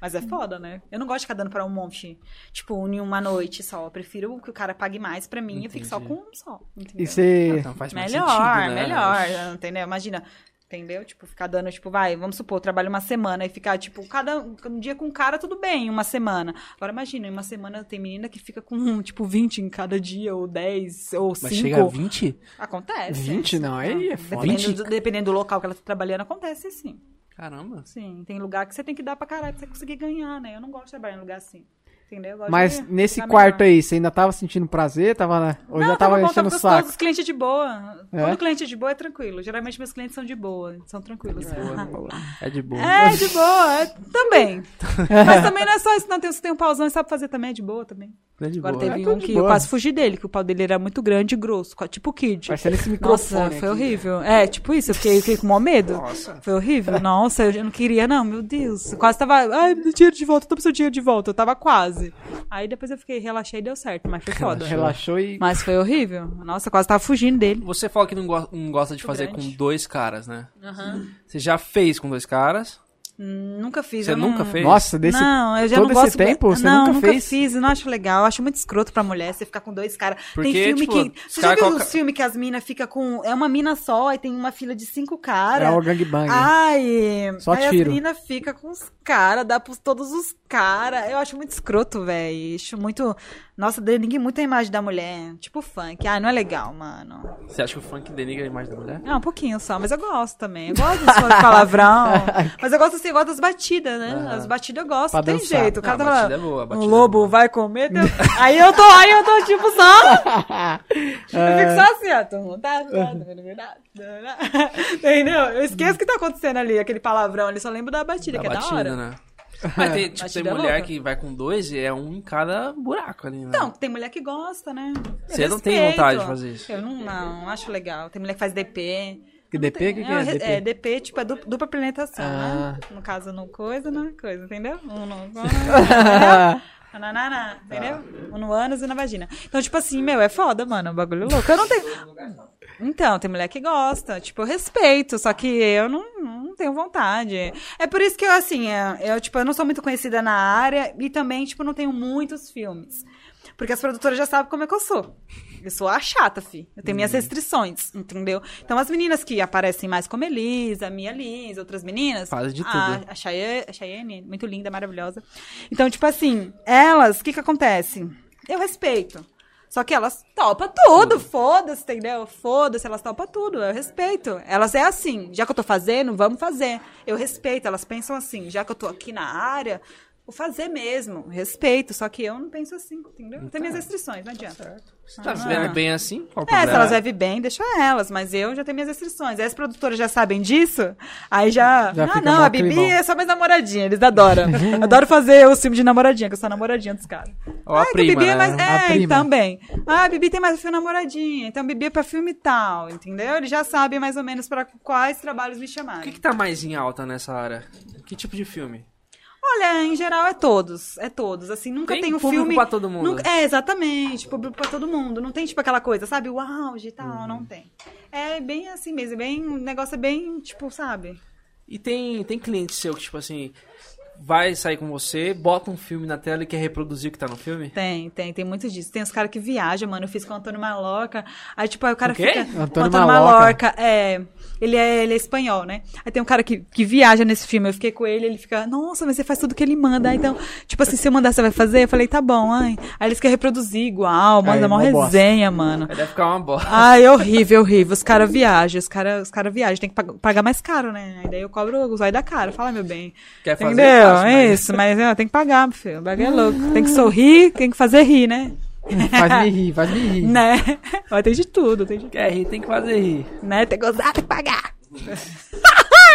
C: Mas é foda, né? Eu não gosto de ficar dando pra um monte, tipo, em uma noite só. Eu prefiro que o cara pague mais pra mim e eu fique só com
A: Entendi.
C: um só. Entendeu?
B: E você.
A: Então faz mais
C: melhor,
A: sentido, né?
C: melhor, entendeu? Imagina, entendeu? Tipo, ficar dando, tipo, vai, vamos supor, eu trabalho uma semana e ficar, tipo, cada um dia com um cara, tudo bem, uma semana. Agora imagina, em uma semana tem menina que fica com, tipo, 20 em cada dia, ou 10, ou
A: Mas chega a
C: 5.
A: 20?
C: Acontece.
B: 20 é não, aí é foda.
C: Dependendo,
A: 20?
C: do, dependendo do local que ela tá trabalhando, acontece sim.
A: Caramba.
C: Sim, tem lugar que você tem que dar pra caralho pra você conseguir ganhar, né? Eu não gosto de trabalhar em lugar assim. Entendeu? Eu gosto
B: Mas
C: de
B: nesse
C: lugar
B: quarto
C: melhor.
B: aí, você ainda tava sentindo prazer? Tava na... Ou
C: Não,
B: já tava,
C: bom,
B: enchendo o
C: gostoso,
B: saco?
C: Os clientes de boa.
B: É?
C: Quando o cliente é de boa, é tranquilo. Geralmente meus clientes são de boa, são tranquilos.
A: É de boa.
C: É, de boa, é- também. Mas também não é só isso, não. Tem, você tem um pausão e sabe fazer também, é de boa também.
A: É de
C: Agora
A: boa.
C: teve
B: Ah, tô
C: um
B: de
C: que eu
B: boa.
C: quase fugi dele, que o pau dele era muito grande e grosso, co- tipo Kid.
B: Marcelo, esse microfone.
C: Nossa, foi
B: aqui. né?
C: horrível. É, tipo isso, eu fiquei, eu fiquei com maior medo.
A: Nossa.
C: Foi horrível. Nossa, eu não queria, não, meu Deus. Eu quase tava. Ai, meu dinheiro de volta, eu tô precisando de dinheiro de volta. Eu tava quase. Aí depois eu fiquei, relaxei e deu certo, mas foi foda.
B: Relaxou e.
C: Mas foi horrível. Nossa, eu quase tava fugindo dele.
A: Você fala que não, go- não gosta de
C: Muito
A: fazer
C: grande.
A: com dois caras, né? Você já fez com dois caras?
C: Nunca fiz. um
A: Você
C: eu não-
A: nunca fez?
B: Nossa, desse. é
C: Não, eu já
B: todo
C: não gosto.
B: esse tempo, você
C: não,
B: nunca fez?
C: fiz, eu não acho legal. Eu acho muito escroto pra mulher você ficar com dois caras.
A: Porque,
C: tem filme
A: tipo,
C: que.
A: os
C: Você já
A: cara
C: viu
A: coloca-
C: os filmes que as minas ficam com. É uma mina só, aí tem uma fila de cinco
B: É
C: caras.
B: o gangbang.
C: Ah, Ai,
B: Só
C: aí
B: tiro.
C: as meninas ficam com os caras, dá pros todos os caras. Eu acho muito escroto, velho. Acho muito. Nossa, ninguém muito a imagem da mulher. Tipo funk. Ah, não é legal, mano.
A: Você acha que o funk denigra a imagem da mulher?
C: Ah, um pouquinho só, mas eu gosto também. Eu gosto dos funk palavrão. mas eu gosto assim, eu gosto das batidas, né? As batidas eu gosto,
B: Pra
C: tem
B: dançar.
C: jeito. O
A: Ah,
C: cara
A: a
C: tá
A: batida
C: falando,
A: é boa, a batida
C: um
A: é
C: lobo
A: boa."
C: vai comer. teu-" aí eu tô, aí eu tô tipo só. Eu fico só assim, ó. tum, tá, tá, tá, tá, tá. Entendeu? Eu esqueço o que tá acontecendo ali, aquele palavrão ali, só lembro da batida,
A: Da
C: que é da hora.
A: né? Mas tem, tipo, tem
C: Batida é
A: mulher
C: louca.
A: que vai com dois e é um em cada buraco ali, né?
C: Então, tem mulher que gosta, né? Eu
A: Você não tem
C: respeito.
A: vontade de fazer isso?
C: Eu não, não, acho legal. Tem mulher que faz DP.
B: Que DP? O que, que
C: É,
B: é?
C: re-
B: DP?
C: é, DP, tipo, é du- dupla planetação, né? No caso, no coisa, na coisa, entendeu? Um no... entendeu? Nananana,
A: Tá.
C: entendeu? Um no ânus e na vagina. Então, tipo assim, meu, é foda, mano. O bagulho é louco. Eu não tenho. Então, tem mulher que gosta. Tipo, eu respeito, só que eu não, não tenho vontade. É por isso que eu, assim, é- eu, tipo, eu não sou muito conhecida na área e também, tipo, não tenho muitos filmes. Porque as produtoras já sabem como é que eu sou. Eu sou a chata, fi. Eu tenho minhas
A: Uhum.
C: restrições, entendeu? Então, as meninas que aparecem mais como Elisa, Mia Liz, outras meninas. ah,
A: Fazem de
C: a-
A: tudo.
C: A, Chaye- a Cheyenne, muito linda, maravilhosa. Então, tipo assim, elas, o que que acontece? Eu respeito. Só que elas topam tudo, foda-se, entendeu? Foda-se, elas topam tudo, eu respeito. Elas é assim, já que eu tô fazendo, vamos fazer. Eu respeito, elas pensam assim, já que eu tô aqui na área, vou fazer mesmo, respeito. Só que eu não penso assim, entendeu? Eu Tem minhas restrições, não adianta.
A: Você tá se
C: Ah.
A: vendo bem assim? Qual o
C: É,
A: problema?
C: se elas vivem bem, deixa elas, mas eu já tenho minhas restrições. Aí as produtoras já sabem disso, aí já.
B: Já
C: ah,
B: fica
C: não,
B: mó
C: a Bibi
B: climão.
C: é só mais namoradinha, eles adoram. Adoro fazer o filme de namoradinha, que eu sou a namoradinha dos caras.
A: Ou a
C: ah, que
A: prima,
C: Bibi
A: né?
C: é mais.
B: A
C: É,
B: prima.
C: também. Ah, a Bibi tem mais filme namoradinha, então Bibi é pra filme tal, entendeu? Eles já sabem mais ou menos pra quais trabalhos me chamarem.
A: O que, que tá mais em alta nessa área? Que tipo de filme?
C: Olha, em geral é todos, é todos. Assim, nunca
A: Tem
C: tem, um
A: público
C: filme
A: pra todo mundo.
C: Nunca- é exatamente, público pra todo mundo. Não tem tipo aquela coisa, sabe? O auge e tal, não tem. É bem assim mesmo, é bem um negócio é bem tipo, sabe?
A: E tem, tem cliente seu que, tipo assim, vai sair com você, bota um filme na tela e quer reproduzir o que tá no filme?
C: Tem, tem, tem muito disso. Tem os caras que viajam, mano. Eu fiz com o Antônio Maloca. Aí, tipo, aí o cara
A: Com quem?
C: fica.
B: Antônio
C: com o Antônio
B: Maloca.
C: Maloca. É. Ele é, ele é espanhol, né? Aí tem um cara que, que viaja nesse filme. Eu fiquei com ele, ele fica, nossa, mas você faz tudo que ele manda. Aí, então, tipo assim, se eu mandar, você vai fazer? Eu falei, tá bom, ai. Aí eles querem reproduzir igual, manda
B: Aí,
C: mó
B: mó bosta.
C: resenha, mano.
A: Aí deve ficar uma bosta.
C: Ai, é horrível, horrível. Os caras viajam, os caras os cara viajam. Tem que pag- pagar mais caro, né? Aí daí eu cobro o zóio da cara. Fala, meu bem.
A: Quer fazer?
C: Entendeu?
A: Faço,
C: é
A: mas- Ah.
C: isso, mas ó, tem que pagar, meu filho. O bagulho é louco. Tem que sorrir, tem que fazer rir, né?
B: Faz me rir, faz me rir.
C: Né? Mas tem de tudo, tem de
A: Quer rir, tem que fazer rir.
C: Né? Tem que gozar, tem que pagar.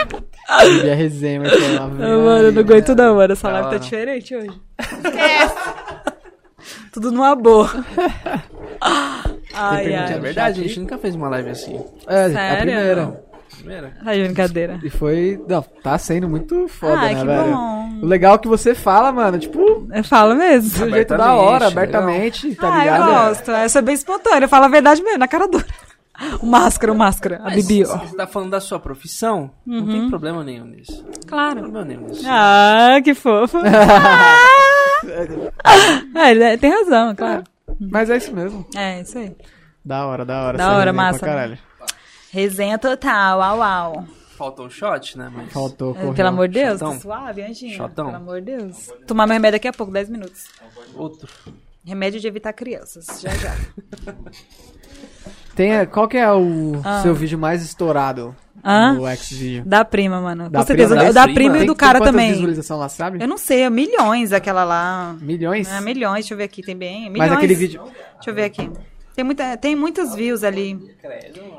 B: E a é resenha, mas sei lá, velho.
C: mano, eu não aguento não, mano. Essa live tá
A: né? hora.
C: diferente hoje. tudo numa boa. Ai,
B: pergunta
A: É
C: ai.
B: no
A: verdade,
B: chat
A: a
B: aí?
A: gente nunca fez uma live assim.
B: É, a
C: Sério?
B: primeira.
A: Primeira.
C: Tá de brincadeira.
B: E foi. Não, tá sendo muito foda,
C: Ai,
B: né,
C: que
B: velho?
C: bom.
B: O legal é que você fala, mano, tipo,
C: Eu falo mesmo.
B: do jeito da hora,
A: Abertamente,
B: abertamente, tá
C: ah,
B: ligado?
C: eu gosto. É, Eu sou bem espontânea. Eu falo a verdade mesmo, na cara dura. O máscara, o máscara. A Bibi, ó.
A: Você tá falando da sua profissão? Não tem problema nenhum nisso. Não tem
C: Uhum. Claro.
A: problema nenhum nisso.
C: Ah, que fofo. ah, ele é- tem razão, claro.
B: Mas é isso mesmo.
C: É, isso aí.
B: Da hora, da hora.
C: Da
B: essa
C: hora,
B: resenha
C: massa,
B: Pra caralho.
C: Resenha total, au au.
A: Faltou o shot, né? Mas...
B: Faltou, correu.
C: É, Pelo amor de Deus,
A: Chatão.
C: tá suave, anjinho.
A: Chatão.
C: Pelo amor de Deus. Tomar meu remédio daqui a pouco, 10 minutos.
A: Outro.
C: Remédio de evitar crianças, já já.
B: Tem, a- qual que é o
C: Ah.
B: seu vídeo mais estourado
C: Hã?
B: no X-Video?
C: Da prima, mano.
B: Da
C: Com certeza.
B: prima,
C: o
A: né?
C: da
A: Prima.
C: prima e
A: Tem
C: do
B: Tem
C: cara
B: quantas
C: também.
B: visualizações lá, sabe?
C: Eu não sei, é milhões aquela lá.
B: Milhões?
C: Ah, milhões, deixa eu ver aqui, tem bem. Milhões.
B: Mas aquele vídeo...
C: Deixa eu ver aqui. Tem, muita, tem muitas views ali.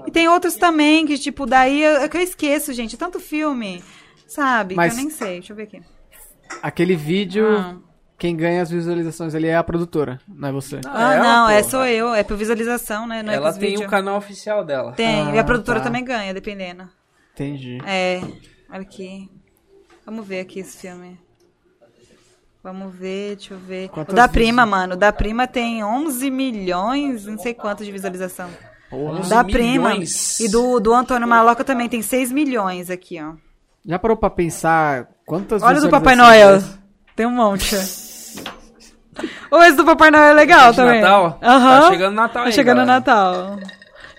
C: E tem outros também que, tipo, daí eu, é que eu esqueço, gente. Tanto filme, sabe?
B: Mas-
C: Que eu nem sei. Deixa eu ver aqui.
B: Aquele vídeo...
C: Ah.
B: Quem ganha as visualizações ali é a produtora, não é você.
C: Ah,
A: ela,
C: não, é
A: porra.
C: sou eu. É por visualização, né? Não é
A: Ela
C: pros
A: tem o
C: vídeo.
A: canal oficial dela.
C: Tem, e
B: Ah,
C: a produtora
B: tá.
C: também ganha, dependendo.
B: Entendi.
C: É, olha aqui. Vamos ver aqui esse filme. Vamos ver, deixa eu ver.
B: Quantas
C: o da
B: vezes?
C: Prima, mano. O da Prima tem 11 milhões, não sei quanto de visualização.
A: Porra.
C: O da
A: 11
C: Prima.
A: milhões.
C: E do, do Antônio Maloca também tem 6 milhões aqui, ó.
B: Já parou pra pensar quantas
C: Olha o do
B: visualizações
A: assim,
C: Papai Noel.
A: né?
C: Tem um monte. Ou esse do Papai Noel é legal
A: Tá De
C: também.
A: Natal?
C: Aham.
A: Tá chegando o Natal
C: Tá
A: aí,
C: chegando o
A: galera.
C: Natal.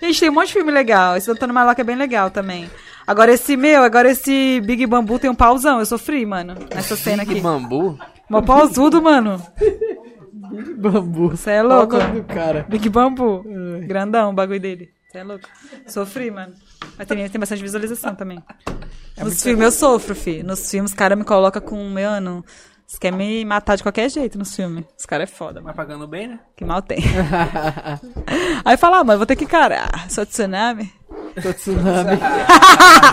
C: Gente, tem um monte de filme legal. Esse do Antônio Maloca é bem legal também. Agora esse meu, agora esse Big Bambu tem um pauzão. Eu sofri, mano, nessa cena
A: Que
C: aqui.
A: bambu?
C: Mó pausudo, mano.
B: Bambu.
C: Você é louco.
B: Olha o nome do cara.
C: Big Bambu. Grandão o bagulho dele. Você é louco. Sofri, mano. Mas tem, tem bastante visualização também.
B: É
C: Nos filmes eu sofro, fi. Nos filmes, os caras me colocam com, mano... Você quer me matar de qualquer jeito nos filmes. Os caras é foda, mano.
A: Mas pagando bem, né?
C: Que mal tem. Aí fala, ah, mano, vou ter que encarar. Só tsunami.
B: Tô tsunami.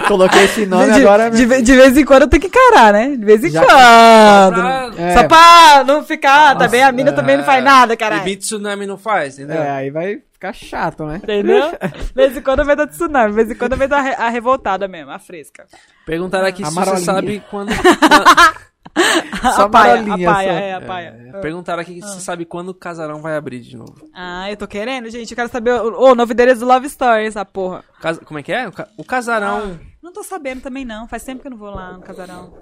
B: Coloquei esse nome
C: de,
B: agora é
C: de,
B: mesmo.
C: ve- de vez em quando eu tenho que encarar, né? De vez em
B: Já-
A: Só
C: quando.
A: pra-
B: É.
C: Só pra não ficar, também a mina também não faz nada,
A: E
C: caralho.
A: beat tsunami não faz, entendeu?
B: É, aí vai ficar chato, né?
C: Entendeu? De vez em quando vem da tsunami, de vez em quando vem da re- a revoltada mesmo, a fresca.
A: Perguntaram aqui
B: A
A: se
B: marolinha.
A: você sabe quando.
B: Só
C: a paia, a
B: marolinha,
C: paia,
B: só.
C: é, a paia.
A: É, perguntaram aqui se você sabe quando o casarão vai abrir de novo.
C: Ah, eu tô querendo, gente. Eu quero saber o, o novo endereço do Love Story, essa porra.
A: Casa- Como é que é? O ca- O casarão.
C: Não tô sabendo também, não. Faz tempo que eu não vou lá no casarão.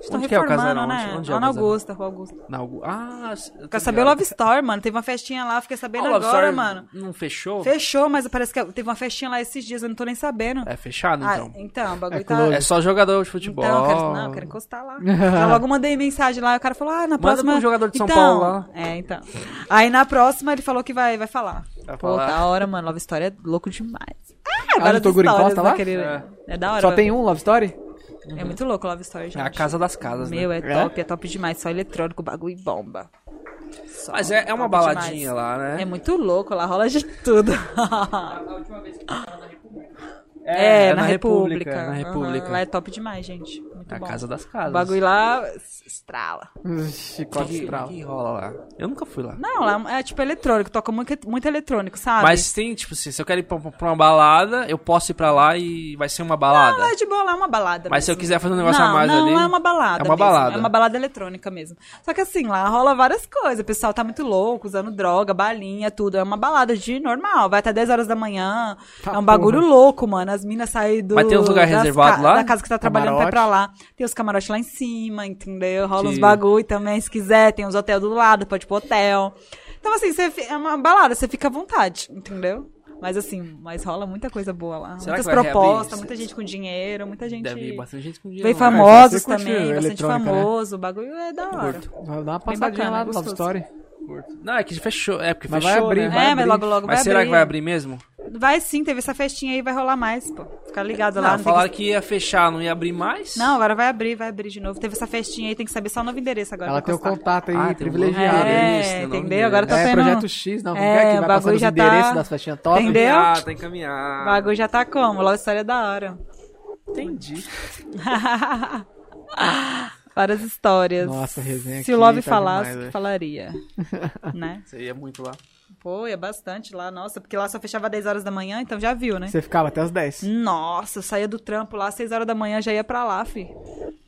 C: Estão
A: Onde que é o
C: reformando,
A: casarão?
C: né?
A: Onde- onde é
C: lá
A: o
C: na
A: casarão?
C: Augusta, Rua Augusta.
A: Na Algu- Ah, s- eu tô
C: Quero saber o
A: ligado.
C: Love Story, mano. Teve uma festinha lá, fiquei
A: Ah,
C: sabendo
A: o Love
C: agora,
A: Story
C: mano.
A: Não fechou?
C: Fechou, mas parece que é, teve uma festinha lá esses dias, eu não tô nem sabendo.
A: É fechado,
C: Ah,
A: então.
C: então, o bagulho
B: É
C: tá.
B: close.
A: É só jogador de futebol.
C: Então, eu quero, não, eu quero encostar lá. Já logo mandei mensagem lá, o cara falou, ah, na
A: Manda
C: próxima...
A: pro jogador de São
C: então,
A: Paulo lá.
C: É, então. Aí na próxima ele falou que vai, vai falar.
A: Vai
C: Pô,
A: falar.
C: da hora, mano, Love Story é louco demais. Ah,
B: Ah,
C: agora
B: no
C: as
B: Toguro
C: histórias,
B: encosta lá?
C: né, querido?
A: É.
C: É. da hora.
B: Só tem um Love Story?
C: É muito louco o Love Story,
A: É
C: gente.
A: a casa das casas,
C: Meu,
A: né?
C: é top, é top demais. Só eletrônico, bagulho e bomba. Só
A: Mas é, é uma
C: top
A: baladinha
C: demais.
A: lá, né?
C: É muito louco, lá rola de tudo.
A: É, na República, na
C: Aham,
A: República.
C: Lá é top demais, gente. Muito
A: É a
C: bom.
A: casa das
C: O
A: casas.
C: bagulho lá s- estrala.
A: O
B: Chicote
A: que,
B: astral.
A: que rola lá? Eu nunca fui lá.
C: Não, lá é tipo eletrônico, toca muito, muito eletrônico, sabe?
A: Mas tem, tipo assim, se eu quero ir pra, pra uma balada, eu posso ir pra lá e vai ser uma balada.
C: Não, é de boa, lá é uma balada.
A: Mas se eu
C: mesmo.
A: quiser fazer um negócio
C: não,
A: a mais
C: não,
A: ali-
C: Não, é uma
A: É
C: balada.
A: uma
C: mesmo,
A: balada.
C: É uma balada eletrônica mesmo. Só que assim, lá rola várias coisas. O pessoal tá muito louco, usando droga, balinha, tudo. É uma balada de normal. Vai até 10 horas da manhã.
B: Tá
C: é um bagulho
B: porra.
C: louco, mano. As minas saem do.
A: Mas tem uns lugar
C: das
A: reservado
C: ca-
A: lá?
C: Da casa que tá trabalhando pra ir
B: Camarote?
C: pra lá. Tem os camarotes lá em cima, entendeu? Rola uns
A: Que-
C: bagulho também, se quiser. Tem uns hotel do lado, pode ir pro hotel. Então, assim, você fi- é uma balada, você fica à vontade, entendeu? Mas assim, mas rola muita coisa boa lá.
A: Será que
C: Muitas
A: vai reabrir?
C: propostas, muita gente com dinheiro, muita gente.
A: Deve ir bastante gente com dinheiro.
C: Vem
A: né?
C: famosos
B: É, você curte
C: também, bastante
B: eletrônica, né?
C: famoso. O bagulho é da hora.
A: Curto.
B: Vai dar uma passadinha
C: bacana,
B: lá do Love
C: gostoso.
B: Story.
A: Não, é que fechou. É, porque
B: Mas vai
A: fechou.
B: abrir,
A: né?
B: vai
C: é, mas
B: abrir.
C: logo, logo
A: Mas
C: vai
A: será
C: abrir.
A: que vai abrir mesmo?
C: Vai sim, teve essa festinha aí, vai rolar mais, pô. Fica ligado
A: Não,
C: lá. Não, tem
A: falaram que ia fechar, não ia abrir mais?
C: que- não, agora vai abrir, vai abrir de novo. Teve essa festinha aí, tem que saber só o novo endereço agora.
B: Ela
C: pra
B: tem o
C: encostar.
B: contato aí
A: Ah, tem um
B: privilegiado.
A: lugar.
B: É,
A: endereço, né,
C: É,
A: novo
C: entendeu? Agora tá tendo...
B: projeto X, não. Como
C: É,
B: é, que
C: o
B: vai passando
C: bagulho
B: os
C: já tá-
B: endereços das festinhas top.
A: Tem que
C: Entendeu?
A: caminhar, tem que caminhar.
C: O bagulho já tá como? Love Story é da hora.
A: Entendi.
C: Várias histórias.
B: Nossa, a resenha
C: É, Se o
B: aqui
C: Love
B: tá
C: falasse,
B: demais,
C: que
B: velho.
C: falaria. né?
A: Você ia muito lá.
C: Pô, é bastante lá, nossa, porque lá só fechava 10 horas da manhã, então já viu, né?
B: Você ficava até as 10.
C: Nossa, eu saía do trampo lá, 6 horas da manhã, já ia pra lá, fi.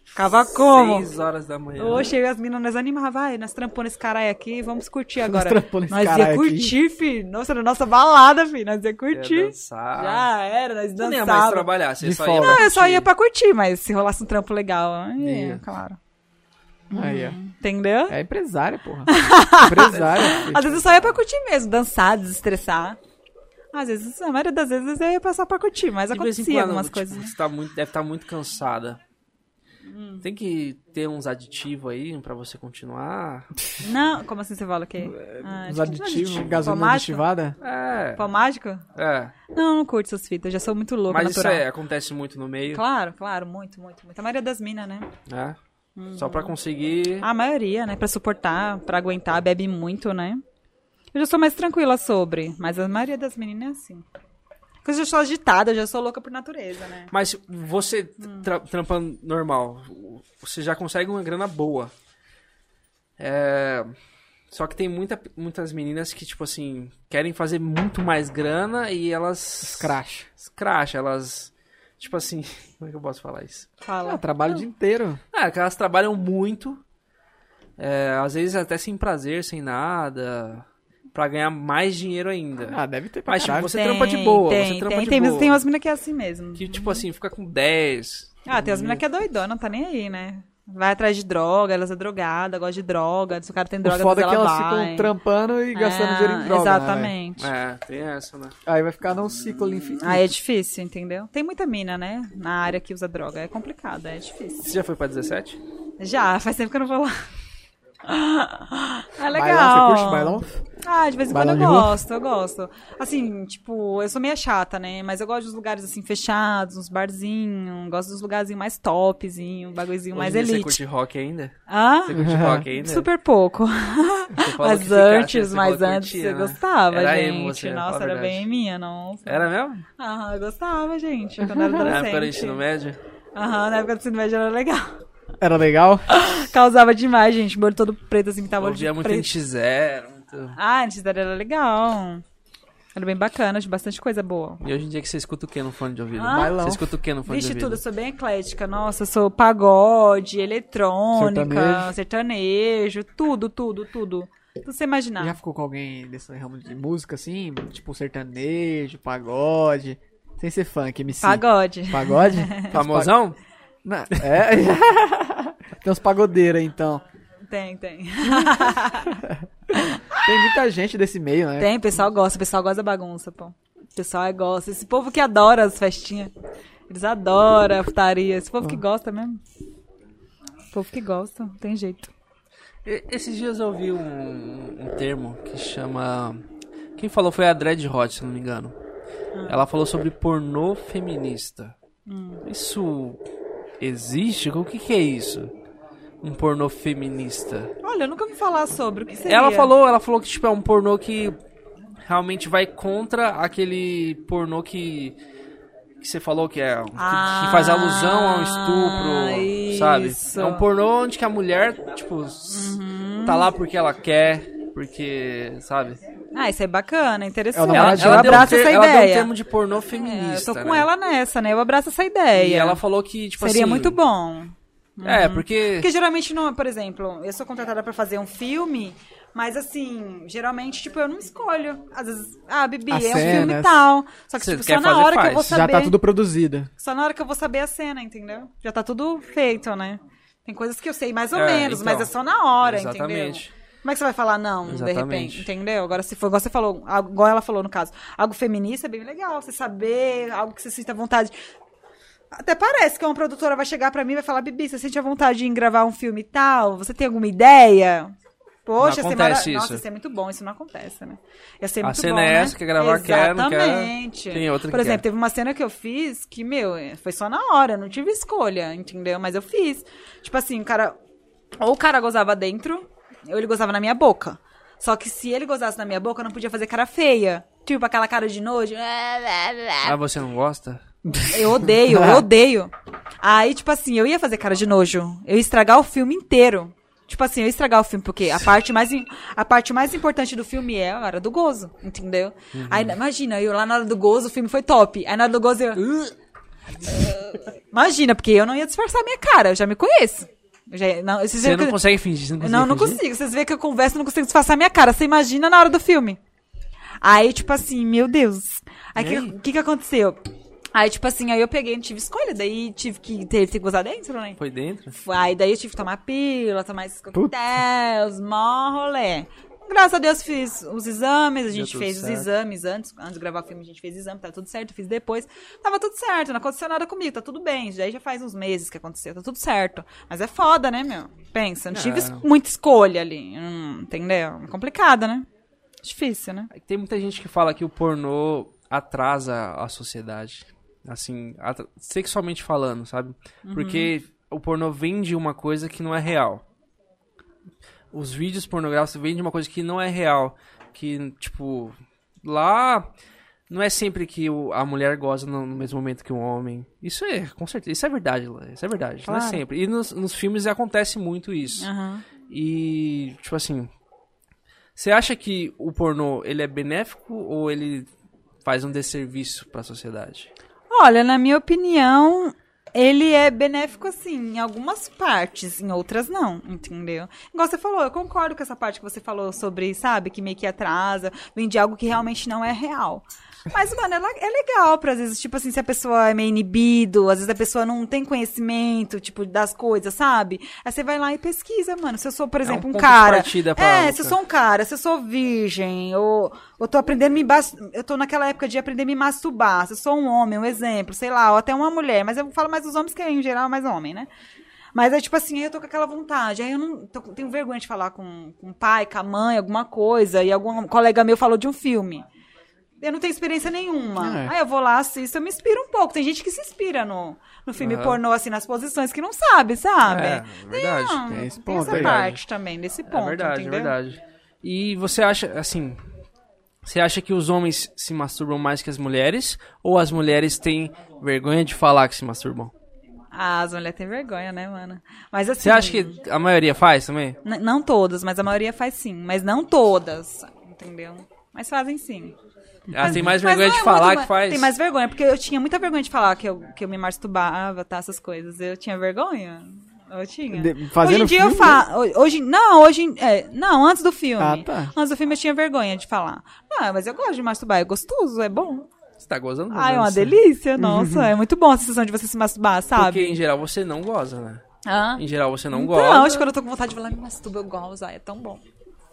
C: Ficava como?
A: Seis horas da manhã.
C: Oxe, eu e as meninas, nós animava, vai, nós trampou nesse caralho aqui, vamos curtir agora.
B: trampou nesse
C: nós
B: caralho
C: ia
B: aqui.
C: curtir, fi. Nossa, era nossa balada, fi. Nós ia
A: Ia
C: curtir.
A: dançar.
C: Já era, nós
A: Você nem ia mais
C: dançávamos.
A: trabalhar, você
B: De
A: só
B: folga.
A: ia...
C: Não, eu só ia pra curtir, mas se rolasse um trampo legal, aí,
B: Ia.
C: claro.
B: Aí, ó.
C: Hum. Entendeu?
B: É empresária, porra. empresária. filho.
C: Às vezes eu só ia pra curtir mesmo, dançar, desestressar. Às vezes, a maioria das vezes eu ia passar pra curtir,
A: De
C: mas
A: vez em
C: acontecia
A: quando,
C: algumas
A: tipo,
C: coisas. né? Hum.
A: Você tá muito, deve estar muito cansada. Tem que ter uns aditivos aí pra você continuar.
C: Não, como assim você fala que? Ah,
B: Os
C: acho que não
B: aditivos,
C: é aditivo.
B: gasolina
C: Pó
B: aditivada.
A: É.
C: mágico? Pó mágico?
A: É.
C: Não, eu não curto essas fitas, eu já sou muito louca,
A: Mas isso
C: natural.
A: é, acontece muito no meio,
C: Claro, claro, muito, muito, muito. A maioria das minas, né?
A: né?
C: Hum.
A: Só pra conseguir.
C: A maioria, né? Pra suportar, pra aguentar, bebe muito, né? Eu já sou mais tranquila sobre, mas a maioria das meninas é assim. Porque eu já sou agitada, eu já sou louca por natureza, né?
A: Mas você
C: Hum.
A: tra- trampando normal, você já consegue uma grana boa. É, Só que tem muita, muitas meninas que, tipo assim, querem fazer muito mais grana e elas.
B: Crash.
A: Escracha, elas. Tipo assim, como é que eu posso falar isso?
B: Ah,
C: Fala.
B: trabalho o dia inteiro.
A: Ah, que elas trabalham muito, é, às vezes até sem prazer, sem nada, pra ganhar mais dinheiro ainda.
B: Ah, deve ter pra
A: Mas tipo,
B: caralho.
A: você trampa de boa,
C: tem,
A: você trampa
C: tem,
A: de
C: tem,
A: boa.
C: tem umas meninas que é assim mesmo.
A: Que tipo assim, fica com 10.
C: Ah, tem as meninas que é doidona, não tá nem aí, né? Vai atrás de droga, elas é drogada, gosta de droga, se o cara tem droga,
B: o foda é
C: mas
B: que
C: ela
B: elas
C: vai.
B: ficam trampando e gastando
C: É,
B: dinheiro em droga. né, velho?
C: Exatamente.
A: É, tem essa, né?
B: Aí vai ficar num ciclo infinito.
C: Aí é difícil, entendeu? Tem muita mina, né? Na área que usa droga. É complicado, é difícil.
A: Você já foi pra 17?
C: Já, faz tempo que eu não vou lá. É legal.
B: Bailão, você curte bailão?
C: Ah, de vez em quando eu
B: Bailão de rua?
C: gosto, eu gosto. Assim, tipo, eu sou meio chata, né? Mas eu gosto dos lugares, assim, fechados, uns barzinhos. Gosto dos lugarzinhos mais topzinho, um bagulhozinho mais
A: Hoje em dia Você
C: elite.
A: curte rock ainda?
C: Hã?
A: Você curte rock ainda?
C: Super pouco.
A: Você falou que
C: Mas
A: se encaixa,
C: antes,
A: você
C: mas
A: falou que
C: antes
A: curtia,
C: eu
A: né?
C: gostava,
A: Era
C: gente.
A: emo, você, fala
C: nossa,
A: a
C: era
A: verdade.
C: bem minha, nossa.
A: Era mesmo?
C: Aham, eu gostava, gente. Quando era
A: Na época do
C: adolescente.
A: ensino médio?
C: Aham, na época do ensino médio era legal.
B: Era legal?
C: Causava demais, gente. Meu olho todo preto, assim, que
A: Eu
C: tava olho de
A: ouvia muito
C: preto.
A: NX0, muito...
C: Ah, antes da era legal. Era bem bacana, tinha bastante coisa boa.
A: E hoje em dia que você escuta o que no fone de ouvido?
C: Ah?
B: Bailão.
A: Você escuta o que no fone de
C: Vixe tudo, eu
A: ouvido?
C: sou bem eclética. Nossa, eu sou pagode, eletrônica, sertanejo,
B: Sertanejo.
C: tudo, tudo, tudo. Tudo que você imaginar.
B: Já ficou com alguém desse ramo de música assim? Tipo sertanejo, pagode. Sem ser funk, MC.
C: Pagode.
B: Pagode?
A: Famosão?
B: Na- É. Tem uns pagodeiros aí, então.
C: Tem, tem.
B: Tem muita gente desse meio, né?
C: Tem, o pessoal gosta, o pessoal gosta da bagunça, pô. O pessoal é gosta. Esse povo que adora as festinhas. Eles adoram a putaria. Esse
B: Ah.
C: povo que gosta mesmo. O povo que gosta, não tem jeito.
A: E- Esses dias eu ouvi um, um termo que chama. Quem falou foi a Dread Hot, se não me engano.
C: Ah.
A: Ela falou sobre pornô feminista.
C: Hum.
A: Isso existe? O que, que é isso? Um pornô feminista.
C: Olha, eu nunca ouvi falar sobre. O que seria?
A: Ela falou, ela falou que tipo, é um pornô que realmente vai contra aquele pornô que. Que você falou que é. Que,
C: Ah,
A: que faz alusão ao estupro.
C: isso. Uhum.
A: Sabe? É um pornô onde que a mulher, tipo, s- tá lá porque ela quer. Porque, sabe?
C: Ah, isso é bacana, é interessante.
B: É
A: Ela,
B: o namorado
C: eu
B: de ela deu
C: abraço
A: um ter-
C: essa
A: ela deu um
C: ideia.
A: termo de pornô
C: É, eu
A: feminista.
C: tô com
A: né?
C: ela nessa, né? Eu abraço essa
A: E
C: ideia.
A: ela falou que, tipo
C: Seria
A: assim.
C: muito bom. Uhum.
A: É, porque.
C: Porque geralmente, não, por exemplo, eu sou contratada pra fazer um filme, mas assim, geralmente, tipo, eu não escolho. Às vezes, ah, Bibi,
B: A
C: é um filme
B: cena,
C: tal. Só que
A: Cê
C: tipo,
A: quer
C: só na
A: fazer,
C: hora que eu
A: faz.
C: vou
B: Já
C: saber.
B: tá tudo produzido.
C: Só na hora que eu vou saber a cena, entendeu? Já tá tudo feito, né? Tem coisas que eu sei mais ou
A: É,
C: menos,
A: então.
C: mas é só na hora,
A: Exatamente.
C: entendeu? Como é que você vai falar não, de
A: Exatamente.
C: repente, entendeu? Agora, se for, igual você falou, algo- igual ela falou no caso, algo feminista é bem legal, você saber, algo que você sinta vontade. Até parece que uma produtora vai chegar pra mim e vai falar, Bibi, você sente a vontade em gravar um filme e tal? Você tem alguma ideia? Poxa,
A: Não
C: você mara...
A: acontece
C: Nossa,
A: isso.
C: isso é muito bom, isso não acontece, né? Ia ser
A: A
C: muito
A: cena
C: bom,
A: é
C: né?
A: essa, quer gravar, quer, não quer,
C: Exatamente.
A: tem outra que
C: Por exemplo,
A: quer.
C: teve uma cena que eu fiz que, meu, é, foi só na hora, eu não tive escolha, entendeu? Mas eu fiz. Tipo assim, o cara. Ou o cara gozava dentro, ou ele gozava na minha boca. Só que se ele gozasse na minha boca, eu não podia fazer cara feia. Tipo aquela cara de nojo.
A: Ah, você não gosta?
C: Eu odeio, eu odeio. Aí, tipo assim, eu ia fazer cara de nojo. Eu ia estragar o filme inteiro. Tipo assim, eu ia estragar o filme, porque a parte mais, im- a parte mais importante do filme é a hora do gozo, entendeu?
A: Uhum.
C: Aí, imagina, eu lá na hora do gozo, o filme foi top. Aí na hora do gozo eu.
A: Uh.
C: Imagina, porque eu não ia disfarçar a minha cara, eu já me conheço. Eu já- não, vocês
A: Você
C: veem
A: não
C: que-
A: consegue fingir, você não consegue
C: não, não
A: fingir?
C: consigo. Vocês veem que eu converso, não consigo disfarçar minha cara. Você imagina na hora do filme. Aí, tipo assim, meu Deus. Aí,
A: E
C: o
A: aí?
C: que, que, que aconteceu? Aí, tipo assim, aí eu peguei, não tive escolha. Daí, tive que ter que gozar dentro, né?
A: Foi dentro?
C: Aí, daí eu tive que tomar pílula, tomar esses coquetéis, mó rolê. Graças a Deus fiz os exames, a gente
A: tudo
C: fez
A: certo.
C: os exames antes, antes de gravar o filme a gente fez exame, tá tudo certo, eu fiz depois. Tava tudo certo, não aconteceu nada comigo, tá tudo bem. Daí já faz uns meses que aconteceu, tá tudo certo. Mas é foda, né, meu? Pensa, não
A: É.
C: tive es- muita escolha ali, hum, entendeu? É complicado, né? Difícil, né?
A: É que Tem muita gente que fala que o pornô atrasa a sociedade. Assim, atra- sexualmente falando, sabe? Porque o pornô vende uma coisa que não é real. Os vídeos pornográficos vendem uma coisa que não é real. Que, tipo, lá não é sempre que o- a mulher goza no, no mesmo momento que o homem. Isso é, com certeza, isso é verdade, Lã, isso é verdade. Não é
C: Claro.
A: sempre. E nos, nos filmes acontece muito isso.
C: Aham.
A: E, tipo assim, você acha que o pornô, ele é benéfico ou ele faz um desserviço pra sociedade?
C: Olha, na minha opinião, ele é benéfico, assim, em algumas partes, em outras não, entendeu? Igual você falou, eu concordo com essa parte que você falou sobre, sabe, que meio que atrasa, vem de algo que realmente não é real. Mas, mano, é, le- é legal pra, às vezes, tipo assim, se a pessoa é meio inibido, às vezes a pessoa não tem conhecimento, tipo, das coisas, sabe? Aí você vai lá e pesquisa, mano. Se eu sou, por
A: um
C: exemplo, um,
A: ponto de
C: cara.
A: partida pra
C: é,
A: luta.
C: se eu sou um cara, se eu sou virgem, ou eu tô aprendendo a me bas- eu tô naquela época de aprender a me masturbar, se eu sou um homem, um exemplo, sei lá, ou até uma mulher, mas eu falo mais dos homens que em geral é mais homem, né? Mas é tipo assim, eu tô com aquela vontade, aí eu não tô, com- tenho vergonha de falar com, com o pai, com a mãe, alguma coisa, e algum colega meu falou de um filme. Eu não tenho experiência nenhuma.
B: É.
C: Aí eu vou lá, assisto, eu me inspiro um pouco. Tem gente que se inspira no, no filme
A: Aham.
C: pornô, assim, nas posições que não sabe, sabe?
A: É, verdade.
C: Não,
B: Tem
C: tem,
B: esse ponto,
C: essa
B: é
A: verdade.
C: parte também, desse ponto.
A: é verdade,
C: entendeu?
A: é verdade. E você acha, assim, você acha que os homens se masturbam mais que as mulheres ou as mulheres têm vergonha de falar que se masturbam?
C: Ah, as mulheres têm vergonha, né, mano? Mas assim.
A: Você acha que a maioria faz também?
C: n- não todas, mas a maioria faz sim. Mas não todas, entendeu? Mas fazem sim.
A: Ah, tem mais
C: Mas
A: vergonha
C: não
A: de
C: é muito
A: falar
C: ma-
A: que faz?
C: Tem mais vergonha, porque eu tinha muita vergonha de falar que eu, que eu me masturbava, tá? Essas coisas. Eu tinha vergonha. Eu tinha.
B: De- fazendo
C: hoje em dia
B: filme?
C: eu falo. Hoje, não, hoje. em- é, não, antes do filme.
B: Ah, tá.
C: Antes do filme eu tinha vergonha de falar. Ah, mas eu gosto de masturbar, é gostoso, é bom.
A: Você tá gozando?
C: Ah, é uma
A: Nossa.
C: delícia, nossa. é muito bom a sensação de você se masturbar,
A: Porque em
C: sabe?
A: geral você não goza, né?
C: Ah.
A: Em geral você não
C: Então,
A: goza.
C: acho que quando eu tô com vontade de falar, me masturba, eu gosto, ai, é tão bom.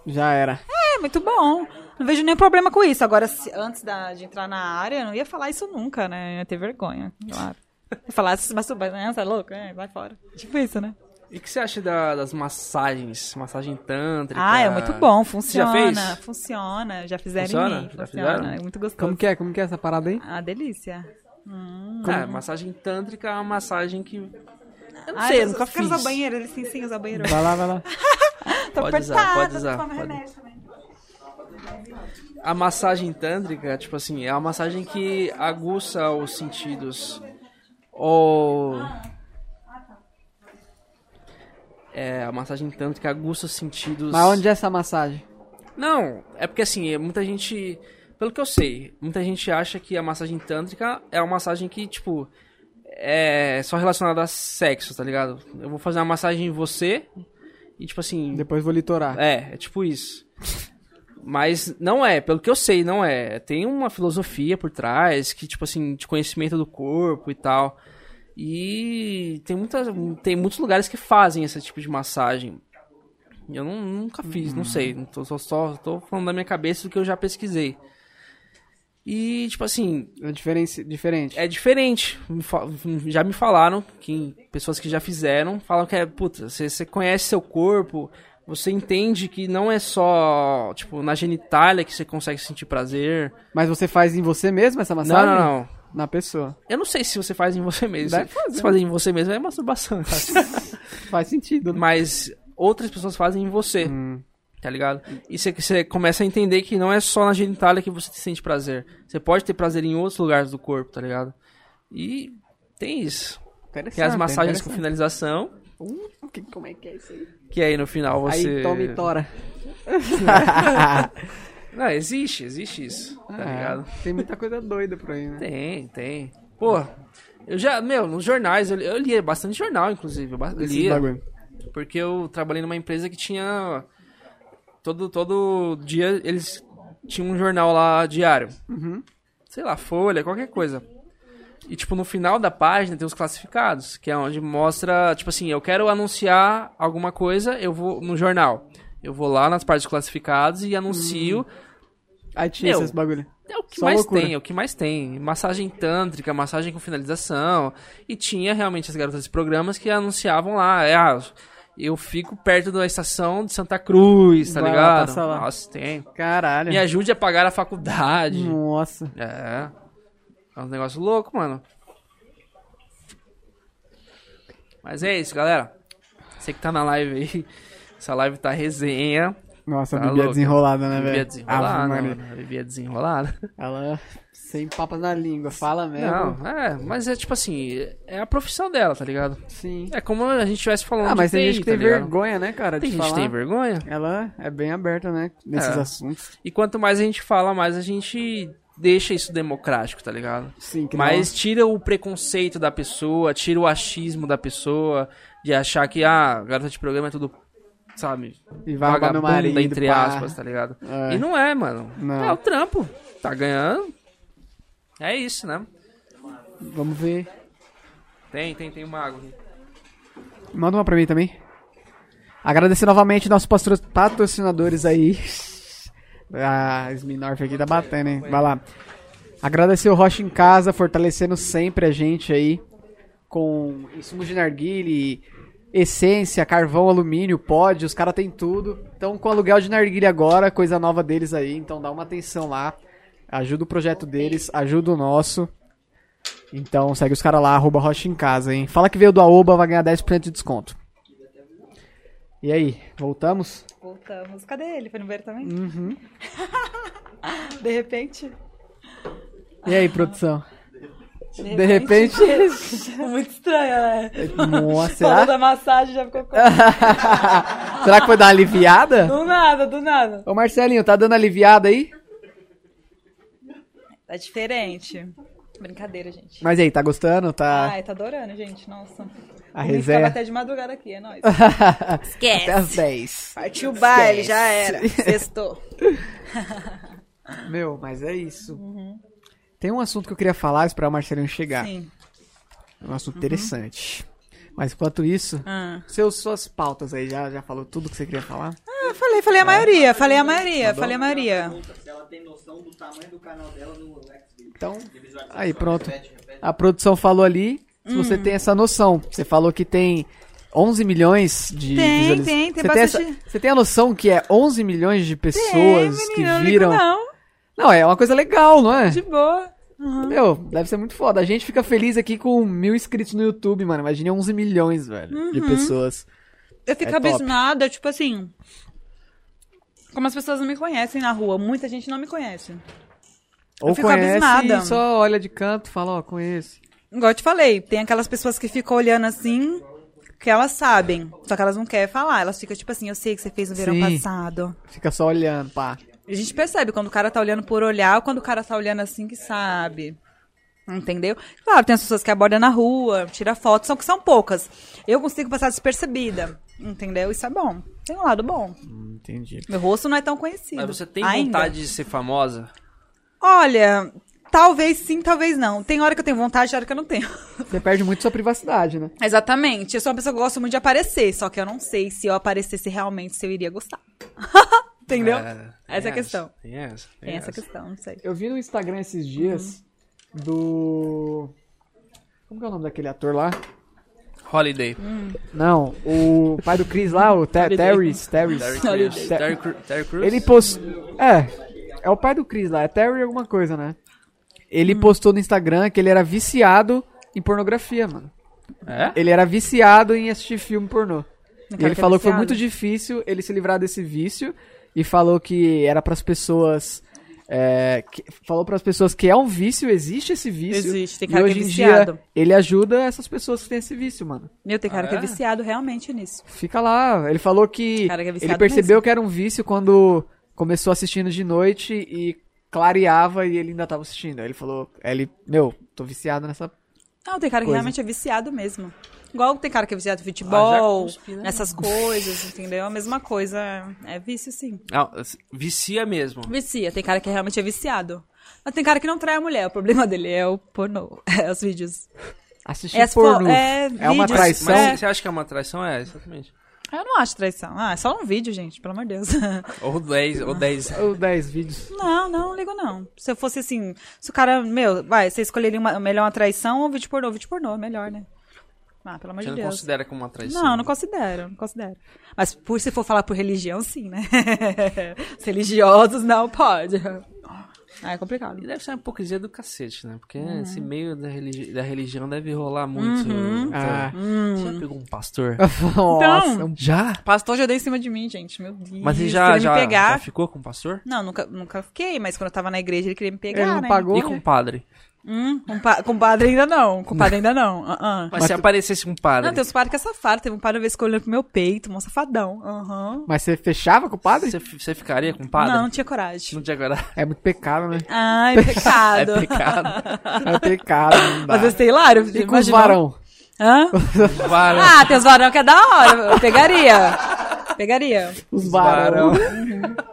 B: Já era.
C: É, muito bom. Não vejo nenhum problema com isso. Agora, se- antes da- de entrar na área, eu não ia falar isso nunca, né? Eu ia ter vergonha, claro. Ia falar, se masturba, né? Você é louco? É, vai fora. Tipo isso, né?
A: E o que você acha da- das massagens? Massagem tântrica?
C: Ah, é muito bom, funciona.
A: Você já fez?
C: Funciona, já fizeram
A: Funciona?
C: em mim.
A: Já
C: funciona,
A: fizeram?
C: é muito gostoso.
B: Como que é? Como que é essa parada aí?
C: Ah, delícia. Hum.
A: Ah, massagem tântrica é uma massagem que... Eu não
C: Ai,
A: sei, eu
C: Jesus,
A: nunca
C: Ah, quero
A: fiz.
C: usar banheiro, eles sim, sim, usar banheiro.
B: Vai lá, vai lá.
C: Tô
A: Pode usar,
C: apertada,
A: pode usar,
C: tô tomando
A: pode.
C: remédio também.
A: A massagem tântrica, tipo assim, é uma massagem que aguça os sentidos. Ou. É, a massagem tântrica aguça os sentidos.
B: Mas onde é essa massagem?
A: Não, é porque assim, é muita gente. Pelo que eu sei, muita gente acha que a massagem tântrica é uma massagem que, tipo. É só relacionada a sexo, tá ligado? Eu vou fazer uma massagem em você. E, tipo assim.
B: Depois vou litorar.
A: É, é tipo isso. Mas não é, pelo que eu sei, não é. Tem uma filosofia por trás, que, tipo assim, de conhecimento do corpo e tal. E tem, muitas, tem muitos lugares que fazem esse tipo de massagem. Eu não- nunca fiz, não sei. Não Tô, só, só tô falando da minha cabeça do que eu já pesquisei. E, tipo assim,
B: É diferenci- diferente.
A: é diferente. Me fa- Já me falaram, que pessoas que já fizeram, falam que é, puta, você, você conhece seu corpo, você entende que não é só, tipo, na genitália que você consegue sentir prazer.
B: Mas você faz em você mesmo essa
A: Não,
B: massagem?
A: não, não.
B: Na pessoa.
A: Eu não sei se você faz em você mesmo.
B: Deve
A: Se você fazer em você mesmo é masturbação.
B: Faz sentido, né?
A: Mas outras pessoas fazem em você.
B: Hum.
A: Tá ligado? E você- você começa a entender que não é só na genitália que você sente prazer. Você pode ter prazer em outros lugares do corpo, tá ligado? E tem isso. Tem as massagens com finalização,
B: Ah, Uh, que- como é que é isso aí?
A: que aí no final você.
B: Aí toma e tora.
A: Não, existe, existe isso, tá ligado?
B: Ah, Tem muita coisa doida por aí, né?
A: Tem, tem. Pô, eu já, meu, nos jornais, eu, eu lia bastante jornal, inclusive. Eu ba-
B: Esses
A: lia,
B: bagulho.
A: porque eu trabalhei numa empresa que tinha. Todo, todo dia eles tinham um jornal lá diário.
B: Uhum.
A: Sei lá, folha, qualquer coisa. E, tipo, no final da página tem os classificados, que é onde mostra, tipo assim, eu quero anunciar alguma coisa, eu vou no jornal. Eu vou lá nas partes dos classificados e anuncio.
B: Aí tinha
A: Meu.
B: esses bagulho.
A: É o que
B: Hum. Só
A: mais
B: loucura.
A: tem, é o que mais tem. Massagem tântrica, massagem com finalização. E tinha realmente as garotas de programas que anunciavam lá. é, ah, eu fico perto da estação de Santa Cruz, tá
B: Vai lá,
A: ligado?
B: passa lá. É.
A: Nossa, tem.
B: Caralho.
A: Me ajude a pagar a faculdade.
B: Hum. Nossa.
A: É. É um negócio louco, mano. Mas é isso, galera. Você que tá na live aí. Essa live tá resenha. Tá
B: Nossa, a Bibi é
A: louca.
B: desenrolada, né, velho?
A: Bebia
B: Ave
A: desenrolada,
B: Maria.
A: mano. Bebia desenrolada.
B: Ela sem papas na língua, fala mesmo.
A: Não, é, mas é tipo assim, é a profissão dela, tá ligado?
B: Sim.
A: É como a gente estivesse falando
B: Ah, mas
A: de
B: tem
A: TI,
B: gente que tem
A: tá ligado?
B: vergonha, né, cara,
A: Tem
B: de
A: gente que
B: falar.
A: tem vergonha.
B: Ela é bem aberta, né, nesses
A: É.
B: assuntos.
A: E quanto mais a gente fala, mais a gente deixa isso democrático, tá ligado?
B: Sim, que
A: Mas tira o preconceito da pessoa, tira o achismo da pessoa, de achar que, ah, garota de programa é tudo, sabe,
B: não- E vai roubar meu marido,
A: entre
B: pá.
A: aspas, tá ligado?
B: É.
A: E não é, mano.
B: Não.
A: É o trampo. Tá ganhando. É isso, né?
B: Vamos ver.
A: Tem, tem, tem uma água. aqui.
B: Manda uma pra mim também. Agradecer novamente nossos pastro- patrocinadores aí. A Sminorf aqui tá batendo, hein? Vai lá. Agradecer o Rocha em Casa, fortalecendo sempre a gente aí. Com insumos de narguile, essência, carvão, alumínio, pod, os caras têm tudo. Então com aluguel de narguile agora, coisa nova deles aí. Então dá uma atenção lá. Ajuda o projeto deles, ajuda o nosso. Então segue os caras lá, arroba Rocha em Casa, hein? Fala que veio do Aoba, vai ganhar 10% de desconto. E aí, voltamos?
C: Voltamos. Cadê ele? Foi no banheiro também?
A: Uhum.
C: De repente?
B: E aí, produção?
C: De,
B: repente-
C: Ficou muito estranho, né?
B: Nossa, é
C: Falou
B: será?
C: da massagem, já ficou...
B: será que foi dar aliviada?
C: Do nada, do nada.
B: Ô Marcelinho, tá dando aliviada aí?
C: Tá diferente. Brincadeira, gente.
B: Mas e aí, tá gostando? Tá.
C: Ai, tá adorando, gente. Nossa.
B: A
C: Vou
B: resenha.
C: ficar até de madrugada aqui, é nóis.
B: Até as 10.
C: Partiu o baile, já era. Sextou.
B: Meu, mas é isso. Tem um assunto que eu queria falar, esperar o Marcelinho chegar.
C: Uhum. Sim. Uhum.
B: Um assunto interessante. Mas enquanto isso,
C: Ah.
B: seus, suas pautas aí, já, já falou tudo que você queria falar?
C: Eu Ah, falei, falei a maioria, falei a maioria, falei a maioria.
D: Se ela tem noção do tamanho do canal dela no Xvideos.
B: Então, aí pronto. A produção falou ali, se
C: Hum.
B: você tem essa noção. Você falou que tem 11 milhões de
C: Tem,
B: visualiza-
C: tem, tem
B: você tem,
C: bastante-
B: essa- você tem a noção que é 11 milhões de pessoas
C: Tem,
B: que
C: menino, eu ligo
B: viram...
C: Não, Tipo,
B: Não, é uma coisa legal, não é?
C: de boa.
B: Meu, deve ser muito foda. A gente fica feliz aqui com mil inscritos no YouTube, mano. Imagina 11 milhões, velho, de
C: Uhum.
B: pessoas.
C: Eu fico
B: É top.
C: abismada, tipo assim. Como as pessoas não me conhecem na rua, muita gente não me conhece.
B: Ou
C: fico
B: conhece
C: abismada.
B: e só olha de canto e fala, ó, conheço.
C: Igual eu te falei, tem aquelas pessoas que ficam olhando assim, que elas sabem, só que elas não querem falar. Elas ficam tipo assim, eu sei que você fez no verão
B: Sim.
C: passado.
B: Fica só olhando, pá.
C: A gente percebe quando o cara tá olhando por olhar ou quando o cara tá olhando assim que sabe. Entendeu? Claro, tem as pessoas que abordam na rua, tira foto, são que são poucas. Eu consigo passar despercebida, entendeu? Isso é bom. Tem um lado bom.
B: Entendi.
C: Meu rosto não é tão conhecido.
A: Mas você tem
C: ainda.
A: vontade de ser famosa?
C: Olha, talvez sim, talvez não. Tem hora que eu tenho vontade, tem hora que eu não tenho.
B: Você perde muito sua privacidade, né?
C: Exatamente. Eu sou uma pessoa que gosta muito de aparecer, só que eu não sei se eu aparecesse realmente se eu iria gostar. entendeu? essa é a questão.
A: Tem essa.
C: Tem essa questão, não sei.
B: Eu vi no Instagram esses dias Uhum. do. Como que é o nome daquele ator lá?
A: Holiday.
C: Hum,
B: Não, o pai do Chris lá, o Te- Terrys. Terrys.
A: Terry
B: Te-
A: Crews. Terry Cru- Terry Crews?
B: Ele postou. É, é o pai do Chris lá, é Terry alguma coisa, né? Ele postou no Instagram que ele era viciado em pornografia, mano.
A: É?
B: Ele era viciado em assistir filme pornô.
C: Não
B: E
C: quero
B: ele
C: que
B: falou que foi
C: viciado.
B: muito difícil ele se livrar desse vício e falou que era pras pessoas. é, que- falou pras pessoas que é um vício, existe esse vício.
C: Existe, tem
B: e
C: cara que é
B: hoje em
C: viciado.
B: dia ele ajuda essas pessoas que têm esse vício, mano.
C: Meu, tem cara
A: Ah,
C: que é
A: é?
C: viciado realmente nisso.
B: Fica lá. Ele falou que,
C: Cara que é viciado
B: ele percebeu que era um vício quando começou assistindo de noite e clareava e ele ainda tava assistindo. Aí ele falou, aí ele, meu, tô viciado nessa.
C: Não, tem cara que
B: Coisa.
C: realmente é viciado mesmo. Igual tem cara que é viciado em
A: Ah, já
C: futebol,
A: cuspi, né?
C: nessas coisas, entendeu? A mesma coisa. É vício, sim.
A: Ah, vicia mesmo.
C: Vicia, tem cara que realmente é viciado. Mas tem cara que não trai a mulher, o problema dele é o pornô, é os vídeos.
B: Assistir
C: É as fo-
B: pornô.
C: é
B: uma
C: vídeos,
B: traição.
A: Mas
C: É.
A: você acha que é uma traição? É, exatamente.
C: Eu não acho traição. Ah, é só um vídeo, gente, pelo amor de Deus.
A: Ou 10, ou 10.
C: é
B: Ou 10 vídeos.
C: Não, não, não ligo não. Se eu fosse assim, se o cara, meu, vai, você escolheria uma, melhor uma traição ou um vídeo pornô? Vídeo pornô, é melhor, né? Ah, pelo amor
A: Você
C: de
A: não
C: Deus.
A: considera né? como uma traição?
C: Não, não considero, não considero. Mas por se for falar por religião, sim, né? Os religiosos não pode. Ah, é complicado.
A: E deve ser uma hipocrisia do cacete, né? Porque esse meio da, religi- da religião deve rolar muito. Então,
F: Ah.
A: Uhum. Você já pegou um pastor?
C: Então,
F: Nossa, um-
A: Já?
C: Pastor já deu em cima de mim, gente. Meu Deus.
A: Mas você
C: ele
A: já,
C: queria
A: já,
C: me pegar.
A: já ficou com um pastor?
C: Não, nunca, nunca fiquei, mas quando eu tava na igreja ele queria me pegar,
F: ele não
C: né?
F: pagou?
A: E com um padre?
C: Hum, com, pa com padre ainda não. Com padre ainda não. ah, ah.
A: Mas, se aparecesse um padre,
C: Não, tem uns padres que é safado. Teve um padre uma vez que olhou pro meu peito, mó safadão. Aham.
F: Mas você fechava com o padre?
A: você, você ficaria com um padre?
C: Não, não tinha coragem.
A: Não tinha agora.
F: É muito pecado, né?
C: Ai, pecado.
A: É pecado.
F: É pecado. não dá.
C: Às vezes tem hilário.
F: E com os
C: imagina- um-
F: varão.
C: Hã?
A: Varão.
C: Ah, tem os varão que é da hora. Eu pegaria. Pegaria.
F: Os varão.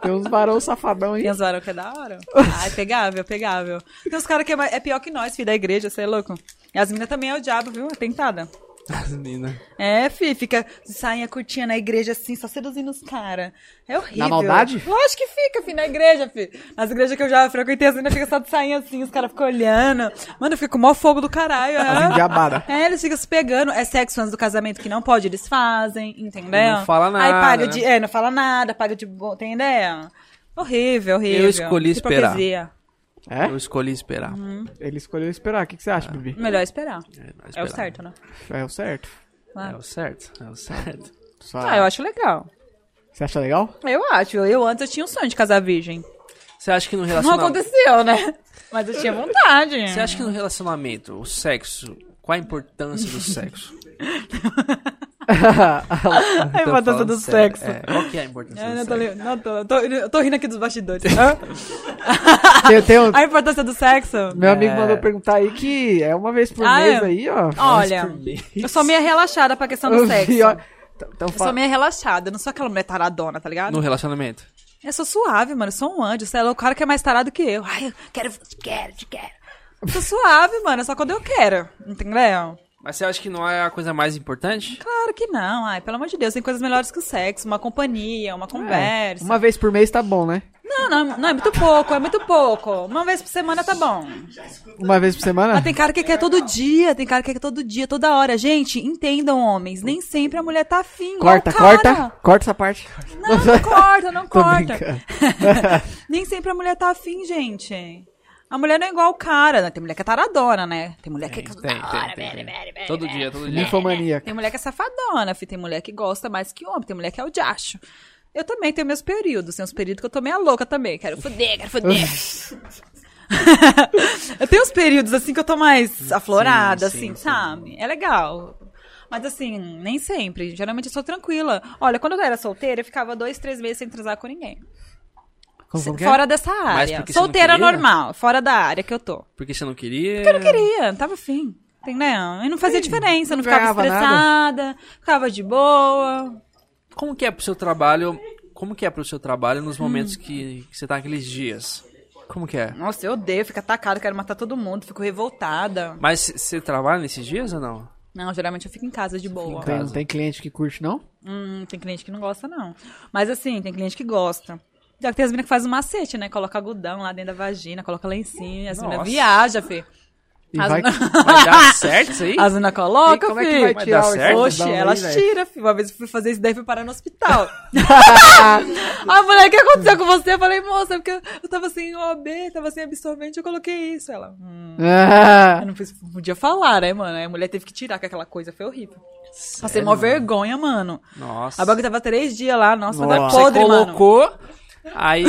F: Tem uns varão safadão aí.
C: Tem os varão que é da hora. Ai, pegável, pegável. Tem uns caras que é, mais- é pior que nós, filho da igreja, você é louco. E as minas também é o diabo, viu? Tentada.
A: As meninas.
C: É, fi, fica sainha curtinha na igreja assim, só seduzindo os caras. É horrível.
F: Na maldade?
C: Lógico que fica, fi, na igreja, fi. Nas igrejas que eu já frequentei, as meninas ficam só de sainha assim, os caras ficam olhando. Mano, fica com o maior fogo do caralho,
F: As
C: é.
F: endiabadas.
C: É, eles ficam se pegando. É sexo antes do casamento que não pode, eles fazem, entendeu?
A: Não fala
C: Aí
A: nada,
C: paga
A: né?
C: de. É, não fala nada, paga de bom, tem ideia? Horrível, horrível.
A: Eu escolhi esperar.
C: Hipocrisia.
F: É?
A: Eu escolhi esperar.
F: Ele escolheu esperar. O que, que você
C: Ah.
F: acha, Bibi?
C: Melhor esperar. É o
A: Esperar.
C: certo, né?
F: É o certo.
A: É o certo, é o certo.
F: Só-
C: Ah, eu acho legal.
F: Você acha legal?
C: Eu acho. Eu antes eu tinha um sonho de casar virgem.
A: Você acha que no
C: Não
A: relacionamento.
C: aconteceu, né? Mas eu tinha vontade.
A: Você acha que no relacionamento, o sexo, qual a importância do sexo?
C: a
A: Tô
C: importância
A: falando
C: do
A: sério.
C: sexo?
A: É, qual que é a importância
C: Eu
A: do
C: não
A: sexo?
C: tô, li- não, tô, eu tô, eu tô rindo aqui dos bastidores.
F: Tem- tem um-
C: a importância do sexo?
F: Meu amigo mandou perguntar aí que é uma vez por
C: É. Ah,
F: mês
C: é?
F: aí, ó.
C: Olha, eu sou meio relaxada pra questão do sexo. Eu
F: Então
C: sou
F: fala.
C: meio relaxada, eu não sou aquela mulher taradona, tá ligado?
A: No relacionamento.
C: Eu sou suave, mano, eu sou um anjo. Você é o cara que é mais tarado que eu. Ai, eu quero, te quero, te quero. Eu sou suave, mano, só quando eu quero, entendeu?
A: Mas você acha que não é a coisa mais importante?
C: Claro que não, ai, pelo amor de Deus, tem coisas melhores que o sexo, uma companhia, uma conversa.
F: Uma vez por mês tá bom, né?
C: Não, não, não, é muito pouco, é muito pouco. Uma vez por semana tá bom.
F: Uma vez por semana?
C: Mas tem cara que quer todo dia, tem cara que quer todo dia, toda hora. Gente, entendam, homens, nem sempre a mulher tá afim. igual
F: Corta,
C: o cara.
F: corta. Corta essa parte.
C: Não, não corta, não
F: Tô
C: corta.
F: brincando.
C: nem sempre a mulher tá afim, gente. A mulher não é igual o cara, né? Tem mulher que é taradona, né? Tem mulher que é.
A: Tem, tem, tem, tem. Todo dia, todo dia.
F: Ninfomaníaca.
C: Tem mulher que é safadona, fi. tem mulher que gosta mais que homem, tem mulher que é o diacho. Eu também tenho meus períodos, tem uns períodos que eu tô meio louca também. Quero foder, quero foder. eu tenho uns períodos assim que eu tô mais aflorada,
A: Sim, sim,
C: assim,
A: sim.
C: sabe? É legal. Mas assim, nem sempre. Geralmente eu sou tranquila. Olha, quando eu era solteira, eu ficava dois, três meses sem transar com ninguém.
F: Como, como que é?
C: Fora dessa área.
A: porque você não
C: Solteira
A: queria?
C: normal, fora da área que eu tô.
A: Porque você não queria.
C: Eu não queria, não tava afim. Entendeu? E não fazia diferença, eu
F: não
C: não ficava
F: ganhava
C: estressada, ficava de boa.
A: Como que é pro seu trabalho? Como que é pro seu trabalho
C: Hum.
A: nos momentos que, que você tá naqueles dias? Como que é?
C: Nossa, eu odeio ficar atacada, quero matar todo mundo, fico revoltada.
A: Mas c- você trabalha nesses dias ou não?
C: Não, geralmente eu fico em casa de boa.
F: Tem, não tem cliente que curte, não?
C: Hum, tem cliente que não gosta, não. Mas assim, tem cliente que gosta. Já que tem as meninas que fazem um macete, né? Coloca algodão lá dentro da vagina, coloca lá em cima, as meninas
A: Nossa.
C: viajam, fi.
F: E
C: As,
F: vai-
A: Mas dá certo isso aí?
C: as meninas colocam,
F: E como é que
C: fi.
F: vai
A: Mas
F: tirar
A: dá
F: o
A: certo?
F: algodão
C: Oxe,
B: um
F: aí,
C: elas
B: né?
F: velho?
C: tiram, filho. Uma vez eu fui fazer isso, daí fui parar no hospital. a mulher, o que aconteceu com você? Eu falei, moça, é porque eu eu tava sem OB, tava sem absorvente, eu coloquei isso. Ela, hum.
F: Ah,
C: Eu não fiz- podia falar, né, mano? Aí a mulher teve que tirar, que aquela coisa foi horrível. Passei mó vergonha, mano.
A: Nossa.
C: A bagulho tava três dias lá, nossa, tá
F: Nossa.
A: Você
C: podre, mano.
A: colocou, aí,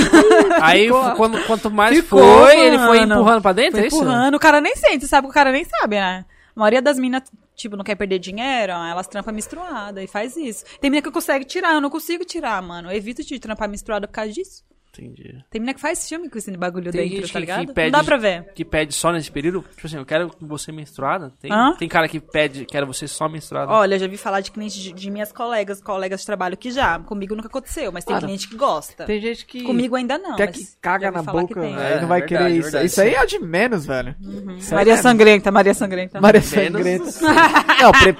A: aí quando, quanto mais
C: Ficou,
A: foi, ele foi
C: mano.
A: empurrando pra dentro,
C: Foi
A: é isso?
C: empurrando, o cara nem sente, você sabe que o cara nem sabe, né? A maioria das minas, tipo, não quer perder dinheiro, ó, elas trampam menstruada e faz isso. Tem mina que consegue tirar, eu não consigo tirar, mano. Eu evito de trampar menstruada por causa disso.
A: Entendi.
C: Tem mina que faz filme com esse bagulho
A: Tem
C: dentro,
A: gente
C: tá
A: que-
C: ligado?
A: que pede-
C: Não dá pra ver.
A: Que pede só nesse período? Tipo assim, eu quero você menstruada? Tem,
C: Hã?
A: tem cara que pede, quero você só menstruada.
C: Olha, eu já vi falar de clientes de, de minhas colegas, colegas de trabalho que já. Comigo nunca aconteceu, mas tem
F: Claro.
C: cliente que gosta.
F: tem gente que.
C: Comigo ainda
B: é
C: não.
F: quer
C: mas
F: que
C: já
F: caga
C: ouvi
F: na
C: falar que
F: boca
C: tem. Uhum.
A: né?
F: aí
A: É,
F: não vai
A: verdade,
F: querer isso.
A: verdade,
F: isso aí é o de menos, velho. Isso aí
C: Maria
F: é-
C: Sangrenta, Maria Sangrenta.
F: Maria
A: Menos.
F: Sangrenta. não, pre-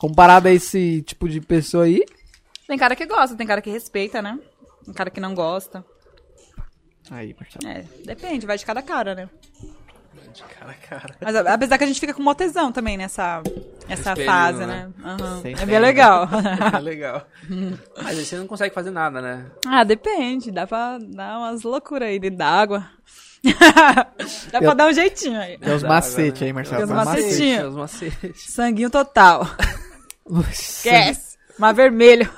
F: comparado a esse tipo de pessoa aí,
C: Tem cara que gosta, tem cara que respeita, né? Tem cara que não gosta.
F: Aí, Marcelo.
C: É, depende, vai de cada cara, né?
A: Cara, cara.
C: Mas a- apesar que a gente fica com motezão também nessa, essa
A: Espelhinho, né?
C: fase, né? Aham.
F: Sem
C: É bem
F: espelho.
C: legal.
A: É legal. Mas aí você não consegue fazer nada, né?
C: ah, depende, dá pra dar umas loucuras aí dentro d'água. Dá pra dar um jeitinho aí.
F: Tem os
A: Dá,
F: macetes
A: galera.
F: aí, Marcelo.
C: Tem
F: Tem
C: uns
F: macete.
C: macetinhos.
A: Os macetes.
C: Sanguinho total.
F: Nossa.
C: Esquece. Mas vermelho.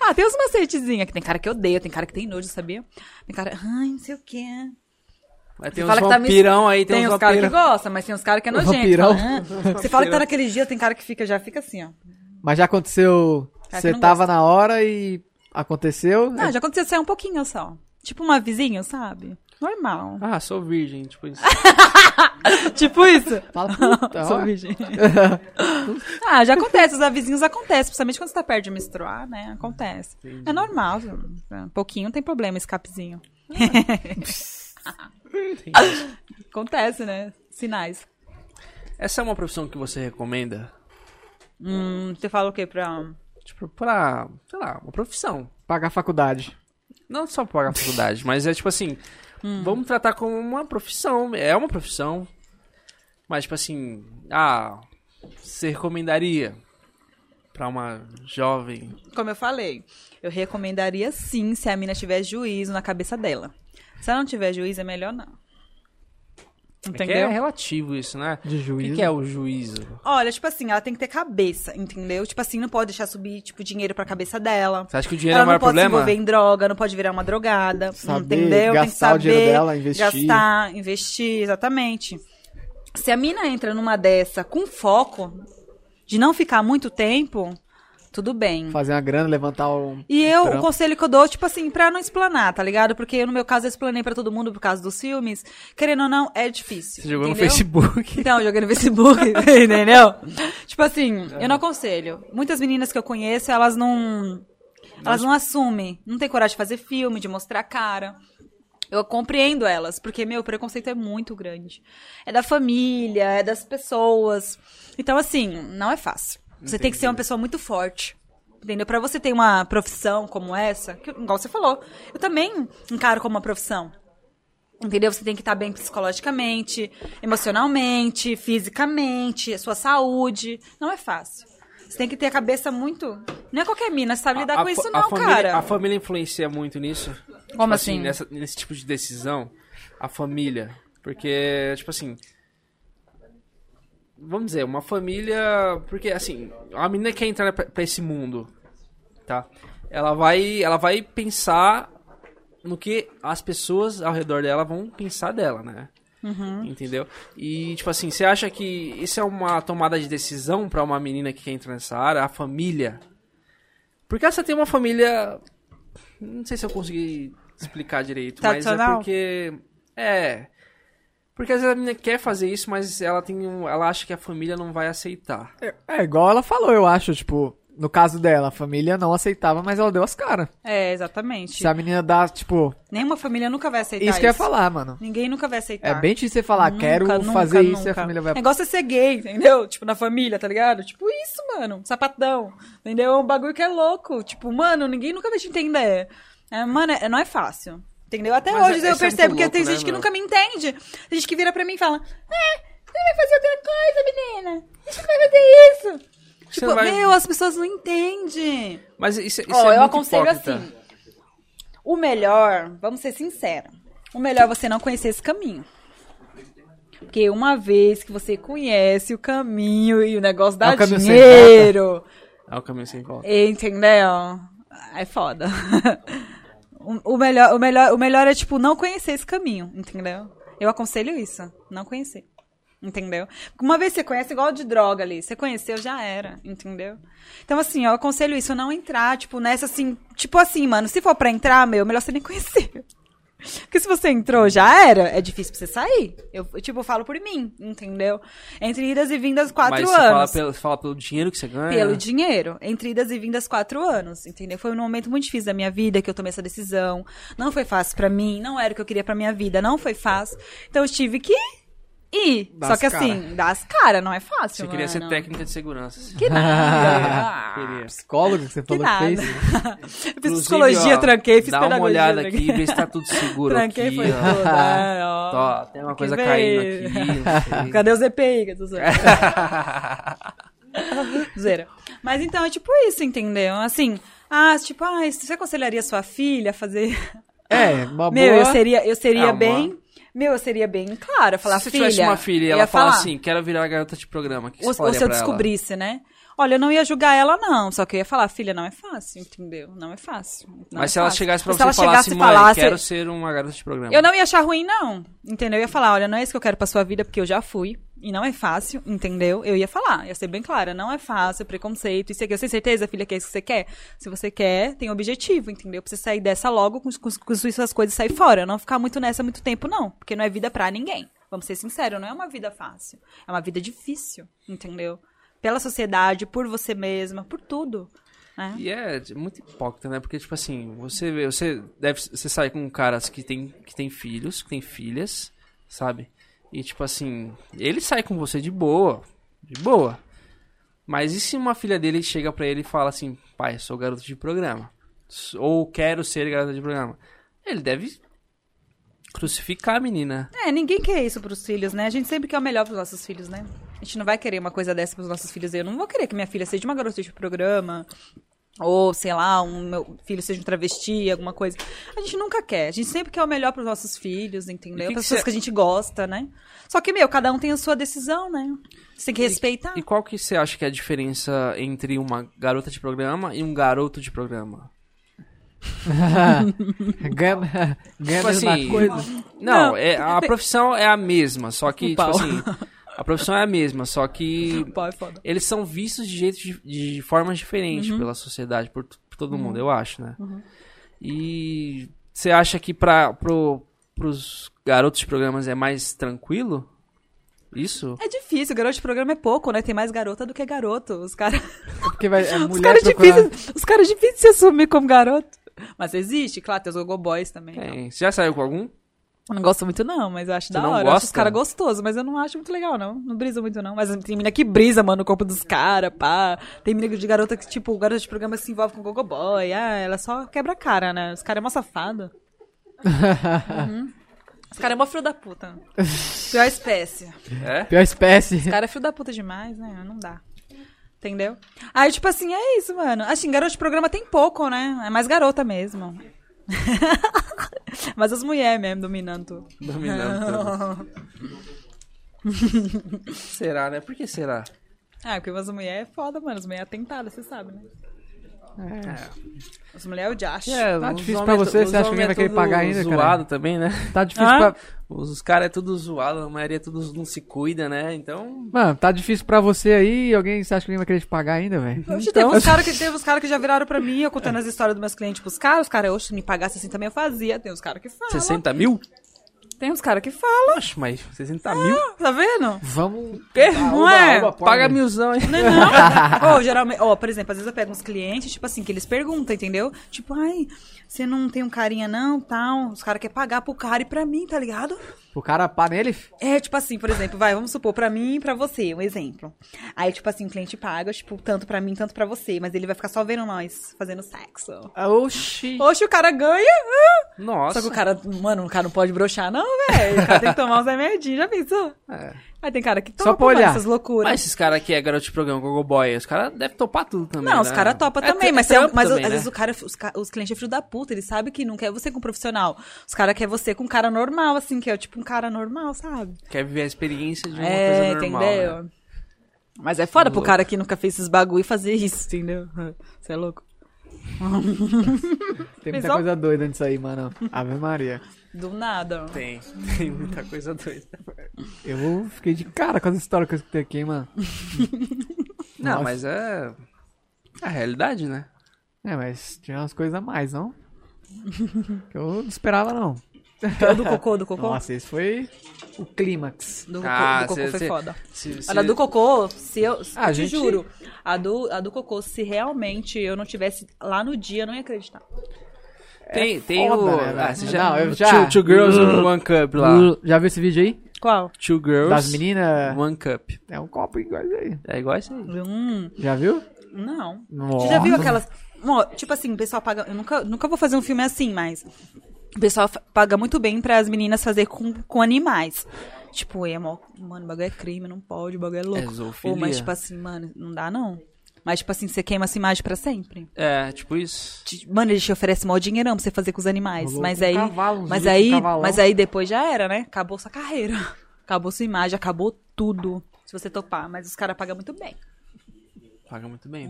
C: ah, tem uns macetezinhos. Que tem cara que odeia, tem cara que tem nojo, sabia? Tem cara, ai, não sei o quê.
A: Mas tem
C: Fala
A: uns
C: que tá mis-
A: vampirão aí, tem,
C: Tem,
A: uns
C: uns caras que
A: vampirão.
C: gostam, mas tem uns caras que é nojento.
F: Vampirão.
C: Fala, "Ah". Você fala que tá naquele dia, tem cara que fica, já fica assim, ó.
F: Mas já aconteceu.
C: Cara que
F: Você
C: não
F: tava na hora e aconteceu.
C: Não, já aconteceu sair um pouquinho só. Tipo uma vizinha, sabe? Normal.
A: Ah, sou virgem, tipo isso.
C: tipo isso.
F: Fala, puta, ó.
C: Sou virgem. ah, já acontece. Os avizinhos acontecem, principalmente quando você tá perto de menstruar, né? Acontece. É normal. Um pouquinho não tem problema, escapezinho. acontece, né? Sinais.
A: Essa é uma profissão que você recomenda?
C: Hum, você fala o quê pra...
A: Tipo, pra, sei lá, uma profissão.
F: Pagar a faculdade.
A: Não só pagar a faculdade, mas é tipo assim,
C: Hum.
A: vamos tratar como uma profissão. É uma profissão. Mas, tipo assim, ah, você recomendaria pra uma jovem.
C: Como eu falei, eu recomendaria sim se a mina tiver juízo na cabeça dela. Se ela não tiver juízo, é melhor não.
A: É que é
C: Entendeu?
A: relativo isso, né?
F: De
A: O
F: juízo.
A: que, que é o juízo?
C: Olha, tipo assim, ela tem que ter cabeça, entendeu? Tipo assim, não pode deixar subir, tipo, dinheiro pra cabeça dela.
A: Você acha que o dinheiro é
C: Ela
A: o maior
C: não pode
A: problema?
C: se envolver em droga, não pode virar uma drogada,
F: Saber
C: entendeu? tem que
F: gastar o
C: saber
F: dinheiro dela, investir.
C: gastar, investir, exatamente. Se a mina entra numa dessa com foco de não ficar muito tempo, tudo bem.
F: Fazer uma grana, levantar um.
C: E eu,
A: Então-
F: trampo.
C: o conselho que eu dou, tipo assim, pra não explanar, tá ligado? Porque no meu caso eu explanei pra todo mundo por causa dos filmes. Querendo ou não, é difícil.
A: Você jogou
C: entendeu?
A: no Facebook.
C: Então, eu joguei no Facebook, entendeu? Tipo assim, eu não aconselho. Muitas meninas que eu conheço, elas não. Elas não assumem. Não tem coragem de fazer filme, de mostrar a cara. Eu compreendo elas, porque, meu, o preconceito é muito grande. É da família, é das pessoas. Então, assim, não é fácil. Você tem que ser uma pessoa muito forte. Entendeu? Pra você ter uma profissão como essa, que, igual você falou, eu também encaro como uma profissão. Entendeu? Você tem que estar bem psicologicamente, emocionalmente, fisicamente, a sua saúde. Não é fácil. Você tem que ter a cabeça muito. Não é qualquer mina, sabe lidar com
A: fa-
C: isso,
A: a
C: não,
A: família,
C: cara.
A: A família influencia muito nisso? Como
C: assim?
A: nessa- nesse tipo de decisão, a família. Porque, tipo assim. Vamos dizer, uma família. Porque, assim, a menina que quer entrar pra, pra esse mundo, tá? Ela vai, ela vai pensar no que as pessoas ao redor dela vão pensar dela, né? Entendeu? E, tipo assim, você acha que isso é uma tomada de decisão pra uma menina que quer entrar nessa área? A família porque essa tem uma família. Não sei se eu consegui explicar direito, mas é
C: Tradicional?
A: porque. É. Porque às vezes a menina quer fazer isso, mas ela tem um, ela acha que a família não vai aceitar.
F: É igual ela falou, eu acho, tipo. No caso dela, a família não aceitava, mas ela deu as caras.
C: É, exatamente.
F: Se a menina dá, tipo.
C: Nenhuma família nunca vai aceitar.
F: isso que eu ia falar, mano.
C: Ninguém nunca vai aceitar.
F: É bem difícil você falar,
C: Tá. Nunca,
F: quero
C: nunca,
F: fazer isso e a
C: nunca.
F: família vai.
C: O negócio é ser gay, entendeu? Tipo, na família, tá ligado? Tipo, isso, mano. Sapatão. Entendeu? É um bagulho que é louco. Tipo, mano, ninguém nunca vai te entender. É, mano, é- não é fácil. Entendeu? Até
A: Mas
C: hoje
A: é-
C: eu
A: isso é
C: percebo
A: muito
C: que tem
A: louco, né,
C: gente que
A: meu?
C: nunca me entende. Tem gente que vira pra mim e fala: É, você vai fazer outra coisa, menina. Você vai fazer isso.
A: Você
C: Tipo,
A: vai-
C: meu, as pessoas não entendem.
A: Mas isso, isso
C: Ó,
A: é
C: eu
A: muito
C: aconselho
A: hipócrita.
C: assim. O melhor, vamos ser sinceros, o melhor é você não conhecer esse caminho. Porque uma vez que você conhece o caminho e o negócio dá
F: É o caminho sem
C: dinheiro,
A: É o caminho sem volta.
C: entendeu? É foda. O, o melhor, o, melhor, o melhor é, tipo, não conhecer esse caminho, entendeu? Eu aconselho isso, não conhecer. Entendeu? Uma vez você conhece, igual de droga ali. Você conheceu, já era, entendeu? Então, assim, eu aconselho isso, não entrar, tipo, nessa assim. Tipo assim, mano, se for pra entrar, meu, melhor você nem conhecer. Porque se você entrou, já era, é difícil pra você sair. Eu, tipo, falo por mim, entendeu? Entre idas e vindas, quatro
A: mas
C: anos
A: Você fala pelo, você fala pelo dinheiro que você ganha.
C: pelo dinheiro, entre idas e vindas quatro anos, entendeu? Foi um momento muito difícil da minha vida que eu tomei essa decisão. Não foi fácil pra mim, não era o que eu queria pra minha vida, não foi fácil. Então eu tive que ir.
F: Dar
C: Só
F: as
C: que
F: cara.
C: assim, dá as caras, não é fácil.
A: Você queria ser
C: mano.
A: técnica de segurança.
C: Que nada.
A: Ah, Queria.
F: Psicólogo que você
C: Que
F: falou que
C: nada.
F: fez.
C: Eu fiz
A: Inclusive,
C: psicologia,
A: ó,
C: tranquei, fiz
A: Dá
C: pedagogia.
A: uma olhada aqui,
C: tranquei.
A: vê se tá tudo seguro
C: Tranquei,
A: aqui.
C: foi
A: ó.
C: tudo. é, ó.
A: Ó, tem uma
C: Que
A: coisa
C: vem.
A: caindo aqui. não sei.
C: Cadê os EPI? Cadê os Zoeira. Mas então, é tipo isso, entendeu? Assim, ah, tipo, ah, você aconselharia sua filha a fazer
F: É,
A: Tá
F: uma
C: Meu,
F: boa.
C: eu seria, eu seria
A: Calma.
C: bem. Meu, eu seria bem clara. Falar,
A: Tá Se você tivesse
C: "Filha",
A: uma filha e
C: eu
A: ela
C: ia
A: falar
C: falar.
A: assim, quero virar garota de programa, o que que
C: Ou,
A: você
C: ou
A: falaria
C: se eu
A: pra ela?
C: descobrisse, né? Olha, eu não ia julgar ela, não. Só que eu ia falar, filha, não é fácil, entendeu? Não é fácil. não
A: Mas
C: é
A: se ela
C: fácil."
A: chegasse pra
C: Ou
A: você e
C: se ela
A: falasse,
C: chegasse e
A: mãe,
C: falasse,
A: quero ser uma garota de programa.
C: Eu não ia achar ruim, não. Entendeu? Eu ia falar, olha, não é isso que eu quero pra sua vida, porque eu já fui. E não é fácil, entendeu? Eu ia falar, ia ser bem clara. Não é fácil, preconceito, isso aqui. Eu tenho certeza, filha, que é isso que você quer? Se você quer, tem objetivo, entendeu? Pra você sair dessa logo, com, com, com suas coisas e sair fora. Não ficar muito nessa muito tempo, não. Porque não é vida pra ninguém. Vamos ser sinceros, não é uma vida fácil. É uma vida difícil, entendeu? Pela sociedade, por você mesma, por tudo. Né?
A: E é de- muito hipócrita, né? Porque, tipo assim, você vê- você deve. Você sai com caras que tem, que tem filhos, que tem filhas, sabe? E tipo assim, ele sai com você de boa. De boa. Mas e se uma filha dele chega pra ele e fala assim, pai, sou garoto de programa. S- Ou quero ser garota de programa. Ele deve crucificar a menina.
C: É, ninguém quer isso pros filhos, né? A gente sempre quer o melhor pros nossos filhos, né? A gente não vai querer uma coisa dessa pros nossos filhos. Eu não vou querer que minha filha seja uma garota de programa. Ou, sei lá, um meu filho seja um travesti, alguma coisa. A gente nunca quer. A gente sempre quer o melhor pros nossos filhos,
A: E
C: entendeu?
A: que que
C: Pessoas
A: cê-
C: que a gente gosta, né? Só que, meu, cada um tem a sua decisão, né? Você tem que respeitar.
A: E qual que você acha que é a diferença entre uma garota de programa e um garoto de programa?
F: Ganha, ganha
A: Tipo
F: mais
A: assim,
F: uma coisa.
A: Não,
C: Não,
A: é, a profissão é a mesma, só que,
C: Um
A: tipo
C: pau.
A: assim, a profissão é a mesma, só que
C: Pô, é foda.
A: eles são vistos de, jeito, de, de formas diferentes
F: Uhum.
A: pela sociedade, por, t- por todo mundo, eu acho, né? E você acha que pra, pro, pros garotos de programas é mais tranquilo? Isso?
C: É difícil, garoto de programa é pouco, né? Tem mais garota do que garoto. Os caras.
F: É Porque vai, a
C: Os
F: mulher
C: caras
F: procurar-
C: difíceis, os caras difíceis de se assumir como garoto. Mas existe, claro, tem os gogoboys também.
A: Tem. Você já saiu com algum?
C: Eu não gosto muito, não, mas eu acho
A: Você
C: da
A: não
C: hora. Eu acho os
A: gosta?
C: caras gostosos, mas eu não acho muito legal, não. Não brisa muito, não. Mas tem mina que brisa, mano, no corpo dos caras, pá. Tem mina de garota que, tipo, garota de programa se envolve com gogo boy. Ah, ela só quebra a cara, né? Os caras é mó safado. Uhum. Os caras é mó frio da puta. Pior espécie.
A: É?
F: Pior espécie.
C: Os caras é fio da puta demais, né? Não dá. Entendeu? Aí, tipo assim, é isso, mano. Assim, garoto de programa tem pouco, né? É mais garota mesmo. Mas as mulheres mesmo dominando tudo.
A: Dominando tudo. será, né? Por que será?
C: Ah, porque as mulheres é foda, mano. As mulheres é atentada, você sabe, né? As mulheres é o Josh.
F: Tá
A: os
F: difícil pra
A: homens é
F: você?
A: tu-
F: Você
A: os
F: acha que alguém
A: homens
F: vai
A: é
F: querer
A: tudo
F: pagar ainda, cara?
A: zoado também, né?
F: Tá difícil
C: Ah.
F: pra...
A: Os, os caras é tudo zoado, a maioria tudo não se cuida, né? Então.
F: Mano, tá difícil pra você aí. Alguém, você acha que alguém vai querer te pagar ainda, velho?
C: Oxe, teve uns caras que, teve uns cara que já viraram pra mim, eu contando as histórias dos meus clientes pros caras. Os caras, oxe, se me pagasse assim também eu fazia. Tem uns caras que falam.
A: 60 Ah, mil?
C: Tem uns caras que falam,
A: Oxe, mas 60 mil?
C: tá vendo?
F: Vamos...
C: Que? Não é?
A: Paga milzão, hein?
C: Né? Ou geralmente, ó, por exemplo, às vezes eu pego uns clientes, tipo assim, que eles perguntam, entendeu? Tipo, ai, você não tem um carinha não, tal. Os caras querem pagar pro cara e pra mim, tá ligado?
F: O cara pá nele?
C: É, tipo assim, por exemplo, vai, vamos supor, pra mim e pra você, um exemplo. Aí, tipo assim, o cliente paga, tipo, tanto pra mim, tanto pra você, mas ele vai ficar só vendo nós fazendo sexo.
F: Oxi.
C: Oxe, o cara ganha. ah!
A: Nossa.
C: Só que o cara, mano, o cara não pode broxar, não, velho. O cara tem que tomar uns remedinhos, já pensou?
A: É.
C: Aí tem cara que
F: Só
C: topa,
F: pra olhar.
C: mano, essas loucuras.
A: Mas esses caras aqui é garoto de programa, Gogo Boy, os caras devem topar tudo também.
C: Não,
A: né?
C: os caras topam
A: É
C: também,
A: tra-
C: mas,
A: é
C: é-
A: trampo
C: mas
A: também,
C: às
A: né?
C: vezes o cara, os, ca- os clientes é filho da puta, ele sabe que não quer você com um profissional. Os caras quer você com um cara normal, assim, que é tipo um cara normal, sabe?
A: Quer viver a experiência de uma
C: é,
A: coisa normal. né?
C: entendeu? Mas é foda pro cara que nunca fez esses bagulho fazer isso, entendeu? Você é louco.
F: Tem muita
C: Pessoal?
F: coisa doida nisso aí, mano. Ave Maria.
C: Do nada.
A: Tem, tem muita coisa doida.
F: Eu fiquei de cara com as histórias que eu escutei aqui, hein, mano.
A: Não,
F: Nossa.
A: mas é. A realidade, né?
F: É, mas tinha umas coisas a mais, não? Que eu não esperava, não.
C: Então, Do cocô, do cocô?
F: Nossa, esse foi o clímax.
C: Do,
A: Ah,
C: cocô, do cocô
A: cê-
C: foi
A: cê-
C: foda.
A: Se,
C: A da do cocô, se eu,
F: Ah,
C: eu
F: gente-
C: te juro, a do, a do cocô, se realmente eu não tivesse lá no dia, eu não ia acreditar.
A: Tem, tem
F: foda,
A: o.
F: né, velho?
A: ah, você já.
F: Não, eu já-
A: Two, two Girls One Cup lá.
F: Uh, Já viu esse vídeo aí?
C: Qual?
A: Two Girls
F: Das meninas.
A: One Cup.
F: É um copo igual esse aí.
A: É igual isso aí.
C: Hum,
F: Já viu?
C: não.
F: Nossa.
C: Você já viu aquelas. Mó, Tipo assim, o pessoal paga. Eu nunca, nunca vou fazer um filme assim, mas. O pessoal fa- paga muito bem para as meninas fazer com, com animais. Tipo, é mó, mano, o bagulho é crime, não pode, o bagulho é louco.
A: É zoofilia.
C: Ou, mas, tipo assim, mano, não dá não. Mas, tipo assim, você queima essa imagem pra sempre.
A: É, tipo isso.
C: Te- Mano, eles te oferecem maior dinheirão pra você fazer com os animais.
F: Rolou
C: Mas
F: com
C: aí.
F: cavalo, uns
C: mas
F: lucros
C: aí.
F: com cavalão.
C: Mas aí depois já era, né? Acabou sua carreira. Acabou sua imagem, acabou tudo. Se você topar. Mas os caras pagam muito bem.
A: Paga muito bem.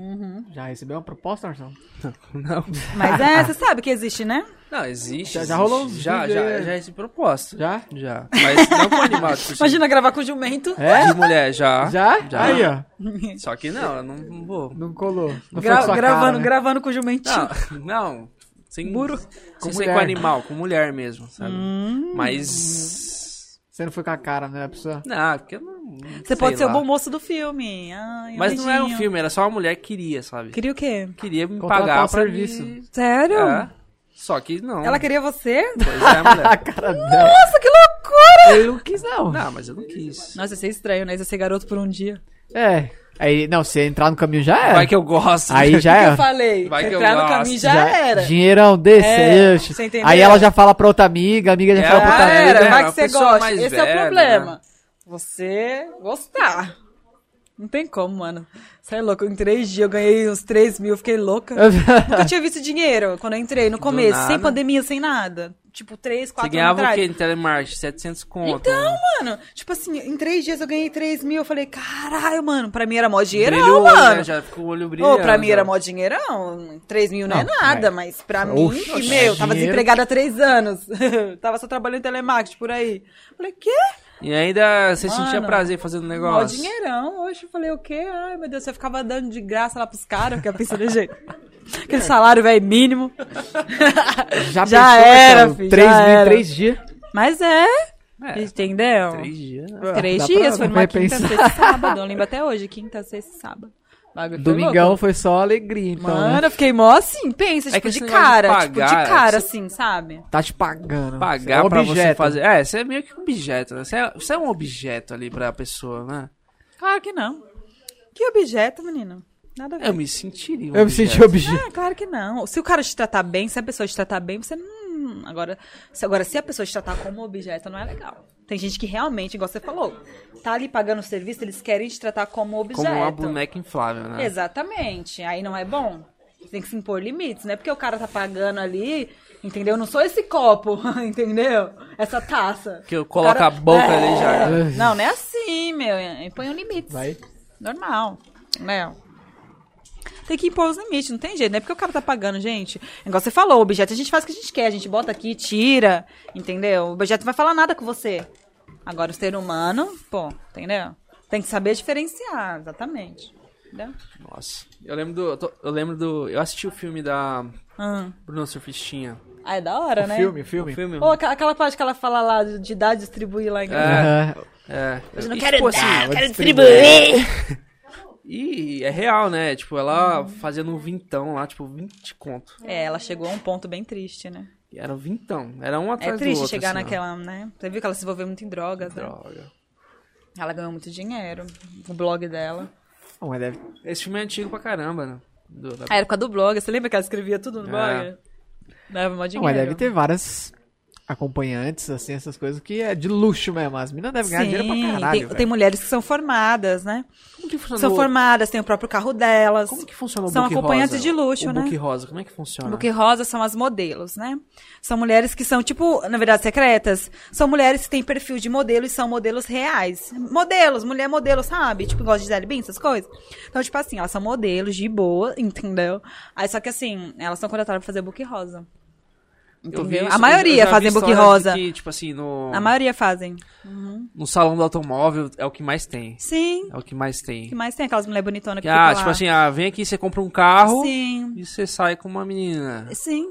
F: Já recebeu uma proposta, Marcelo?
A: Não.
C: Mas é, você sabe que existe, né?
A: Não, existe.
F: Já- já
A: existe.
F: rolou uns
A: Já,
F: vídeos
A: já,
F: aí,
A: já recebi proposta.
F: Já?
A: Já. Mas não com animal. tipo assim,
C: Imagina gravar com o jumento.
A: De mulher, já.
F: Já? Aí, ó.
A: Só que não, eu não, não vou.
F: Não colou. Não foi
C: Gra-
F: com sua
C: gravando,
F: cara, né?
C: gravando com o jumentinho.
A: Não, não. Sem,
C: Muro.
A: Sem
F: Com
A: ser
F: mulher.
A: com animal, com mulher mesmo, sabe? Mas.
F: Você não foi com a cara, né, da pessoa?
A: Não, porque eu não.
C: Você pode ser
A: lá.
C: o bom moço do filme. Ai,
A: Mas não era um
C: beijinho.
A: filme, era só uma mulher que queria, sabe?
C: Queria o quê?
A: Queria me
F: Contratar
A: pagar
F: o
A: pra me-
F: serviço.
C: Sério?
A: É. Só que não.
C: Ela queria você?
A: Pois é,
F: A
A: mulher.
F: cara dela.
C: Nossa, que loucura!
F: Ele não quis, não.
A: Não, mas eu não quis.
C: Nossa, ia ser estranho, né? Ia ser garoto por um dia.
F: É. Aí, não, se entrar no caminho já era.
A: Vai que eu gosto.
F: É.
A: né?
F: Aí já
C: que
F: era.
C: eu falei?
A: Vai que eu
C: Entrar no
A: gosto.
C: caminho já, era.
F: Dinheirão, desse.
C: É,
F: ixi.
C: você entendeu?
F: Aí ela já fala pra outra amiga, a amiga já
A: É,
F: fala pra
A: puta
C: Já
F: outra
A: merda,
C: era,
A: né?
C: vai que
A: Uma
C: você
A: pessoa
C: gosta.
A: mais
C: Esse é o
A: velha,
C: problema.
A: né?
C: Você gostar. Não tem como, mano. Você é louco. Em três dias eu ganhei uns 3 mil, fiquei louca.
F: amiga.
C: Nunca tinha visto dinheiro quando eu entrei no começo, sem
A: nada.
C: pandemia, sem nada. Tipo, três,
A: Você
C: quatro
A: ganhava
C: anos
A: o quê
C: atrás.
A: em telemarketing? 700 conto.
C: Então, mano, tipo assim, em três dias eu ganhei 3 mil. Eu falei, caralho, mano, pra mim era mó dinheirão,
A: Brilhou,
C: mano.
A: né? Já ficou o olho
C: Ô,
A: brilhando.
C: pra mim era
A: já.
C: mó dinheirão. 3 mil não, é nada, mas pra
F: Oxe,
C: mim,
A: é
C: meu,
F: dinheiro.
C: tava desempregada há 3 anos. tava só trabalhando em telemarketing por aí. Falei, quê?
A: E ainda você
C: Mano,
A: sentia prazer fazendo
C: Mó
A: negócio.
C: dinheirão. Hoje eu falei, o quê? Ai, meu Deus, eu ficava dando de graça lá pros caras, porque eu pensei desse jeito. Aquele salário, velho, mínimo.
F: já
C: Já
F: pensou,
C: era,
F: Marcelo?
C: filho,
F: Três
C: já
F: mil,
C: era.
F: três dias.
C: Mas é,
A: É,
C: entendeu?
A: três dias. né?
C: Três
F: Dá pra-
C: dias, foi
F: dá
C: numa
F: pra
C: quinta,
F: repensar.
C: sexta e sábado. Eu lembro até hoje, quinta, sexta e sábado. O bagulho foi
F: Domingão
C: louco.
F: foi só alegria, então. né?
C: Mano, eu fiquei mó assim, pensa,
A: É
C: tipo,
A: que
C: de
A: esse negócio de
C: cara, tipo,
A: pagar,
C: de cara,
A: é-
C: assim, sabe?
F: Tá te pagando. Você é
A: Pagar
F: um
A: pra você
F: objeto.
A: fazer. É, você é meio que um objeto, né? Você é, você é um objeto ali pra pessoa, né?
C: Claro que não. Que objeto, menino? Nada a
F: É
C: ver.
A: Eu me sentiria. um
F: Eu me senti
A: objeto.
F: objeto.
C: Ah, claro que não. Se o cara te tratar bem, se a pessoa te tratar bem, você não. Agora, se, agora, se a pessoa te tratar como objeto, não é legal. Tem gente que realmente, igual você falou, tá ali pagando o serviço, eles querem te tratar como objeto.
A: Como um uma boneca inflável, né?
C: Exatamente. Aí não é bom. Tem que se impor limites, né? Porque o cara tá pagando ali, entendeu? Não sou esse copo, entendeu? Essa taça.
A: Que eu coloco a boca
C: É.
A: ali já.
C: Não, não é assim, meu. Impõe um limites.
F: Vai.
C: Normal, né? Tem que impor os limites, não tem jeito, não é porque o cara tá pagando, gente. É Igual você falou, o objeto a gente faz o que a gente quer, a gente bota aqui, tira, entendeu? O objeto não vai falar nada com você. Agora o ser humano, pô, entendeu? Tem que saber diferenciar, exatamente. Entendeu?
A: Nossa. Eu lembro do. Eu, tô- eu lembro do. Eu assisti o filme da
C: Hum.
A: Bruno Surfistinha.
C: Ah, é da hora, né?
F: Filme,
A: O
F: filme.
A: filme.
C: Ou aqua- aquela parte que ela fala lá de, de dar, distribuir lá em casa.
F: Aham.
A: É. Eu
C: não quero dar,
F: Vou distribuir.
A: E é real, né? Tipo, ela fazendo um vintão lá, tipo, 20 conto.
C: É, ela chegou a um ponto bem triste, né?
A: E era um vintão. Era um atrás
C: É
A: do
C: triste
A: outro,
C: chegar
A: assim, ó.
C: naquela, né? Você viu que ela se envolveu muito em drogas, né?
A: Droga.
C: Ela ganhou muito dinheiro com o blog dela.
F: Não, mas deve-
A: Esse filme é antigo pra caramba, né? Do- da-
C: A época do blog, você lembra que ela escrevia tudo no
A: É.
C: blog? Dava mó
F: não,
C: dinheiro.
F: mas deve ter várias acompanhantes, assim, essas coisas que é de luxo mesmo. As meninas devem ganhar dinheiro pra
C: Sim,
F: caralho.
C: tem,
F: velho.
C: tem mulheres que são formadas, né?
A: Como que funciona?
C: São
A: o-
C: formadas, têm o próprio carro delas.
A: Como que funciona o
C: São
A: book
C: acompanhantes
A: rosa?
C: de luxo,
A: o
C: né?
A: book rosa, como é que funciona?
C: Book rosa Tipo, são as modelos, né? São mulheres que são, tipo, na verdade, secretas. São mulheres que têm perfil de modelo e são modelos reais. Modelos, mulher modelo, sabe? Tipo, igual de Gisele Bündchen, essas coisas. Então, tipo assim, elas são modelos de boa, entendeu? Aí, só que assim, elas são contratadas pra fazer book rosa.
A: Eu vi
C: Entendeu?
A: isso-
C: a
A: eu-
C: maioria
A: eu já vi
C: fazem book
A: histórias
C: rosa.
A: de Que, tipo assim, no,
C: A maioria fazem.
A: no salão do automóvel é o que mais tem.
C: Sim.
A: É o que mais
C: O
A: tem.
C: que mais tem aquelas mulher bonitonas que
A: ah,
C: fica
A: tipo
C: lá.
A: assim, ah, vem aqui, você compra um carro
C: Sim.
A: e você sai com uma menina.
C: Sim,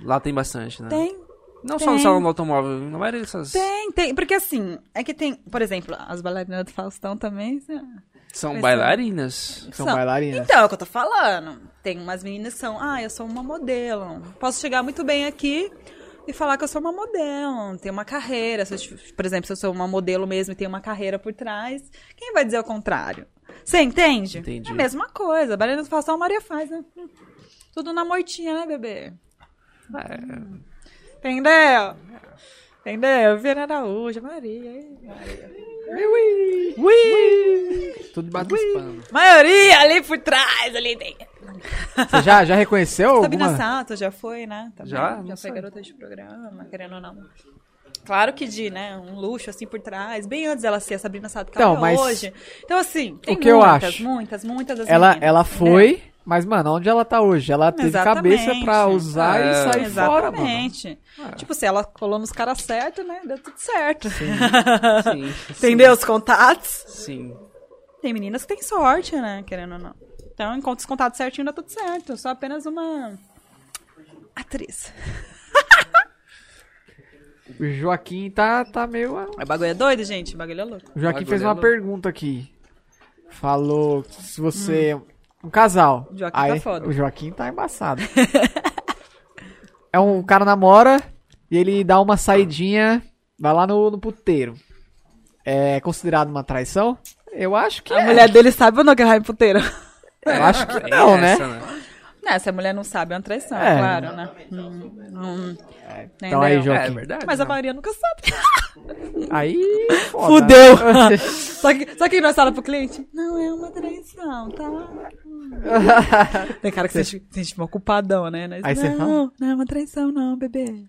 A: Lá tem bastante, né?
C: tem.
A: Não só no
C: tem.
A: salão do automóvel, na maioria dessas
C: Tem, tem. Porque assim, é que tem, por exemplo, as bailarinas do Faustão também. né?
A: são
C: Mas-
A: bailarinas.
F: São bailarinas.
C: Então, é o que eu tô falando. Tem umas meninas que são, ah, eu sou uma modelo. Posso chegar muito bem aqui e falar que eu sou uma modelo. Tenho uma carreira. Se eu tive- por exemplo, se eu sou uma modelo mesmo e tenho uma carreira por trás, quem vai dizer o contrário? Você entende?
A: Entendi.
C: É a mesma coisa. Bailarina do Faustão, a Maria faz, né? Hum. Tudo na mortinha, né, bebê?
F: É.
C: Entendeu? Entendeu? Viana Araújo, Maria. Ei, Maria.
B: Tudo debaixo dos panos.
C: Maioria ali por trás, ali dentro.
B: Você já, já reconheceu
C: Sabina
B: alguma?
C: Sato já foi, né? Também.
A: Já?
C: Já
A: Não
C: foi
A: sei.
C: garota de programa, querendo ou não. Claro que de, né? Um luxo assim por trás. Bem antes dela ser a Sabrina Sato que
B: Então,
C: ela é
B: mas-
C: hoje. Então, assim, tem
B: que eu
C: muitas,
B: acho?
C: muitas, muitas das
B: Ela,
C: meninas,
B: ela
C: né?
B: foi, mas, mano, onde ela tá hoje? Ela teve
C: Exatamente.
B: cabeça pra usar
A: É.
B: e sair fora, mano.
C: Exatamente. Tipo, se ela colou nos caras certos, né? Deu tudo certo.
A: Sim,
C: Entendeu os contatos?
A: sim.
C: Tem meninas que têm sorte, né? Querendo ou não. Então, enquanto os contatos certinho, dá tudo certo. Eu sou apenas uma atriz.
B: O Joaquim tá, tá meio...
C: O bagulho é doido, gente. O bagulho é louco.
B: O Joaquim
A: Bagulho
B: fez uma
A: é
B: pergunta aqui. Falou que se você. Um casal.
C: Hum. O Joaquim tá foda.
B: O Joaquim tá embaçado. é um cara namora e ele dá uma saidinha, vai lá no, no puteiro. É considerado uma traição? Eu acho que
C: A
B: é.
C: mulher dele sabe ou não que ela é puteira? É.
B: Eu acho que
A: Tem
B: não, né?
A: é essa,
C: Não, se a mulher não sabe, é uma traição,
B: É.
C: claro, né? Hum, hum.
B: Então aí,
C: Entendeu?
A: É,
B: Joaquim.
A: verdade.
C: Mas a maioria nunca sabe.
B: Aí. Foda.
C: Fudeu. só, que, só que nós falamos pro cliente, não é uma traição, tá? Hum. Tem cara que se sente, se sente mal culpadão, né? Nós,
B: Aí você
C: não,
B: fala?
C: não é uma traição não, bebê.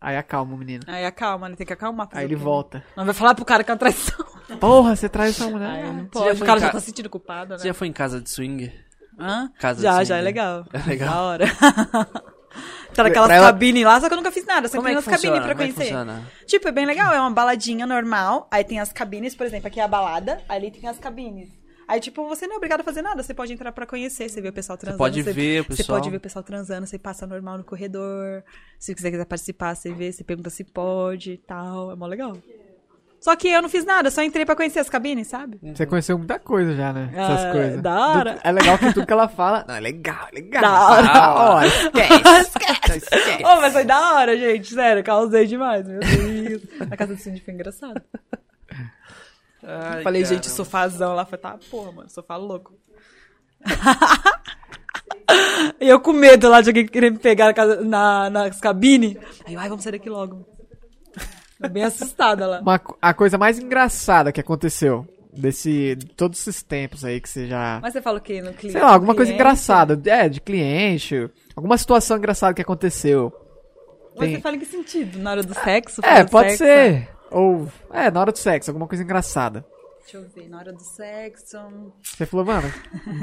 B: aí acalma o menino.
C: Aí acalma, né? Tem que acalmar. fazer
B: Aí ele
C: o quê?
B: volta.
C: Não vai falar pro cara que é uma traição.
B: Porra, você trai essa mulher. Ah.
C: Aí não
A: já
C: pode. O
A: foi
C: cara
A: em
C: já
A: ca-
C: tá se sentindo culpado, né?
A: Você já foi em casa de swing?
C: Hã?
A: Casa
C: já,
A: assim,
C: já é
A: né?
C: legal.
A: É legal.
C: Da hora. tá naquelas
B: Pra ela-
C: cabines lá, só que eu nunca fiz nada. Sempre
A: Como é que
C: nas cabines
A: funciona?
C: pra
A: Como é que
C: conhecer.
A: funciona?
C: Tipo, é bem legal. É uma baladinha normal. Aí tem as cabines, por exemplo, aqui é a balada. Ali tem as cabines. Aí, tipo, você não é obrigado a fazer nada. Você pode entrar pra conhecer. Você vê o pessoal transando.
A: pode ver o
C: Você
A: pessoal.
C: pode ver o pessoal transando. Você passa normal no corredor. Se você quiser participar, você vê. Você pergunta se pode e tal. É mó legal. Só que eu não fiz nada. Só entrei pra conhecer as cabines, sabe?
B: Você conheceu muita coisa já, né? Essas
C: Ah,
B: coisas.
C: da hora.
B: Do- É legal que tudo que ela fala. Não, é legal, é legal. "Ah,
C: Da hora.
B: Da hora. Esquece.
C: Ô, mas foi da hora, gente. Sério, causei demais, meu Deus. Na casa do Cindy foi engraçado.
A: Ai,
C: Falei,
A: Ah, cara.
C: gente, sofazão lá. Falei, tá, porra, mano, sofá louco. e eu com medo lá de alguém querer me pegar na, casa- na, nas cabine. Aí eu, ai, vamos sair daqui logo. Tô bem assustada lá.
B: Uma co- a coisa mais engraçada que aconteceu desse todos esses tempos aí que você já
C: Mas você fala o quê no clipe?
B: sei lá alguma coisa
C: Cliente?
B: engraçada é de cliente alguma situação engraçada que aconteceu
C: Mas você
B: Tem-
C: fala em que sentido? Na hora do sexo? Fora
B: é
C: do
B: pode
C: sexo?
B: ser ou é na hora do sexo alguma coisa engraçada
C: Deixa eu ver, na hora do sexo.
B: você falou mano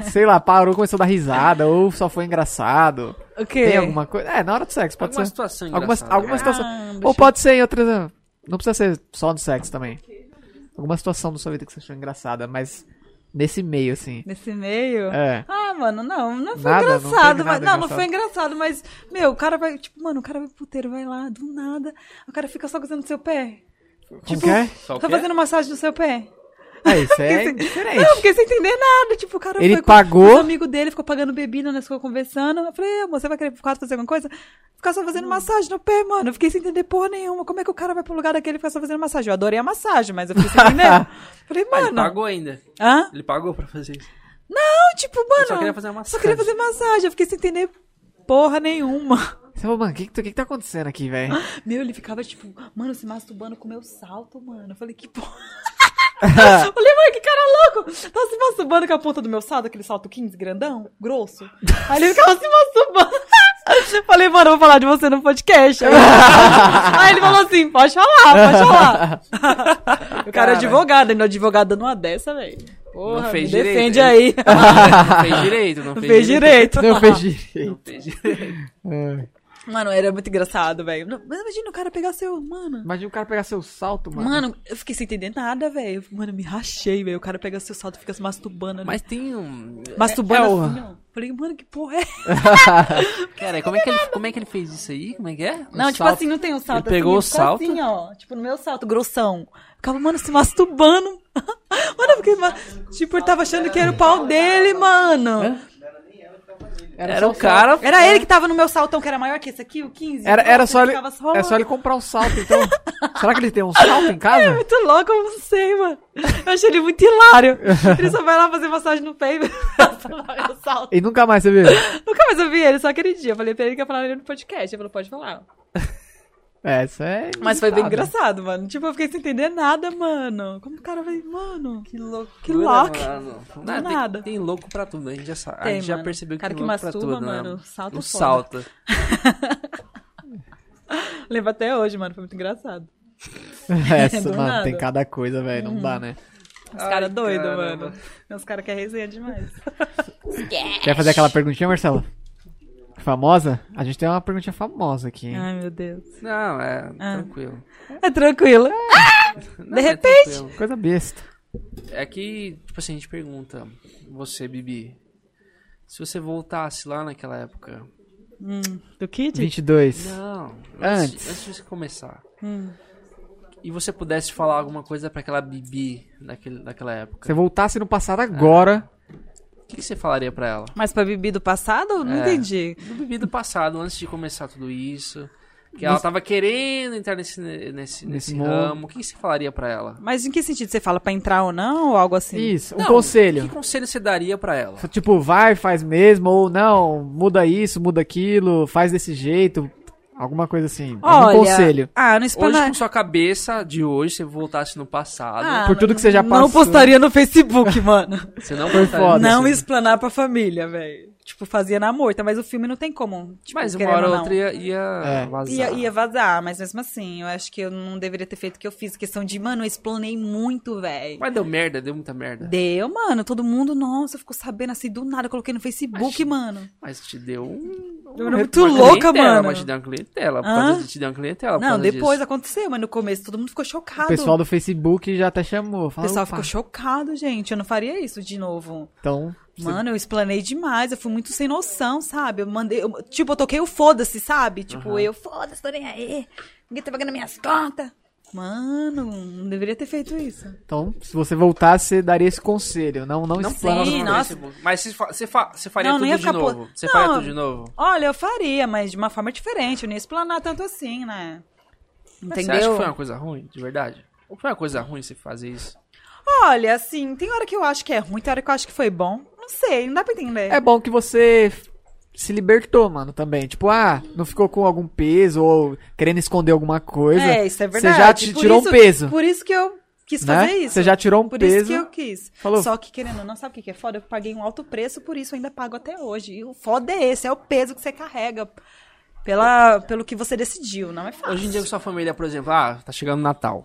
B: sei lá parou começou a dar risada ou só foi engraçado
C: O quê?
B: tem alguma coisa é na hora do sexo pode
A: Alguma
B: ser
A: situação
B: alguma
A: engraçada. né?
B: alguma
C: tá Ah,
B: situação
C: Caramba,
B: ou pode ser em outras eh, não precisa ser só do sexo também alguma situação da sua vida que você achou engraçada mas nesse meio assim
C: Nesse meio?
B: é
C: Ah, mano, não, não foi
B: Nada, não teve
C: engraçado, mas.
B: nada
C: Não, não
B: engraçado.
C: foi engraçado, mas, meu, o cara vai, tipo, mano, o cara vai pro puteiro, vai lá, do nada, o cara fica só gozando do seu pé.
B: Como que é?
A: Só o
C: Tá
A: quê?
C: fazendo massagem do seu pé.
B: É, isso é
C: Fiquei sem-
B: diferente.
C: assim, Não, fiquei sem entender nada. Tipo, o cara
B: Ele
C: foi
B: pagou?
C: Com, com os amigos dele, ficou pagando bebida, nós ficou conversando. Eu falei, amor, você vai querer pro quarto fazer alguma coisa? Ficar só
B: Hum.
C: fazendo massagem no pé, mano. Eu fiquei sem entender porra nenhuma. Como é que o cara vai pro lugar daquele e fica só fazendo massagem? Eu adorei a massagem, mas eu fiquei sem entender. falei,
A: Ah, ele
C: mano.
A: pagou ainda.
C: Hã?
A: Ele pagou pra fazer isso.
C: Não, tipo, mano.
A: só queria fazer uma
C: Só queria fazer massagem. Eu fiquei sem entender porra nenhuma.
B: Você falou, mano, o que, que, que que tá acontecendo aqui, velho?
C: Meu, ele ficava, tipo, mano, se masturbando com o meu salto, mano. Eu falei, que porra. Eu falei, mano, que cara louco! Tá se masturbando com a ponta do meu salto, aquele salto 15 grandão, grosso. Aí ele ficava se masturbando. Eu Falei, mano, eu vou falar de você no podcast. Aí ele falou assim: pode falar, pode falar. O cara é advogado, ainda advogado dando uma dessa, velho. Porra,
A: Não fez
C: me
A: direito,
C: defende
A: hein?
C: aí.
A: não fez direito, não
C: Não
A: fez,
C: fez direito.
B: Não fez direito.
A: Não fez direito.
C: É. Mano, era muito engraçado, velho. Não, Mas imagina o cara pegar seu. Mano.
B: Imagina o cara pegar seu salto, mano.
C: Mano, eu fiquei sem entender nada, velho. Mano, eu me rachei, velho. O cara pega seu salto e fica se masturbando.
A: Mas tem um...
C: né? masturbando
B: é o-
C: assim, ó. Falei, mano, que porra é?
A: Cara, como é, que ele, como é que ele fez isso aí? Como é que é?
C: Não,
A: Um
C: tipo
A: salto.
C: assim, não tem um salto
A: Ele pegou
C: assim,
A: o
C: ficou
A: salto?
C: assim, ó. Tipo, no meu salto, grossão. Ficava, mano, se masturbando. mano, eu fiquei. ma- Tipo, eu tava achando que era o pau dele, mano.
B: É?
A: Era, o cara...
C: Era um ele que tava no meu saltão, que era maior que esse aqui, o 15.
B: Era, era,
C: Nossa,
B: só ele,
C: ficava só
B: era só ele comprar um salto, então. Será que ele tem um salto em
C: É
B: casa?
C: muito louco, eu não sei, mano. Eu achei ele muito hilário. Ele só vai lá fazer massagem no pé e eu salto.
B: E nunca mais, você viu?
C: Nunca mais eu vi ele, só aquele dia. Eu falei pra ele que ia falar ele no podcast. Ele falou, pode falar.
F: Essa é.
C: Mas foi bem
F: irritada.
C: engraçado, mano. Tipo, eu fiquei sem entender nada, mano. Como o cara vai, mano, que louco, que
A: Doida,
C: lock.
A: mano.
C: Do
A: Ah, tem-
C: nada.
A: Tem, louco pra tudo, né? A gente já, sa- a
C: Tem,
A: gente já
C: mano.
A: percebeu que
C: Cara
A: tem
C: que
A: louco pra
C: masturba,
A: tudo, né?
C: mano, salta
A: Não
C: é foda.
A: salta.
C: Lembro até hoje, mano. Foi muito engraçado.
F: Essa,
B: É,
C: Do
F: mano,
C: nada. Uhum.
F: tem cada coisa, velho. Não dá, né?
C: Os
A: Ai,
C: caras doidos,
A: caramba.
C: mano. Os caras que é resenha demais.
F: Quer fazer aquela perguntinha, Marcelo? Famosa? A gente tem uma perguntinha famosa aqui, hein?
C: Ai, meu Deus.
A: Não, é tranquilo.
C: É tranquilo.
A: Não, é
C: repente.
A: tranquilo.
F: Coisa besta.
A: É que, tipo assim, a gente pergunta, você, Bibi, se você voltasse lá naquela época.
C: Do Kid?
F: 22.
A: Não,
F: Antes.
A: antes de você começar.
C: Hum.
A: E você pudesse falar alguma coisa pra aquela Bibi naquele, naquela
F: Se
A: época.
F: eu voltasse no passado agora.
C: Ah,
A: O que, que você falaria pra ela?
C: Mas pra Bibi do passado? Não
A: É.
C: entendi.
A: Do Bibi do passado, antes de começar tudo isso. Que ela tava querendo entrar nesse, nesse, nesse
F: mundo.
A: ramo. O que, que você falaria pra ela?
C: Mas em que sentido? Você fala pra entrar ou não? Ou algo assim?
F: Isso, um
A: Não, Que
F: conselho.
A: conselho você daria pra ela?
F: Tipo, vai, faz mesmo, ou não, muda isso, muda aquilo, faz desse jeito. Alguma coisa assim.
C: Olha,
F: Algum conselho.
C: Ah, não
A: Hoje,
C: espana...
A: com sua cabeça de hoje, se você voltasse no passado,
C: Ah,
F: Por tudo que você já
C: Não
F: passou.
C: postaria no Facebook, mano.
A: você não
F: Foi
A: voltaria-
F: foda. assim.
C: não explanar pra família, velho. Tipo, fazia na moita, mas o filme não tem como. Tipo,
A: Mas uma
C: querendo
A: hora
C: ou
A: ou
C: não.
A: outra ia, ia
F: É.
A: vazar.
C: Ia, ia vazar, mas mesmo assim, eu acho que eu não deveria ter feito o que eu fiz. Questão de, mano, eu explanei muito, velho.
A: Mas deu merda, deu muita merda.
C: Deu, mano. Todo mundo, nossa, ficou sabendo assim do nada. Eu coloquei no Facebook, mano.
A: Mas te deu um.
C: Eu
A: um-
C: era muito
A: uma
C: louca,
A: clientela,
C: mano.
A: Mas te deu uma clientela. Por
C: Hã?
A: causa disso, te deu uma clientela. por
C: Não,
A: causa
C: depois
A: disso.
C: aconteceu, mas no começo todo mundo ficou chocado.
F: O pessoal do Facebook já até chamou.
C: O
F: Fala,
C: pessoal
F: "Opa,
C: ficou chocado, gente. Eu não faria isso de novo.
F: Então, você-
C: Mano, eu explanei demais, eu fui muito sem noção, sabe? Eu mandei. eu- tipo, eu toquei o foda-se, sabe? Tipo, eu, foda-se, tô nem aí. Ninguém tá pagando minhas contas. Mano, não deveria ter feito isso.
F: então, se você voltasse, você daria esse conselho. Não, não,
A: Não
F: explana.
A: fala
C: Sim,
A: no
C: nossa.
A: Facebook. Mas você, fa- você, fa- você faria
C: Não, não
A: tudo
C: ia
A: de
C: ficar po-
A: novo? Você
C: Não.
A: faria tudo de novo?
C: Olha, eu faria, mas de uma forma diferente. Eu não ia explanar tanto assim, né?
A: Mas Você acha que
C: Entendeu?
A: foi um- uma coisa ruim, de verdade? Ou foi uma coisa ruim você fazer isso?
C: Olha, assim, tem hora que eu acho que é ruim, tem hora que eu acho que foi bom. Não sei, não dá pra entender.
F: É bom que você se libertou, mano, também. Tipo, ah, não ficou com algum peso ou querendo esconder alguma coisa.
C: É, isso é
F: Você
C: verdade.
F: já te
C: Por
F: tirou
C: isso-
F: um peso.
C: Por isso que eu quis
F: né?
C: fazer isso.
F: Você já tirou um
C: Por isso
F: peso.
C: que eu quis.
F: Falou.
C: Só que, querendo ou não, sabe o que que é foda? Eu paguei um alto preço, por isso eu ainda pago até hoje. E o foda é esse, é o peso que você carrega pela, pelo que você decidiu, não é fácil.
A: Hoje em dia, com sua família, por exemplo, ah, tá chegando Natal.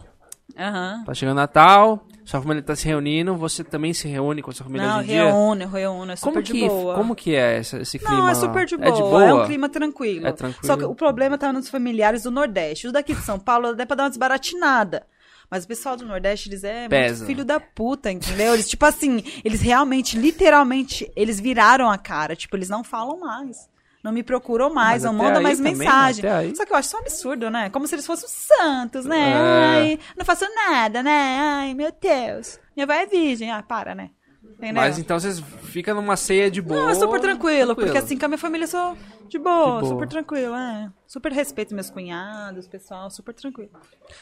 C: Aham.
A: Tá chegando Natal, sua família tá se reunindo, você também se reúne com a sua família
C: Não,
A: hoje em dia?
C: reúno, reúno, é super
A: Como
C: de
A: que,
C: boa.
A: como que é essa- esse clima?
C: Não, é super de boa.
A: É de boa?
C: um clima tranquilo.
A: É tranquilo.
C: Só que o problema tá nos familiares do Nordeste. Os daqui de São Paulo até pra dar uma desbaratinada. Mas o pessoal do Nordeste, eles é muito
A: Pesa.
C: filho da puta, entendeu? Eles, tipo assim, eles realmente, literalmente, eles viraram a cara. Tipo, eles não falam mais. Não me procuram
A: Mas
C: mais, não
A: até
C: mandam
A: aí
C: mais
A: também, né?
C: mensagem.
A: Até aí.
C: Só que eu acho isso um absurdo, né? Como se eles fossem os santos, né?
A: É.
C: Ai, não faço nada, né? Ai, meu Deus. Minha avó é virgem. Ah, para, né? Entendeu?
A: Mas então vocês ficam numa ceia de boa.
C: Não, é super tranquilo, porque assim com a minha família eu sou de boa,
A: De boa.
C: super tranquilo, é. Super respeito meus cunhados, pessoal, super tranquilo.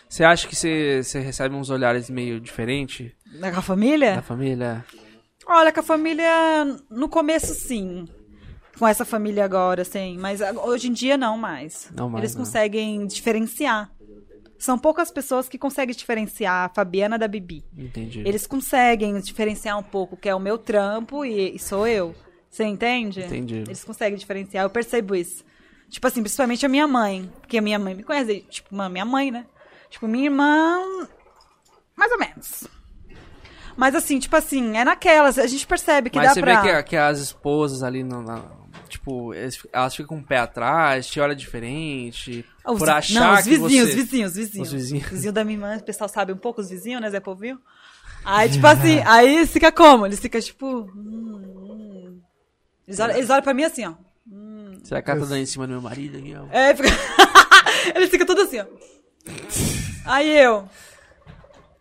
A: Você acha que você, você recebe uns olhares meio diferentes
C: Na- Com a família?
A: da é família?
C: Olha, com a família, no começo sim. Com essa família agora, sim. Mas ag- hoje em dia não mais.
A: Não mais,
C: Eles
A: né?
C: conseguem diferenciar. São poucas pessoas que conseguem diferenciar a Fabiana da Bibi.
A: Entendi.
C: Eles conseguem diferenciar um pouco o que é o meu trampo e, e sou eu. Você entende?
A: Entendi.
C: Eles conseguem diferenciar, eu percebo isso. Tipo assim, principalmente a minha mãe. Porque a minha mãe me conhece, tipo, uma- minha mãe, né? Tipo, minha irmã. Mais ou menos. Mas assim, tipo assim, é naquelas, a gente percebe que
A: Mas
C: dá
A: você
C: pra.
A: vê que, é que as esposas ali, na, na- tipo, eles- elas ficam com o pé atrás, te olha diferente,
C: Os,
A: por achar
C: não, os
A: que
C: vizinhos,
A: você...
C: os vizinhos, os vizinhos.
A: Os vizinhos.
C: Vizinho da minha irmã, o pessoal sabe um pouco os vizinhos, né, Zé Povinho? Aí,
A: É.
C: tipo assim, aí eles ficam como? Eles ficam, tipo. hum, hum. Eles, olham, eles olham pra mim assim, ó.
A: Será que ela tá dando em cima do meu marido aqui? ó? Tá
C: É, fica... eles ficam tudo assim, ó. Aí eu.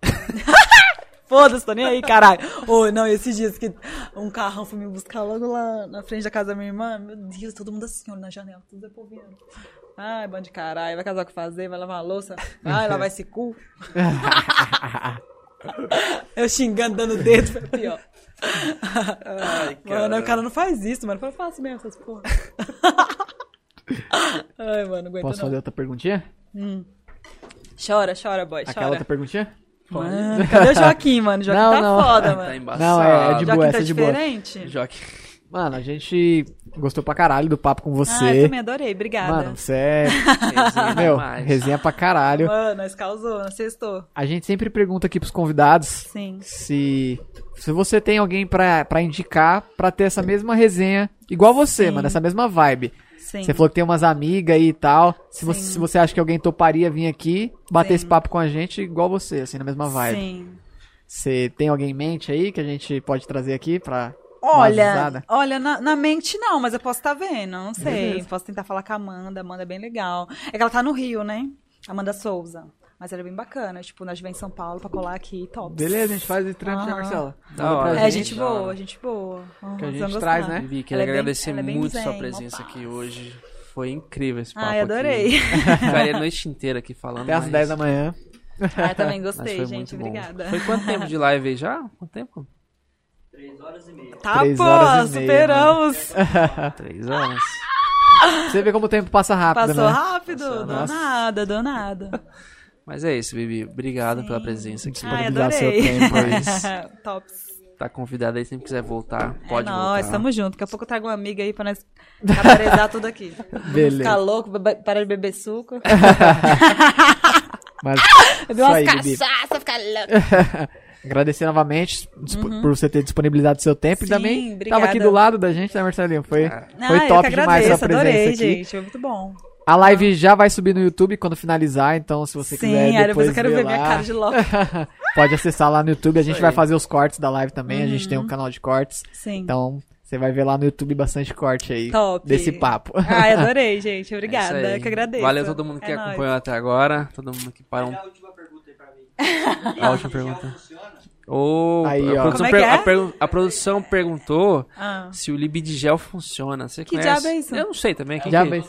C: Foda-se, tô nem aí, caralho. Ô, não, esses dias que um carrão foi me buscar logo lá na frente da casa da minha irmã. Meu Deus, todo mundo assim, olha na janela, tudo devolvendo. Ai, bando de caralho, vai casar o que fazer, vai lavar a louça, vai lavar esse cu. eu xingando, dando dedo, foi pior. mano, o cara não faz isso, mano. Eu faço mesmo essas porra. Ai, mano, não aguento
F: Posso
C: não.
F: fazer outra perguntinha?
C: Chora, chora, boy, chora.
B: Aquela outra perguntinha?
C: Mano, cadê o Joaquim, mano? O Joaquim
B: Não,
C: tá
B: não.
C: foda,
A: Tá
C: mano.
A: embaçado.
B: Não, é, é de boa,
C: O Joaquim
B: essa
C: tá
B: é de boa.
C: diferente.
A: Joaquim.
B: Mano, a gente gostou pra caralho do papo com
C: Ah, eu
B: você.
C: também adorei, obrigada.
B: Mano, você é.
A: Resenha
B: Meu,
A: demais.
B: resenha pra caralho.
C: Mano, nós causou, nós sextou.
B: A gente sempre pergunta aqui pros convidados
C: Sim.
B: se se você tem alguém pra, pra indicar pra ter essa mesma resenha, igual você,
C: Sim.
B: mano, essa mesma vibe.
C: Sim.
B: Você falou que tem umas amigas aí e tal. Se você,
C: Sim.
B: se você acha que alguém toparia vir aqui, bater
C: Sim.
B: esse papo com a gente, igual você, assim, na mesma vibe.
C: Sim.
B: Você tem alguém em mente aí que a gente pode trazer aqui pra.
C: Olha,
B: avisada.
C: olha na, na mente não, mas eu posso estar vendo, não sei. Posso tentar falar com a Amanda, Amanda é bem legal. É que ela tá no Rio, né? Amanda Souza. Mas ela é bem bacana, tipo, nós vem em São Paulo pra colar aqui, top.
B: Beleza, a gente faz esse trampo, né,
C: Aham.
B: Marcela?
A: Da
B: Manda pra
A: hora.
C: Ah, É, gente
A: da hora.
C: boa, gente boa. Aham,
B: Que a
C: vocês
B: gente
C: vão
B: traz,
C: gostar.
B: né?
A: Vivi,
C: Ela
A: queria
C: é bem-
A: agradecer
C: ela é bem
A: muito
C: zen,
A: sua
C: mó
A: presença
C: paz.
A: aqui hoje. Foi incrível esse papo
C: Ai, adorei.
A: aqui. Ficaria a noite inteira aqui falando.
B: Até às
A: mas-
B: 10 da manhã.
C: Ah, eu também
A: mas
C: gostei,
A: foi
C: gente.
A: muito bom.
C: Obrigada.
A: Foi quanto tempo de live aí já? Quanto tempo?
D: Três horas e meia.
C: Tá,
B: Três
C: pô,
B: horas e meia,
C: superamos.
A: Três horas.
B: Você vê como o tempo passa rápido,
C: Passou
B: né?
C: rápido, do
A: Nossa.
C: nada, do nada.
A: Mas é isso, Bibi. Obrigado pela presença aqui.
C: Ai,
B: disponibilizar seu
C: adorei.
B: tempo
C: Tops.
A: Tá convidada aí, sempre quiser voltar,
C: Pode
A: pode
C: é
A: voltar.
C: nóis, tamo junto. Daqui a pouco eu trago uma amiga aí pra nós aparezar tudo aqui.
B: Beleza.
C: Ficar louco, beba- parar de beber suco.
B: Mas
C: Beber umas
B: aí, Bibi.
C: cachaça, ficar louco.
B: agradecer novamente disp- por você ter disponibilizado seu tempo e
C: Sim,
B: também
C: obrigada.
B: tava aqui do lado da gente, né, Marcelinho? Foi,
C: Ah,
B: foi
C: eu
B: top
C: que
B: demais
C: agradeço,
B: sua presença
C: adorei,
B: aqui.
C: gente. Foi muito bom.
B: A live já vai subir no YouTube quando finalizar, então se você
C: Sim,
B: quiser
C: aí
B: depois
C: depois eu quero ver minha
B: lá,
C: cara de louco.
B: pode acessar lá no YouTube. A gente
A: Isso
B: vai
A: aí.
B: fazer os cortes da live também. A gente tem um
C: Uhum.
B: canal de cortes,
C: Sim.
B: então você vai ver lá no YouTube bastante corte aí
C: Top. Ah,
B: desse papo.
C: Ai, adorei, gente.
A: É isso
C: Obrigada.
A: aí.
C: que agradeço.
A: Valeu todo mundo que
C: É nóis.
A: acompanhou até agora, todo mundo que parou.
D: é a última pergunta aí pra mim.
A: A última pergunta. Ô,
B: Aí,
A: a,
B: ó.
A: produção
C: Como é
A: per-
C: que é?
A: a pergu- a produção perguntou
C: Ah.
A: se o Libidgel funciona. Você
C: Que
A: conhece?
C: diabo é isso?
A: Eu não sei também. Quem
B: Já
A: que-
B: bem.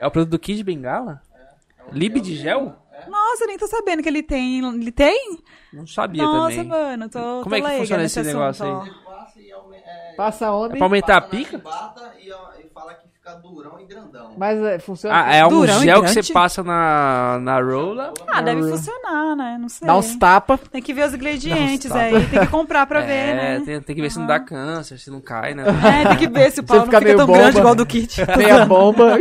A: É o produto do Kid Bengala?
D: É, um
A: Libidgel?
C: Nossa, eu nem tô sabendo que ele tem. Ele tem?
A: Não sabia
C: Nossa,
A: também.
C: mano, tô.
A: Como é que
C: tô leiga
A: funciona
C: nesse
A: esse
C: assunto,
A: negócio aí?
C: ó.
D: Passa e aumenta. É,
B: Passa
A: É
B: onda,
A: pra aumentar a pica?
D: Bata e, ó, e fala que fica durão e grandão.
B: mas é, funciona.
A: Ah, é um
C: Durão e
A: gel que
C: grande?
A: você passa na, na rola.
C: Ah, deve funcionar, né? Não sei.
B: Dá uns tapas.
C: Tem que ver os ingredientes
B: Dá uns
C: aí, tem que comprar pra ver,
A: é,
C: né?
A: tem, tem que ver se não dá câncer, se não cai, né?
C: É, tem que ver se o pau não
B: fica
C: fica
B: meio
C: tão
B: bomba.
C: grande igual do kit. né?
B: Tem a bomba. né?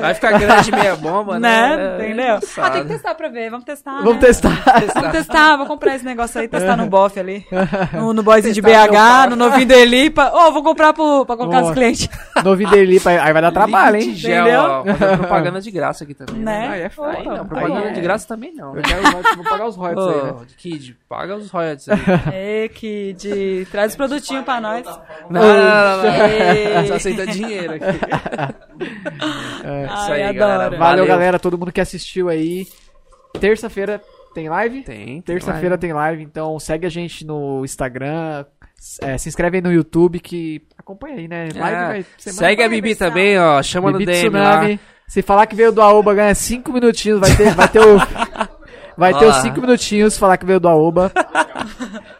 A: Vai ficar grande meia bomba, né?
C: né?
A: É
C: Entendeu? Ah, tem
A: engraçado.
C: que testar pra ver. Vamos testar.
B: Vamos
C: né?
B: testar.
C: Vamos testar, vou comprar esse negócio aí, testar no bofe ali. No, no boyzinho de
B: Testar
C: BH, no novinho do Elipa. Ô, vou comprar pro, pra colocar
B: Boa.
C: nos clientes.
B: Novinho dele, pra- aí vai dar trabalho, hein?
A: Gel,
C: Entendeu?
A: ó, fazendo propaganda de graça aqui também, né?
C: Né?
B: é
A: Aí não,
C: Opa.
A: propaganda
B: Aí é.
A: de graça também não.
B: Eu
A: Né?
B: quero eu vou pagar os royalties aí, né?
A: Ô, Kid, paga os royalties aí.
C: Ê, Kid, traz os produtinhos pra nós.
A: não, não, não, não.
C: Ei.
A: Só aceita dinheiro aqui. É isso aí,
C: Ai, adoro.
A: galera.
B: Valeu, galera, todo mundo que assistiu aí. Terça-feira tem live?
A: Tem.
B: Terça-feira tem live, então segue a gente no Instagram, s- é, se inscreve aí no YouTube que acompanha aí, né?
A: tem
B: Live
A: live.
B: vai
A: É,
B: semana-
A: Segue a
C: vai
A: Bibi
C: versar.
A: também, ó. Chama
B: Bibi
A: no DM
B: Tsunami.
A: lá.
B: Se falar que veio do Aoba, ganha 5 minutinhos, vai ter, vai ter o vai ter
A: Ó
B: os
A: lá.
B: 5 minutinhos se falar que veio do Aoba.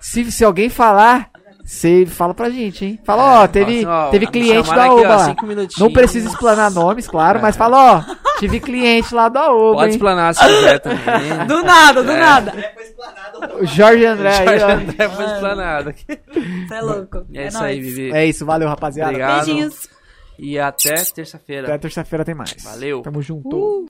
B: se, se alguém falar, você fala pra gente, hein? Fala, ó, teve,
A: Fala assim, ó,
B: teve
A: me
B: cliente do
A: chamaram aqui,
B: Aoba.
A: ó,
B: lá.
A: cinco minutinhos. É.
B: Não precisa explanar nomes, claro, mas fala, ó, tive cliente lá do Aoba,
A: Pode
B: hein?
A: explanar se quiser também. né?
C: Do nada,
A: É.
C: do nada.
B: O Jorge André aí, ó.
A: Até foi explanado aqui.
C: Você é louco.
A: E é, isso aí, Bibi.
B: É isso, valeu, rapaziada.
A: Obrigado.
C: Beijinhos.
A: E até terça-feira.
B: Até terça-feira tem mais.
A: Valeu.
B: Tamo junto.